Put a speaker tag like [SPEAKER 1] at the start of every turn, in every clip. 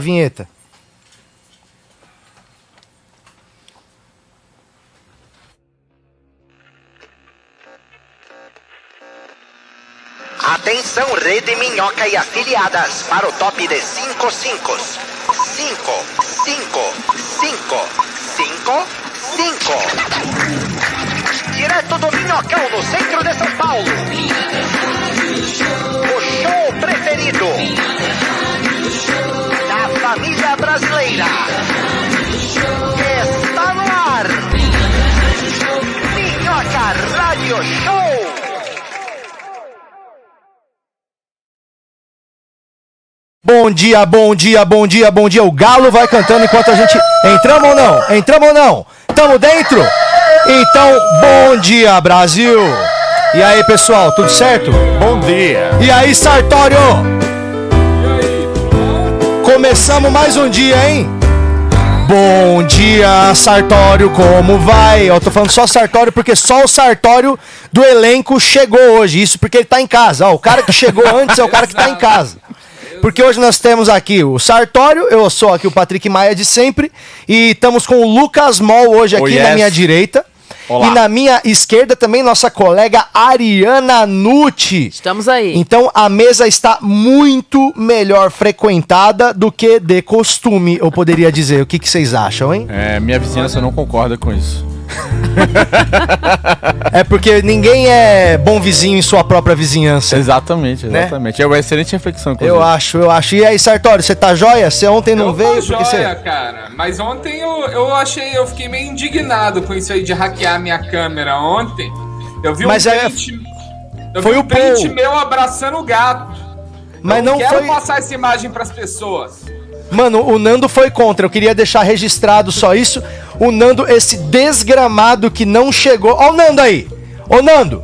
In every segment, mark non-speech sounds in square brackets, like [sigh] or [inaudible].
[SPEAKER 1] vinheta.
[SPEAKER 2] Atenção, Rede Minhoca e afiliadas, para o top de 5 5. 5, 5, 5, 5, 5. Direto do Minhocão, no centro de São Paulo. O show preferido da família brasileira. Está no ar. Minhoca Radio Show.
[SPEAKER 1] Bom dia, bom dia, bom dia, bom dia. O galo vai cantando enquanto a gente. Entramos ou não? Entramos ou não? Tamo dentro? Então, bom dia, Brasil! E aí, pessoal, tudo certo?
[SPEAKER 3] Bom dia.
[SPEAKER 1] E aí, Sartório? Começamos mais um dia, hein? Bom dia, Sartório, como vai? Eu tô falando só Sartório porque só o Sartório do elenco chegou hoje. Isso porque ele tá em casa. Ó, o cara
[SPEAKER 3] [laughs]
[SPEAKER 1] que chegou antes é o cara que tá em casa. Porque hoje nós temos aqui o Sartório, eu sou aqui o Patrick Maia de sempre, e estamos com o Lucas Mol hoje aqui
[SPEAKER 3] Oh, yes.
[SPEAKER 1] na minha direita.
[SPEAKER 3] Olá.
[SPEAKER 1] E na minha esquerda também nossa colega Ariana Nucci.
[SPEAKER 4] Estamos aí.
[SPEAKER 1] Então a mesa está muito melhor frequentada do que de costume, eu poderia dizer. O que, que vocês
[SPEAKER 3] [laughs]
[SPEAKER 1] acham, hein?
[SPEAKER 3] É, minha vizinhança não concorda com isso.
[SPEAKER 1] É porque ninguém é bom vizinho em sua própria vizinhança. Né?
[SPEAKER 3] Exatamente, exatamente. É uma excelente reflexão. inclusive.
[SPEAKER 1] Eu acho, eu acho. E aí, Sartório, você tá joia? Você ontem não
[SPEAKER 5] eu
[SPEAKER 1] veio?
[SPEAKER 5] tô
[SPEAKER 1] porque
[SPEAKER 5] joia,
[SPEAKER 1] você...
[SPEAKER 5] cara. Mas ontem eu, eu achei, eu fiquei meio indignado com isso aí de hackear minha câmera ontem. Eu vi
[SPEAKER 1] Mas
[SPEAKER 5] um
[SPEAKER 1] é-
[SPEAKER 5] print. Eu
[SPEAKER 1] foi
[SPEAKER 5] vi
[SPEAKER 1] o
[SPEAKER 5] um print
[SPEAKER 1] Paul.
[SPEAKER 5] meu abraçando o gato.
[SPEAKER 1] Mas
[SPEAKER 5] eu
[SPEAKER 1] não
[SPEAKER 5] quero
[SPEAKER 1] foi.
[SPEAKER 5] passar essa imagem pras pessoas.
[SPEAKER 1] Mano, o Nando foi contra. Eu queria deixar registrado só isso. O Nando, esse desgramado que não chegou. Ó, o Nando aí! Ô, Nando!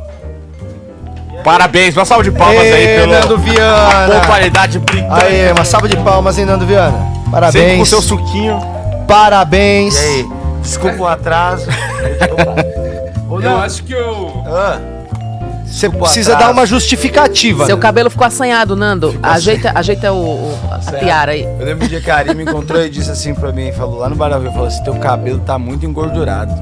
[SPEAKER 3] Parabéns, uma salva de palmas aí
[SPEAKER 1] Ê,
[SPEAKER 3] pelo
[SPEAKER 1] Nando Viana.
[SPEAKER 3] a popularidade britânica.
[SPEAKER 1] Aí, uma salva de palmas, hein, Nando Viana?
[SPEAKER 3] Sempre com
[SPEAKER 1] Parabéns.
[SPEAKER 3] seu suquinho.
[SPEAKER 1] Parabéns.
[SPEAKER 6] E aí? Desculpa o atraso.
[SPEAKER 5] eu acho que eu.
[SPEAKER 6] Ah,
[SPEAKER 1] Você
[SPEAKER 6] Desculpa o
[SPEAKER 1] precisa
[SPEAKER 6] atraso.
[SPEAKER 1] dar uma justificativa.
[SPEAKER 4] Seu
[SPEAKER 1] né?
[SPEAKER 4] cabelo ficou assanhado, Nando. ajeita ajeita o, o- a tiara
[SPEAKER 1] É,
[SPEAKER 4] aí.
[SPEAKER 6] Eu lembro um dia que a Ari me encontrou e disse assim pra mim, falou lá no Baravio, falou assim, teu cabelo tá
[SPEAKER 4] [laughs]
[SPEAKER 6] muito engordurado.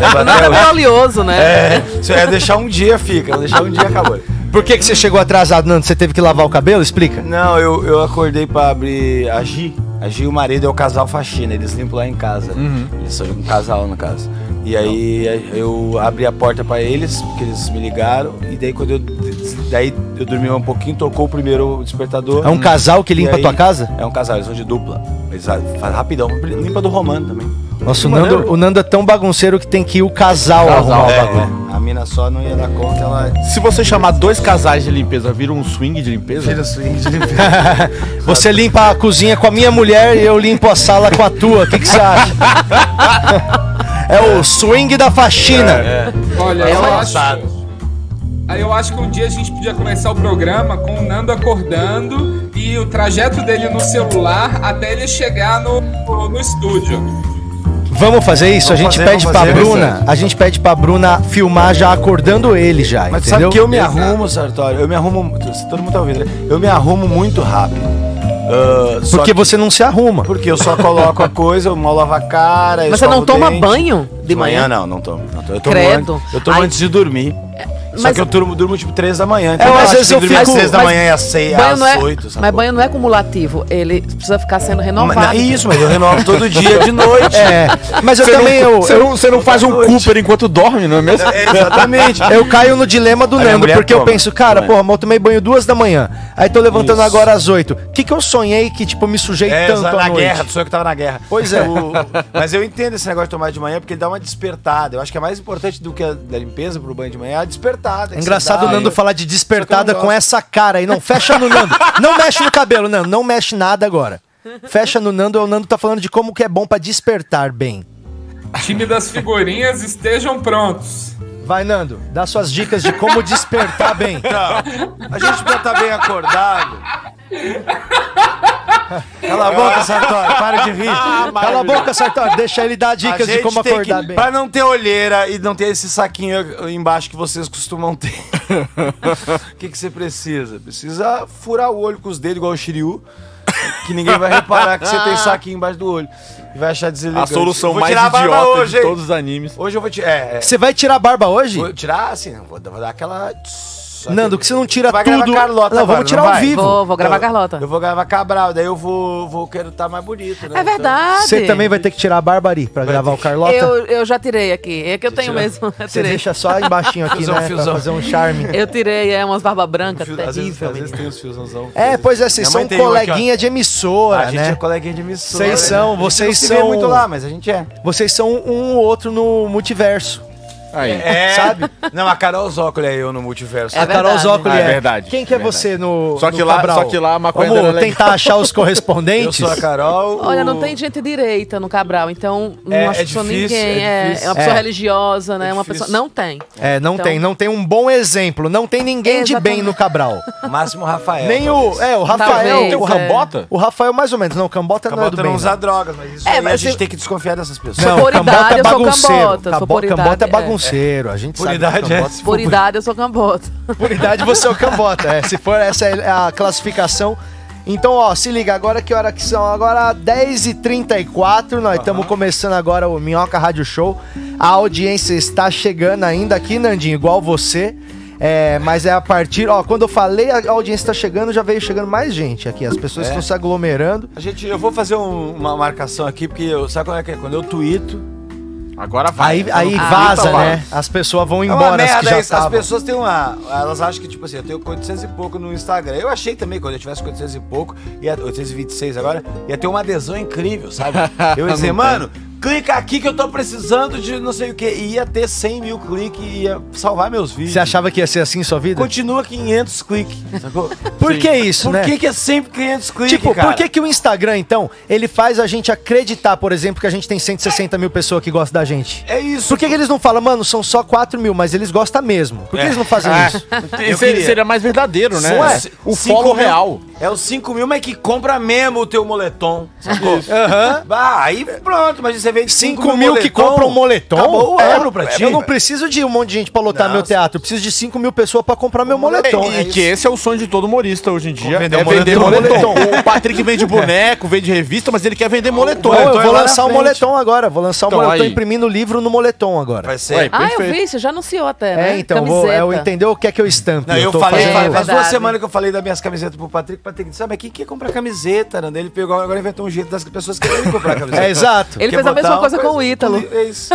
[SPEAKER 6] Lembra
[SPEAKER 4] Nando
[SPEAKER 6] até
[SPEAKER 4] é
[SPEAKER 6] hoje?
[SPEAKER 4] meio oleoso, né?
[SPEAKER 6] É, se eu ia deixar um dia, fica. Eu deixar um dia, acabou.
[SPEAKER 1] [laughs] Por que, que você chegou atrasado, Nando? Você teve que lavar o cabelo? Explica.
[SPEAKER 6] Não, eu, eu acordei pra abrir a Gi. A Gi e o marido é o casal faxina, eles limpam lá em casa.
[SPEAKER 1] Uhum.
[SPEAKER 6] Eles são um casal, no caso. E aí eu abri a porta pra eles, porque eles me ligaram. E daí quando eu. Daí eu dormi um pouquinho, tocou o primeiro despertador.
[SPEAKER 1] É um casal que
[SPEAKER 6] E
[SPEAKER 1] limpa a
[SPEAKER 6] aí-
[SPEAKER 1] tua casa?
[SPEAKER 6] É um casal, eles são de dupla. Eles fazem rapidão. Limpa do Romano também.
[SPEAKER 1] Nossa, o
[SPEAKER 6] Que
[SPEAKER 1] Nando,
[SPEAKER 6] maneiro.
[SPEAKER 1] o Nando é tão bagunceiro que tem que ir o casal,
[SPEAKER 3] Casal,
[SPEAKER 1] arrumar
[SPEAKER 3] é,
[SPEAKER 1] o bagulho.
[SPEAKER 6] É, a mina só não ia dar conta, ela
[SPEAKER 3] Se você chamar dois casais de limpeza, vira um swing de limpeza?
[SPEAKER 6] tira o
[SPEAKER 3] [laughs]
[SPEAKER 6] swing de
[SPEAKER 1] Você limpa a cozinha com a minha mulher e eu limpo a sala com a tua. O que que
[SPEAKER 6] [laughs]
[SPEAKER 1] você acha? É o swing da faxina.
[SPEAKER 5] Olha,
[SPEAKER 4] É
[SPEAKER 5] eu
[SPEAKER 6] engraçado.
[SPEAKER 5] acho. Aí eu acho que um dia a gente podia começar o programa com o Nando acordando e o trajeto dele no celular até ele chegar no, no, no estúdio.
[SPEAKER 1] Vamos fazer isso? a
[SPEAKER 6] Vamos
[SPEAKER 1] gente
[SPEAKER 6] fazer,
[SPEAKER 1] pede
[SPEAKER 6] vamos
[SPEAKER 1] pra
[SPEAKER 6] fazer.
[SPEAKER 1] Bruna. A gente pede pra Bruna filmar já acordando ele já,
[SPEAKER 6] Mas
[SPEAKER 1] entendeu?
[SPEAKER 6] sabe que eu me
[SPEAKER 5] Exato.
[SPEAKER 6] arrumo, Sartório? Eu me arrumo. Todo mundo tá ouvindo, né? Eu me arrumo muito rápido. Ah, só
[SPEAKER 1] Porque
[SPEAKER 6] que-
[SPEAKER 1] você não se arruma.
[SPEAKER 6] Porque eu só coloco a coisa, eu mal lavo a cara. eu
[SPEAKER 4] Mas você não
[SPEAKER 6] escovo o
[SPEAKER 4] toma
[SPEAKER 6] dente.
[SPEAKER 4] banho de manhã?
[SPEAKER 6] não, não tomo. não tomo. Eu tomo,
[SPEAKER 4] Credo.
[SPEAKER 6] antes, eu tomo
[SPEAKER 4] Aí-
[SPEAKER 6] antes de dormir. Só
[SPEAKER 4] mas-
[SPEAKER 6] que eu durmo, durmo tipo 3 da manhã.
[SPEAKER 1] É, às
[SPEAKER 6] acho
[SPEAKER 1] vezes
[SPEAKER 6] que
[SPEAKER 1] eu
[SPEAKER 6] dormir
[SPEAKER 1] fico-
[SPEAKER 6] às 6 da
[SPEAKER 4] mas
[SPEAKER 6] manhã e às 6,
[SPEAKER 4] Banho
[SPEAKER 6] às
[SPEAKER 4] não é,
[SPEAKER 6] 8.
[SPEAKER 4] mas banho não é cumulativo. Ele precisa ficar sendo renovado.
[SPEAKER 6] é isso, mas eu renovo todo dia de noite.
[SPEAKER 1] É. Mas eu
[SPEAKER 3] Você
[SPEAKER 1] também.
[SPEAKER 3] não,
[SPEAKER 1] eu,
[SPEAKER 3] você
[SPEAKER 1] eu,
[SPEAKER 3] não- você não faz um
[SPEAKER 6] Noite.
[SPEAKER 3] Cooper enquanto dorme, não é mesmo? [laughs]
[SPEAKER 6] É, Exatamente.
[SPEAKER 1] [laughs] eu caio no dilema do
[SPEAKER 6] A minha
[SPEAKER 1] Nando,
[SPEAKER 6] mulher
[SPEAKER 1] porque eu
[SPEAKER 6] toma.
[SPEAKER 1] penso, cara,
[SPEAKER 6] Toma.
[SPEAKER 1] porra, mas eu tomei banho duas da manhã. Aí tô levantando
[SPEAKER 6] Isso.
[SPEAKER 1] agora às oito. O que, que eu sonhei que, tipo, eu me sujei
[SPEAKER 6] É,
[SPEAKER 1] tanto
[SPEAKER 6] na
[SPEAKER 1] à noite?
[SPEAKER 6] guerra, tu sou eu que tava na guerra.
[SPEAKER 1] Pois é.
[SPEAKER 6] [laughs] O- mas eu entendo esse negócio de tomar de manhã, porque ele dá uma despertada. Eu acho que é mais importante do que a da limpeza pro banho de manhã, é a despertada.
[SPEAKER 1] É engraçado o Nando
[SPEAKER 6] falar.
[SPEAKER 1] falar de despertada
[SPEAKER 6] Só que eu não
[SPEAKER 1] com
[SPEAKER 6] gosto.
[SPEAKER 1] essa cara aí. Não, fecha no Nando. Não mexe no cabelo, Nando. Não mexe nada agora. Fecha no Nando. O Nando tá falando de como que é bom pra despertar bem.
[SPEAKER 5] Time das figurinhas, estejam prontos.
[SPEAKER 1] Vai, Nando. Dá suas dicas de como despertar
[SPEAKER 6] [laughs]
[SPEAKER 1] bem.
[SPEAKER 6] A gente já tá bem acordado. Cala a boca, Sartori, para de rir.
[SPEAKER 1] Cala a boca, Sartori. Deixa ele dar dicas de como
[SPEAKER 6] tem
[SPEAKER 1] acordar
[SPEAKER 6] que,
[SPEAKER 1] bem.
[SPEAKER 6] Pra não ter olheira e não ter esse saquinho embaixo que vocês costumam ter. O que, que você precisa? Precisa furar o olho com os dedos igual o Shiryu. que ninguém vai reparar que você tem saquinho embaixo do olho. E vai achar
[SPEAKER 3] A
[SPEAKER 6] deselegante.
[SPEAKER 3] solução
[SPEAKER 6] Vou
[SPEAKER 3] mais
[SPEAKER 6] tirar a barba
[SPEAKER 3] idiota
[SPEAKER 6] hoje,
[SPEAKER 3] de
[SPEAKER 6] hein?
[SPEAKER 3] todos os animes.
[SPEAKER 6] Hoje eu vou tirar. É, é.
[SPEAKER 1] Você vai tirar a barba hoje?
[SPEAKER 6] Vou tirar assim, vou, dar- vou dar aquela. tss,
[SPEAKER 1] Nando,
[SPEAKER 6] aquele-
[SPEAKER 1] que você não tira
[SPEAKER 6] Vai gravar
[SPEAKER 1] tudo.
[SPEAKER 6] Carlota
[SPEAKER 1] não,
[SPEAKER 6] agora,
[SPEAKER 1] vamos tirar
[SPEAKER 6] não
[SPEAKER 1] ao
[SPEAKER 6] vai?
[SPEAKER 1] vivo.
[SPEAKER 4] Vou, vou gravar Carlota.
[SPEAKER 6] Eu vou gravar Cabral, daí eu vou, vou quero estar mais bonito, né?
[SPEAKER 4] É verdade.
[SPEAKER 1] Você também vai ter que tirar a barba ali pra gravar o Carlota.
[SPEAKER 4] [laughs] Eu, eu já tirei aqui. É que eu tenho mesmo. Eu
[SPEAKER 1] Você
[SPEAKER 4] tirei.
[SPEAKER 1] deixa só
[SPEAKER 6] [laughs]
[SPEAKER 1] embaixinho aqui,
[SPEAKER 6] Fiozão,
[SPEAKER 1] né? Pra
[SPEAKER 6] fiozão.
[SPEAKER 1] fazer um charme.
[SPEAKER 4] [laughs] Eu tirei, é umas barba branca
[SPEAKER 6] Então,
[SPEAKER 4] terrível.
[SPEAKER 6] às vezes, às vezes
[SPEAKER 4] menino.
[SPEAKER 6] tem os fiozãozão.
[SPEAKER 1] É, pois é, vocês
[SPEAKER 6] Minha mãe tem
[SPEAKER 1] são
[SPEAKER 6] um aqui, ó.
[SPEAKER 1] coleguinha de emissora,
[SPEAKER 6] A gente
[SPEAKER 1] né?
[SPEAKER 6] é coleguinha de emissora.
[SPEAKER 1] Vocês
[SPEAKER 6] né?
[SPEAKER 1] são,
[SPEAKER 6] A gente
[SPEAKER 1] vocês
[SPEAKER 6] não se vê
[SPEAKER 1] são-
[SPEAKER 6] muito lá, mas a gente é.
[SPEAKER 1] Vocês são um ou outro no multiverso.
[SPEAKER 3] Aí.
[SPEAKER 6] É.
[SPEAKER 1] É.
[SPEAKER 6] Sabe? Não, a Carol Zócoli é eu no multiverso.
[SPEAKER 4] É
[SPEAKER 1] a Carol
[SPEAKER 4] verdade.
[SPEAKER 1] Zócoli
[SPEAKER 3] Ah,
[SPEAKER 1] é.
[SPEAKER 3] é verdade,
[SPEAKER 1] Quem que é
[SPEAKER 3] verdade.
[SPEAKER 1] você no.
[SPEAKER 3] Só
[SPEAKER 1] no
[SPEAKER 3] que lá-
[SPEAKER 1] Cabral?
[SPEAKER 3] só que lá a maconha dela é
[SPEAKER 1] Vamos
[SPEAKER 3] legal.
[SPEAKER 1] tentar achar os
[SPEAKER 6] eu
[SPEAKER 1] correspondentes.
[SPEAKER 6] sou a Carol.
[SPEAKER 4] Olha,
[SPEAKER 6] o-
[SPEAKER 4] não tem gente direita no Cabral, então não
[SPEAKER 6] É- é
[SPEAKER 4] acho que sou
[SPEAKER 6] difícil,
[SPEAKER 4] ninguém.
[SPEAKER 6] é
[SPEAKER 4] É,
[SPEAKER 6] difícil.
[SPEAKER 4] uma pessoa
[SPEAKER 1] É.
[SPEAKER 4] religiosa, né?
[SPEAKER 6] É
[SPEAKER 4] uma
[SPEAKER 6] difícil.
[SPEAKER 4] pessoa. Não tem.
[SPEAKER 1] É, não
[SPEAKER 4] Então-
[SPEAKER 1] tem, não tem um bom exemplo. Não tem ninguém de bem
[SPEAKER 4] Exatamente.
[SPEAKER 1] no Cabral.
[SPEAKER 6] Máximo Rafael.
[SPEAKER 1] Nem o.
[SPEAKER 6] talvez.
[SPEAKER 1] É, o
[SPEAKER 4] Talvez,
[SPEAKER 1] Rafael.
[SPEAKER 4] Tem
[SPEAKER 1] o,
[SPEAKER 4] o
[SPEAKER 1] Ra-
[SPEAKER 3] Cambota?
[SPEAKER 1] o Rafael, mais ou menos. Não, o Cambota, não é
[SPEAKER 6] Acabou
[SPEAKER 1] do
[SPEAKER 6] de
[SPEAKER 1] bem.
[SPEAKER 6] não
[SPEAKER 1] não.
[SPEAKER 6] usar drogas, mas isso
[SPEAKER 4] É,
[SPEAKER 6] aí a
[SPEAKER 4] mas
[SPEAKER 6] gente
[SPEAKER 4] se-
[SPEAKER 6] tem que desconfiar dessas pessoas.
[SPEAKER 1] Não,
[SPEAKER 4] Sou por
[SPEAKER 1] Cambota
[SPEAKER 4] idade,
[SPEAKER 1] é
[SPEAKER 4] eu sou
[SPEAKER 1] bagunceiro.
[SPEAKER 4] Cambota, sou por
[SPEAKER 1] Cabo- Cambota é
[SPEAKER 4] idade, é.
[SPEAKER 1] bagunceiro. A gente sabe. que o
[SPEAKER 6] Puridade, é.
[SPEAKER 1] Cambota-
[SPEAKER 4] Por idade, eu sou cambota.
[SPEAKER 1] Por idade você é o cambota. É, se for essa é a classificação. Então, ó, se liga agora que hora que são. Agora 10h34, nós estamos começando agora o Minhoca Rádio Show. A audiência está chegando ainda aqui, Nandinho, igual você. É, mas é a partir. Ó, quando eu falei a audiência está chegando, já veio chegando mais gente aqui. As pessoas
[SPEAKER 6] É.
[SPEAKER 1] estão se aglomerando.
[SPEAKER 6] A gente, eu vou fazer um- uma marcação aqui, porque eu, sabe qual é que é? Quando eu tuito,
[SPEAKER 3] Agora vai.
[SPEAKER 1] Aí, aí
[SPEAKER 4] Ah,
[SPEAKER 1] vaza,
[SPEAKER 6] então
[SPEAKER 1] né? As pessoas vão
[SPEAKER 6] né? É uma
[SPEAKER 1] embora, as que
[SPEAKER 6] merda
[SPEAKER 1] já
[SPEAKER 6] isso. As
[SPEAKER 1] estavam.
[SPEAKER 6] pessoas têm uma. Elas acham que, tipo assim, eu tenho 400 e pouco no Instagram. Eu achei também, quando eu tivesse 400 e pouco, ia, 826 agora, ia ter uma adesão incrível, [laughs] sabe? Eu ia dizer, mano, clica aqui que eu tô precisando de não sei o quê. E ia ter 100 mil cliques e ia salvar meus vídeos.
[SPEAKER 1] Você achava que ia ser assim sua vida?
[SPEAKER 6] Continua 500 cliques, sacou?
[SPEAKER 1] Por que isso,
[SPEAKER 6] Por
[SPEAKER 1] né?
[SPEAKER 6] que, que é sempre 500 cliques,
[SPEAKER 1] Tipo,
[SPEAKER 6] cara?
[SPEAKER 1] por que, que o Instagram, então, ele faz a gente acreditar, por exemplo, que a gente tem 160 mil pessoas que gostam da gente?
[SPEAKER 6] É isso.
[SPEAKER 1] Por que, que eles não falam, mano, são só 4 mil, mas eles gostam mesmo? Por que
[SPEAKER 6] É.
[SPEAKER 1] eles não fazem isso?
[SPEAKER 3] Esse
[SPEAKER 6] Eu
[SPEAKER 3] seria,
[SPEAKER 6] queria.
[SPEAKER 3] mais verdadeiro, né?
[SPEAKER 1] Não é?
[SPEAKER 3] O
[SPEAKER 6] Cinco
[SPEAKER 3] follow
[SPEAKER 6] mil-
[SPEAKER 3] real.
[SPEAKER 6] É os 5 mil, mas que compra mesmo o teu moletom, sacou?
[SPEAKER 1] Aham.
[SPEAKER 6] Bah, aí pronto, mas você vende
[SPEAKER 1] 5 mil que compram um moletom?
[SPEAKER 6] Acabou o
[SPEAKER 1] É,
[SPEAKER 6] euro Tá pra ti.
[SPEAKER 1] Eu não preciso de um monte de gente pra lotar
[SPEAKER 6] Não,
[SPEAKER 1] meu
[SPEAKER 6] sim.
[SPEAKER 1] teatro. Eu preciso de 5 mil pessoas pra comprar meu moletom.
[SPEAKER 3] e que esse é o sonho de todo humorista hoje em dia.
[SPEAKER 6] Vender
[SPEAKER 3] é vender
[SPEAKER 1] moletom.
[SPEAKER 3] moletom. o Patrick vende boneco, vende revista, mas ele quer vender moletom.
[SPEAKER 1] Então, eu vou
[SPEAKER 6] lá na
[SPEAKER 1] lançar o
[SPEAKER 3] um
[SPEAKER 6] frente.
[SPEAKER 1] moletom agora. Vou lançar o
[SPEAKER 3] Então,
[SPEAKER 1] moletom
[SPEAKER 3] aí.
[SPEAKER 1] imprimindo o livro no moletom agora.
[SPEAKER 6] Vai ser.
[SPEAKER 3] Ué,
[SPEAKER 4] Ah, eu
[SPEAKER 3] Perfeito.
[SPEAKER 4] vi, você já anunciou até, né?
[SPEAKER 1] É, então, vou, é, eu entendeu o que é que eu estampo.
[SPEAKER 6] Não, eu falei,
[SPEAKER 4] fazendo- É,
[SPEAKER 6] faz- faz duas
[SPEAKER 4] verdade.
[SPEAKER 6] semanas que eu falei das minhas camisetas pro Patrick. O Patrick disse, sabe, mas quem quer comprar camiseta, Nando? Ele pegou, agora inventou um jeito das pessoas quererem comprar camiseta.
[SPEAKER 1] É, exato.
[SPEAKER 4] Ele
[SPEAKER 6] Quer
[SPEAKER 4] fez a
[SPEAKER 6] botar
[SPEAKER 4] mesma
[SPEAKER 6] uma
[SPEAKER 4] coisa com o Ítalo.
[SPEAKER 6] É isso.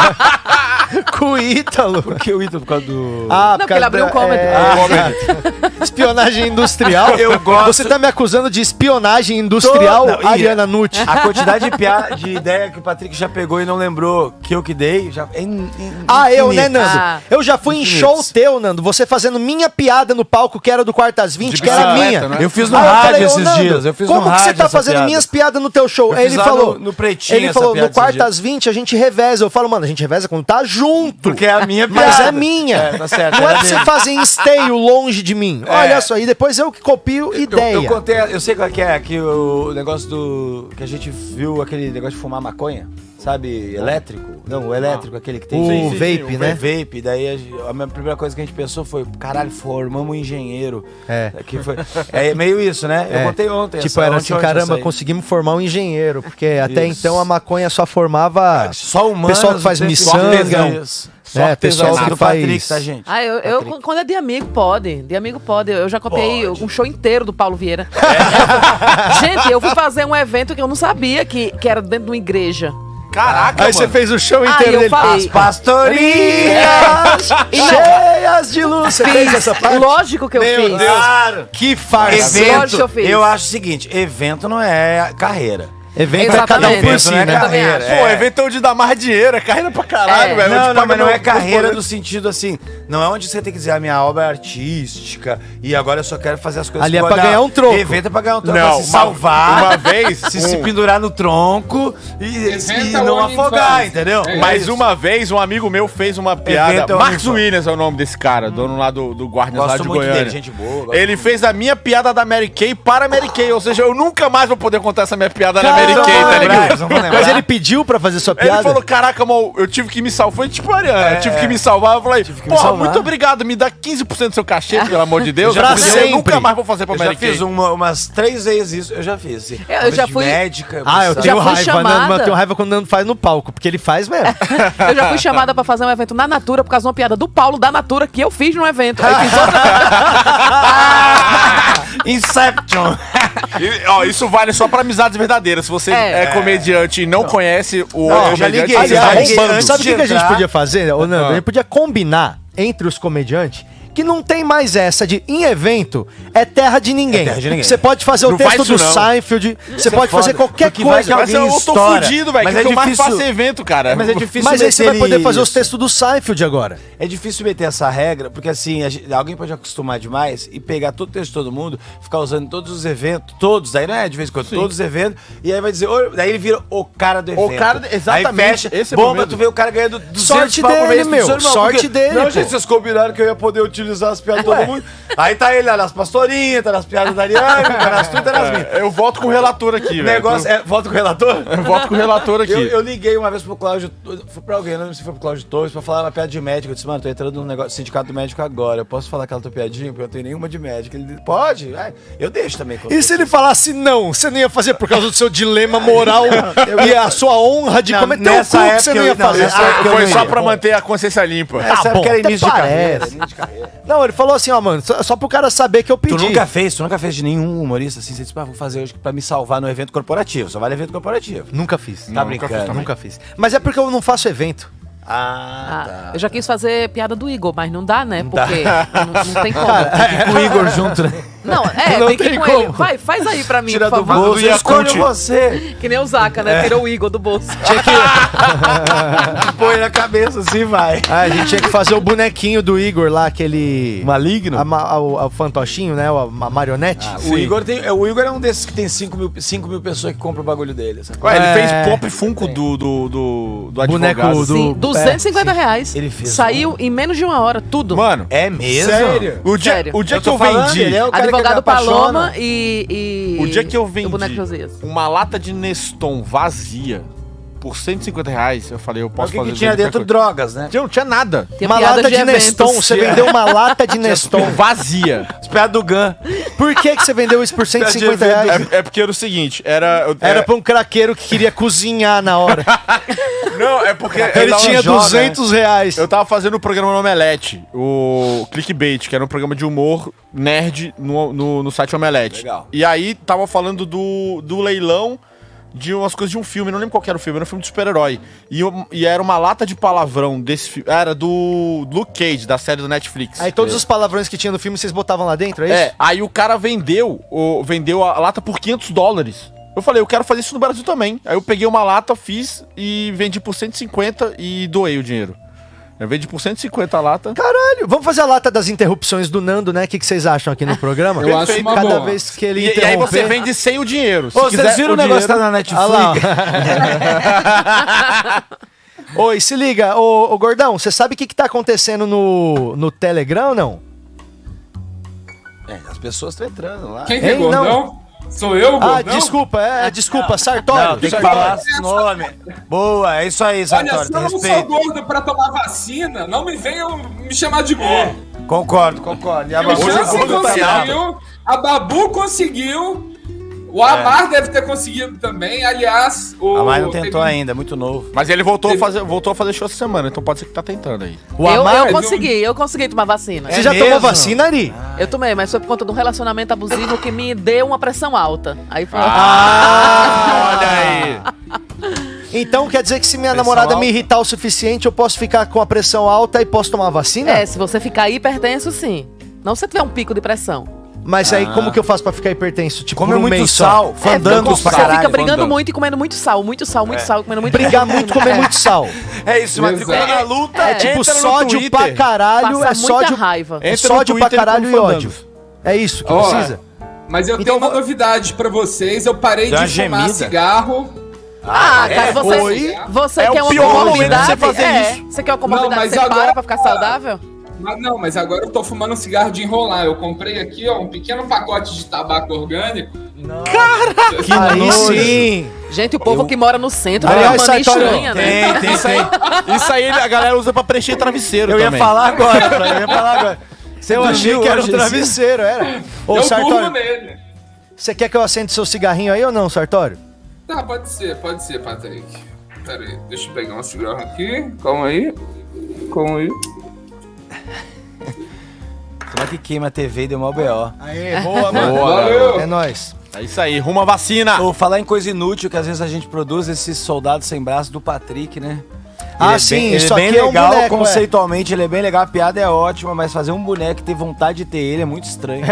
[SPEAKER 1] [laughs] Com o Ítalo.
[SPEAKER 6] Porque o Ítalo, por causa do...
[SPEAKER 1] Ah,
[SPEAKER 4] Não, porque ele abriu um comedy.
[SPEAKER 6] Ah,
[SPEAKER 1] é,
[SPEAKER 6] é.
[SPEAKER 1] exato. [laughs] espionagem industrial.
[SPEAKER 6] Eu gosto.
[SPEAKER 1] Você tá me acusando de espionagem industrial,
[SPEAKER 6] Tô- não, e-
[SPEAKER 1] Ariana Nutt.
[SPEAKER 6] A quantidade de,
[SPEAKER 1] [laughs]
[SPEAKER 6] pia... de ideia que o Patrick já pegou e não lembrou que eu que dei, já... é in- in-
[SPEAKER 1] Ah, eu, né,
[SPEAKER 6] infinito.
[SPEAKER 1] Nando?
[SPEAKER 4] Ah.
[SPEAKER 1] Eu já fui em show teu, Nando. Você fazendo minha piada no palco, que era do Quartas 20,
[SPEAKER 3] De
[SPEAKER 1] que era
[SPEAKER 3] bicicleta,
[SPEAKER 1] minha.
[SPEAKER 3] né?
[SPEAKER 6] Eu fiz no
[SPEAKER 1] Aí eu
[SPEAKER 6] rádio
[SPEAKER 1] falei, ô,
[SPEAKER 6] esses
[SPEAKER 1] Nando,
[SPEAKER 6] dias. Eu fiz
[SPEAKER 1] como
[SPEAKER 6] no
[SPEAKER 1] que
[SPEAKER 6] rádio
[SPEAKER 1] você tá
[SPEAKER 6] essa
[SPEAKER 1] fazendo
[SPEAKER 6] piada.
[SPEAKER 1] minhas piadas no teu show?
[SPEAKER 6] Eu
[SPEAKER 1] Aí
[SPEAKER 6] fiz
[SPEAKER 1] ele
[SPEAKER 6] lá
[SPEAKER 1] falou.
[SPEAKER 6] no- no Pretinho
[SPEAKER 1] Ele
[SPEAKER 6] essa
[SPEAKER 1] falou,
[SPEAKER 6] piada
[SPEAKER 1] no
[SPEAKER 6] esses
[SPEAKER 1] Quartas 20 a gente reveza. Eu falo, mano, a gente reveza quando tá junto.
[SPEAKER 6] Porque é a minha piada.
[SPEAKER 1] Mas é minha.
[SPEAKER 6] É, tá certo.
[SPEAKER 1] Não é
[SPEAKER 6] era
[SPEAKER 1] pra você
[SPEAKER 6] dele.
[SPEAKER 1] fazer em esteio longe de mim.
[SPEAKER 6] É.
[SPEAKER 1] Olha só, e depois eu que copio
[SPEAKER 6] Eu-
[SPEAKER 1] ideia.
[SPEAKER 6] Eu, contei, eu sei qual que é, que o negócio do. que a gente viu aquele negócio de fumar maconha, sabe? Elétrico? Não, o elétrico, aquele que tem.
[SPEAKER 1] Ah. O
[SPEAKER 6] Sim, sim,
[SPEAKER 1] vape,
[SPEAKER 6] sim, o
[SPEAKER 1] né?
[SPEAKER 6] Vape. Daí a, gente- a minha primeira coisa que a gente pensou foi: caralho, formamos um engenheiro.
[SPEAKER 1] É.
[SPEAKER 6] Que foi, é meio isso, né? Eu
[SPEAKER 1] É.
[SPEAKER 6] contei ontem.
[SPEAKER 1] Tipo,
[SPEAKER 6] essa-
[SPEAKER 1] era
[SPEAKER 6] ontem,
[SPEAKER 1] assim,
[SPEAKER 6] ontem
[SPEAKER 1] caramba,
[SPEAKER 6] essa aí.
[SPEAKER 1] conseguimos formar um engenheiro, porque até
[SPEAKER 6] Isso. É,
[SPEAKER 1] então a maconha só formava
[SPEAKER 6] Só humanos.
[SPEAKER 1] pessoal que faz
[SPEAKER 6] né?
[SPEAKER 1] miçanga,
[SPEAKER 6] Isso.
[SPEAKER 1] né, pessoal
[SPEAKER 6] artesanato
[SPEAKER 1] que
[SPEAKER 6] do
[SPEAKER 1] faz-
[SPEAKER 6] Patrick, tá, gente?
[SPEAKER 4] Ah, eu, eu-
[SPEAKER 6] Patrick.
[SPEAKER 4] quando é de amigo, pode. De amigo pode. Eu já copiei um show inteiro do Paulo
[SPEAKER 1] [laughs]
[SPEAKER 4] Vieira.
[SPEAKER 1] É.
[SPEAKER 4] [laughs] Gente, eu fui fazer um evento que eu não sabia que, que era dentro de uma igreja.
[SPEAKER 3] Caraca,
[SPEAKER 1] Aí você fez o show
[SPEAKER 4] Ah,
[SPEAKER 1] inteiro
[SPEAKER 4] eu
[SPEAKER 1] dele.
[SPEAKER 4] falei.
[SPEAKER 6] Pastorinhas
[SPEAKER 4] [laughs] E não,
[SPEAKER 6] cheias de luz.
[SPEAKER 1] Você fez essa parte?
[SPEAKER 4] lógico que eu fiz.
[SPEAKER 6] Claro.
[SPEAKER 1] Que farsa.
[SPEAKER 4] Esse- Lógico
[SPEAKER 6] Evento,
[SPEAKER 4] que eu
[SPEAKER 6] eu,
[SPEAKER 4] fiz.
[SPEAKER 6] acho o seguinte, evento não é carreira.
[SPEAKER 1] Evento é cada um por
[SPEAKER 4] Exatamente.
[SPEAKER 1] si,
[SPEAKER 6] Evento, né,
[SPEAKER 1] né?
[SPEAKER 4] Eu também
[SPEAKER 6] carreira,
[SPEAKER 4] acho.
[SPEAKER 6] é.
[SPEAKER 3] Pô, evento é onde dá mais dinheiro, é carreira pra caralho,
[SPEAKER 4] É.
[SPEAKER 3] velho.
[SPEAKER 7] Tipo,
[SPEAKER 6] não,
[SPEAKER 3] Onde
[SPEAKER 6] não,
[SPEAKER 3] paga
[SPEAKER 6] mas não
[SPEAKER 3] meu-
[SPEAKER 6] é carreira
[SPEAKER 3] meu-
[SPEAKER 6] no sentido assim, não é onde você tem que dizer a minha obra é artística e agora eu só quero fazer as coisas
[SPEAKER 1] Ali é
[SPEAKER 6] que eu
[SPEAKER 1] pra
[SPEAKER 6] gosto."
[SPEAKER 1] ganhar um troco.
[SPEAKER 6] Evento é pra ganhar um troco,
[SPEAKER 3] Não,
[SPEAKER 6] pra se
[SPEAKER 3] uma-
[SPEAKER 6] salvar,
[SPEAKER 3] uma vez,
[SPEAKER 6] [laughs] se, se
[SPEAKER 3] um-
[SPEAKER 6] pendurar no tronco e, e
[SPEAKER 5] Evento é
[SPEAKER 6] não
[SPEAKER 5] onde
[SPEAKER 6] afogar,
[SPEAKER 5] faz.
[SPEAKER 6] entendeu?
[SPEAKER 5] É
[SPEAKER 3] Mais
[SPEAKER 5] isso.
[SPEAKER 3] uma vez, um amigo meu fez uma
[SPEAKER 6] Evento
[SPEAKER 3] piada.
[SPEAKER 6] é um
[SPEAKER 3] Marcos
[SPEAKER 6] uniforme.
[SPEAKER 3] Williams é o nome desse cara, dono lá do, do Guardians lá
[SPEAKER 6] Gosto
[SPEAKER 3] de
[SPEAKER 6] muito
[SPEAKER 3] Goiânia.
[SPEAKER 6] dele, gente boa. gosto
[SPEAKER 3] Ele fez a minha piada da Mary Kay para a Mary Kay, ou seja, eu nunca mais vou poder contar essa minha piada na
[SPEAKER 7] Mary Kay, tá ligado?
[SPEAKER 1] Mas ele pediu pra fazer sua
[SPEAKER 7] Ele
[SPEAKER 1] piada?
[SPEAKER 7] falou, caraca, mal, eu tive que me salvar. Foi tipo a Ariana, eu tive que me salvar. Eu falei,
[SPEAKER 6] É, que me
[SPEAKER 7] porra,
[SPEAKER 6] salvar."
[SPEAKER 7] muito obrigado, me dá 15% do seu cachê, pelo amor de
[SPEAKER 6] [laughs]
[SPEAKER 7] Deus.
[SPEAKER 1] Eu já
[SPEAKER 7] porque
[SPEAKER 1] fiz
[SPEAKER 7] eu
[SPEAKER 1] sempre.
[SPEAKER 7] nunca mais vou fazer pra
[SPEAKER 6] Eu já
[SPEAKER 7] Mary Kay.
[SPEAKER 6] fiz um uma- umas três vezes isso, eu já fiz. assim.
[SPEAKER 4] Eu já
[SPEAKER 6] de
[SPEAKER 4] fui-
[SPEAKER 6] Médica,
[SPEAKER 1] Ah, eu
[SPEAKER 6] emoção.
[SPEAKER 1] tenho
[SPEAKER 4] Já fui
[SPEAKER 1] raiva,
[SPEAKER 4] chamada.
[SPEAKER 1] Nando, mas eu tenho raiva quando o Nando faz no palco, porque ele faz mesmo.
[SPEAKER 4] [laughs] Eu já fui chamada pra fazer um evento na Natura por causa de uma piada do Paulo da Natura que eu fiz num evento.
[SPEAKER 1] [laughs]
[SPEAKER 4] Aí eu fiz outra-
[SPEAKER 6] Inception.
[SPEAKER 7] E, ó, isso vale só pra amizades verdadeiras. Se você é,
[SPEAKER 4] É.
[SPEAKER 7] comediante e não conhece o
[SPEAKER 1] Não,
[SPEAKER 7] outro
[SPEAKER 1] eu já
[SPEAKER 7] comediante,
[SPEAKER 1] liguei.
[SPEAKER 7] você tá
[SPEAKER 1] Aliás,
[SPEAKER 7] roubando.
[SPEAKER 1] sabe o que, que a gente
[SPEAKER 6] entrar-
[SPEAKER 1] podia fazer, ô Nando?
[SPEAKER 7] Ah.
[SPEAKER 1] A gente podia combinar entre os comediantes que não tem mais essa de em evento é terra de ninguém.
[SPEAKER 6] terra de ninguém.
[SPEAKER 1] Você pode fazer
[SPEAKER 7] Não
[SPEAKER 1] o texto
[SPEAKER 7] faz
[SPEAKER 1] do
[SPEAKER 7] isso, não.
[SPEAKER 1] Seinfeld, você pode fazer qualquer
[SPEAKER 6] Porque vai
[SPEAKER 1] coisa.
[SPEAKER 6] que
[SPEAKER 7] Mas eu, eu tô
[SPEAKER 6] estoura.
[SPEAKER 7] fudido, velho.
[SPEAKER 6] Mas
[SPEAKER 7] que
[SPEAKER 6] é
[SPEAKER 7] eu mais
[SPEAKER 6] difícil-
[SPEAKER 7] faço evento, cara.
[SPEAKER 6] Mas é difícil
[SPEAKER 1] Mas aí você vai
[SPEAKER 6] meter
[SPEAKER 1] poder fazer
[SPEAKER 6] isso.
[SPEAKER 1] os textos do Seinfeld agora.
[SPEAKER 6] É difícil meter essa regra, porque assim, a gente- alguém pode acostumar demais e pegar todo o texto de todo mundo, ficar usando todos os eventos, todos, aí não é de vez em quando, todos os eventos, e aí vai dizer, "Ô", daí ele vira o cara do evento.
[SPEAKER 7] cara do- exatamente,
[SPEAKER 6] Aí fecha,
[SPEAKER 7] esse é o
[SPEAKER 6] bomba,
[SPEAKER 7] momento.
[SPEAKER 6] tu vê o cara ganhando 200
[SPEAKER 1] Sorte
[SPEAKER 6] pau por
[SPEAKER 1] dele,
[SPEAKER 6] mês,
[SPEAKER 1] meu,
[SPEAKER 6] 200 pau,
[SPEAKER 1] sorte
[SPEAKER 6] porque-
[SPEAKER 1] dele,
[SPEAKER 6] Não,
[SPEAKER 1] pô.
[SPEAKER 6] gente, vocês combinaram que eu ia poder utilizar as piadas de todo mundo. Aí tá ele lá nas pastorinhas, tá nas piadas da Ariane, tá nas tuas, tá nas minhas.
[SPEAKER 7] É, Eu volto com o relator aqui,
[SPEAKER 6] O
[SPEAKER 7] velho.
[SPEAKER 6] negócio é, volta com o
[SPEAKER 7] [laughs]
[SPEAKER 6] relator?
[SPEAKER 7] Eu volto com o relator aqui.
[SPEAKER 6] Eu, eu liguei uma vez pro Cláudio, foi pra alguém, não lembro se foi pro Cláudio Torres, pra falar uma piada de médico. Eu disse, mano, tô entrando no negócio, sindicato do médico agora, eu posso falar aquela tua piadinha? Porque eu não tenho nenhuma de médico. Ele disse, pode? Ah, eu deixo também. quando-
[SPEAKER 1] E se ele falasse não, você não ia fazer por causa do seu dilema moral e a sua honra de
[SPEAKER 6] Não,
[SPEAKER 1] comentar o
[SPEAKER 6] nessa
[SPEAKER 1] cu que
[SPEAKER 6] época
[SPEAKER 1] você não
[SPEAKER 6] eu-
[SPEAKER 1] ia
[SPEAKER 6] não,
[SPEAKER 1] fazer.
[SPEAKER 6] nessa
[SPEAKER 1] Ah,
[SPEAKER 6] época eu
[SPEAKER 7] Foi
[SPEAKER 6] não
[SPEAKER 7] só
[SPEAKER 6] ia.
[SPEAKER 7] pra manter a consciência limpa.
[SPEAKER 1] tá
[SPEAKER 6] Essa época
[SPEAKER 1] bom,
[SPEAKER 6] era
[SPEAKER 1] até
[SPEAKER 6] início de carreira,
[SPEAKER 1] parece.
[SPEAKER 6] início de carreira.
[SPEAKER 1] Não, ele falou assim, ó, mano, só, só pro cara saber que eu pedi.
[SPEAKER 6] Tu nunca fez, tu nunca fez de nenhum humorista assim, você disse, ah, vou fazer hoje pra me salvar no evento corporativo, só vale evento corporativo.
[SPEAKER 1] Nunca fiz.
[SPEAKER 6] Tá brincando.
[SPEAKER 1] Nunca fiz. Mas é porque eu não faço evento.
[SPEAKER 6] Ah, tá.
[SPEAKER 4] Ah, eu já quis fazer piada do Igor, mas não dá, né? Porque [laughs] não, não tem como.
[SPEAKER 6] E tá. com
[SPEAKER 1] [laughs]
[SPEAKER 6] o Igor junto, né?
[SPEAKER 4] Não, é,
[SPEAKER 1] Não
[SPEAKER 4] tem que
[SPEAKER 1] tem
[SPEAKER 4] ir com
[SPEAKER 1] como.
[SPEAKER 4] ele. Vai, faz aí pra mim,
[SPEAKER 6] Tira
[SPEAKER 4] por
[SPEAKER 6] do
[SPEAKER 4] favor.
[SPEAKER 6] bolso, É.
[SPEAKER 7] Do
[SPEAKER 6] eu escolho
[SPEAKER 7] Yakult.
[SPEAKER 6] você.
[SPEAKER 4] Que nem o Zaca, né? Tirou o Igor do
[SPEAKER 6] [laughs]
[SPEAKER 4] bolso.
[SPEAKER 6] Põe na cabeça assim, e vai.
[SPEAKER 1] Ah, a gente tinha que fazer o bonequinho do Igor lá, aquele.
[SPEAKER 6] Maligno?
[SPEAKER 1] A ma- a- o, a- o fantochinho, né? A, a marionete.
[SPEAKER 6] O Igor, tem, é, o Igor é um desses que tem 5 mil, 5 mil pessoas que compram o bagulho dele. sacou?
[SPEAKER 7] Ué, ele
[SPEAKER 1] É.
[SPEAKER 7] fez pop funko do, do, do, do
[SPEAKER 1] Boneco
[SPEAKER 7] advogado.
[SPEAKER 1] do-
[SPEAKER 4] Sim, 250
[SPEAKER 1] é, sim.
[SPEAKER 4] reais.
[SPEAKER 6] Ele fez, um-
[SPEAKER 4] Saiu em menos de uma hora, tudo.
[SPEAKER 7] Mano,
[SPEAKER 6] É mesmo?
[SPEAKER 5] Sério?
[SPEAKER 7] o dia,
[SPEAKER 4] sério.
[SPEAKER 7] o dia
[SPEAKER 6] Eu
[SPEAKER 7] que
[SPEAKER 6] tô
[SPEAKER 7] eu
[SPEAKER 6] falando,
[SPEAKER 7] vendi.
[SPEAKER 6] ele é o cara que
[SPEAKER 4] Advogado
[SPEAKER 6] me apaixona.
[SPEAKER 4] Paloma e, e-
[SPEAKER 7] O dia que eu vendi
[SPEAKER 4] O boneco Josias.
[SPEAKER 7] uma lata de Neston vazia por 150 reais, eu falei, eu
[SPEAKER 6] Mas
[SPEAKER 7] posso
[SPEAKER 6] o que,
[SPEAKER 7] fazer...
[SPEAKER 6] que tinha
[SPEAKER 7] qualquer
[SPEAKER 6] dentro?
[SPEAKER 7] coisa.
[SPEAKER 6] Drogas, né?
[SPEAKER 7] Tinha- Não tinha nada.
[SPEAKER 4] Tem
[SPEAKER 1] uma
[SPEAKER 4] piada
[SPEAKER 1] lata de,
[SPEAKER 4] eventos.
[SPEAKER 1] Neston. Você vendeu uma [laughs] lata
[SPEAKER 7] [laughs]
[SPEAKER 1] de Neston.
[SPEAKER 7] Vazia.
[SPEAKER 6] As piadas do Gun.
[SPEAKER 1] Por que, que você vendeu isso por
[SPEAKER 6] evento.
[SPEAKER 1] 150 reais?
[SPEAKER 7] É, é porque era o seguinte, era... eu-
[SPEAKER 1] Era
[SPEAKER 7] é-
[SPEAKER 1] pra um craqueiro que queria cozinhar na hora.
[SPEAKER 7] Não, [laughs] é porque... eu
[SPEAKER 1] Ele
[SPEAKER 7] tava-
[SPEAKER 1] tinha
[SPEAKER 6] joga,
[SPEAKER 1] 200 reais.
[SPEAKER 7] Eu tava fazendo o programa no Omelete, o Clickbait, que era um programa de humor nerd no, no, no site Omelete.
[SPEAKER 6] Legal.
[SPEAKER 7] E aí tava falando do, do leilão de umas coisas de um filme, não lembro qual que era o filme, era um filme de super-herói. E, um- e era uma lata de palavrão desse filme. Era do Luke Cage, da série do Netflix.
[SPEAKER 1] Aí todos os palavrões que tinha no filme vocês botavam lá dentro, é isso?
[SPEAKER 7] É, aí o cara vendeu, o- vendeu a lata por 500 dólares. Eu falei, eu quero fazer isso no Brasil também. Aí eu peguei uma lata, fiz e vendi por 150 e doei o dinheiro. Eu vendi por 150 a lata.
[SPEAKER 1] Caralho, vamos fazer a lata das interrupções do Nando, né? O que, que vocês acham aqui no programa?
[SPEAKER 5] Eu acho uma
[SPEAKER 1] Cada
[SPEAKER 5] boa.
[SPEAKER 1] vez que ele
[SPEAKER 7] E, e
[SPEAKER 1] interromper...
[SPEAKER 7] aí você vende sem o dinheiro. Se
[SPEAKER 6] Ô, vocês viram o negócio que tá na
[SPEAKER 1] Ah
[SPEAKER 6] Netflix?
[SPEAKER 1] lá, ó. Oi, se liga, ô, ô, gordão, você sabe o que, que tá acontecendo no, no Telegram ou não?
[SPEAKER 6] É, as pessoas estão entrando lá.
[SPEAKER 5] Quem que
[SPEAKER 1] Ei,
[SPEAKER 5] é gordão? Sou eu, gordão?
[SPEAKER 1] Ah, desculpa, é, desculpa, Sartório.
[SPEAKER 6] Não, tem que
[SPEAKER 1] Sartório.
[SPEAKER 6] falar esse nome. Boa, é isso aí,
[SPEAKER 5] Olha,
[SPEAKER 6] Sartori.
[SPEAKER 5] se
[SPEAKER 6] Tem
[SPEAKER 5] eu não sou
[SPEAKER 6] respeito.
[SPEAKER 5] gordo pra tomar vacina, não me venham me chamar de
[SPEAKER 6] É.
[SPEAKER 5] gordo.
[SPEAKER 6] Concordo, concordo. E a
[SPEAKER 5] E o
[SPEAKER 6] Babu já
[SPEAKER 5] Jansen
[SPEAKER 6] concorda.
[SPEAKER 5] conseguiu, a Babu conseguiu, o Amar deve ter conseguido também. Aliás, o.
[SPEAKER 6] [laughs] É. A Mai não tentou
[SPEAKER 5] teve- um-
[SPEAKER 6] ainda, é muito novo.
[SPEAKER 7] Mas ele voltou a, fazer, voltou a fazer show essa semana, então pode ser que tá tentando aí.
[SPEAKER 1] O
[SPEAKER 4] eu,
[SPEAKER 1] Amar,
[SPEAKER 4] eu consegui, É eu consegui tomar vacina.
[SPEAKER 1] você já
[SPEAKER 6] É mesmo?
[SPEAKER 1] tomou vacina, Ari?
[SPEAKER 4] Eu tomei, mas foi por conta de um relacionamento abusivo que me deu uma pressão alta. Aí foi.
[SPEAKER 1] Ah!
[SPEAKER 7] olha aí.
[SPEAKER 1] Então quer dizer que se minha
[SPEAKER 6] Pressão
[SPEAKER 1] namorada
[SPEAKER 6] alta.
[SPEAKER 1] me irritar o suficiente, eu posso ficar com a pressão alta e posso tomar
[SPEAKER 4] [laughs]
[SPEAKER 1] vacina?
[SPEAKER 4] É, se você ficar hipertenso, sim. Não se você tiver um pico de pressão.
[SPEAKER 1] Mas aí como que eu faço pra ficar hipertenso? Tipo,
[SPEAKER 6] Come
[SPEAKER 1] por um
[SPEAKER 6] muito
[SPEAKER 1] mês só?
[SPEAKER 6] sal,
[SPEAKER 4] É,
[SPEAKER 6] fandangos
[SPEAKER 4] você
[SPEAKER 6] pra caralho.
[SPEAKER 4] fica brigando
[SPEAKER 7] fandango.
[SPEAKER 4] muito e comendo muito sal, muito sal,
[SPEAKER 1] É.
[SPEAKER 4] muito sal, e comendo muito [laughs]
[SPEAKER 1] Brigar muito, comer muito sal.
[SPEAKER 6] É isso,
[SPEAKER 5] Deus
[SPEAKER 6] matricula
[SPEAKER 5] é.
[SPEAKER 6] na luta.
[SPEAKER 1] É tipo
[SPEAKER 7] entra no
[SPEAKER 1] sódio
[SPEAKER 7] Twitter.
[SPEAKER 1] pra caralho,
[SPEAKER 4] Passa
[SPEAKER 1] é sódio,
[SPEAKER 4] muita raiva.
[SPEAKER 1] é
[SPEAKER 7] Entra no
[SPEAKER 1] sódio pra
[SPEAKER 7] Twitter
[SPEAKER 1] caralho e
[SPEAKER 7] com
[SPEAKER 1] ódio.
[SPEAKER 7] fandangos.
[SPEAKER 1] É isso que
[SPEAKER 5] Ó,
[SPEAKER 1] precisa.
[SPEAKER 5] Mas eu
[SPEAKER 1] Então
[SPEAKER 5] tenho uma
[SPEAKER 1] vou-
[SPEAKER 5] novidade pra vocês. Eu parei
[SPEAKER 6] Deu
[SPEAKER 5] de
[SPEAKER 6] uma
[SPEAKER 5] fumar
[SPEAKER 6] gemida. é,
[SPEAKER 5] cigarro.
[SPEAKER 4] Ah, cara, você,
[SPEAKER 5] é, foi?
[SPEAKER 4] você
[SPEAKER 7] É
[SPEAKER 4] quer
[SPEAKER 7] o
[SPEAKER 4] uma
[SPEAKER 7] pior momento
[SPEAKER 4] comorbidade?
[SPEAKER 7] pra você fazer
[SPEAKER 4] é.
[SPEAKER 7] isso.
[SPEAKER 4] Você quer uma
[SPEAKER 5] Não,
[SPEAKER 4] comorbidade?
[SPEAKER 5] mas
[SPEAKER 4] Você
[SPEAKER 5] agora-
[SPEAKER 4] para pra ficar saudável?
[SPEAKER 5] Mas não, mas agora eu tô fumando um cigarro de enrolar. Eu comprei aqui, ó, um pequeno pacote de tabaco orgânico.
[SPEAKER 1] Aí Ah, sim.
[SPEAKER 4] Gente, o povo
[SPEAKER 6] Eu-
[SPEAKER 4] que mora no centro,
[SPEAKER 1] Aliás,
[SPEAKER 4] tem Tá. uma mania
[SPEAKER 1] Sartori,
[SPEAKER 4] estranha, né?
[SPEAKER 6] Tem, tem,
[SPEAKER 7] tá- Isso
[SPEAKER 4] [laughs]
[SPEAKER 7] aí, isso aí a galera usa pra preencher travesseiro
[SPEAKER 6] Eu ia
[SPEAKER 7] também.
[SPEAKER 6] falar agora, Fran, eu ia falar
[SPEAKER 7] [laughs]
[SPEAKER 6] agora. Você
[SPEAKER 1] Eu achei
[SPEAKER 6] dormiu
[SPEAKER 1] que era um
[SPEAKER 6] hoje,
[SPEAKER 1] travesseiro, era. Ô,
[SPEAKER 5] eu durmo
[SPEAKER 1] Sartório,
[SPEAKER 5] nele.
[SPEAKER 1] você quer que eu acende seu cigarrinho aí ou não, Sartório?
[SPEAKER 5] Tá, pode ser, pode ser, Patrick. Pera aí, deixa eu pegar um cigarro aqui. Calma aí. Calma aí.
[SPEAKER 6] assim, Como é que queima a TV e deu mó B.O.?
[SPEAKER 1] Aê, boa, mano.
[SPEAKER 5] Valeu!
[SPEAKER 1] É nóis.
[SPEAKER 7] É isso aí, rumo à vacina.
[SPEAKER 6] Ou falar em coisa inútil que às vezes a gente produz, esse soldado sem braço do Patrick, né?
[SPEAKER 1] Ah,
[SPEAKER 6] é
[SPEAKER 1] sim,
[SPEAKER 6] bem- ele
[SPEAKER 1] isso
[SPEAKER 6] é bem
[SPEAKER 1] aqui é um
[SPEAKER 6] legal,
[SPEAKER 1] boneco,
[SPEAKER 6] conceitualmente ele é bem legal, a piada é ótima, mas fazer um boneco e ter vontade de ter ele é muito
[SPEAKER 1] [laughs]
[SPEAKER 6] estranho.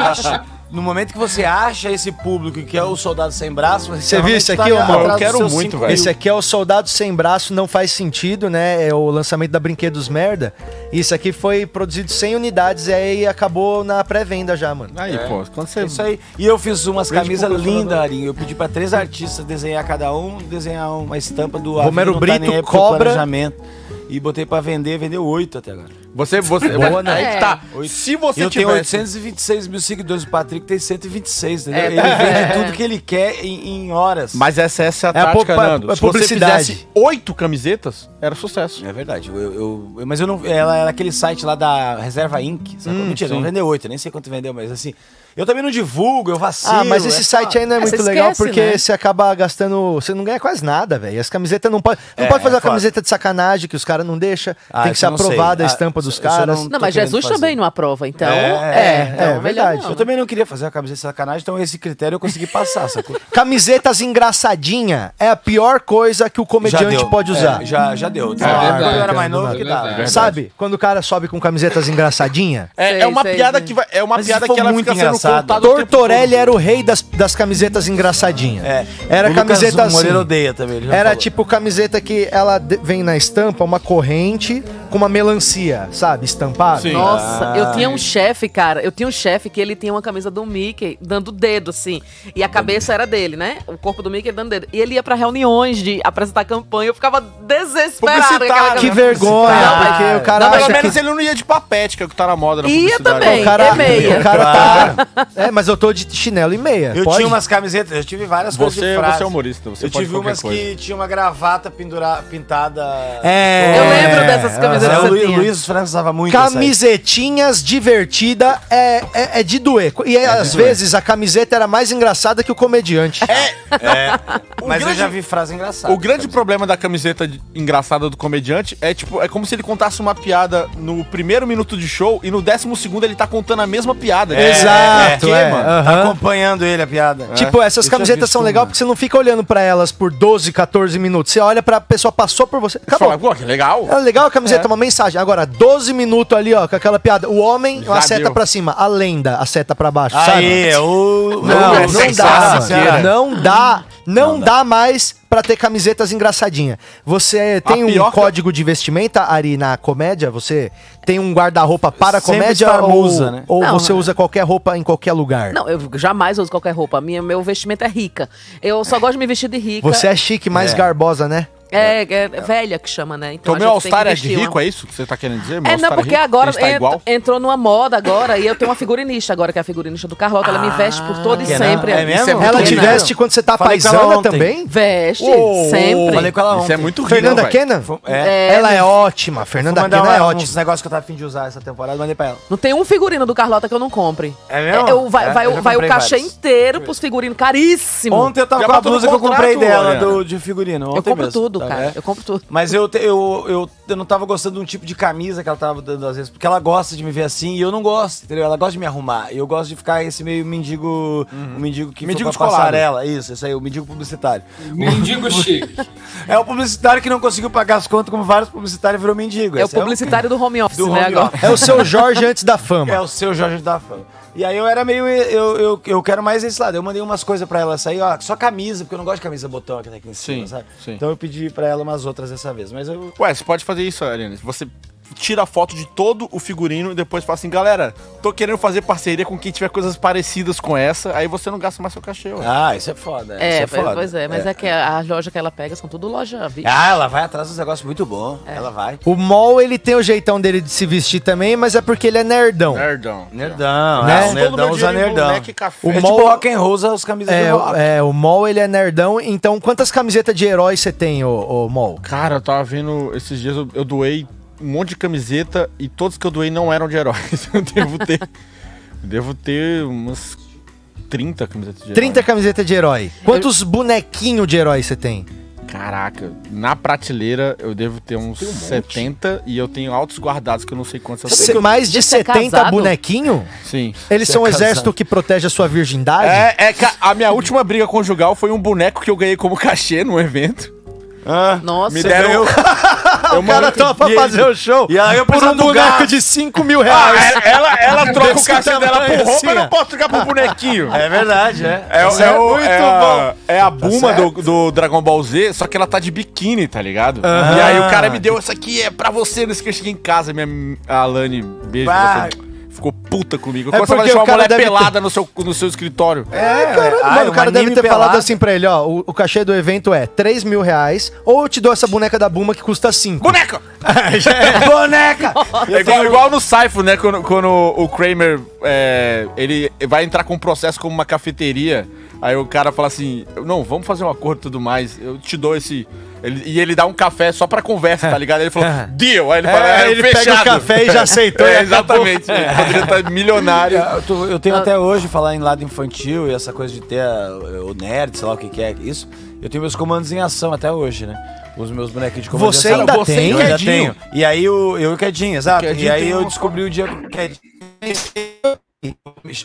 [SPEAKER 6] Acha- no momento que você acha esse público que é o soldado sem braço, você,
[SPEAKER 1] Você viu isso
[SPEAKER 6] realmente tá
[SPEAKER 1] aqui, ô, mano?
[SPEAKER 6] atrás
[SPEAKER 7] Eu
[SPEAKER 6] dos
[SPEAKER 7] quero
[SPEAKER 6] seus
[SPEAKER 7] muito,
[SPEAKER 6] cinco
[SPEAKER 7] velho.
[SPEAKER 6] mil.
[SPEAKER 1] Esse aqui é o Soldado Sem Braço, não faz sentido, né? É o lançamento da Brinquedos Merda. Isso aqui foi produzido 100 unidades e aí acabou na pré-venda já, mano.
[SPEAKER 7] Aí, pô, quando
[SPEAKER 6] É
[SPEAKER 7] você...
[SPEAKER 6] isso aí. E eu fiz umas
[SPEAKER 7] Beijo
[SPEAKER 6] camisas
[SPEAKER 7] pro professor
[SPEAKER 6] lindas, Arinho. Eu pedi pra três artistas desenhar cada um, desenhar uma estampa do
[SPEAKER 1] Romero
[SPEAKER 6] Avião Não tá
[SPEAKER 1] Brito,
[SPEAKER 6] Nem Aí pro
[SPEAKER 1] Cobra.
[SPEAKER 6] planejamento. E botei pra vender, vendeu oito até agora.
[SPEAKER 7] Você, você...
[SPEAKER 1] Boa, né?
[SPEAKER 7] Aí que tá. Se você
[SPEAKER 6] eu tenho
[SPEAKER 7] tivesse...
[SPEAKER 6] 826 mil seguidores, o Patrick tem 126, entendeu?
[SPEAKER 4] É,
[SPEAKER 6] ele
[SPEAKER 4] tá-
[SPEAKER 6] vende
[SPEAKER 4] é.
[SPEAKER 6] tudo que ele quer em, em horas.
[SPEAKER 7] Mas essa, essa é a
[SPEAKER 1] É a
[SPEAKER 7] tática,
[SPEAKER 1] pu-
[SPEAKER 7] Nando.
[SPEAKER 1] é
[SPEAKER 7] Se você
[SPEAKER 1] publicidade.
[SPEAKER 7] fizesse oito camisetas, era sucesso.
[SPEAKER 6] É verdade. Eu, eu- eu- mas eu não. Ela era aquele site lá da Reserva Inc. Sacou?
[SPEAKER 1] Hum,
[SPEAKER 6] Mentira, não vendeu oito, nem sei quanto vendeu, mas assim. Eu também não divulgo, eu vacilo.
[SPEAKER 1] Ah, mas esse
[SPEAKER 6] é-
[SPEAKER 1] site aí não é
[SPEAKER 4] Ah,
[SPEAKER 1] muito
[SPEAKER 4] você
[SPEAKER 1] legal
[SPEAKER 4] esquece,
[SPEAKER 1] porque
[SPEAKER 4] né?
[SPEAKER 1] você acaba gastando. Você não ganha quase nada, velho. As camisetas não pode. Não
[SPEAKER 6] É,
[SPEAKER 1] pode fazer
[SPEAKER 6] é
[SPEAKER 1] uma
[SPEAKER 6] foda.
[SPEAKER 1] camiseta de sacanagem que os caras não deixam.
[SPEAKER 6] Ah,
[SPEAKER 1] Tem que
[SPEAKER 6] isso
[SPEAKER 1] ser
[SPEAKER 6] eu não sei.
[SPEAKER 1] aprovada a
[SPEAKER 6] Ah,
[SPEAKER 1] estampa
[SPEAKER 6] isso-
[SPEAKER 1] dos
[SPEAKER 6] isso eu
[SPEAKER 1] caras.
[SPEAKER 6] não-
[SPEAKER 4] Não, mas
[SPEAKER 6] tô querendo
[SPEAKER 4] Jesus
[SPEAKER 6] fazer.
[SPEAKER 4] também não aprova, então. É,
[SPEAKER 1] É, é,
[SPEAKER 4] então,
[SPEAKER 1] é
[SPEAKER 4] melhor
[SPEAKER 1] verdade.
[SPEAKER 4] não.
[SPEAKER 6] Eu também não queria fazer a camisa sacanagem, então esse critério eu consegui passar, sacou?
[SPEAKER 1] [laughs] Camisetas engraçadinha é a pior coisa que o comediante
[SPEAKER 6] deu.
[SPEAKER 1] pode
[SPEAKER 6] É,
[SPEAKER 1] usar. Ah,
[SPEAKER 6] já, já deu. tá?
[SPEAKER 5] verdade,
[SPEAKER 6] Quando eu era mais
[SPEAKER 5] cara,
[SPEAKER 6] novo,
[SPEAKER 5] é
[SPEAKER 6] que dava.
[SPEAKER 5] verdade.
[SPEAKER 1] Sabe? Quando o cara sobe com camisetas engraçadinha.
[SPEAKER 7] É,
[SPEAKER 4] Sei,
[SPEAKER 7] é uma
[SPEAKER 4] sei,
[SPEAKER 7] piada
[SPEAKER 4] sei.
[SPEAKER 7] que vai, é uma
[SPEAKER 6] Mas
[SPEAKER 7] piada
[SPEAKER 6] ficou
[SPEAKER 7] que ela
[SPEAKER 6] muito
[SPEAKER 7] fica sendo
[SPEAKER 6] engraçado.
[SPEAKER 7] contada o tempo
[SPEAKER 1] Tortorelli era o rei das, das camisetas engraçadinhas.
[SPEAKER 6] É.
[SPEAKER 1] Era
[SPEAKER 6] O Lucas
[SPEAKER 1] camiseta assim.
[SPEAKER 6] Moreira odeia também. ele já
[SPEAKER 1] Era
[SPEAKER 6] falou.
[SPEAKER 1] tipo camiseta que ela de- vem na estampa, uma corrente com uma melancia, sabe? Estampada.
[SPEAKER 7] Sim.
[SPEAKER 4] Nossa, eu tinha um chefe, cara. Eu tinha um chefe que ele tinha uma camisa do Mickey dando dedo, assim. E a cabeça era dele, né? O corpo do Mickey dando dedo. E ele ia pra reuniões de apresentar campanha. Eu ficava desesperado. com aquela
[SPEAKER 7] Publicitário.
[SPEAKER 1] Que
[SPEAKER 4] camisa.
[SPEAKER 1] vergonha,
[SPEAKER 4] Não, mas-
[SPEAKER 1] porque o cara
[SPEAKER 7] Não, pelo
[SPEAKER 1] acha
[SPEAKER 7] menos
[SPEAKER 1] que...
[SPEAKER 7] ele não ia de papete, que é o que tá na moda na
[SPEAKER 4] tá- Ia
[SPEAKER 7] publicidade.
[SPEAKER 4] também.
[SPEAKER 1] O cara,
[SPEAKER 4] É meia.
[SPEAKER 1] o cara tá... É, mas eu tô de chinelo e meia.
[SPEAKER 6] Eu
[SPEAKER 1] pode?
[SPEAKER 6] tinha umas camisetas, eu tive várias coisas de
[SPEAKER 7] Você,
[SPEAKER 6] frase.
[SPEAKER 7] você é humorista, você
[SPEAKER 6] eu
[SPEAKER 7] pode
[SPEAKER 6] tive
[SPEAKER 7] qualquer
[SPEAKER 6] umas
[SPEAKER 7] coisa.
[SPEAKER 6] que tinha uma gravata pendura, pintada.
[SPEAKER 1] É.
[SPEAKER 4] Eu lembro dessas
[SPEAKER 6] Mas é,
[SPEAKER 4] camisetas
[SPEAKER 6] o
[SPEAKER 4] que
[SPEAKER 6] Lu-
[SPEAKER 4] você tinha.
[SPEAKER 6] Luiz França usava muito. essa aí.
[SPEAKER 1] Camisetinhas divertida é, é, é de doer. E às vezes a camiseta era mais engraçada que o comediante.
[SPEAKER 6] É.
[SPEAKER 7] É.
[SPEAKER 6] Mas
[SPEAKER 4] Um
[SPEAKER 6] eu
[SPEAKER 7] grande-
[SPEAKER 6] já vi frase engraçada.
[SPEAKER 7] O grande problema da camiseta de- engraçada do comediante é tipo, é como se ele contasse uma piada no primeiro minuto de show e no décimo segundo ele tá contando a mesma piada.
[SPEAKER 1] É, Exato,
[SPEAKER 7] Por quê,
[SPEAKER 1] é.
[SPEAKER 7] mano?
[SPEAKER 6] Tá
[SPEAKER 1] Aham.
[SPEAKER 6] acompanhando ele a piada.
[SPEAKER 1] Tipo, essas
[SPEAKER 6] Eu tinha
[SPEAKER 1] camisetas
[SPEAKER 6] visto
[SPEAKER 1] são legais
[SPEAKER 6] uma.
[SPEAKER 1] porque você não fica olhando pra elas por 12, 14 minutos. Você olha pra pessoa, passou por você.
[SPEAKER 7] Você
[SPEAKER 1] Acabou.
[SPEAKER 7] fala, pô, que legal.
[SPEAKER 1] É legal a camiseta, uma mensagem. Agora, 12 minutos ali, ó, com aquela piada. O homem,
[SPEAKER 7] Já
[SPEAKER 1] a seta
[SPEAKER 7] deu.
[SPEAKER 1] pra cima. A lenda, a seta pra baixo,
[SPEAKER 6] Aí,
[SPEAKER 1] sabe?
[SPEAKER 6] o.
[SPEAKER 1] Não,
[SPEAKER 7] é
[SPEAKER 1] não dá,
[SPEAKER 7] sensacional,
[SPEAKER 1] mano.
[SPEAKER 7] cara.
[SPEAKER 1] não dá, não dá mais pra ter camisetas engraçadinha. Você tem um
[SPEAKER 7] pior que-
[SPEAKER 1] código de vestimenta, Ari, na comédia? Você tem um guarda-roupa para
[SPEAKER 6] Sempre
[SPEAKER 1] comédia
[SPEAKER 6] Star
[SPEAKER 1] ou,
[SPEAKER 6] Musa, né?
[SPEAKER 1] ou
[SPEAKER 4] Não,
[SPEAKER 1] você
[SPEAKER 4] né?
[SPEAKER 1] usa qualquer roupa em qualquer lugar?
[SPEAKER 4] Não, eu jamais uso qualquer roupa. Minha, meu vestimento é rica. Eu só gosto de me vestir de rica.
[SPEAKER 1] Você é chique, mais garbosa, né?
[SPEAKER 4] É, é velha que chama, né? Então
[SPEAKER 7] Então,
[SPEAKER 4] a
[SPEAKER 7] meu
[SPEAKER 4] gente tem que
[SPEAKER 7] All-Star é de
[SPEAKER 4] vestir
[SPEAKER 7] rico,
[SPEAKER 4] uma-
[SPEAKER 7] é isso que você tá querendo dizer? Meu
[SPEAKER 4] É,
[SPEAKER 7] All-Star
[SPEAKER 4] não, porque
[SPEAKER 7] rico?
[SPEAKER 4] agora
[SPEAKER 6] tá
[SPEAKER 7] Quem está
[SPEAKER 4] ent-
[SPEAKER 7] igual?
[SPEAKER 4] entrou numa moda agora e eu tenho uma figurinista agora, que é a figurinista do Carlota. Ela me veste por todo e
[SPEAKER 6] Ah, que
[SPEAKER 4] sempre.
[SPEAKER 6] não? É
[SPEAKER 4] Isso
[SPEAKER 6] mesmo?
[SPEAKER 4] muito
[SPEAKER 1] Ela te
[SPEAKER 4] legal.
[SPEAKER 1] veste quando você tá
[SPEAKER 6] Falei com ela
[SPEAKER 1] paisana
[SPEAKER 6] ontem.
[SPEAKER 1] também?
[SPEAKER 4] Veste,
[SPEAKER 7] Ô,
[SPEAKER 4] sempre.
[SPEAKER 6] Falei com ela ontem.
[SPEAKER 7] Isso é muito rico,
[SPEAKER 1] Fernanda
[SPEAKER 7] velho.
[SPEAKER 1] Kenan?
[SPEAKER 6] É.
[SPEAKER 1] Ela é
[SPEAKER 4] né?
[SPEAKER 1] ótima. Fernanda
[SPEAKER 6] Vou mandar
[SPEAKER 1] Kenan é
[SPEAKER 6] uma-
[SPEAKER 1] ótima.
[SPEAKER 6] uns negócios que eu tava afim de usar essa temporada, mandei pra ela.
[SPEAKER 4] Não tem um figurino do Carlota que eu não compre.
[SPEAKER 6] É mesmo?
[SPEAKER 4] eu, vai
[SPEAKER 6] É,
[SPEAKER 4] vai,
[SPEAKER 6] eu já
[SPEAKER 4] vai o
[SPEAKER 6] comprei
[SPEAKER 4] cachê
[SPEAKER 6] vários.
[SPEAKER 4] inteiro pros figurinos, caríssimo.
[SPEAKER 6] Ontem eu tava
[SPEAKER 7] Já
[SPEAKER 6] com a
[SPEAKER 7] botou no
[SPEAKER 6] blusa que eu
[SPEAKER 7] contrato,
[SPEAKER 6] comprei dela,
[SPEAKER 7] Mariana?
[SPEAKER 6] do, de figurino.
[SPEAKER 4] eu
[SPEAKER 6] ontem
[SPEAKER 4] compro
[SPEAKER 6] mesmo,
[SPEAKER 4] tudo,
[SPEAKER 6] tá
[SPEAKER 4] cara.
[SPEAKER 6] vendo?
[SPEAKER 4] Eu compro tudo.
[SPEAKER 6] Mas eu, te- eu, eu, eu não tava gostando de um tipo de camisa que ela tava dando às vezes, porque ela gosta de me ver assim e eu não gosto, entendeu? Ela gosta de me arrumar. E eu gosto de ficar esse meio mendigo. O mendigo que
[SPEAKER 7] Mendigo
[SPEAKER 6] ficou com
[SPEAKER 7] descolado.
[SPEAKER 6] a um passarela. Isso, isso aí, o mendigo publicitário. [laughs]
[SPEAKER 5] Mendigo chique.
[SPEAKER 6] É o publicitário que não conseguiu pagar as contas, como vários publicitários virou mendigo.
[SPEAKER 4] É o
[SPEAKER 6] Esse
[SPEAKER 4] publicitário do home office,
[SPEAKER 6] do
[SPEAKER 4] né,
[SPEAKER 6] home
[SPEAKER 4] agora.
[SPEAKER 6] office.
[SPEAKER 1] É o seu Jorge antes da fama.
[SPEAKER 6] É o seu Jorge da Fama. E aí eu era meio. Eu, eu, eu quero mais esse lado. Eu mandei umas coisas pra ela sair, ó, só camisa, porque eu não gosto de camisa botão que tá aqui em cima,
[SPEAKER 7] Sim,
[SPEAKER 6] sabe?
[SPEAKER 7] sim.
[SPEAKER 6] Então eu pedi pra ela umas outras dessa vez. Mas eu.
[SPEAKER 7] Ué, você pode fazer isso, Ariane. Você tira a foto de todo o figurino e depois fala assim, galera, tô querendo fazer parceria com quem tiver coisas parecidas com essa, aí você não gasta mais seu cachê, ué.
[SPEAKER 6] Ah, isso é foda.
[SPEAKER 4] É,
[SPEAKER 6] isso é
[SPEAKER 4] pois-
[SPEAKER 6] foda.
[SPEAKER 4] pois é, mas é, que a- as lojas que ela pega são tudo loja. bi-
[SPEAKER 6] Ah, ela vai atrás dos negócios muito bom. Ela vai.
[SPEAKER 1] O Mol, ele tem o jeitão dele de se vestir também, mas é porque ele é nerdão.
[SPEAKER 7] Nerdão.
[SPEAKER 6] Nerdão,
[SPEAKER 1] Né?
[SPEAKER 6] né? O nerdão usa nerdão.
[SPEAKER 1] O
[SPEAKER 6] O é
[SPEAKER 1] mol-
[SPEAKER 6] tipo rock and roll usa as camisas
[SPEAKER 1] É,
[SPEAKER 6] do rock.
[SPEAKER 1] é, o Mol, ele é nerdão. Então, quantas camisetas de herói você tem, ô, ô Mol?
[SPEAKER 7] Cara, eu tava vendo esses dias, eu, eu doei um monte de camiseta e todos que eu doei não eram de heróis. [laughs] Eu devo ter. devo ter umas 30 camisetas de
[SPEAKER 1] 30
[SPEAKER 7] herói.
[SPEAKER 1] camisetas de herói. Quantos bonequinhos de herói você tem?
[SPEAKER 7] Caraca, na prateleira eu devo ter
[SPEAKER 6] um
[SPEAKER 7] uns 70 e eu tenho altos guardados que eu não sei quantos eu
[SPEAKER 1] Cê-
[SPEAKER 7] tenho.
[SPEAKER 1] mais de
[SPEAKER 4] Você é
[SPEAKER 1] 70
[SPEAKER 4] casado?
[SPEAKER 1] bonequinho?
[SPEAKER 7] Sim.
[SPEAKER 1] Eles
[SPEAKER 6] Você
[SPEAKER 1] são um
[SPEAKER 6] é casado.
[SPEAKER 1] exército que protege a sua virgindade?
[SPEAKER 7] É, é, ca- a minha última briga conjugal foi um boneco que eu ganhei como cachê num evento.
[SPEAKER 6] Ah,
[SPEAKER 4] Nossa,
[SPEAKER 7] Me deram
[SPEAKER 1] [laughs]
[SPEAKER 7] eu. eu
[SPEAKER 1] O cara
[SPEAKER 7] mandei-
[SPEAKER 1] topa
[SPEAKER 7] e ele-
[SPEAKER 1] fazer o show
[SPEAKER 6] E aí eu
[SPEAKER 1] por
[SPEAKER 6] preciso
[SPEAKER 1] um
[SPEAKER 6] do
[SPEAKER 1] boneco
[SPEAKER 6] gato.
[SPEAKER 1] de 5 mil
[SPEAKER 7] Ah,
[SPEAKER 1] reais.
[SPEAKER 7] ela, ela-
[SPEAKER 1] [laughs]
[SPEAKER 7] ela troca o
[SPEAKER 1] Desse
[SPEAKER 7] cachê dela
[SPEAKER 1] tamanho,
[SPEAKER 7] por roupa,
[SPEAKER 1] assim,
[SPEAKER 7] eu
[SPEAKER 1] ó.
[SPEAKER 7] não posso trocar por bonequinho.
[SPEAKER 6] É verdade, é.
[SPEAKER 7] É,
[SPEAKER 6] Isso
[SPEAKER 7] é, o-
[SPEAKER 6] muito
[SPEAKER 7] é
[SPEAKER 6] bom.
[SPEAKER 7] a, é a Buma do,
[SPEAKER 6] certo.
[SPEAKER 7] do Dragon Ball Z, só que ela tá de biquíni, tá ligado?
[SPEAKER 1] Aham.
[SPEAKER 7] E aí o cara me deu essa aqui, é pra você, não esqueci que eu cheguei em casa, minha a Alane, beijo
[SPEAKER 6] Bah.
[SPEAKER 7] você. Ficou puta comigo. Eu
[SPEAKER 1] É
[SPEAKER 7] começava a
[SPEAKER 1] porque
[SPEAKER 7] deixar
[SPEAKER 1] o
[SPEAKER 7] uma
[SPEAKER 1] cara
[SPEAKER 7] mulher
[SPEAKER 1] deve ter-
[SPEAKER 7] pelada no, seu, no seu escritório.
[SPEAKER 6] É,
[SPEAKER 1] Caralho,
[SPEAKER 6] ai,
[SPEAKER 1] mano, o
[SPEAKER 6] um
[SPEAKER 1] cara deve
[SPEAKER 6] anime
[SPEAKER 1] ter falado
[SPEAKER 6] pelado.
[SPEAKER 7] [laughs]
[SPEAKER 1] assim pra ele, ó, o, o cachê do evento é 3 mil reais, ou eu te dou essa boneca da Buma que custa 5.
[SPEAKER 7] Boneca!
[SPEAKER 1] [laughs]
[SPEAKER 6] [laughs] Boneca!
[SPEAKER 7] É igual, igual no Saifo, né? Quando, quando o Kramer é, ele vai entrar com um processo como uma cafeteria. Aí o cara fala assim: Não, vamos fazer um acordo e tudo mais. Eu te dou esse. Ele- e ele dá um café só pra conversa, tá ligado? Ele falou, deal. Aí ele fala,
[SPEAKER 1] [laughs] É,
[SPEAKER 7] é,
[SPEAKER 1] ele
[SPEAKER 7] fechado.
[SPEAKER 1] pega o café e já aceitou e
[SPEAKER 7] [laughs] É,
[SPEAKER 1] acabou. É,
[SPEAKER 7] exatamente. Ele poderia estar
[SPEAKER 1] [laughs]
[SPEAKER 7] milionário.
[SPEAKER 6] Eu, tô- eu tenho até hoje, falar em lado infantil e essa coisa de ter a- o nerd, sei lá o que que é isso, eu tenho meus comandos em ação até hoje, né? Os meus bonequinhos de comandos
[SPEAKER 1] Você
[SPEAKER 6] em ação.
[SPEAKER 1] ainda tem?
[SPEAKER 6] Eu ainda
[SPEAKER 1] Quedinho.
[SPEAKER 6] tenho. E aí eu, eu e o Quedinho, exato.
[SPEAKER 7] O Quedinho
[SPEAKER 6] e aí
[SPEAKER 7] tem
[SPEAKER 6] eu
[SPEAKER 1] um-
[SPEAKER 7] uma-
[SPEAKER 6] descobri o dia que o Quedinho...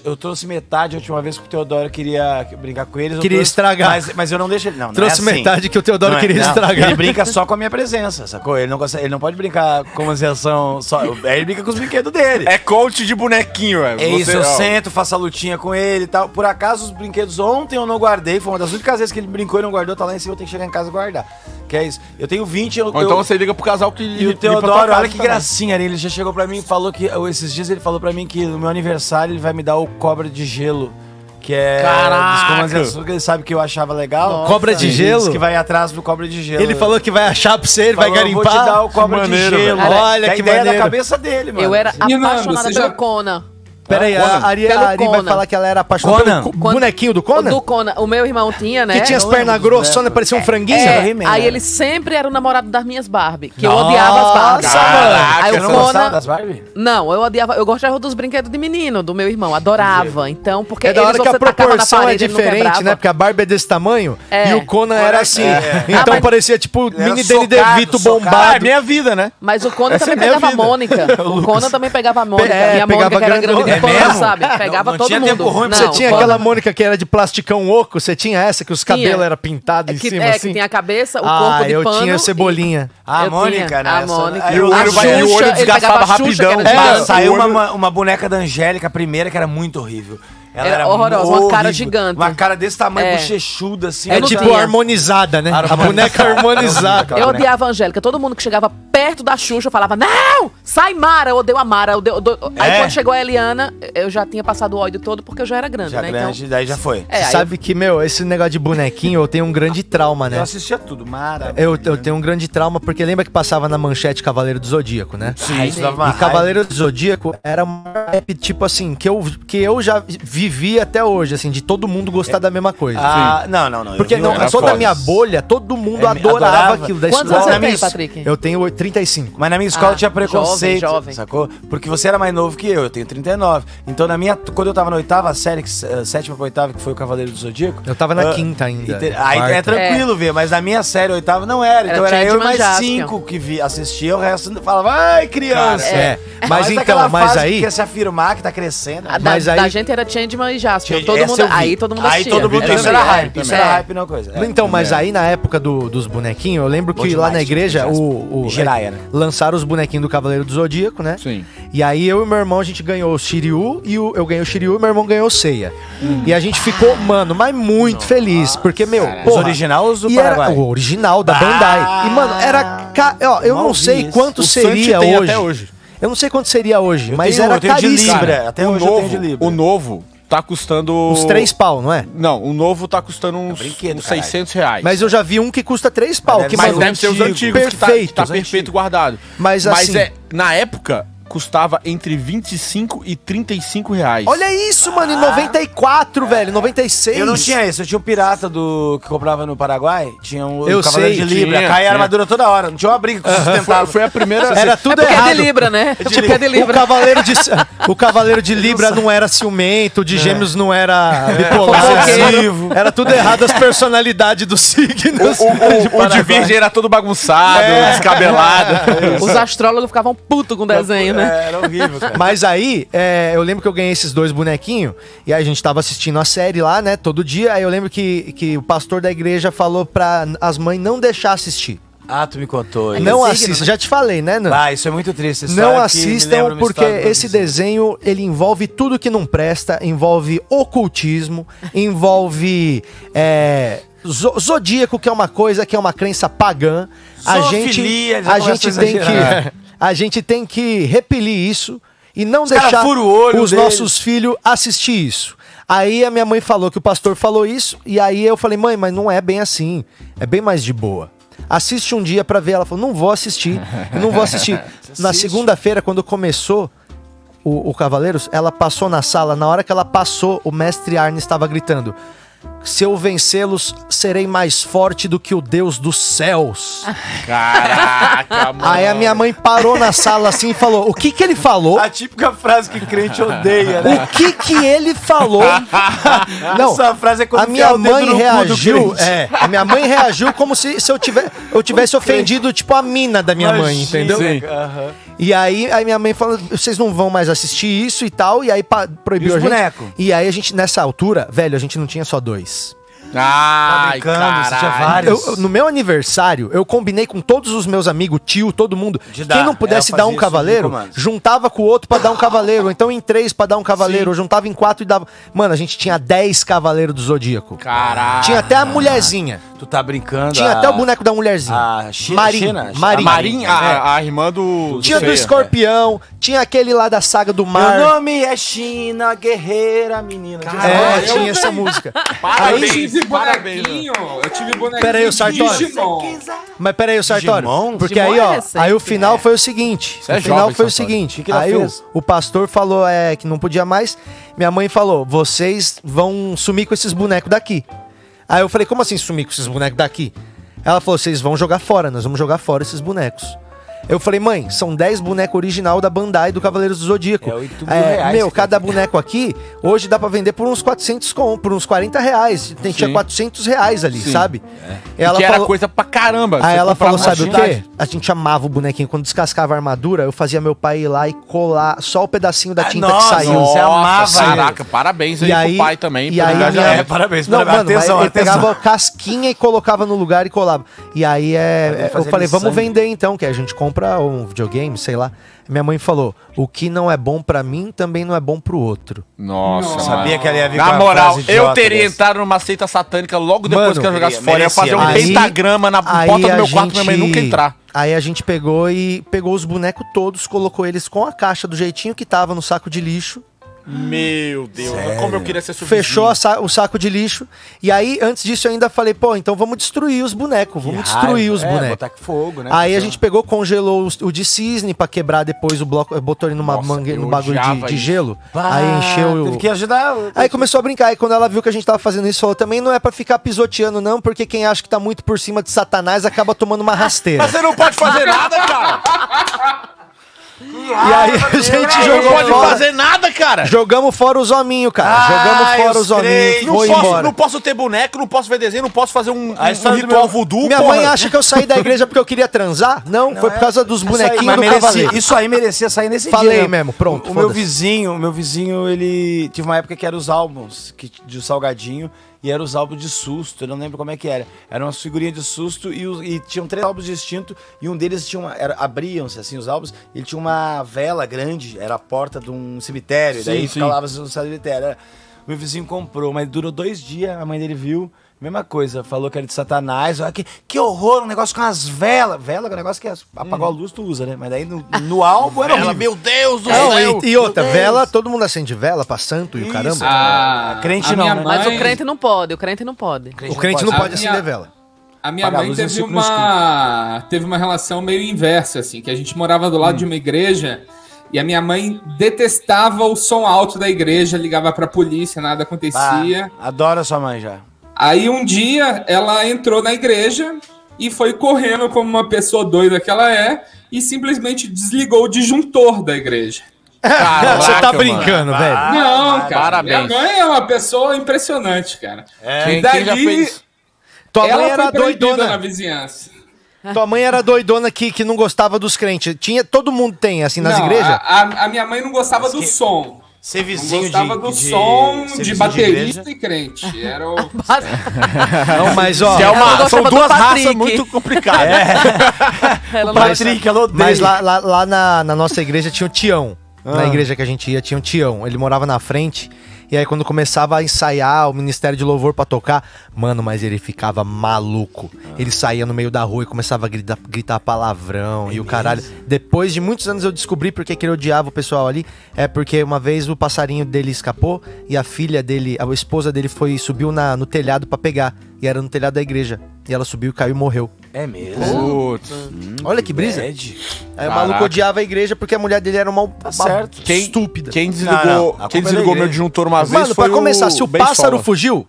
[SPEAKER 6] Eu trouxe metade a última vez que o Teodoro queria brincar com eles. eu
[SPEAKER 1] Queria
[SPEAKER 6] trouxe-
[SPEAKER 1] estragar.
[SPEAKER 6] Mas, mas eu não deixei. Não, não
[SPEAKER 1] Trouxe
[SPEAKER 6] é assim.
[SPEAKER 1] metade que o Teodoro
[SPEAKER 6] Não é-
[SPEAKER 1] queria
[SPEAKER 6] não,
[SPEAKER 1] estragar.
[SPEAKER 6] Ele brinca só com a minha presença, sacou? Ele não, consegue- ele não pode brincar com uma ação só. Aí ele brinca com os brinquedos dele.
[SPEAKER 7] É coach de bonequinho, é.
[SPEAKER 6] É isso,
[SPEAKER 7] Você,
[SPEAKER 6] eu
[SPEAKER 7] ó,
[SPEAKER 6] sento, faço a lutinha com ele e tal. Por acaso, os brinquedos ontem eu não guardei. Foi uma das únicas vezes que ele brincou e não guardou. Tá lá em cima, eu tenho que chegar em casa e guardar. Que é isso. Eu tenho 20, eu...
[SPEAKER 7] Ou então
[SPEAKER 6] eu-
[SPEAKER 7] você liga pro casal que.
[SPEAKER 6] E o Teodoro, olha que gracinha, né? ele já chegou pra mim e falou que... Esses dias ele falou pra mim que no meu aniversário ele vai me dar o Cobra de Gelo. Que é...
[SPEAKER 7] Caraca!
[SPEAKER 6] dos Comandos e Açúcar, Ele sabe que eu achava legal.
[SPEAKER 1] Cobra de
[SPEAKER 6] Ele disse
[SPEAKER 1] gelo?
[SPEAKER 6] que vai atrás do Cobra de Gelo.
[SPEAKER 1] Ele falou que vai achar pra você, ele vai
[SPEAKER 6] Falou,
[SPEAKER 1] garimpar.
[SPEAKER 6] Vou te dar o Cobra
[SPEAKER 1] Que maneiro,
[SPEAKER 6] de Gelo.
[SPEAKER 4] É,
[SPEAKER 1] velho. Olha
[SPEAKER 6] Que
[SPEAKER 1] que
[SPEAKER 6] a ideia
[SPEAKER 1] maneiro.
[SPEAKER 6] da cabeça dele, mano.
[SPEAKER 4] Eu era
[SPEAKER 5] Menino,
[SPEAKER 4] apaixonada
[SPEAKER 5] você já-
[SPEAKER 4] pelo Conan.
[SPEAKER 1] Pera aí, a Ari, a
[SPEAKER 4] Pelo
[SPEAKER 1] Ari vai
[SPEAKER 4] Conan.
[SPEAKER 1] falar que ela era apaixonada
[SPEAKER 6] Conan?
[SPEAKER 1] pelo co-
[SPEAKER 4] Quando-
[SPEAKER 1] bonequinho do Conan?
[SPEAKER 4] Do Conan. O meu irmão tinha, né?
[SPEAKER 1] Que tinha as
[SPEAKER 6] Não
[SPEAKER 1] pernas
[SPEAKER 6] lembro,
[SPEAKER 1] grossas,
[SPEAKER 6] né?
[SPEAKER 1] né? Parecia um franguinho?
[SPEAKER 4] É,
[SPEAKER 6] He-Man,
[SPEAKER 4] aí
[SPEAKER 6] né?
[SPEAKER 4] ele sempre era o namorado das minhas Barbie, que eu
[SPEAKER 1] Nossa,
[SPEAKER 4] odiava as Barbie.
[SPEAKER 7] mano.
[SPEAKER 4] Aí
[SPEAKER 6] Você
[SPEAKER 4] o
[SPEAKER 6] não
[SPEAKER 4] Conan...
[SPEAKER 6] gostava das Barbie?
[SPEAKER 4] Não, eu odiava, eu gostava dos brinquedos de menino, do meu irmão, adorava. Então, porque
[SPEAKER 1] É da hora
[SPEAKER 4] eles
[SPEAKER 1] que a
[SPEAKER 4] você tacava na
[SPEAKER 1] proporção
[SPEAKER 4] parede,
[SPEAKER 1] é
[SPEAKER 4] ele não
[SPEAKER 1] diferente,
[SPEAKER 4] quebrava.
[SPEAKER 1] né? Porque a Barbie é desse tamanho
[SPEAKER 4] É.
[SPEAKER 1] e o Conan era assim.
[SPEAKER 4] Ah,
[SPEAKER 1] Então
[SPEAKER 4] mas-
[SPEAKER 1] parecia tipo mini Danny
[SPEAKER 6] socado,
[SPEAKER 1] DeVito
[SPEAKER 6] socado.
[SPEAKER 7] Ah, é
[SPEAKER 1] bombado.
[SPEAKER 7] minha vida, né?
[SPEAKER 4] Mas o Conan
[SPEAKER 7] Essa
[SPEAKER 4] também
[SPEAKER 7] é minha
[SPEAKER 4] pegava a
[SPEAKER 7] vida.
[SPEAKER 1] [laughs]
[SPEAKER 4] Mônica. O Conan também pegava a Mônica.
[SPEAKER 1] É,
[SPEAKER 4] e a
[SPEAKER 1] pegava
[SPEAKER 4] Mônica que era grande
[SPEAKER 1] grandona.
[SPEAKER 4] do
[SPEAKER 6] É
[SPEAKER 4] Conan,
[SPEAKER 6] mesmo?
[SPEAKER 4] sabe?
[SPEAKER 6] Não,
[SPEAKER 4] Pegava
[SPEAKER 6] não
[SPEAKER 4] todo
[SPEAKER 6] tinha
[SPEAKER 4] mundo.
[SPEAKER 6] tempo ruim pra
[SPEAKER 1] Você
[SPEAKER 4] Não,
[SPEAKER 1] tinha
[SPEAKER 4] o Conan-
[SPEAKER 1] aquela Mônica que era de plasticão oco? Você tinha essa que os
[SPEAKER 4] Tinha.
[SPEAKER 1] cabelos eram pintados
[SPEAKER 4] É
[SPEAKER 1] em
[SPEAKER 4] que,
[SPEAKER 1] cima
[SPEAKER 4] é,
[SPEAKER 1] assim?
[SPEAKER 4] que tem a cabeça, o
[SPEAKER 1] ah,
[SPEAKER 4] corpo de
[SPEAKER 1] eu
[SPEAKER 4] pano.
[SPEAKER 1] tinha
[SPEAKER 4] e-
[SPEAKER 1] a cebolinha.
[SPEAKER 6] Ah, A
[SPEAKER 4] Eu tinha,
[SPEAKER 6] Mônica, né?
[SPEAKER 4] a
[SPEAKER 6] Essa-
[SPEAKER 4] Mônica.
[SPEAKER 6] Aí
[SPEAKER 7] E o
[SPEAKER 6] eu-
[SPEAKER 4] A
[SPEAKER 7] olho, vai- e o
[SPEAKER 4] Xuxa,
[SPEAKER 7] olho
[SPEAKER 4] ele
[SPEAKER 7] desgastava
[SPEAKER 4] pegava a Xuxa,
[SPEAKER 7] rapidão.
[SPEAKER 4] que era de
[SPEAKER 6] Mano,
[SPEAKER 4] Mano,
[SPEAKER 6] saiu
[SPEAKER 7] o olho-
[SPEAKER 6] uma, uma boneca da Angélica, a primeira, que era muito horrível. Ela
[SPEAKER 4] Era
[SPEAKER 6] era,
[SPEAKER 4] horrorosa, uma cara
[SPEAKER 6] horrível.
[SPEAKER 4] gigante.
[SPEAKER 6] Uma cara desse tamanho,
[SPEAKER 4] É.
[SPEAKER 6] bochechuda, assim.
[SPEAKER 4] Eu
[SPEAKER 1] É
[SPEAKER 4] não
[SPEAKER 1] tipo
[SPEAKER 4] tinha.
[SPEAKER 1] harmonizada, né? A
[SPEAKER 6] Harmonizada.
[SPEAKER 4] [laughs]
[SPEAKER 1] boneca harmonizada.
[SPEAKER 4] Eu odiava a Angélica. Todo mundo que chegava perto da Xuxa falava: Não! Sai Mara! Eu odeio a Mara. eu odeio- eu odeio- Aí
[SPEAKER 6] É.
[SPEAKER 4] quando chegou a Eliana, eu já tinha passado o ódio todo porque eu já era grande,
[SPEAKER 6] Já
[SPEAKER 4] né?
[SPEAKER 6] grande, daí já foi.
[SPEAKER 4] Então, é, aí
[SPEAKER 1] Sabe que, meu, esse negócio de bonequinho eu tenho um grande trauma,
[SPEAKER 4] Então,
[SPEAKER 1] né?
[SPEAKER 6] Eu assistia tudo, mara.
[SPEAKER 1] Eu, eu tenho um grande trauma, porque lembra que passava na manchete Cavaleiro do Zodíaco, né?
[SPEAKER 6] Sim, isso dava uma
[SPEAKER 1] E
[SPEAKER 6] raiva.
[SPEAKER 1] Cavaleiro do Zodíaco era uma rap, tipo assim, que eu, que eu já vivi até hoje, assim, de todo mundo gostar da mesma coisa.
[SPEAKER 6] Ah, não, não, não. eu
[SPEAKER 1] Porque
[SPEAKER 6] vi
[SPEAKER 1] não,
[SPEAKER 6] uma-
[SPEAKER 1] só da
[SPEAKER 7] foda.
[SPEAKER 1] minha bolha, todo mundo
[SPEAKER 6] É,
[SPEAKER 1] adorava,
[SPEAKER 6] adorava.
[SPEAKER 1] aquilo da
[SPEAKER 4] Quantos
[SPEAKER 1] escola.
[SPEAKER 4] anos
[SPEAKER 6] na
[SPEAKER 4] você
[SPEAKER 6] minha
[SPEAKER 4] tem,
[SPEAKER 6] es-
[SPEAKER 4] Patrick?
[SPEAKER 1] Eu tenho oito- 35.
[SPEAKER 6] Mas na minha escola
[SPEAKER 4] Ah,
[SPEAKER 6] tinha preconceito,
[SPEAKER 4] jovem, jovem.
[SPEAKER 6] sacou? Porque você era mais novo que eu, eu tenho 39. Então, na minha, quando eu tava na oitava série, que, eh, sétima pra oitava, que foi o Cavaleiro do Zodíaco...
[SPEAKER 1] Eu tava na
[SPEAKER 6] ah,
[SPEAKER 1] quinta ainda,
[SPEAKER 6] e te-
[SPEAKER 1] quarta.
[SPEAKER 6] Aí é tranquilo ver, mas na minha série, oitava, não era. Então,
[SPEAKER 4] Era
[SPEAKER 6] era
[SPEAKER 4] tinha
[SPEAKER 6] eu e
[SPEAKER 4] de
[SPEAKER 6] mais
[SPEAKER 4] manjar,
[SPEAKER 6] cinco que vi, assistia, o resto falava, ai, criança!
[SPEAKER 1] Cara, é. Mas então,
[SPEAKER 6] aquela
[SPEAKER 1] mas
[SPEAKER 6] fase
[SPEAKER 1] aí-
[SPEAKER 6] Que quer se afirmar, que tá crescendo.
[SPEAKER 4] A da,
[SPEAKER 1] Mas aí-
[SPEAKER 4] da gente era Changeman e Jasper.
[SPEAKER 6] Gente,
[SPEAKER 4] Todo
[SPEAKER 6] essa
[SPEAKER 4] mundo,
[SPEAKER 6] eu vi.
[SPEAKER 4] aí todo mundo
[SPEAKER 6] Aí
[SPEAKER 4] assistia.
[SPEAKER 6] todo mundo,
[SPEAKER 4] Eu
[SPEAKER 6] isso
[SPEAKER 4] também,
[SPEAKER 6] era
[SPEAKER 4] é,
[SPEAKER 6] hype, isso
[SPEAKER 4] também.
[SPEAKER 6] era hype, não coisa. É.
[SPEAKER 1] Então, mas aí na época do- dos bonequinhos, eu lembro que
[SPEAKER 6] Bom
[SPEAKER 1] lá
[SPEAKER 6] demais,
[SPEAKER 1] na igreja,
[SPEAKER 6] Jasper.
[SPEAKER 1] o, o- é
[SPEAKER 6] Já né? era.
[SPEAKER 1] Lançaram os bonequinhos do Cavaleiro do Zodíaco, né?
[SPEAKER 7] Sim.
[SPEAKER 1] E aí eu e meu irmão, a gente ganhou o Shiryu, e o- eu ganhei o Shiryu e meu irmão ganhou o Seiya.
[SPEAKER 6] Hum.
[SPEAKER 1] E a gente ficou, mano, mas muito feliz. Porque, meu,
[SPEAKER 6] Os
[SPEAKER 1] porra,
[SPEAKER 6] original ou os do
[SPEAKER 1] e era
[SPEAKER 6] Paraguai? Ah,
[SPEAKER 1] o original da Bandai. E, mano, era. ca- Ó, eu não
[SPEAKER 6] Mal vi
[SPEAKER 1] sei
[SPEAKER 6] isso.
[SPEAKER 1] quanto
[SPEAKER 7] O
[SPEAKER 1] seria
[SPEAKER 7] Sanji tem
[SPEAKER 1] hoje.
[SPEAKER 7] até hoje.
[SPEAKER 1] Eu não sei quanto seria hoje,
[SPEAKER 6] Eu
[SPEAKER 1] mas
[SPEAKER 6] tenho-
[SPEAKER 1] era
[SPEAKER 6] eu tenho de
[SPEAKER 1] caríssimo.
[SPEAKER 6] Libra.
[SPEAKER 1] cara.
[SPEAKER 6] Até
[SPEAKER 7] o
[SPEAKER 6] hoje eu tenho de
[SPEAKER 7] novo,
[SPEAKER 6] Libra.
[SPEAKER 7] o novo tá custando...
[SPEAKER 1] Uns três pau, não é?
[SPEAKER 7] Não, o novo tá custando uns,
[SPEAKER 6] É um brinquedo,
[SPEAKER 7] uns
[SPEAKER 6] caralho.
[SPEAKER 7] 600 reais.
[SPEAKER 1] Mas eu já vi um que custa três pau.
[SPEAKER 6] deve
[SPEAKER 1] Que,
[SPEAKER 6] ser
[SPEAKER 7] Mas
[SPEAKER 1] mano,
[SPEAKER 6] os
[SPEAKER 7] deve ser os antigos que tá, que
[SPEAKER 1] perfeito.
[SPEAKER 7] tá perfeito guardado.
[SPEAKER 1] Mas assim-
[SPEAKER 7] é, na época, custava entre 25 e 35 reais.
[SPEAKER 1] Olha isso, mano, em 94, velho, 96.
[SPEAKER 6] Eu não tinha isso, eu tinha o pirata do que comprava no Paraguai, tinha um
[SPEAKER 1] Eu
[SPEAKER 6] o Cavaleiro
[SPEAKER 1] sei,
[SPEAKER 6] de Libra,
[SPEAKER 7] tinha,
[SPEAKER 6] caía a
[SPEAKER 7] tinha.
[SPEAKER 6] armadura toda hora, não tinha uma briga que
[SPEAKER 7] foi,
[SPEAKER 6] sustentava.
[SPEAKER 7] foi a primeira...
[SPEAKER 1] Era tudo
[SPEAKER 4] é porque
[SPEAKER 1] errado.
[SPEAKER 4] é de Libra, né? É porque é de
[SPEAKER 1] O
[SPEAKER 4] Libra. [laughs]
[SPEAKER 1] cavaleiro de, o cavaleiro de Libra não era ciumento, o de Gêmeos não era bipolar.
[SPEAKER 6] Possessivo.
[SPEAKER 1] Era tudo errado as personalidades dos signos.
[SPEAKER 7] O, o, o de É. virgem era todo bagunçado, [laughs] descabelado.
[SPEAKER 4] Os astrólogos ficavam puto com o desenho, né?
[SPEAKER 6] É, era horrível, cara.
[SPEAKER 1] Mas aí, é, eu lembro que eu ganhei esses dois bonequinhos, e aí a gente tava assistindo a série lá, né, todo dia. Aí eu lembro que, que o pastor da igreja falou pra as mães não deixar assistir.
[SPEAKER 6] Ah, tu me contou. isso.
[SPEAKER 1] Não assista, já te falei, né, Nan?
[SPEAKER 6] Ah, isso é muito triste. essa
[SPEAKER 1] Não
[SPEAKER 6] história que me lembra
[SPEAKER 1] assistam
[SPEAKER 6] uma
[SPEAKER 1] porque
[SPEAKER 6] história do
[SPEAKER 1] esse
[SPEAKER 6] Brasil.
[SPEAKER 1] desenho ele envolve tudo que não presta, envolve ocultismo, envolve é, zo- zodíaco que é uma coisa que é uma crença pagã. A gente
[SPEAKER 6] Zoofilia, já
[SPEAKER 1] a
[SPEAKER 6] começa
[SPEAKER 1] gente
[SPEAKER 6] a
[SPEAKER 1] tem que
[SPEAKER 6] exagerar.
[SPEAKER 1] [laughs] a gente tem que repelir isso e não
[SPEAKER 6] caras
[SPEAKER 1] deixar
[SPEAKER 6] furam o olho
[SPEAKER 1] os
[SPEAKER 6] deles.
[SPEAKER 1] nossos filhos assistir isso. Aí a minha mãe falou que o pastor falou isso e aí eu falei: "Mãe, mas não é bem assim. É bem mais de boa." Assiste um dia pra ver. Ela falou: "Não vou assistir. eu Não vou assistir." na segunda-feira quando começou o, o Cavaleiros, ela passou na sala, na hora que ela passou, o mestre Arne estava gritando: "Se eu vencê-los, serei mais forte do que o Deus dos céus."
[SPEAKER 7] Caraca, mano.
[SPEAKER 1] [laughs] Aí a minha mãe parou na sala assim e falou: "O que que ele falou?"
[SPEAKER 6] A típica frase que crente odeia, né?
[SPEAKER 1] O que que
[SPEAKER 6] [laughs]
[SPEAKER 1] ele falou? Não.
[SPEAKER 6] Essa frase é quando
[SPEAKER 1] A minha
[SPEAKER 6] enfiar o dedo
[SPEAKER 1] mãe
[SPEAKER 6] no cu do
[SPEAKER 1] reagiu,
[SPEAKER 6] crente.
[SPEAKER 1] é, a minha mãe reagiu como se, se eu tivesse, eu tivesse ofendido tipo a mina da minha mãe, entendeu?
[SPEAKER 6] Sim. Aham.
[SPEAKER 1] E aí a minha mãe falou, vocês não vão mais assistir isso e tal, e aí pa- proibiu
[SPEAKER 6] E os
[SPEAKER 1] a gente.
[SPEAKER 6] boneco?
[SPEAKER 1] E aí a gente nessa altura, velho, a gente não tinha só dois.
[SPEAKER 7] Ai,
[SPEAKER 6] brincando, você tinha
[SPEAKER 7] caralho.
[SPEAKER 6] vários.
[SPEAKER 1] Eu- eu- no meu aniversário, eu combinei com todos os meus amigos, tio, todo mundo.
[SPEAKER 6] De
[SPEAKER 1] Quem
[SPEAKER 6] dar.
[SPEAKER 1] não pudesse
[SPEAKER 6] É, eu
[SPEAKER 1] dar
[SPEAKER 6] fazia
[SPEAKER 1] um
[SPEAKER 6] isso
[SPEAKER 1] cavaleiro,
[SPEAKER 6] comigo, mano.
[SPEAKER 1] juntava com o outro pra dar um cavaleiro. ou Então em três pra dar um cavaleiro. ou juntava em quatro e dava. Mano, a gente tinha dez cavaleiros do Zodíaco.
[SPEAKER 7] Caraca.
[SPEAKER 1] Tinha até a mulherzinha.
[SPEAKER 6] Tu tá brincando.
[SPEAKER 1] Tinha
[SPEAKER 6] a-
[SPEAKER 1] até o boneco da mulherzinha.
[SPEAKER 6] a China-
[SPEAKER 1] Marin,
[SPEAKER 6] China? A Ah,
[SPEAKER 1] Marin.
[SPEAKER 7] Marim, a,
[SPEAKER 1] É.
[SPEAKER 7] a irmã do...
[SPEAKER 1] Tinha do
[SPEAKER 7] Seiya.
[SPEAKER 1] escorpião, tinha aquele lá da saga do mar.
[SPEAKER 6] Meu nome Ah, é China, guerreira, menina.
[SPEAKER 1] É,
[SPEAKER 5] Eu
[SPEAKER 1] tinha
[SPEAKER 5] também.
[SPEAKER 1] essa música.
[SPEAKER 5] Eu
[SPEAKER 7] Parabéns,
[SPEAKER 5] tive
[SPEAKER 7] parabéns.
[SPEAKER 5] bonequinho, eu tive bonequinho
[SPEAKER 1] Peraí, o
[SPEAKER 5] de
[SPEAKER 1] Sartori.
[SPEAKER 5] Digimon.
[SPEAKER 1] Mas peraí, o Sartório.
[SPEAKER 6] Digimon?
[SPEAKER 1] Porque
[SPEAKER 4] Digimon
[SPEAKER 1] aí,
[SPEAKER 4] é
[SPEAKER 1] ó,
[SPEAKER 4] recente,
[SPEAKER 1] aí o final foi o seguinte.
[SPEAKER 7] Você é
[SPEAKER 1] o final
[SPEAKER 7] jovem,
[SPEAKER 1] foi o
[SPEAKER 7] Sartori.
[SPEAKER 1] seguinte.
[SPEAKER 6] né? O que que ela
[SPEAKER 1] aí o,
[SPEAKER 6] fez?
[SPEAKER 1] o pastor falou é, que não podia mais. Minha mãe falou: vocês vão sumir com esses bonecos daqui. Aí eu falei, como assim sumir com esses bonecos daqui? Ela falou: vocês vão jogar fora, nós vamos jogar fora esses bonecos. Eu falei, mãe, são 10 bonecos original da Bandai do Cavaleiros do Zodíaco.
[SPEAKER 6] É, oito mil reais
[SPEAKER 1] Meu,
[SPEAKER 6] que tá
[SPEAKER 1] cada boneco aqui, hoje dá pra vender por uns 400 com, por uns 40 reais. Tem, tinha
[SPEAKER 7] Sim.
[SPEAKER 1] 400 reais ali, sabe?
[SPEAKER 7] Ela É. que era coisa pra caramba.
[SPEAKER 1] Aí
[SPEAKER 7] Você
[SPEAKER 1] ela
[SPEAKER 7] comprava
[SPEAKER 1] falou, sabe o
[SPEAKER 7] uma
[SPEAKER 1] quê?
[SPEAKER 7] unidade.
[SPEAKER 1] A gente amava o bonequinho. Quando descascava a armadura, eu fazia meu pai ir lá e colar só o pedacinho da
[SPEAKER 6] Ah,
[SPEAKER 1] tinta
[SPEAKER 6] nossa,
[SPEAKER 1] que saiu.
[SPEAKER 6] Você amava
[SPEAKER 7] Caraca, parabéns aí, pro pai também.
[SPEAKER 1] E
[SPEAKER 7] pela
[SPEAKER 1] aí,
[SPEAKER 7] idade
[SPEAKER 1] minha-
[SPEAKER 7] da
[SPEAKER 6] É,
[SPEAKER 7] época.
[SPEAKER 6] parabéns,
[SPEAKER 1] Não,
[SPEAKER 6] parabéns.
[SPEAKER 1] mano, mas
[SPEAKER 6] Atenção,
[SPEAKER 1] ele
[SPEAKER 6] atenção.
[SPEAKER 1] pegava casquinha e colocava no lugar e colava. E aí, é, eu
[SPEAKER 6] fazer
[SPEAKER 1] falei,
[SPEAKER 6] lição.
[SPEAKER 1] vamos vender então, que a gente compra um videogame, sei lá. Minha mãe falou, o que não é bom pra mim também não é bom pro outro.
[SPEAKER 7] Nossa,
[SPEAKER 6] Sabia que ela ia vir com
[SPEAKER 7] Na
[SPEAKER 6] uma
[SPEAKER 7] moral,
[SPEAKER 6] frase
[SPEAKER 7] eu
[SPEAKER 6] idiota né?
[SPEAKER 7] teria
[SPEAKER 6] dessa.
[SPEAKER 7] entrado numa seita satânica logo depois
[SPEAKER 1] Mano,
[SPEAKER 7] que ela jogasse
[SPEAKER 6] queria,
[SPEAKER 7] fora. Eu ia fazer
[SPEAKER 6] merecia,
[SPEAKER 7] um
[SPEAKER 1] mas-
[SPEAKER 7] pentagrama na
[SPEAKER 1] Aí
[SPEAKER 7] porta do
[SPEAKER 1] a
[SPEAKER 7] meu quarto pra minha mãe
[SPEAKER 1] gente-
[SPEAKER 7] nunca entrar.
[SPEAKER 1] Aí a gente pegou e pegou os bonecos todos, colocou eles com a caixa do jeitinho que tava no saco de lixo.
[SPEAKER 7] Meu Deus, como eu queria ser subvizinho.
[SPEAKER 1] Fechou a sa- o saco de lixo. E aí, antes disso, eu ainda falei, pô, então vamos destruir os bonecos. Vamos destruir
[SPEAKER 6] raiva,
[SPEAKER 1] os
[SPEAKER 6] é,
[SPEAKER 1] bonecos.
[SPEAKER 6] botar fogo, né?
[SPEAKER 1] Aí a
[SPEAKER 7] Então,
[SPEAKER 6] Pessoal.
[SPEAKER 1] gente pegou, congelou os- o de cisne pra quebrar depois o bloco. Botou ele numa
[SPEAKER 7] Nossa,
[SPEAKER 1] mangue,
[SPEAKER 7] eu
[SPEAKER 1] num bagulho de,
[SPEAKER 7] odiava
[SPEAKER 1] de
[SPEAKER 7] isso.
[SPEAKER 1] gelo.
[SPEAKER 6] Bah,
[SPEAKER 1] aí encheu
[SPEAKER 6] Teve
[SPEAKER 1] o.
[SPEAKER 6] que ajudar. o-
[SPEAKER 1] Aí começou a brincar. Aí quando ela viu que a gente tava fazendo isso, falou: também não é pra ficar pisoteando, não, porque quem acha que tá muito por cima de Satanás acaba tomando uma rasteira.
[SPEAKER 7] Você não pode [laughs] fazer nada, cara!
[SPEAKER 6] Ah,
[SPEAKER 1] e aí a gente
[SPEAKER 7] Você não
[SPEAKER 1] jogou
[SPEAKER 7] pode
[SPEAKER 1] fora.
[SPEAKER 7] fazer nada, cara! Ah,
[SPEAKER 1] Jogamos fora os hominhos, cara.
[SPEAKER 6] Ah, Ai,
[SPEAKER 1] Ah, Jogamos fora
[SPEAKER 6] os
[SPEAKER 1] os hominhos.
[SPEAKER 6] três.
[SPEAKER 7] Não
[SPEAKER 1] Foi
[SPEAKER 7] posso,
[SPEAKER 1] embora.
[SPEAKER 7] não posso ter boneco, não posso ver desenho, não posso fazer um,
[SPEAKER 6] A
[SPEAKER 7] um, um
[SPEAKER 6] história é do
[SPEAKER 7] ritual
[SPEAKER 6] meu-
[SPEAKER 7] voodoo,
[SPEAKER 1] Minha
[SPEAKER 7] porra.
[SPEAKER 1] mãe acha que eu saí da igreja porque eu queria transar? Não, foi por causa dos
[SPEAKER 6] é. Isso aí,
[SPEAKER 1] bonequinhos
[SPEAKER 6] mas
[SPEAKER 1] do
[SPEAKER 6] merecia-
[SPEAKER 1] cavaleiro.
[SPEAKER 6] Isso aí merecia sair nesse
[SPEAKER 1] Falei
[SPEAKER 6] dia. né?
[SPEAKER 1] mesmo, pronto,
[SPEAKER 6] O meu
[SPEAKER 1] foda-se.
[SPEAKER 6] vizinho, o meu vizinho, ele... Tive uma época que era os álbuns que, de Salgadinho, e eram os álbuns de susto, eu não lembro como é que era. Eram umas figurinhas de susto e, os- e tinham três álbuns distintos e um deles tinha uma, era- abriam-se assim os álbuns, ele tinha uma vela grande, era a porta de um cemitério, e daí
[SPEAKER 7] Sim, sim.
[SPEAKER 6] ficava no cemitério. Era- Meu vizinho comprou, mas durou dois dias, a mãe dele viu. Mesma coisa, falou que era de Satanás. Olha que, que horror, um negócio com as velas. Vela que é um negócio que as- apagou a luz, tu usa, né? Mas daí no, no álbum era horrível.
[SPEAKER 7] Uhum. meu Deus do
[SPEAKER 6] É,
[SPEAKER 1] Não, É, e, e outra, vela, todo mundo acende vela pra santo e o
[SPEAKER 6] Isso.
[SPEAKER 1] caramba.
[SPEAKER 5] Ah,
[SPEAKER 6] A crente
[SPEAKER 5] a
[SPEAKER 6] não,
[SPEAKER 5] minha
[SPEAKER 6] né?
[SPEAKER 4] Mas
[SPEAKER 5] mãe-
[SPEAKER 4] o crente não pode, o crente não pode.
[SPEAKER 1] o crente não pode
[SPEAKER 5] Ah,
[SPEAKER 1] acender
[SPEAKER 5] minha-
[SPEAKER 1] vela.
[SPEAKER 5] A minha
[SPEAKER 6] Apaga a
[SPEAKER 5] mãe
[SPEAKER 6] luz e um
[SPEAKER 5] teve
[SPEAKER 6] ciclo no
[SPEAKER 5] uma, teve uma relação meio inversa, assim, que a gente morava do lado de uma igreja e a minha mãe detestava o som alto da igreja, ligava pra polícia, nada acontecia.
[SPEAKER 6] Ah, adora sua mãe já.
[SPEAKER 5] Aí um dia ela entrou na igreja e foi correndo como uma pessoa doida que ela é e simplesmente desligou o disjuntor da igreja.
[SPEAKER 7] Caraca,
[SPEAKER 1] [laughs] Você tá
[SPEAKER 7] mano.
[SPEAKER 1] brincando, velho.
[SPEAKER 5] Não, cara.
[SPEAKER 7] parabéns.
[SPEAKER 5] Minha mãe é uma pessoa impressionante, cara.
[SPEAKER 7] Quem,
[SPEAKER 5] e daí
[SPEAKER 7] quem já fez?
[SPEAKER 1] Tua mãe
[SPEAKER 5] ela
[SPEAKER 1] era
[SPEAKER 5] foi doidona na
[SPEAKER 1] doidona.
[SPEAKER 5] vizinhança.
[SPEAKER 1] Tua mãe era doidona que, que não gostava dos crentes. Tinha, todo mundo tem, assim, nas
[SPEAKER 5] Não,
[SPEAKER 1] igrejas.
[SPEAKER 5] A, a- a minha mãe não gostava do som.
[SPEAKER 6] Ser
[SPEAKER 5] Não
[SPEAKER 6] vizinho
[SPEAKER 5] gostava
[SPEAKER 6] de,
[SPEAKER 5] do
[SPEAKER 6] de-
[SPEAKER 5] som,
[SPEAKER 6] ser
[SPEAKER 5] de,
[SPEAKER 6] vizinho
[SPEAKER 5] baterista
[SPEAKER 6] igreja.
[SPEAKER 5] e crente. Era
[SPEAKER 1] [laughs]
[SPEAKER 5] o...
[SPEAKER 1] Não, mas ó.
[SPEAKER 7] Que é
[SPEAKER 4] Ela não
[SPEAKER 7] uma,
[SPEAKER 4] gostava
[SPEAKER 7] são
[SPEAKER 4] do
[SPEAKER 7] duas raças
[SPEAKER 4] Patrick.
[SPEAKER 7] é muito complicadas.
[SPEAKER 4] Ela não gosta.
[SPEAKER 6] Patrick, ela odeia. Ah.
[SPEAKER 1] Mas lá, lá, lá na, na nossa igreja tinha o Tião. Na igreja que a gente ia tinha o Tião. Ele morava na frente. E aí, quando começava a ensaiar o Ministério de Louvor pra tocar, mano, mas ele ficava maluco.
[SPEAKER 6] Ah.
[SPEAKER 1] Ele saía no meio da rua e começava a grita- gritar, palavrão e o caralho. Depois de muitos anos eu descobri porque que ele odiava o pessoal ali. É porque uma vez o passarinho dele escapou e a filha dele, a esposa dele foi subiu na, no telhado pra pegar. E era no telhado da igreja. E ela subiu, caiu e morreu.
[SPEAKER 6] É mesmo. Hum,
[SPEAKER 7] Putz.
[SPEAKER 1] Olha que brisa.
[SPEAKER 6] Bad.
[SPEAKER 1] Aí o
[SPEAKER 7] Caraca.
[SPEAKER 1] maluco odiava a igreja porque a mulher dele era uma, uma
[SPEAKER 6] Tá certo.
[SPEAKER 7] Quem,
[SPEAKER 1] Tá estúpida.
[SPEAKER 7] Quem desligou,
[SPEAKER 6] Não, não, a culpa
[SPEAKER 7] Quem
[SPEAKER 6] é da
[SPEAKER 7] desligou meu
[SPEAKER 6] igreja.
[SPEAKER 7] disjuntor uma vez
[SPEAKER 1] Mano,
[SPEAKER 7] foi
[SPEAKER 1] pra começar,
[SPEAKER 7] o
[SPEAKER 1] se o
[SPEAKER 7] Ben
[SPEAKER 1] pássaro
[SPEAKER 7] Sola.
[SPEAKER 1] fugiu,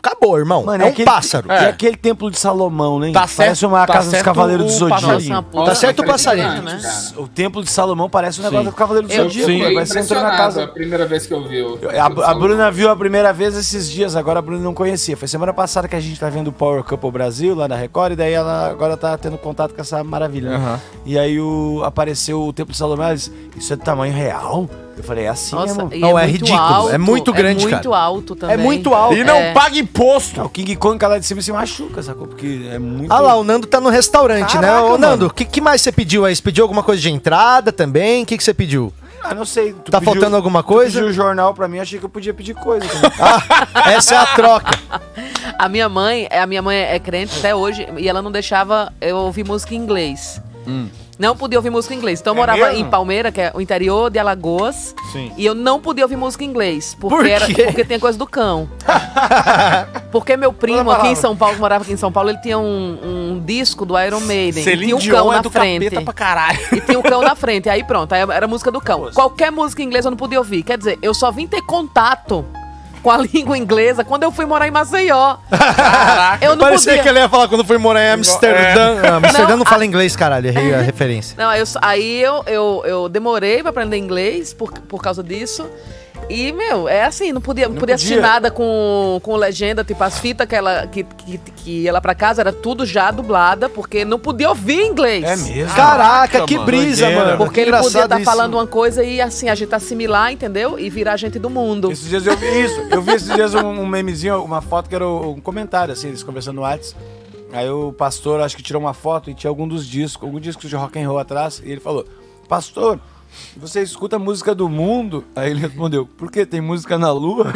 [SPEAKER 1] acabou, irmão. é um
[SPEAKER 6] aquele-
[SPEAKER 1] pássaro.
[SPEAKER 6] É.
[SPEAKER 7] É.
[SPEAKER 6] aquele templo de Salomão, né?
[SPEAKER 7] Tá certo-
[SPEAKER 6] parece uma
[SPEAKER 7] tá
[SPEAKER 6] casa dos
[SPEAKER 7] certo
[SPEAKER 6] Cavaleiros do
[SPEAKER 7] o
[SPEAKER 4] Nossa,
[SPEAKER 6] Zodíaco.
[SPEAKER 4] uma
[SPEAKER 7] passarinho.
[SPEAKER 4] puta-
[SPEAKER 1] Tá certo o passarinho.
[SPEAKER 5] impressionante, cara.
[SPEAKER 6] O templo de Salomão parece um negócio
[SPEAKER 7] Sim.
[SPEAKER 6] do Cavaleiro do
[SPEAKER 5] Eu
[SPEAKER 6] Zodíaco.
[SPEAKER 5] fiquei
[SPEAKER 6] Vai ser entrando na
[SPEAKER 5] impressionado a
[SPEAKER 6] casa.
[SPEAKER 5] primeira vez que eu vi. o-
[SPEAKER 6] É, A, a Bruna viu a primeira vez esses dias, agora a Bruna não conhecia. Foi semana passada que a gente tá vendo o Power Couple Brasil lá na Record, e daí ela agora tá tendo contato com essa maravilha. né?
[SPEAKER 7] Aham.
[SPEAKER 6] E aí o, apareceu o Templo de Salomão, ela disse, isso é do tamanho real? Eu falei, é assim
[SPEAKER 4] Nossa,
[SPEAKER 6] mesmo.
[SPEAKER 4] e
[SPEAKER 1] Não, é
[SPEAKER 4] muito
[SPEAKER 1] ridículo, é muito grande,
[SPEAKER 4] É muito
[SPEAKER 1] cara.
[SPEAKER 4] alto também.
[SPEAKER 1] muito alto.
[SPEAKER 7] E não
[SPEAKER 4] É.
[SPEAKER 7] paga imposto.
[SPEAKER 6] Ah, O King Kong que lá de cima se machuca, sacou? Porque é muito.
[SPEAKER 1] Ah lá, o Nando tá no restaurante, né?
[SPEAKER 6] Caraca,
[SPEAKER 1] Ô,
[SPEAKER 6] mano.
[SPEAKER 1] Nando, o que, que mais você pediu aí? Você pediu alguma coisa de entrada também? O que, que você pediu?
[SPEAKER 6] Ah, não sei. tu
[SPEAKER 1] Tá faltando alguma coisa?
[SPEAKER 6] Tu pediu o jornal pra mim, achei que eu podia pedir coisa. também. [laughs]
[SPEAKER 1] Essa é a troca.
[SPEAKER 4] A minha mãe, a minha mãe é crente até hoje e ela não deixava eu ouvir música em inglês.
[SPEAKER 7] Hum.
[SPEAKER 4] Não podia ouvir música em inglês. Então eu
[SPEAKER 7] É
[SPEAKER 4] morava
[SPEAKER 7] mesmo?
[SPEAKER 4] em Palmeira, que é o interior de Alagoas.
[SPEAKER 7] Sim.
[SPEAKER 4] E eu não podia ouvir música em inglês. Porque,
[SPEAKER 1] Por
[SPEAKER 4] era,
[SPEAKER 1] quê?
[SPEAKER 4] porque tem coisa do
[SPEAKER 7] [laughs]
[SPEAKER 4] cão. porque meu primo aqui em São Paulo, que morava aqui em São Paulo, ele tinha um, um disco do Iron Maiden. e tinha um cão
[SPEAKER 7] é
[SPEAKER 4] na frente.
[SPEAKER 7] caralho.
[SPEAKER 4] E tinha o cão na frente. Aí pronto, aí era a música do cão. Qualquer música inglesa eu não podia ouvir. Quer dizer, eu só vim ter contato com a [laughs] língua inglesa quando eu fui morar em Maceió. eu não
[SPEAKER 1] Parecia
[SPEAKER 4] podia.
[SPEAKER 1] que ele ia falar quando foi morar em Amsterdã.
[SPEAKER 7] É.
[SPEAKER 1] Ah, Amsterdã não, fala inglês,
[SPEAKER 6] [laughs]
[SPEAKER 1] caralho. Errei a referência.
[SPEAKER 4] Não, aí eu, aí eu, eu, eu demorei pra aprender inglês por, por causa disso. E, meu, é assim, não podia, não podia assistir
[SPEAKER 6] podia.
[SPEAKER 4] nada com, com legenda, tipo, as fitas que ela que, que, que ia lá pra casa era tudo já dublada, porque não podia ouvir inglês. Ah,
[SPEAKER 6] é mesmo.
[SPEAKER 1] Caraca, que
[SPEAKER 7] mano.
[SPEAKER 1] brisa,
[SPEAKER 7] Doideira.
[SPEAKER 1] mano.
[SPEAKER 4] Porque
[SPEAKER 1] Que
[SPEAKER 4] ele podia
[SPEAKER 1] engraçado
[SPEAKER 4] estar
[SPEAKER 1] isso.
[SPEAKER 4] falando uma coisa e assim, a gente assimilar, entendeu? E virar gente do mundo.
[SPEAKER 6] Esses dias eu vi isso. Eu vi esses dias um, um memezinho, uma foto que era um comentário, assim, eles conversando no Whats. Aí o pastor, acho que tirou uma foto e tinha algum dos discos, algum disco de rock and roll atrás, e ele falou: Pastor, você escuta música do mundo? Aí ele respondeu: Por que tem música na lua?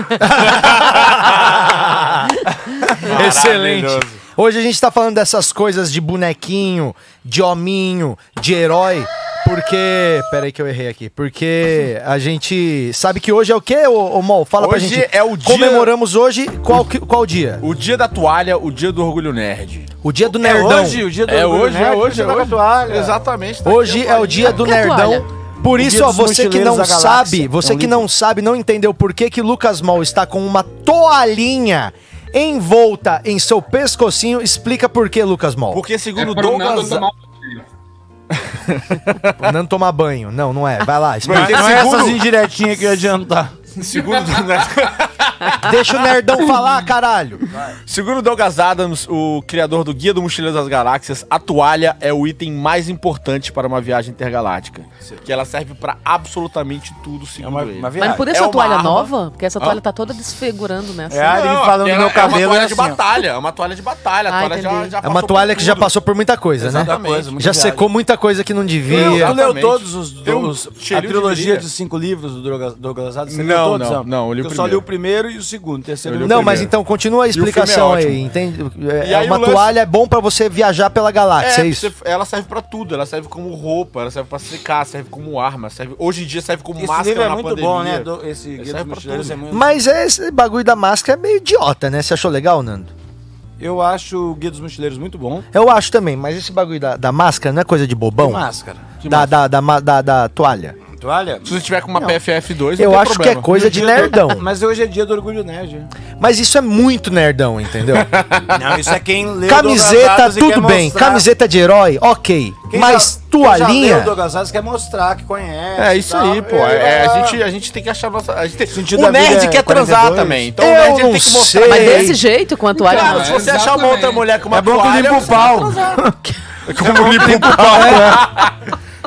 [SPEAKER 1] Excelente. Hoje a gente tá falando dessas coisas de bonequinho, de hominho, de herói, porque. Peraí que eu errei aqui. Porque a gente sabe que hoje é o quê, ô, ô Mol? Fala pra
[SPEAKER 7] Hoje
[SPEAKER 1] gente.
[SPEAKER 7] é o dia-
[SPEAKER 1] Comemoramos hoje qual, que- qual dia?
[SPEAKER 7] O dia da toalha, o dia do orgulho nerd.
[SPEAKER 1] O dia do nerdão.
[SPEAKER 6] hoje, o dia do
[SPEAKER 7] é
[SPEAKER 6] orgulho
[SPEAKER 7] hoje, é
[SPEAKER 6] nerd, tá
[SPEAKER 7] hoje, é
[SPEAKER 6] joga
[SPEAKER 7] hoje.
[SPEAKER 6] toalha.
[SPEAKER 7] Exatamente. tá
[SPEAKER 1] Hoje
[SPEAKER 7] aqui a
[SPEAKER 1] é o dia do
[SPEAKER 4] Cadê a
[SPEAKER 1] nerdão. Por
[SPEAKER 6] O
[SPEAKER 1] isso,
[SPEAKER 6] dia
[SPEAKER 1] ó,
[SPEAKER 6] dos
[SPEAKER 1] você que não
[SPEAKER 6] mochileiros da galáxia.
[SPEAKER 1] sabe,
[SPEAKER 6] É
[SPEAKER 1] você
[SPEAKER 6] um
[SPEAKER 1] que
[SPEAKER 6] livro.
[SPEAKER 1] não sabe, não entendeu por que que Lucas Mol está com uma toalhinha envolta em seu pescocinho, explica por que, Lucas Mol.
[SPEAKER 7] Porque segundo
[SPEAKER 5] É pro Nando
[SPEAKER 7] Douglas... [laughs]
[SPEAKER 5] tomar um-
[SPEAKER 1] Não tomar banho. Não, não é. Vai lá, explica.
[SPEAKER 7] Porque
[SPEAKER 6] Não é
[SPEAKER 7] segundo-
[SPEAKER 6] essas indiretinhas que eu ia adiantar.
[SPEAKER 7] Segundo, né?
[SPEAKER 1] [laughs] Deixa o nerdão falar, caralho.
[SPEAKER 7] Segundo Douglas Adams, o criador do Guia do Mochileiro das Galáxias, a toalha é o item mais importante para uma viagem intergaláctica. [laughs] Que ela serve para absolutamente tudo,
[SPEAKER 6] É
[SPEAKER 7] segundo
[SPEAKER 6] uma,
[SPEAKER 7] ele.
[SPEAKER 6] uma
[SPEAKER 4] Mas não
[SPEAKER 6] viagem.
[SPEAKER 4] podia
[SPEAKER 7] É
[SPEAKER 4] ser uma
[SPEAKER 7] uma
[SPEAKER 4] toalha
[SPEAKER 7] arma.
[SPEAKER 4] nova? Porque essa toalha tá toda desfigurando, né? assim.
[SPEAKER 6] É a Aline falando do
[SPEAKER 5] ela-
[SPEAKER 6] meu
[SPEAKER 7] É uma
[SPEAKER 6] cabelo.
[SPEAKER 7] toalha
[SPEAKER 6] É
[SPEAKER 7] de
[SPEAKER 6] assim, ó.
[SPEAKER 7] batalha, é uma toalha de batalha.
[SPEAKER 4] Ah,
[SPEAKER 7] A toalha já,
[SPEAKER 4] entendi.
[SPEAKER 7] já
[SPEAKER 1] É uma
[SPEAKER 7] passou
[SPEAKER 1] toalha
[SPEAKER 7] por
[SPEAKER 1] que já
[SPEAKER 7] tudo.
[SPEAKER 1] passou por muita coisa, né?
[SPEAKER 6] Muita coisa, muita
[SPEAKER 1] Já
[SPEAKER 6] viagem.
[SPEAKER 1] secou muita coisa que não
[SPEAKER 6] Tu
[SPEAKER 1] devia.
[SPEAKER 6] leu
[SPEAKER 7] Exatamente.
[SPEAKER 6] todos os,
[SPEAKER 7] Tem um
[SPEAKER 6] os- a
[SPEAKER 7] cheirinho de
[SPEAKER 6] trilogia
[SPEAKER 7] virilha.
[SPEAKER 6] dos cinco livros do Drogas- Douglas Adams? Você leu
[SPEAKER 7] Não,
[SPEAKER 6] todos,
[SPEAKER 7] não, não, eu li o
[SPEAKER 6] Porque só li
[SPEAKER 7] primeiro.
[SPEAKER 6] o primeiro e o segundo. O terceiro
[SPEAKER 7] Eu
[SPEAKER 6] eu li
[SPEAKER 7] li
[SPEAKER 6] o
[SPEAKER 1] Não, mas
[SPEAKER 7] primeiro.
[SPEAKER 1] então continua a
[SPEAKER 7] o filme é
[SPEAKER 1] explicação aí,
[SPEAKER 7] ótimo.
[SPEAKER 1] entende? É,
[SPEAKER 7] E aí
[SPEAKER 1] uma
[SPEAKER 7] o lance-
[SPEAKER 1] toalha é bom pra você viajar pela galáxia, é,
[SPEAKER 7] É,
[SPEAKER 1] isso.
[SPEAKER 7] você- ela serve pra tudo. Ela serve como roupa, ela serve pra secar, serve como arma, serve hoje em dia serve como
[SPEAKER 6] Esse
[SPEAKER 7] máscara
[SPEAKER 6] livro é
[SPEAKER 7] na
[SPEAKER 6] muito
[SPEAKER 7] pandemia.
[SPEAKER 6] bom, né? Do- esse Guia
[SPEAKER 7] serve
[SPEAKER 6] dos
[SPEAKER 7] pra
[SPEAKER 6] Mochileiros
[SPEAKER 7] tudo.
[SPEAKER 6] é muito
[SPEAKER 1] Mas esse bagulho da máscara é meio idiota, né? Você achou legal, Nando?
[SPEAKER 6] Eu acho o Guia dos Mochileiros muito bom.
[SPEAKER 1] Eu acho também, mas esse bagulho da, da máscara não é coisa de bobão?
[SPEAKER 6] Máscara.
[SPEAKER 1] Da, da, da, ma- da, da toalha.
[SPEAKER 6] Toalha?
[SPEAKER 7] Se você tiver com uma PFF2,
[SPEAKER 1] Eu
[SPEAKER 7] não tem
[SPEAKER 1] acho que
[SPEAKER 7] problema.
[SPEAKER 1] é coisa de nerdão.
[SPEAKER 6] [laughs] Mas hoje é dia do Orgulho Nerd.
[SPEAKER 1] Mas isso é muito nerdão, entendeu?
[SPEAKER 6] [laughs] Não, isso é quem leu Douglas
[SPEAKER 1] Camiseta,
[SPEAKER 6] Adams e quer
[SPEAKER 1] tudo bem.
[SPEAKER 6] mostrar.
[SPEAKER 1] Camiseta de herói, ok.
[SPEAKER 6] Quem
[SPEAKER 1] Mas
[SPEAKER 6] já- quem Já leu
[SPEAKER 1] toalhinha.
[SPEAKER 6] o Douglas Adams quer mostrar que conhece.
[SPEAKER 7] É isso
[SPEAKER 6] e tal.
[SPEAKER 7] aí, pô.
[SPEAKER 6] Eu-
[SPEAKER 7] É, a, gente, a gente tem que achar nossa. A gente tem...
[SPEAKER 6] Sentido da
[SPEAKER 7] O nerd
[SPEAKER 6] vida é
[SPEAKER 7] quer transar
[SPEAKER 6] 42.
[SPEAKER 7] também. Então
[SPEAKER 1] Eu
[SPEAKER 7] o nerd ele
[SPEAKER 1] não
[SPEAKER 7] tem que mostrar.
[SPEAKER 1] sei.
[SPEAKER 4] Mas
[SPEAKER 1] Ei.
[SPEAKER 4] desse jeito, com a toalha
[SPEAKER 7] Claro,
[SPEAKER 4] nova?
[SPEAKER 7] se [laughs] você é achar uma
[SPEAKER 5] Exatamente.
[SPEAKER 7] outra mulher com uma
[SPEAKER 6] É bom que limpa o
[SPEAKER 7] você-
[SPEAKER 6] pau.
[SPEAKER 7] Como limpa o pau.
[SPEAKER 6] né?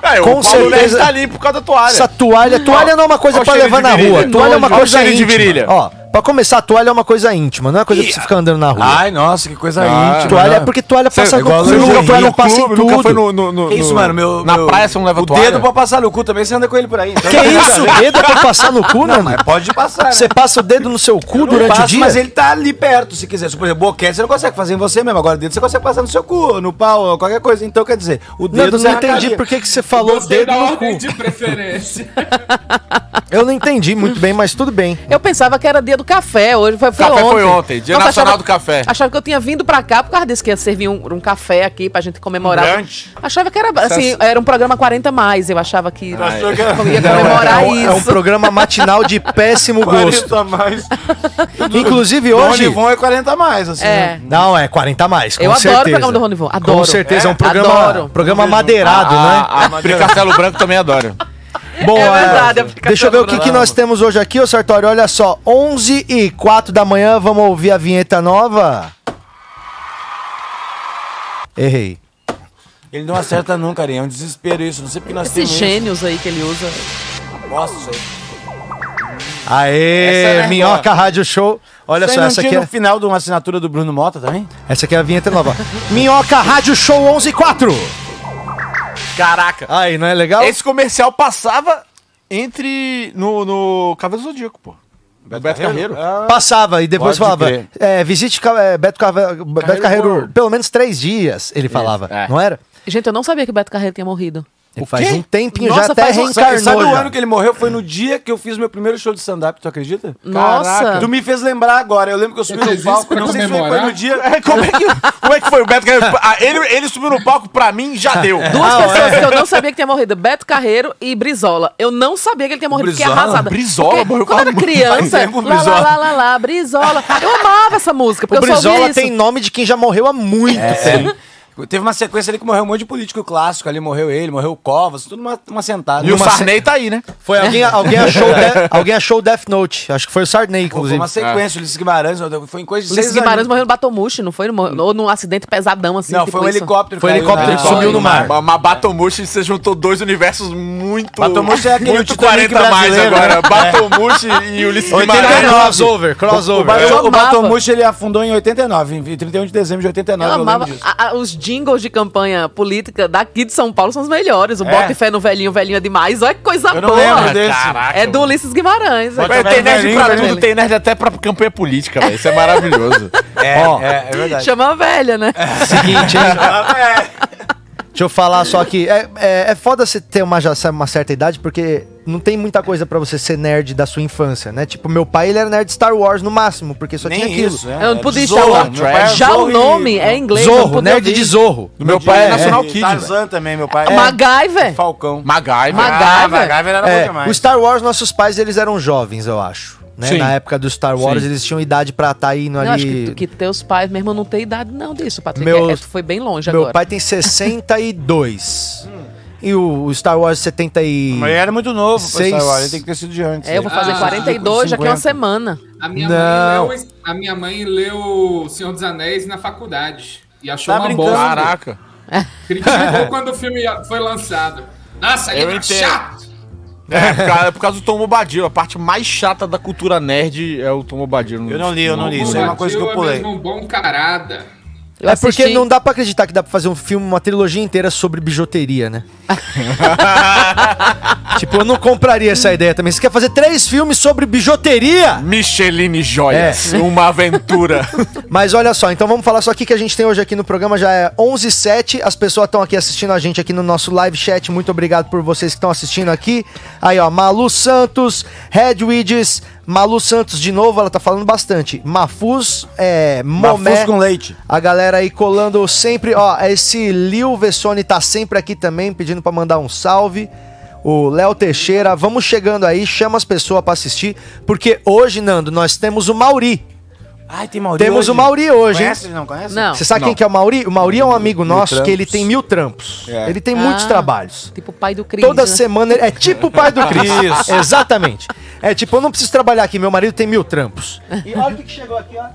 [SPEAKER 7] É,
[SPEAKER 1] Com
[SPEAKER 7] o pau do nerd
[SPEAKER 1] certeza.
[SPEAKER 7] tá limpo por causa da toalha.
[SPEAKER 1] Essa toalha, toalha não é uma coisa
[SPEAKER 7] Olha o
[SPEAKER 1] pra
[SPEAKER 7] cheirinho
[SPEAKER 1] levar
[SPEAKER 7] de
[SPEAKER 1] na
[SPEAKER 7] virilha.
[SPEAKER 1] rua. Toalha é uma
[SPEAKER 7] Olha o
[SPEAKER 1] coisa
[SPEAKER 7] cheirinho de
[SPEAKER 1] íntima.
[SPEAKER 7] virilha.
[SPEAKER 1] Ó, pra começar, a toalha é uma coisa íntima, não é coisa pra você ficar andando na rua.
[SPEAKER 6] Ai, nossa, que coisa íntima.
[SPEAKER 1] toalha é
[SPEAKER 6] né?
[SPEAKER 1] porque toalha passa
[SPEAKER 6] Cê-
[SPEAKER 1] no
[SPEAKER 6] igual
[SPEAKER 1] cu,
[SPEAKER 6] o
[SPEAKER 1] nunca
[SPEAKER 6] Jorginho
[SPEAKER 1] toalha passa em
[SPEAKER 7] clube, nunca foi no,
[SPEAKER 1] tudo.
[SPEAKER 7] no, no-
[SPEAKER 6] Que isso,
[SPEAKER 7] no-
[SPEAKER 6] mano? Meu,
[SPEAKER 7] Na
[SPEAKER 6] meu-
[SPEAKER 7] praia você não leva
[SPEAKER 6] O
[SPEAKER 7] toalha?
[SPEAKER 6] dedo pra passar no cu também, você anda com ele por aí. [laughs] Então,
[SPEAKER 1] Que isso? Dedo é pra passar no cu, Nando?
[SPEAKER 6] Mas pode passar, né?
[SPEAKER 1] Você passa o dedo no seu é cu
[SPEAKER 6] Não
[SPEAKER 1] durante
[SPEAKER 6] passa,
[SPEAKER 1] o dia?
[SPEAKER 6] Mas ele tá ali perto, se quiser. Se, por exemplo, boquete, você não consegue fazer em você mesmo. Agora, dedo você consegue passar no seu cu, no pau, qualquer coisa. Então, quer dizer, o dedo... é
[SPEAKER 1] Nando,
[SPEAKER 6] você
[SPEAKER 1] não entendi
[SPEAKER 6] arrancaria.
[SPEAKER 1] por que, que você falou
[SPEAKER 5] Gostei
[SPEAKER 1] dedo
[SPEAKER 5] da
[SPEAKER 1] no
[SPEAKER 5] ordem
[SPEAKER 1] cu.
[SPEAKER 5] de
[SPEAKER 7] [laughs]
[SPEAKER 5] preferência.
[SPEAKER 1] Eu não entendi muito bem, mas tudo bem.
[SPEAKER 4] Eu pensava que era dia do café, hoje foi, foi
[SPEAKER 7] Café
[SPEAKER 4] ontem.
[SPEAKER 7] foi ontem, Dia Nacional do Café.
[SPEAKER 4] Achava que eu tinha vindo pra cá por causa disso, que ia servir um, um café aqui pra gente comemorar.
[SPEAKER 6] Um
[SPEAKER 7] Brunch.
[SPEAKER 4] Achava que era, assim, era um programa 40 mais, eu achava que
[SPEAKER 6] Ah,
[SPEAKER 7] achou que
[SPEAKER 4] ia comemorar
[SPEAKER 1] é, um-
[SPEAKER 4] isso.
[SPEAKER 1] é um programa matinal de péssimo gosto.
[SPEAKER 6] 40 a mais.
[SPEAKER 1] Inclusive
[SPEAKER 6] Hoje...
[SPEAKER 1] hoje.
[SPEAKER 6] Von é 40 a mais, assim.
[SPEAKER 4] É.
[SPEAKER 6] né?
[SPEAKER 1] Não, é 40 a mais. Com
[SPEAKER 4] Eu adoro o
[SPEAKER 1] certeza.
[SPEAKER 4] programa do Rony Von,
[SPEAKER 1] Com
[SPEAKER 4] adoro.
[SPEAKER 1] certeza, é, um
[SPEAKER 4] É,
[SPEAKER 1] programa,
[SPEAKER 4] adoro.
[SPEAKER 1] programa madeirado,
[SPEAKER 7] Ah,
[SPEAKER 1] né?
[SPEAKER 7] A, a Fricastelo
[SPEAKER 1] [laughs]
[SPEAKER 7] Branco também adora.
[SPEAKER 1] Bom,
[SPEAKER 4] É verdade,
[SPEAKER 1] é,
[SPEAKER 4] a aplicação
[SPEAKER 1] deixa eu ver o
[SPEAKER 4] do
[SPEAKER 1] que, que
[SPEAKER 4] programa.
[SPEAKER 1] nós temos hoje aqui, ô Sartori. Olha só, 11 e 4 da manhã, vamos ouvir a vinheta nova? Errei.
[SPEAKER 6] Ele não acerta nunca, Arinha. É um desespero isso. Não sei porque nós
[SPEAKER 4] Esses
[SPEAKER 6] isso.
[SPEAKER 4] gênios aí que ele usa.
[SPEAKER 6] Nossa, isso aí.
[SPEAKER 1] Aê,
[SPEAKER 6] Essa é
[SPEAKER 1] Minhoca
[SPEAKER 6] nervosa.
[SPEAKER 1] Rádio Show. Olha
[SPEAKER 6] Isso aí
[SPEAKER 1] só,
[SPEAKER 4] um
[SPEAKER 6] não
[SPEAKER 1] essa
[SPEAKER 6] tinha
[SPEAKER 1] aqui,
[SPEAKER 6] no
[SPEAKER 1] é,
[SPEAKER 6] final de uma assinatura do Bruno Mota também?
[SPEAKER 1] essa aqui é a
[SPEAKER 6] [laughs]
[SPEAKER 1] vinheta nova. Minhoca Rádio Show 11 e 4.
[SPEAKER 7] Caraca.
[SPEAKER 1] Aí, não é legal?
[SPEAKER 7] Esse comercial passava entre. no, no Cavaleiro do Zodíaco, pô. Beto, Carreiro.
[SPEAKER 1] Passava e depois
[SPEAKER 6] Ah. Pode
[SPEAKER 1] falava,
[SPEAKER 6] crer.
[SPEAKER 1] é, visite Ca- é, Beto, Carve- Beto Carreiro
[SPEAKER 7] World.
[SPEAKER 1] pelo menos três dias, ele falava,
[SPEAKER 7] é.
[SPEAKER 1] não era?
[SPEAKER 4] Gente, eu não sabia que o Beto Carreiro tinha morrido.
[SPEAKER 1] Ele faz
[SPEAKER 7] quê?
[SPEAKER 1] um tempinho já
[SPEAKER 4] Nossa,
[SPEAKER 1] até
[SPEAKER 4] faz um-
[SPEAKER 1] reencarnou.
[SPEAKER 6] Sabe o
[SPEAKER 1] já.
[SPEAKER 6] ano que ele morreu? Foi no dia que eu fiz meu primeiro show de stand-up, tu acredita?
[SPEAKER 4] Nossa.
[SPEAKER 6] Tu me fez lembrar agora. Eu lembro que eu subi
[SPEAKER 5] Você fez
[SPEAKER 6] no
[SPEAKER 5] isso
[SPEAKER 6] palco.
[SPEAKER 5] pra
[SPEAKER 6] Não sei se foi- foi
[SPEAKER 5] comemorar?
[SPEAKER 6] no dia.
[SPEAKER 5] [laughs]
[SPEAKER 7] É, como, é que, como é que foi? O Beto Carreiro. Ah, ele, ele subiu no palco, pra mim já
[SPEAKER 1] [laughs]
[SPEAKER 7] deu.
[SPEAKER 1] Ah,
[SPEAKER 4] Duas
[SPEAKER 1] é.
[SPEAKER 4] pessoas que eu não sabia que tinha morrido, Beto Carreiro e Brizola. Eu não sabia que ele tinha morrido, fiquei
[SPEAKER 6] Brizola?
[SPEAKER 4] arrasada.
[SPEAKER 7] Brizola
[SPEAKER 4] Porque
[SPEAKER 7] morreu com
[SPEAKER 4] Quando eu
[SPEAKER 7] a
[SPEAKER 4] era
[SPEAKER 7] música.
[SPEAKER 4] criança,
[SPEAKER 6] Faz tempo,
[SPEAKER 4] lá, lá,
[SPEAKER 6] Brizola.
[SPEAKER 4] lá, lá, lá, Brizola. Eu amava essa música,
[SPEAKER 1] O
[SPEAKER 4] porque eu só
[SPEAKER 1] Brizola
[SPEAKER 4] ouvia isso.
[SPEAKER 1] tem nome de quem já morreu há muito
[SPEAKER 6] É.
[SPEAKER 1] tempo.
[SPEAKER 6] Teve uma sequência ali que morreu um monte de político clássico. Ali morreu ele, morreu o Covas, tudo uma, uma sentada.
[SPEAKER 7] E o
[SPEAKER 6] uma
[SPEAKER 7] Sarney tá aí, né?
[SPEAKER 1] Foi alguém,
[SPEAKER 6] [laughs]
[SPEAKER 1] alguém, achou né? o De- alguém achou o Death Note, acho que foi o
[SPEAKER 6] Pô,
[SPEAKER 1] Sarney,
[SPEAKER 6] Foi
[SPEAKER 1] inclusive.
[SPEAKER 6] uma sequência, o Ulisses Guimarães, foi em coisa de
[SPEAKER 4] Ulisses
[SPEAKER 6] seis
[SPEAKER 4] Guimarães
[SPEAKER 6] anos.
[SPEAKER 4] morreu no Batomushi, não foi? No, ou num acidente pesadão, assim,
[SPEAKER 6] Não,
[SPEAKER 4] tipo
[SPEAKER 6] foi um
[SPEAKER 4] isso.
[SPEAKER 6] helicóptero.
[SPEAKER 1] Foi
[SPEAKER 6] caiu
[SPEAKER 1] helicóptero
[SPEAKER 6] na-
[SPEAKER 1] que sumiu no mar.
[SPEAKER 7] Mas mas Batomushi, você juntou dois universos muito.
[SPEAKER 6] Batomushi é aquele
[SPEAKER 7] muito
[SPEAKER 6] Titanic
[SPEAKER 7] 40 a mais
[SPEAKER 6] brasileiro,
[SPEAKER 7] agora.
[SPEAKER 6] né?
[SPEAKER 7] Batomushi e Ulisses
[SPEAKER 1] É
[SPEAKER 7] Guimarães.
[SPEAKER 1] crossover,
[SPEAKER 6] O,
[SPEAKER 1] crossover.
[SPEAKER 6] Bato,
[SPEAKER 4] Eu
[SPEAKER 6] o
[SPEAKER 4] amava.
[SPEAKER 6] Batomushi, ele afundou em 89, em 31 de dezembro de
[SPEAKER 4] Eu
[SPEAKER 6] 89. Eu,
[SPEAKER 4] amava.
[SPEAKER 6] lembro disso.
[SPEAKER 4] a- a- os jingles de campanha política daqui de São Paulo são os melhores. O
[SPEAKER 6] É.
[SPEAKER 4] Bota e Fé no Velhinho, Velhinho é demais. Olha que coisa
[SPEAKER 6] Eu não
[SPEAKER 4] boa.
[SPEAKER 6] lembro desse.
[SPEAKER 4] É do Ulisses Guimarães.
[SPEAKER 7] Mas tem
[SPEAKER 6] Bota velho
[SPEAKER 7] nerd
[SPEAKER 6] velhinho,
[SPEAKER 7] pra
[SPEAKER 6] velho
[SPEAKER 7] tudo,
[SPEAKER 6] velhinho. né?
[SPEAKER 7] tem nerd até pra campanha política, velho. Isso é maravilhoso.
[SPEAKER 6] É, é, é verdade.
[SPEAKER 4] Chama a velha, né?
[SPEAKER 6] É.
[SPEAKER 1] Seguinte, hein? Deixa eu falar só que é, é, é foda você ter uma, já- uma certa idade, porque não tem muita coisa pra você ser nerd da sua infância, né? Tipo, meu pai, ele era nerd de Star Wars no máximo, porque só tinha aquilo.
[SPEAKER 6] né?
[SPEAKER 4] Eu não podia
[SPEAKER 6] Zorro,
[SPEAKER 4] estar lá.
[SPEAKER 6] meu pai é
[SPEAKER 4] Já
[SPEAKER 6] Zorro
[SPEAKER 4] o
[SPEAKER 6] e-
[SPEAKER 4] nome é em inglês. não
[SPEAKER 1] Zorro,
[SPEAKER 4] podia
[SPEAKER 1] nerd
[SPEAKER 4] ouvir.
[SPEAKER 1] de Zorro.
[SPEAKER 7] Meu pai é
[SPEAKER 6] É,
[SPEAKER 7] National
[SPEAKER 6] e
[SPEAKER 7] Kid. velho.
[SPEAKER 6] Tarzan também, meu pai. é
[SPEAKER 4] MacGyver.
[SPEAKER 6] Falcão.
[SPEAKER 7] Magaiva.
[SPEAKER 4] Magaiva.
[SPEAKER 6] era
[SPEAKER 1] É,
[SPEAKER 6] bom
[SPEAKER 1] o
[SPEAKER 6] demais.
[SPEAKER 1] Star Wars, nossos pais, eles eram jovens, eu acho. né?
[SPEAKER 7] Sim.
[SPEAKER 1] Na época do Star Wars,
[SPEAKER 7] Sim.
[SPEAKER 1] eles tinham idade pra estar tá indo
[SPEAKER 4] Não,
[SPEAKER 1] ali...
[SPEAKER 4] acho que, que teus pais, mesmo, não tem idade não disso, Patrick.
[SPEAKER 1] Meus-
[SPEAKER 4] É, é, tu foi bem longe
[SPEAKER 1] Meu
[SPEAKER 4] agora.
[SPEAKER 1] pai tem 62.
[SPEAKER 4] [laughs]
[SPEAKER 1] e o, o Star Wars 70 e...
[SPEAKER 6] Mas ele era muito novo pra
[SPEAKER 1] Seis.
[SPEAKER 6] Star Wars, ele tem que ter sido de antes.
[SPEAKER 4] É, eu vou
[SPEAKER 6] né?
[SPEAKER 4] fazer
[SPEAKER 5] Ah,
[SPEAKER 4] 42 já que é uma
[SPEAKER 6] 50.
[SPEAKER 4] semana.
[SPEAKER 5] A minha,
[SPEAKER 1] Não.
[SPEAKER 5] Mãe leu, a minha mãe leu Senhor dos Anéis na faculdade. E achou
[SPEAKER 6] Tá
[SPEAKER 5] uma
[SPEAKER 6] brincando?
[SPEAKER 5] bosta.
[SPEAKER 7] Caraca.
[SPEAKER 5] Criticou quando o filme foi lançado. Nossa,
[SPEAKER 7] Eu
[SPEAKER 5] livro
[SPEAKER 7] entendo.
[SPEAKER 5] chato!
[SPEAKER 7] É, por causa- é por causa do Tom Bombadil. A parte mais chata da cultura nerd é o Tom Bombadil.
[SPEAKER 6] Eu não li, eu não li. Isso é uma coisa que eu
[SPEAKER 5] Bombadil
[SPEAKER 6] pulei.
[SPEAKER 5] mesmo um bom carada.
[SPEAKER 4] Eu
[SPEAKER 1] é porque
[SPEAKER 4] assisti-
[SPEAKER 1] não dá pra acreditar que dá pra fazer um filme, uma trilogia inteira sobre
[SPEAKER 4] [laughs]
[SPEAKER 1] bijuteria, né? tipo, eu não compraria essa ideia também. Você quer fazer três filmes sobre bijuteria?
[SPEAKER 7] Micheline Joias. É. Uma aventura.
[SPEAKER 1] Mas olha só, então vamos falar só aqui que a gente tem hoje aqui no programa, já é 11h07, as pessoas estão aqui assistindo a gente aqui no nosso live chat, muito obrigado por vocês que estão assistindo aqui. Aí ó, Malu Santos, Redwigs, Malu Santos de novo, ela tá falando bastante. Mafus, é, Momé...
[SPEAKER 6] Mafus com leite.
[SPEAKER 1] A galera aí colando sempre, ó, esse Lil Vessone tá sempre aqui também, pedindo pra mandar um salve. O Léo Teixeira, vamos chegando aí, chama as pessoas pra assistir, porque hoje, Nando, nós temos o Mauri.
[SPEAKER 6] Ai, tem Mauri
[SPEAKER 1] Temos o Mauri hoje, hein?
[SPEAKER 6] Conhece? Não conhece?
[SPEAKER 4] Não.
[SPEAKER 1] Você sabe quem que é o Mauri? O Mauri é um amigo nosso que
[SPEAKER 6] trampos.
[SPEAKER 1] ele tem mil trampos.
[SPEAKER 6] É.
[SPEAKER 1] Ele tem muitos
[SPEAKER 4] Ah.
[SPEAKER 1] trabalhos.
[SPEAKER 4] Tipo pai do Cris.
[SPEAKER 1] Toda
[SPEAKER 4] né?
[SPEAKER 1] semana ele- é tipo
[SPEAKER 6] [laughs]
[SPEAKER 1] o pai do Cris. Exatamente. É tipo, eu não preciso trabalhar aqui, meu marido tem mil trampos. E olha o que chegou aqui, ó.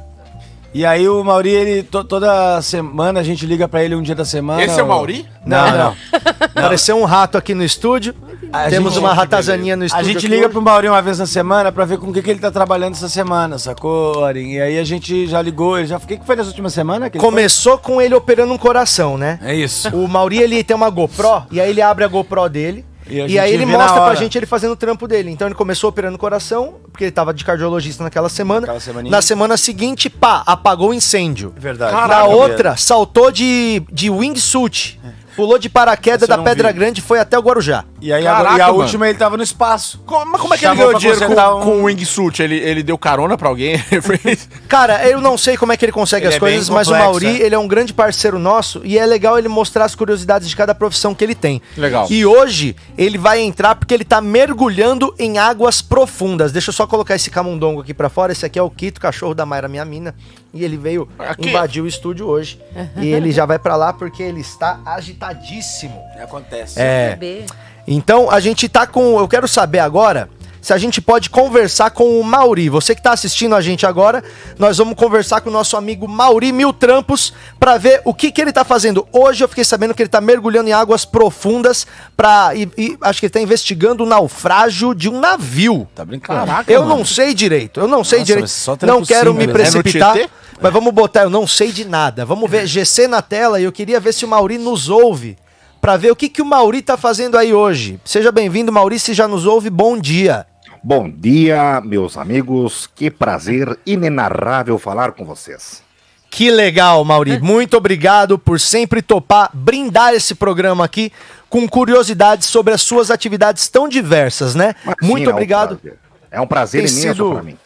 [SPEAKER 6] E aí o Mauri, ele, to- toda semana a gente liga pra ele um dia da semana.
[SPEAKER 7] Esse é o
[SPEAKER 6] ou-
[SPEAKER 7] Mauri?
[SPEAKER 6] Não, não.
[SPEAKER 1] Apareceu um rato aqui no estúdio.
[SPEAKER 6] A
[SPEAKER 1] Temos
[SPEAKER 6] gente-
[SPEAKER 1] uma ratazaninha no
[SPEAKER 6] A
[SPEAKER 1] estúdio.
[SPEAKER 6] gente
[SPEAKER 1] aqui
[SPEAKER 6] liga
[SPEAKER 1] hoje.
[SPEAKER 6] pro Mauri uma vez na semana pra ver com o que, que ele tá trabalhando essa semana, sacou, Arin? E aí a gente já ligou, ele já... O que, que foi nas últimas semanas? que ele
[SPEAKER 1] Começou com ele operando um coração, né?
[SPEAKER 6] foi? É isso.
[SPEAKER 1] O Mauri, ele tem uma GoPro, e aí ele abre a GoPro dele.
[SPEAKER 6] E a
[SPEAKER 1] E,
[SPEAKER 6] gente
[SPEAKER 1] aí ele
[SPEAKER 6] vê na
[SPEAKER 1] mostra pra
[SPEAKER 6] hora.
[SPEAKER 1] gente ele fazendo o trampo dele. Então ele começou operando o coração, porque ele tava de cardiologista naquela semana.
[SPEAKER 6] Aquela semaninha.
[SPEAKER 1] Na semana seguinte, pá, apagou o incêndio.
[SPEAKER 6] Verdade.
[SPEAKER 1] Na outra, saltou de, de wingsuit. Pulou de paraquedas
[SPEAKER 6] Essa eu
[SPEAKER 1] da
[SPEAKER 6] não
[SPEAKER 1] Pedra
[SPEAKER 6] vi.
[SPEAKER 1] Grande e foi até o Guarujá.
[SPEAKER 6] E aí
[SPEAKER 7] Caraca,
[SPEAKER 6] agora, e a
[SPEAKER 7] mano.
[SPEAKER 6] última ele tava no espaço.
[SPEAKER 7] Como- Mas como é que
[SPEAKER 6] Chamou
[SPEAKER 7] ele ganhou
[SPEAKER 6] pra
[SPEAKER 7] dinheiro
[SPEAKER 6] consertar
[SPEAKER 7] com,
[SPEAKER 6] um-
[SPEAKER 7] com o wingsuit? Ele, ele deu carona pra alguém? [laughs] Ele fez-
[SPEAKER 1] Cara, eu não sei como é que ele consegue
[SPEAKER 6] Ele
[SPEAKER 1] as
[SPEAKER 6] é bem
[SPEAKER 1] coisas, mas o
[SPEAKER 6] complexo,
[SPEAKER 1] Mauri,
[SPEAKER 6] é.
[SPEAKER 1] ele é um grande parceiro nosso e é legal ele mostrar as curiosidades de cada profissão que ele tem.
[SPEAKER 7] Legal.
[SPEAKER 1] E hoje ele vai entrar porque ele tá mergulhando em águas profundas. Deixa eu só colocar esse camundongo aqui pra fora. Esse aqui é o Kito, cachorro da Mayra, minha mina. E ele veio
[SPEAKER 7] Aqui.
[SPEAKER 1] invadir o estúdio hoje. e ele já vai pra lá porque ele está agitadíssimo.
[SPEAKER 6] Acontece.
[SPEAKER 1] É.
[SPEAKER 4] Bebê.
[SPEAKER 1] Então a gente tá com. Eu quero saber agora se a gente pode conversar com o Mauri. Você que tá assistindo a gente agora, nós vamos conversar com o nosso amigo Mauri Mil Trampos pra ver o que, que ele tá fazendo. Hoje eu fiquei sabendo que ele tá mergulhando em águas profundas para e, e acho que ele tá investigando o naufrágio de um navio.
[SPEAKER 6] Tá brincando.
[SPEAKER 1] eu não sei direito, eu não sei
[SPEAKER 6] Nossa,
[SPEAKER 1] direito.
[SPEAKER 6] mas só trampo
[SPEAKER 1] Não quero me
[SPEAKER 6] simples, né?
[SPEAKER 1] precipitar,
[SPEAKER 7] É no Tietê?
[SPEAKER 1] mas vamos botar, eu não sei de nada. Vamos ver GC na tela e eu queria ver se o Mauri nos ouve pra ver o que, que o Mauri tá fazendo aí hoje. Seja bem-vindo, Mauri, se já nos ouve, bom dia.
[SPEAKER 8] Bom dia, meus amigos. Que prazer inenarrável falar com vocês.
[SPEAKER 1] Que legal, Mauri. Muito obrigado por sempre topar brindar esse programa aqui com curiosidades sobre as suas atividades tão diversas, né?
[SPEAKER 8] Imagina,
[SPEAKER 1] Muito
[SPEAKER 8] é um
[SPEAKER 1] obrigado.
[SPEAKER 8] prazer. É um prazer
[SPEAKER 1] Tem
[SPEAKER 8] imenso
[SPEAKER 1] sido-
[SPEAKER 8] para mim.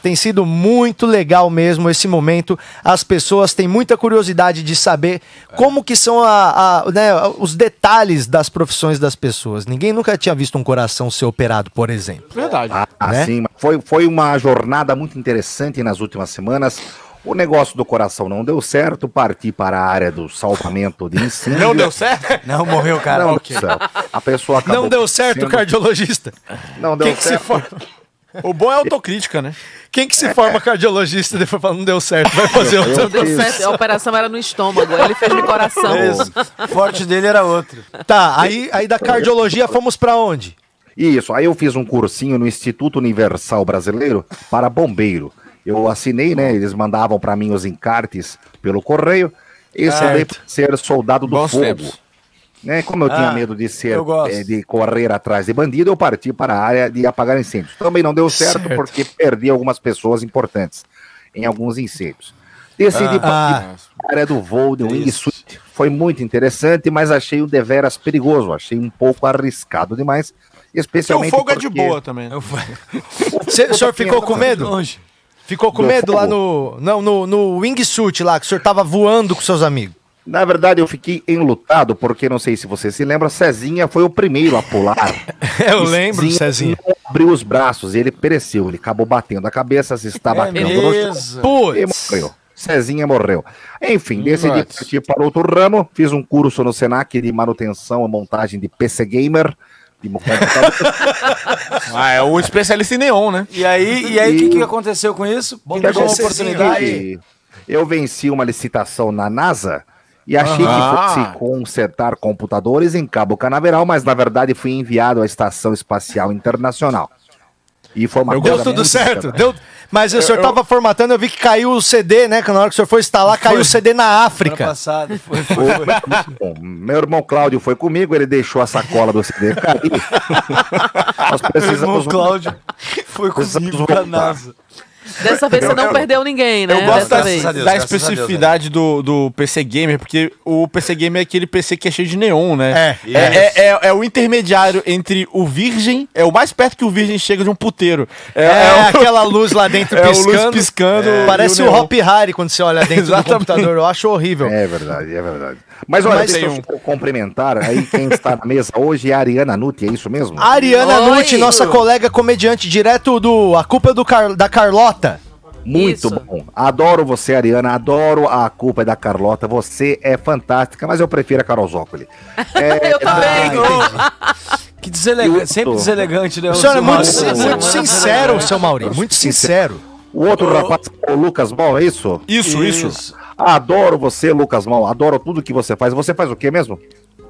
[SPEAKER 1] Tem sido muito legal mesmo esse momento. As pessoas têm muita curiosidade de saber
[SPEAKER 8] É.
[SPEAKER 1] como que são a- a- né, os detalhes das profissões das pessoas. Ninguém nunca tinha visto um coração ser operado, por exemplo.
[SPEAKER 7] Verdade.
[SPEAKER 8] Ah,
[SPEAKER 1] Né?
[SPEAKER 8] sim, mas foi, foi uma jornada muito interessante nas últimas semanas. O negócio do coração não deu certo, parti para a área do salvamento de incêndio.
[SPEAKER 7] Não deu certo?
[SPEAKER 6] Não, morreu, cara.
[SPEAKER 8] Não deu certo. A pessoa acabou
[SPEAKER 1] Não deu certo,
[SPEAKER 8] sendo-
[SPEAKER 1] cardiologista.
[SPEAKER 8] Não deu
[SPEAKER 7] Quem que se
[SPEAKER 8] certo.
[SPEAKER 7] forma? O bom é a autocrítica, né?
[SPEAKER 1] Quem que se forma cardiologista e depois fala, [laughs] não deu certo, vai fazer outra
[SPEAKER 4] Deu
[SPEAKER 1] coisa.
[SPEAKER 4] certo. A operação era no estômago. Ele fez no coração.
[SPEAKER 6] O forte dele era outro.
[SPEAKER 1] Tá, aí, aí da cardiologia fomos pra onde?
[SPEAKER 8] Isso, aí eu fiz um cursinho no Instituto Universal Brasileiro para bombeiro. Eu assinei, né? Eles mandavam para mim os encartes pelo correio e assinei pra ser soldado do
[SPEAKER 7] Bons
[SPEAKER 8] fogo.
[SPEAKER 7] tempos.
[SPEAKER 8] Né, como eu
[SPEAKER 6] Ah,
[SPEAKER 8] tinha medo de ser
[SPEAKER 6] eu gosto.
[SPEAKER 8] eh, de correr atrás de bandido, eu parti para a área de apagar incêndios. Também não deu certo,
[SPEAKER 1] Certo.
[SPEAKER 8] porque perdi algumas pessoas importantes em alguns incêndios. Decidi partir
[SPEAKER 1] ah.
[SPEAKER 8] para a área do voo de wingsuit. Foi muito interessante, mas achei o deveras perigoso, achei um pouco arriscado demais,
[SPEAKER 7] Porque o
[SPEAKER 8] especialmente
[SPEAKER 7] fogo é de
[SPEAKER 8] porque-
[SPEAKER 7] boa também.
[SPEAKER 1] [laughs] Cê- o senhor ficou com medo?
[SPEAKER 6] Tá Longe.
[SPEAKER 1] Ficou com
[SPEAKER 8] Do
[SPEAKER 1] medo lá
[SPEAKER 8] fogo?
[SPEAKER 1] no. Não, no, no wingsuit lá, que o senhor tava voando com seus amigos.
[SPEAKER 8] Na verdade, eu fiquei enlutado, porque não sei se você se lembra, Cezinha foi o primeiro
[SPEAKER 6] [laughs]
[SPEAKER 8] a pular.
[SPEAKER 1] Eu
[SPEAKER 8] não abriu os braços e ele pereceu. Ele acabou batendo a cabeça, se
[SPEAKER 6] É
[SPEAKER 8] estabacando no chão
[SPEAKER 6] mesmo.
[SPEAKER 8] e
[SPEAKER 1] Putz.
[SPEAKER 8] morreu. Cezinha morreu. Enfim, decidi partir para outro ramo. Fiz um curso no Senac de manutenção e montagem de PC Gamer. ótimo. cara.
[SPEAKER 7] [laughs] Ah, é o especialista em neon, né?
[SPEAKER 6] E aí, e aí, o que, que aconteceu com isso?
[SPEAKER 8] O
[SPEAKER 6] Me
[SPEAKER 8] que
[SPEAKER 6] deu uma
[SPEAKER 8] aconteceu é o
[SPEAKER 6] oportunidade.
[SPEAKER 8] seguinte, Eu venci uma licitação na NASA e achei
[SPEAKER 7] Aham.
[SPEAKER 8] que fosse consertar computadores em Cabo Canaveral, mas na verdade fui enviado à Estação Espacial Internacional. E foi uma
[SPEAKER 7] Eu
[SPEAKER 1] Deu
[SPEAKER 8] coisa
[SPEAKER 1] tudo
[SPEAKER 8] muito
[SPEAKER 1] certo.
[SPEAKER 8] escandalosa.
[SPEAKER 1] Deu... Mas o senhor
[SPEAKER 7] eu-
[SPEAKER 1] tava formatando, eu vi que caiu o CD, né? Que na hora que o senhor foi instalar, caiu o CD na
[SPEAKER 6] Ano
[SPEAKER 1] África.
[SPEAKER 6] passado. Foi, foi,
[SPEAKER 1] [laughs]
[SPEAKER 6] foi.
[SPEAKER 8] Bom, meu irmão Cláudio foi comigo, ele deixou a sacola do CD cair.
[SPEAKER 6] Meu
[SPEAKER 8] Nós
[SPEAKER 6] irmão
[SPEAKER 8] precisamos
[SPEAKER 6] Cláudio foi comigo pra
[SPEAKER 8] voltar.
[SPEAKER 6] NASA.
[SPEAKER 4] Dessa vez você não perdeu ninguém, né?
[SPEAKER 7] Eu
[SPEAKER 4] Dessa
[SPEAKER 7] gosto da,
[SPEAKER 6] graças
[SPEAKER 4] vez.
[SPEAKER 6] a Deus,
[SPEAKER 7] da
[SPEAKER 6] graças a Deus, né?
[SPEAKER 7] especificidade do, do PC Gamer, porque o PC Gamer é aquele PC que é cheio de neon, né?
[SPEAKER 1] É.
[SPEAKER 7] É, é, é, é o intermediário entre o virgem, é o mais perto que o virgem chega de um puteiro. É,
[SPEAKER 1] É,
[SPEAKER 7] é o-
[SPEAKER 1] [laughs] aquela luz lá
[SPEAKER 7] [laughs]
[SPEAKER 1] dentro
[SPEAKER 7] é o luz
[SPEAKER 1] piscando. É.
[SPEAKER 7] piscando e
[SPEAKER 1] Parece
[SPEAKER 7] o
[SPEAKER 1] o
[SPEAKER 7] neon.
[SPEAKER 1] Hop Harry quando você olha dentro do
[SPEAKER 7] Exatamente.
[SPEAKER 1] computador. Eu acho horrível.
[SPEAKER 8] É verdade, é verdade. Mas olha,
[SPEAKER 1] Mas
[SPEAKER 8] deixa
[SPEAKER 7] tem
[SPEAKER 8] eu cumprimentar aí quem está na mesa hoje é a Ariana Nutti, é isso mesmo?
[SPEAKER 1] A Ariana
[SPEAKER 4] Oi.
[SPEAKER 1] Nutti, nossa colega comediante direto do A Culpa é do Car- da Carlota.
[SPEAKER 8] Muito
[SPEAKER 4] Isso.
[SPEAKER 8] bom. Adoro você, Ariana. Adoro a culpa é da Carlota. Você é fantástica, mas eu prefiro a Carol Zócoli.
[SPEAKER 1] É,
[SPEAKER 7] [laughs]
[SPEAKER 4] Eu também.
[SPEAKER 6] Que deselegante. Sempre
[SPEAKER 8] Tô.
[SPEAKER 6] deselegante, né?
[SPEAKER 1] O senhor é
[SPEAKER 6] seu
[SPEAKER 1] muito,
[SPEAKER 6] Maurício?
[SPEAKER 1] sin- muito sincero, seu Maurício. Muito sincero.
[SPEAKER 8] O outro rapaz, o Lucas Mal, é isso?
[SPEAKER 7] Isso, isso.
[SPEAKER 8] Adoro você, Lucas Mal. Adoro tudo que você faz. Você faz o quê mesmo?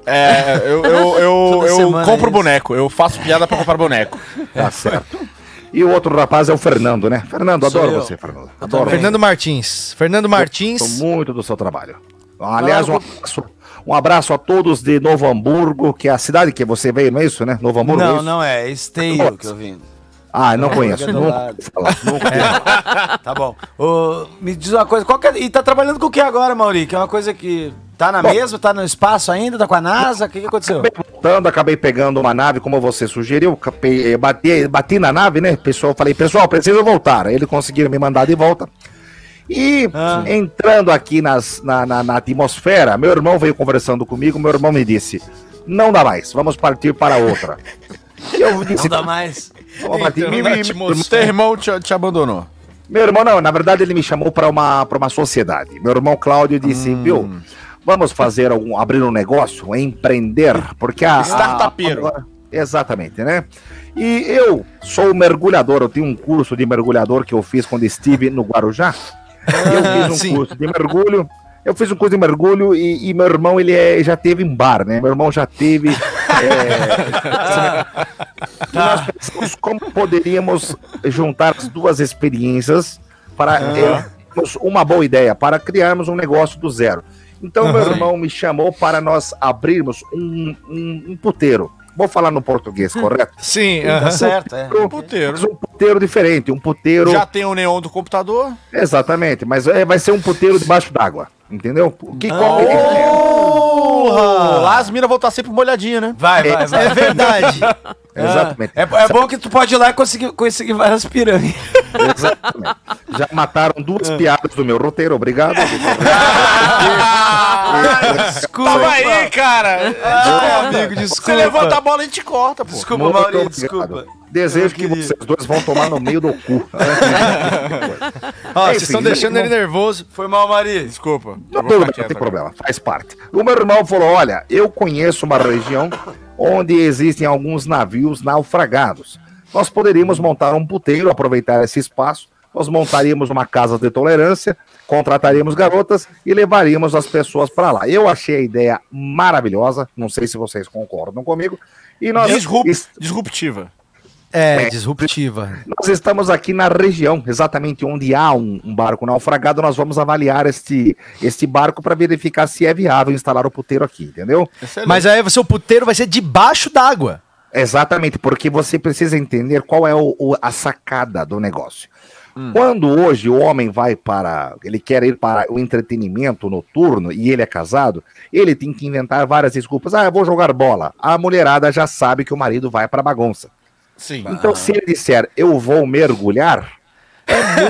[SPEAKER 7] É, eu, eu, eu,
[SPEAKER 6] Toda
[SPEAKER 7] eu
[SPEAKER 6] semana
[SPEAKER 7] compro
[SPEAKER 6] é isso.
[SPEAKER 7] boneco, eu faço piada pra comprar boneco.
[SPEAKER 8] [laughs] Tá certo. E o outro rapaz é o Fernando, né? Fernando,
[SPEAKER 6] Sou
[SPEAKER 8] adoro
[SPEAKER 6] eu.
[SPEAKER 8] você, Fernando. Adoro você.
[SPEAKER 1] Fernando Martins. Fernando Martins.
[SPEAKER 8] Gosto muito do seu trabalho. Aliás, um abraço, um abraço a todos de Novo Hamburgo, que é a cidade que você veio, não é isso, né? Novo Hamburgo? é
[SPEAKER 6] Não,
[SPEAKER 8] isso?
[SPEAKER 6] não é. É Esteio que eu vim.
[SPEAKER 8] Ah, não conheço.
[SPEAKER 6] é do
[SPEAKER 8] Nunca
[SPEAKER 6] lado.
[SPEAKER 8] ouvi falar. Nunca ouvi falar.
[SPEAKER 6] Tá bom. Ô, me diz uma coisa. Qual que é- e tá trabalhando com o que agora, Mauri? Que é uma coisa que. Tá na mesa? Tá no espaço ainda? Tá com a NASA? O que, que aconteceu?
[SPEAKER 8] Acabei voltando, acabei pegando uma nave, como você sugeriu, capei- eh, bati, bati na nave, né? Pessoal, falei, pessoal, preciso voltar. Aí Eles conseguiram me mandar de volta. E
[SPEAKER 6] Ah.
[SPEAKER 8] entrando aqui nas- na, na- na atmosfera, meu irmão veio conversando comigo, meu irmão me disse, não dá mais, vamos partir
[SPEAKER 7] [laughs]
[SPEAKER 8] para outra. E eu disse,
[SPEAKER 6] Não dá mais.
[SPEAKER 8] "Vamos partir."
[SPEAKER 1] Então,
[SPEAKER 8] E- e-
[SPEAKER 1] na
[SPEAKER 8] meu
[SPEAKER 1] atmosfera.
[SPEAKER 7] Teu irmão te, te abandonou.
[SPEAKER 8] meu irmão, não, na verdade ele me chamou para uma, pra uma sociedade. Meu irmão Cláudio disse,
[SPEAKER 7] Hum.
[SPEAKER 8] viu, vamos fazer algum, abrir um negócio, empreender, porque a... a-
[SPEAKER 7] Startupeiro.
[SPEAKER 8] Ah, agora- exatamente, né? E eu sou mergulhador, eu tenho um curso de mergulhador que eu fiz quando estive no Guarujá. Eu fiz um
[SPEAKER 1] Sim.
[SPEAKER 8] curso de mergulho, eu fiz um curso de mergulho e, e meu irmão, ele é- já teve em bar, né? Meu irmão já teve... é, pensamos como poderíamos juntar as duas experiências para eh, termos uma boa ideia, para criarmos um negócio do zero. Então, meu irmão me chamou para nós abrirmos um, um, um puteiro. Vou falar no
[SPEAKER 7] Hum.
[SPEAKER 8] português, correto?
[SPEAKER 1] Sim.
[SPEAKER 6] Tá
[SPEAKER 1] aham.
[SPEAKER 6] certo, é.
[SPEAKER 7] Puteiro.
[SPEAKER 8] Mas um puteiro diferente, um puteiro.
[SPEAKER 7] Já tem o neon do computador.
[SPEAKER 8] É, Exatamente, mas eh, vai ser um puteiro debacho d'água. Entendeu? O Que qual que-
[SPEAKER 7] Lá as minas vão estar sempre molhadinhas, né?
[SPEAKER 6] Vai, vai, vai.
[SPEAKER 7] [laughs]
[SPEAKER 1] É verdade.
[SPEAKER 8] Exatamente.
[SPEAKER 6] É, é bom que tu pode ir lá e conseguir, conseguir várias pirâmides.
[SPEAKER 8] Exatamente. Já mataram duas piadas do meu roteiro, obrigado.
[SPEAKER 6] Desculpa.
[SPEAKER 7] Ah, aí, cara!
[SPEAKER 6] Ah, amigo, desculpa.
[SPEAKER 7] Você levanta a bola e a gente corta, pô.
[SPEAKER 6] Desculpa,
[SPEAKER 8] Muito
[SPEAKER 6] Mauri,
[SPEAKER 8] obrigado.
[SPEAKER 6] desculpa. Eu
[SPEAKER 8] Desejo
[SPEAKER 6] não
[SPEAKER 8] que
[SPEAKER 6] queria.
[SPEAKER 8] vocês dois vão tomar no meio
[SPEAKER 7] [laughs]
[SPEAKER 8] do cu.
[SPEAKER 1] Ó,
[SPEAKER 8] É,
[SPEAKER 1] vocês estão
[SPEAKER 8] enfim,
[SPEAKER 1] deixando
[SPEAKER 8] não-
[SPEAKER 1] ele nervoso.
[SPEAKER 6] Foi mal, Mauri.
[SPEAKER 7] Desculpa. Eu vou
[SPEAKER 8] Não, tudo
[SPEAKER 7] ficar
[SPEAKER 8] bem, não
[SPEAKER 7] quieto
[SPEAKER 8] tem
[SPEAKER 7] agora.
[SPEAKER 8] problema, faz parte. O meu irmão falou: olha, eu conheço uma região onde existem alguns navios naufragados. Nós poderíamos montar um puteiro, aproveitar esse espaço, nós montaríamos uma casa de tolerância, contrataríamos garotas e levaríamos as pessoas para lá. Eu achei a ideia maravilhosa, não sei se vocês concordam comigo. E nós,
[SPEAKER 7] Disrup-
[SPEAKER 8] est-
[SPEAKER 7] Disruptiva.
[SPEAKER 1] É, disruptiva.
[SPEAKER 8] nós estamos aqui na região, exatamente onde há um, um barco naufragado. Nós vamos avaliar este, este barco para verificar se é viável instalar o puteiro aqui, entendeu?
[SPEAKER 1] Mas aí o seu puteiro vai ser debaixo d'água.
[SPEAKER 8] Exatamente, porque você precisa entender qual é o- o- a sacada do negócio.
[SPEAKER 1] Hum.
[SPEAKER 8] Quando hoje o homem vai para. Ele quer ir para o entretenimento noturno e ele é casado, ele tem que inventar várias desculpas. Ah, eu vou jogar bola. A mulherada já sabe que o marido vai para bagunça.
[SPEAKER 7] Sim.
[SPEAKER 8] Então, se ele disser eu vou mergulhar, é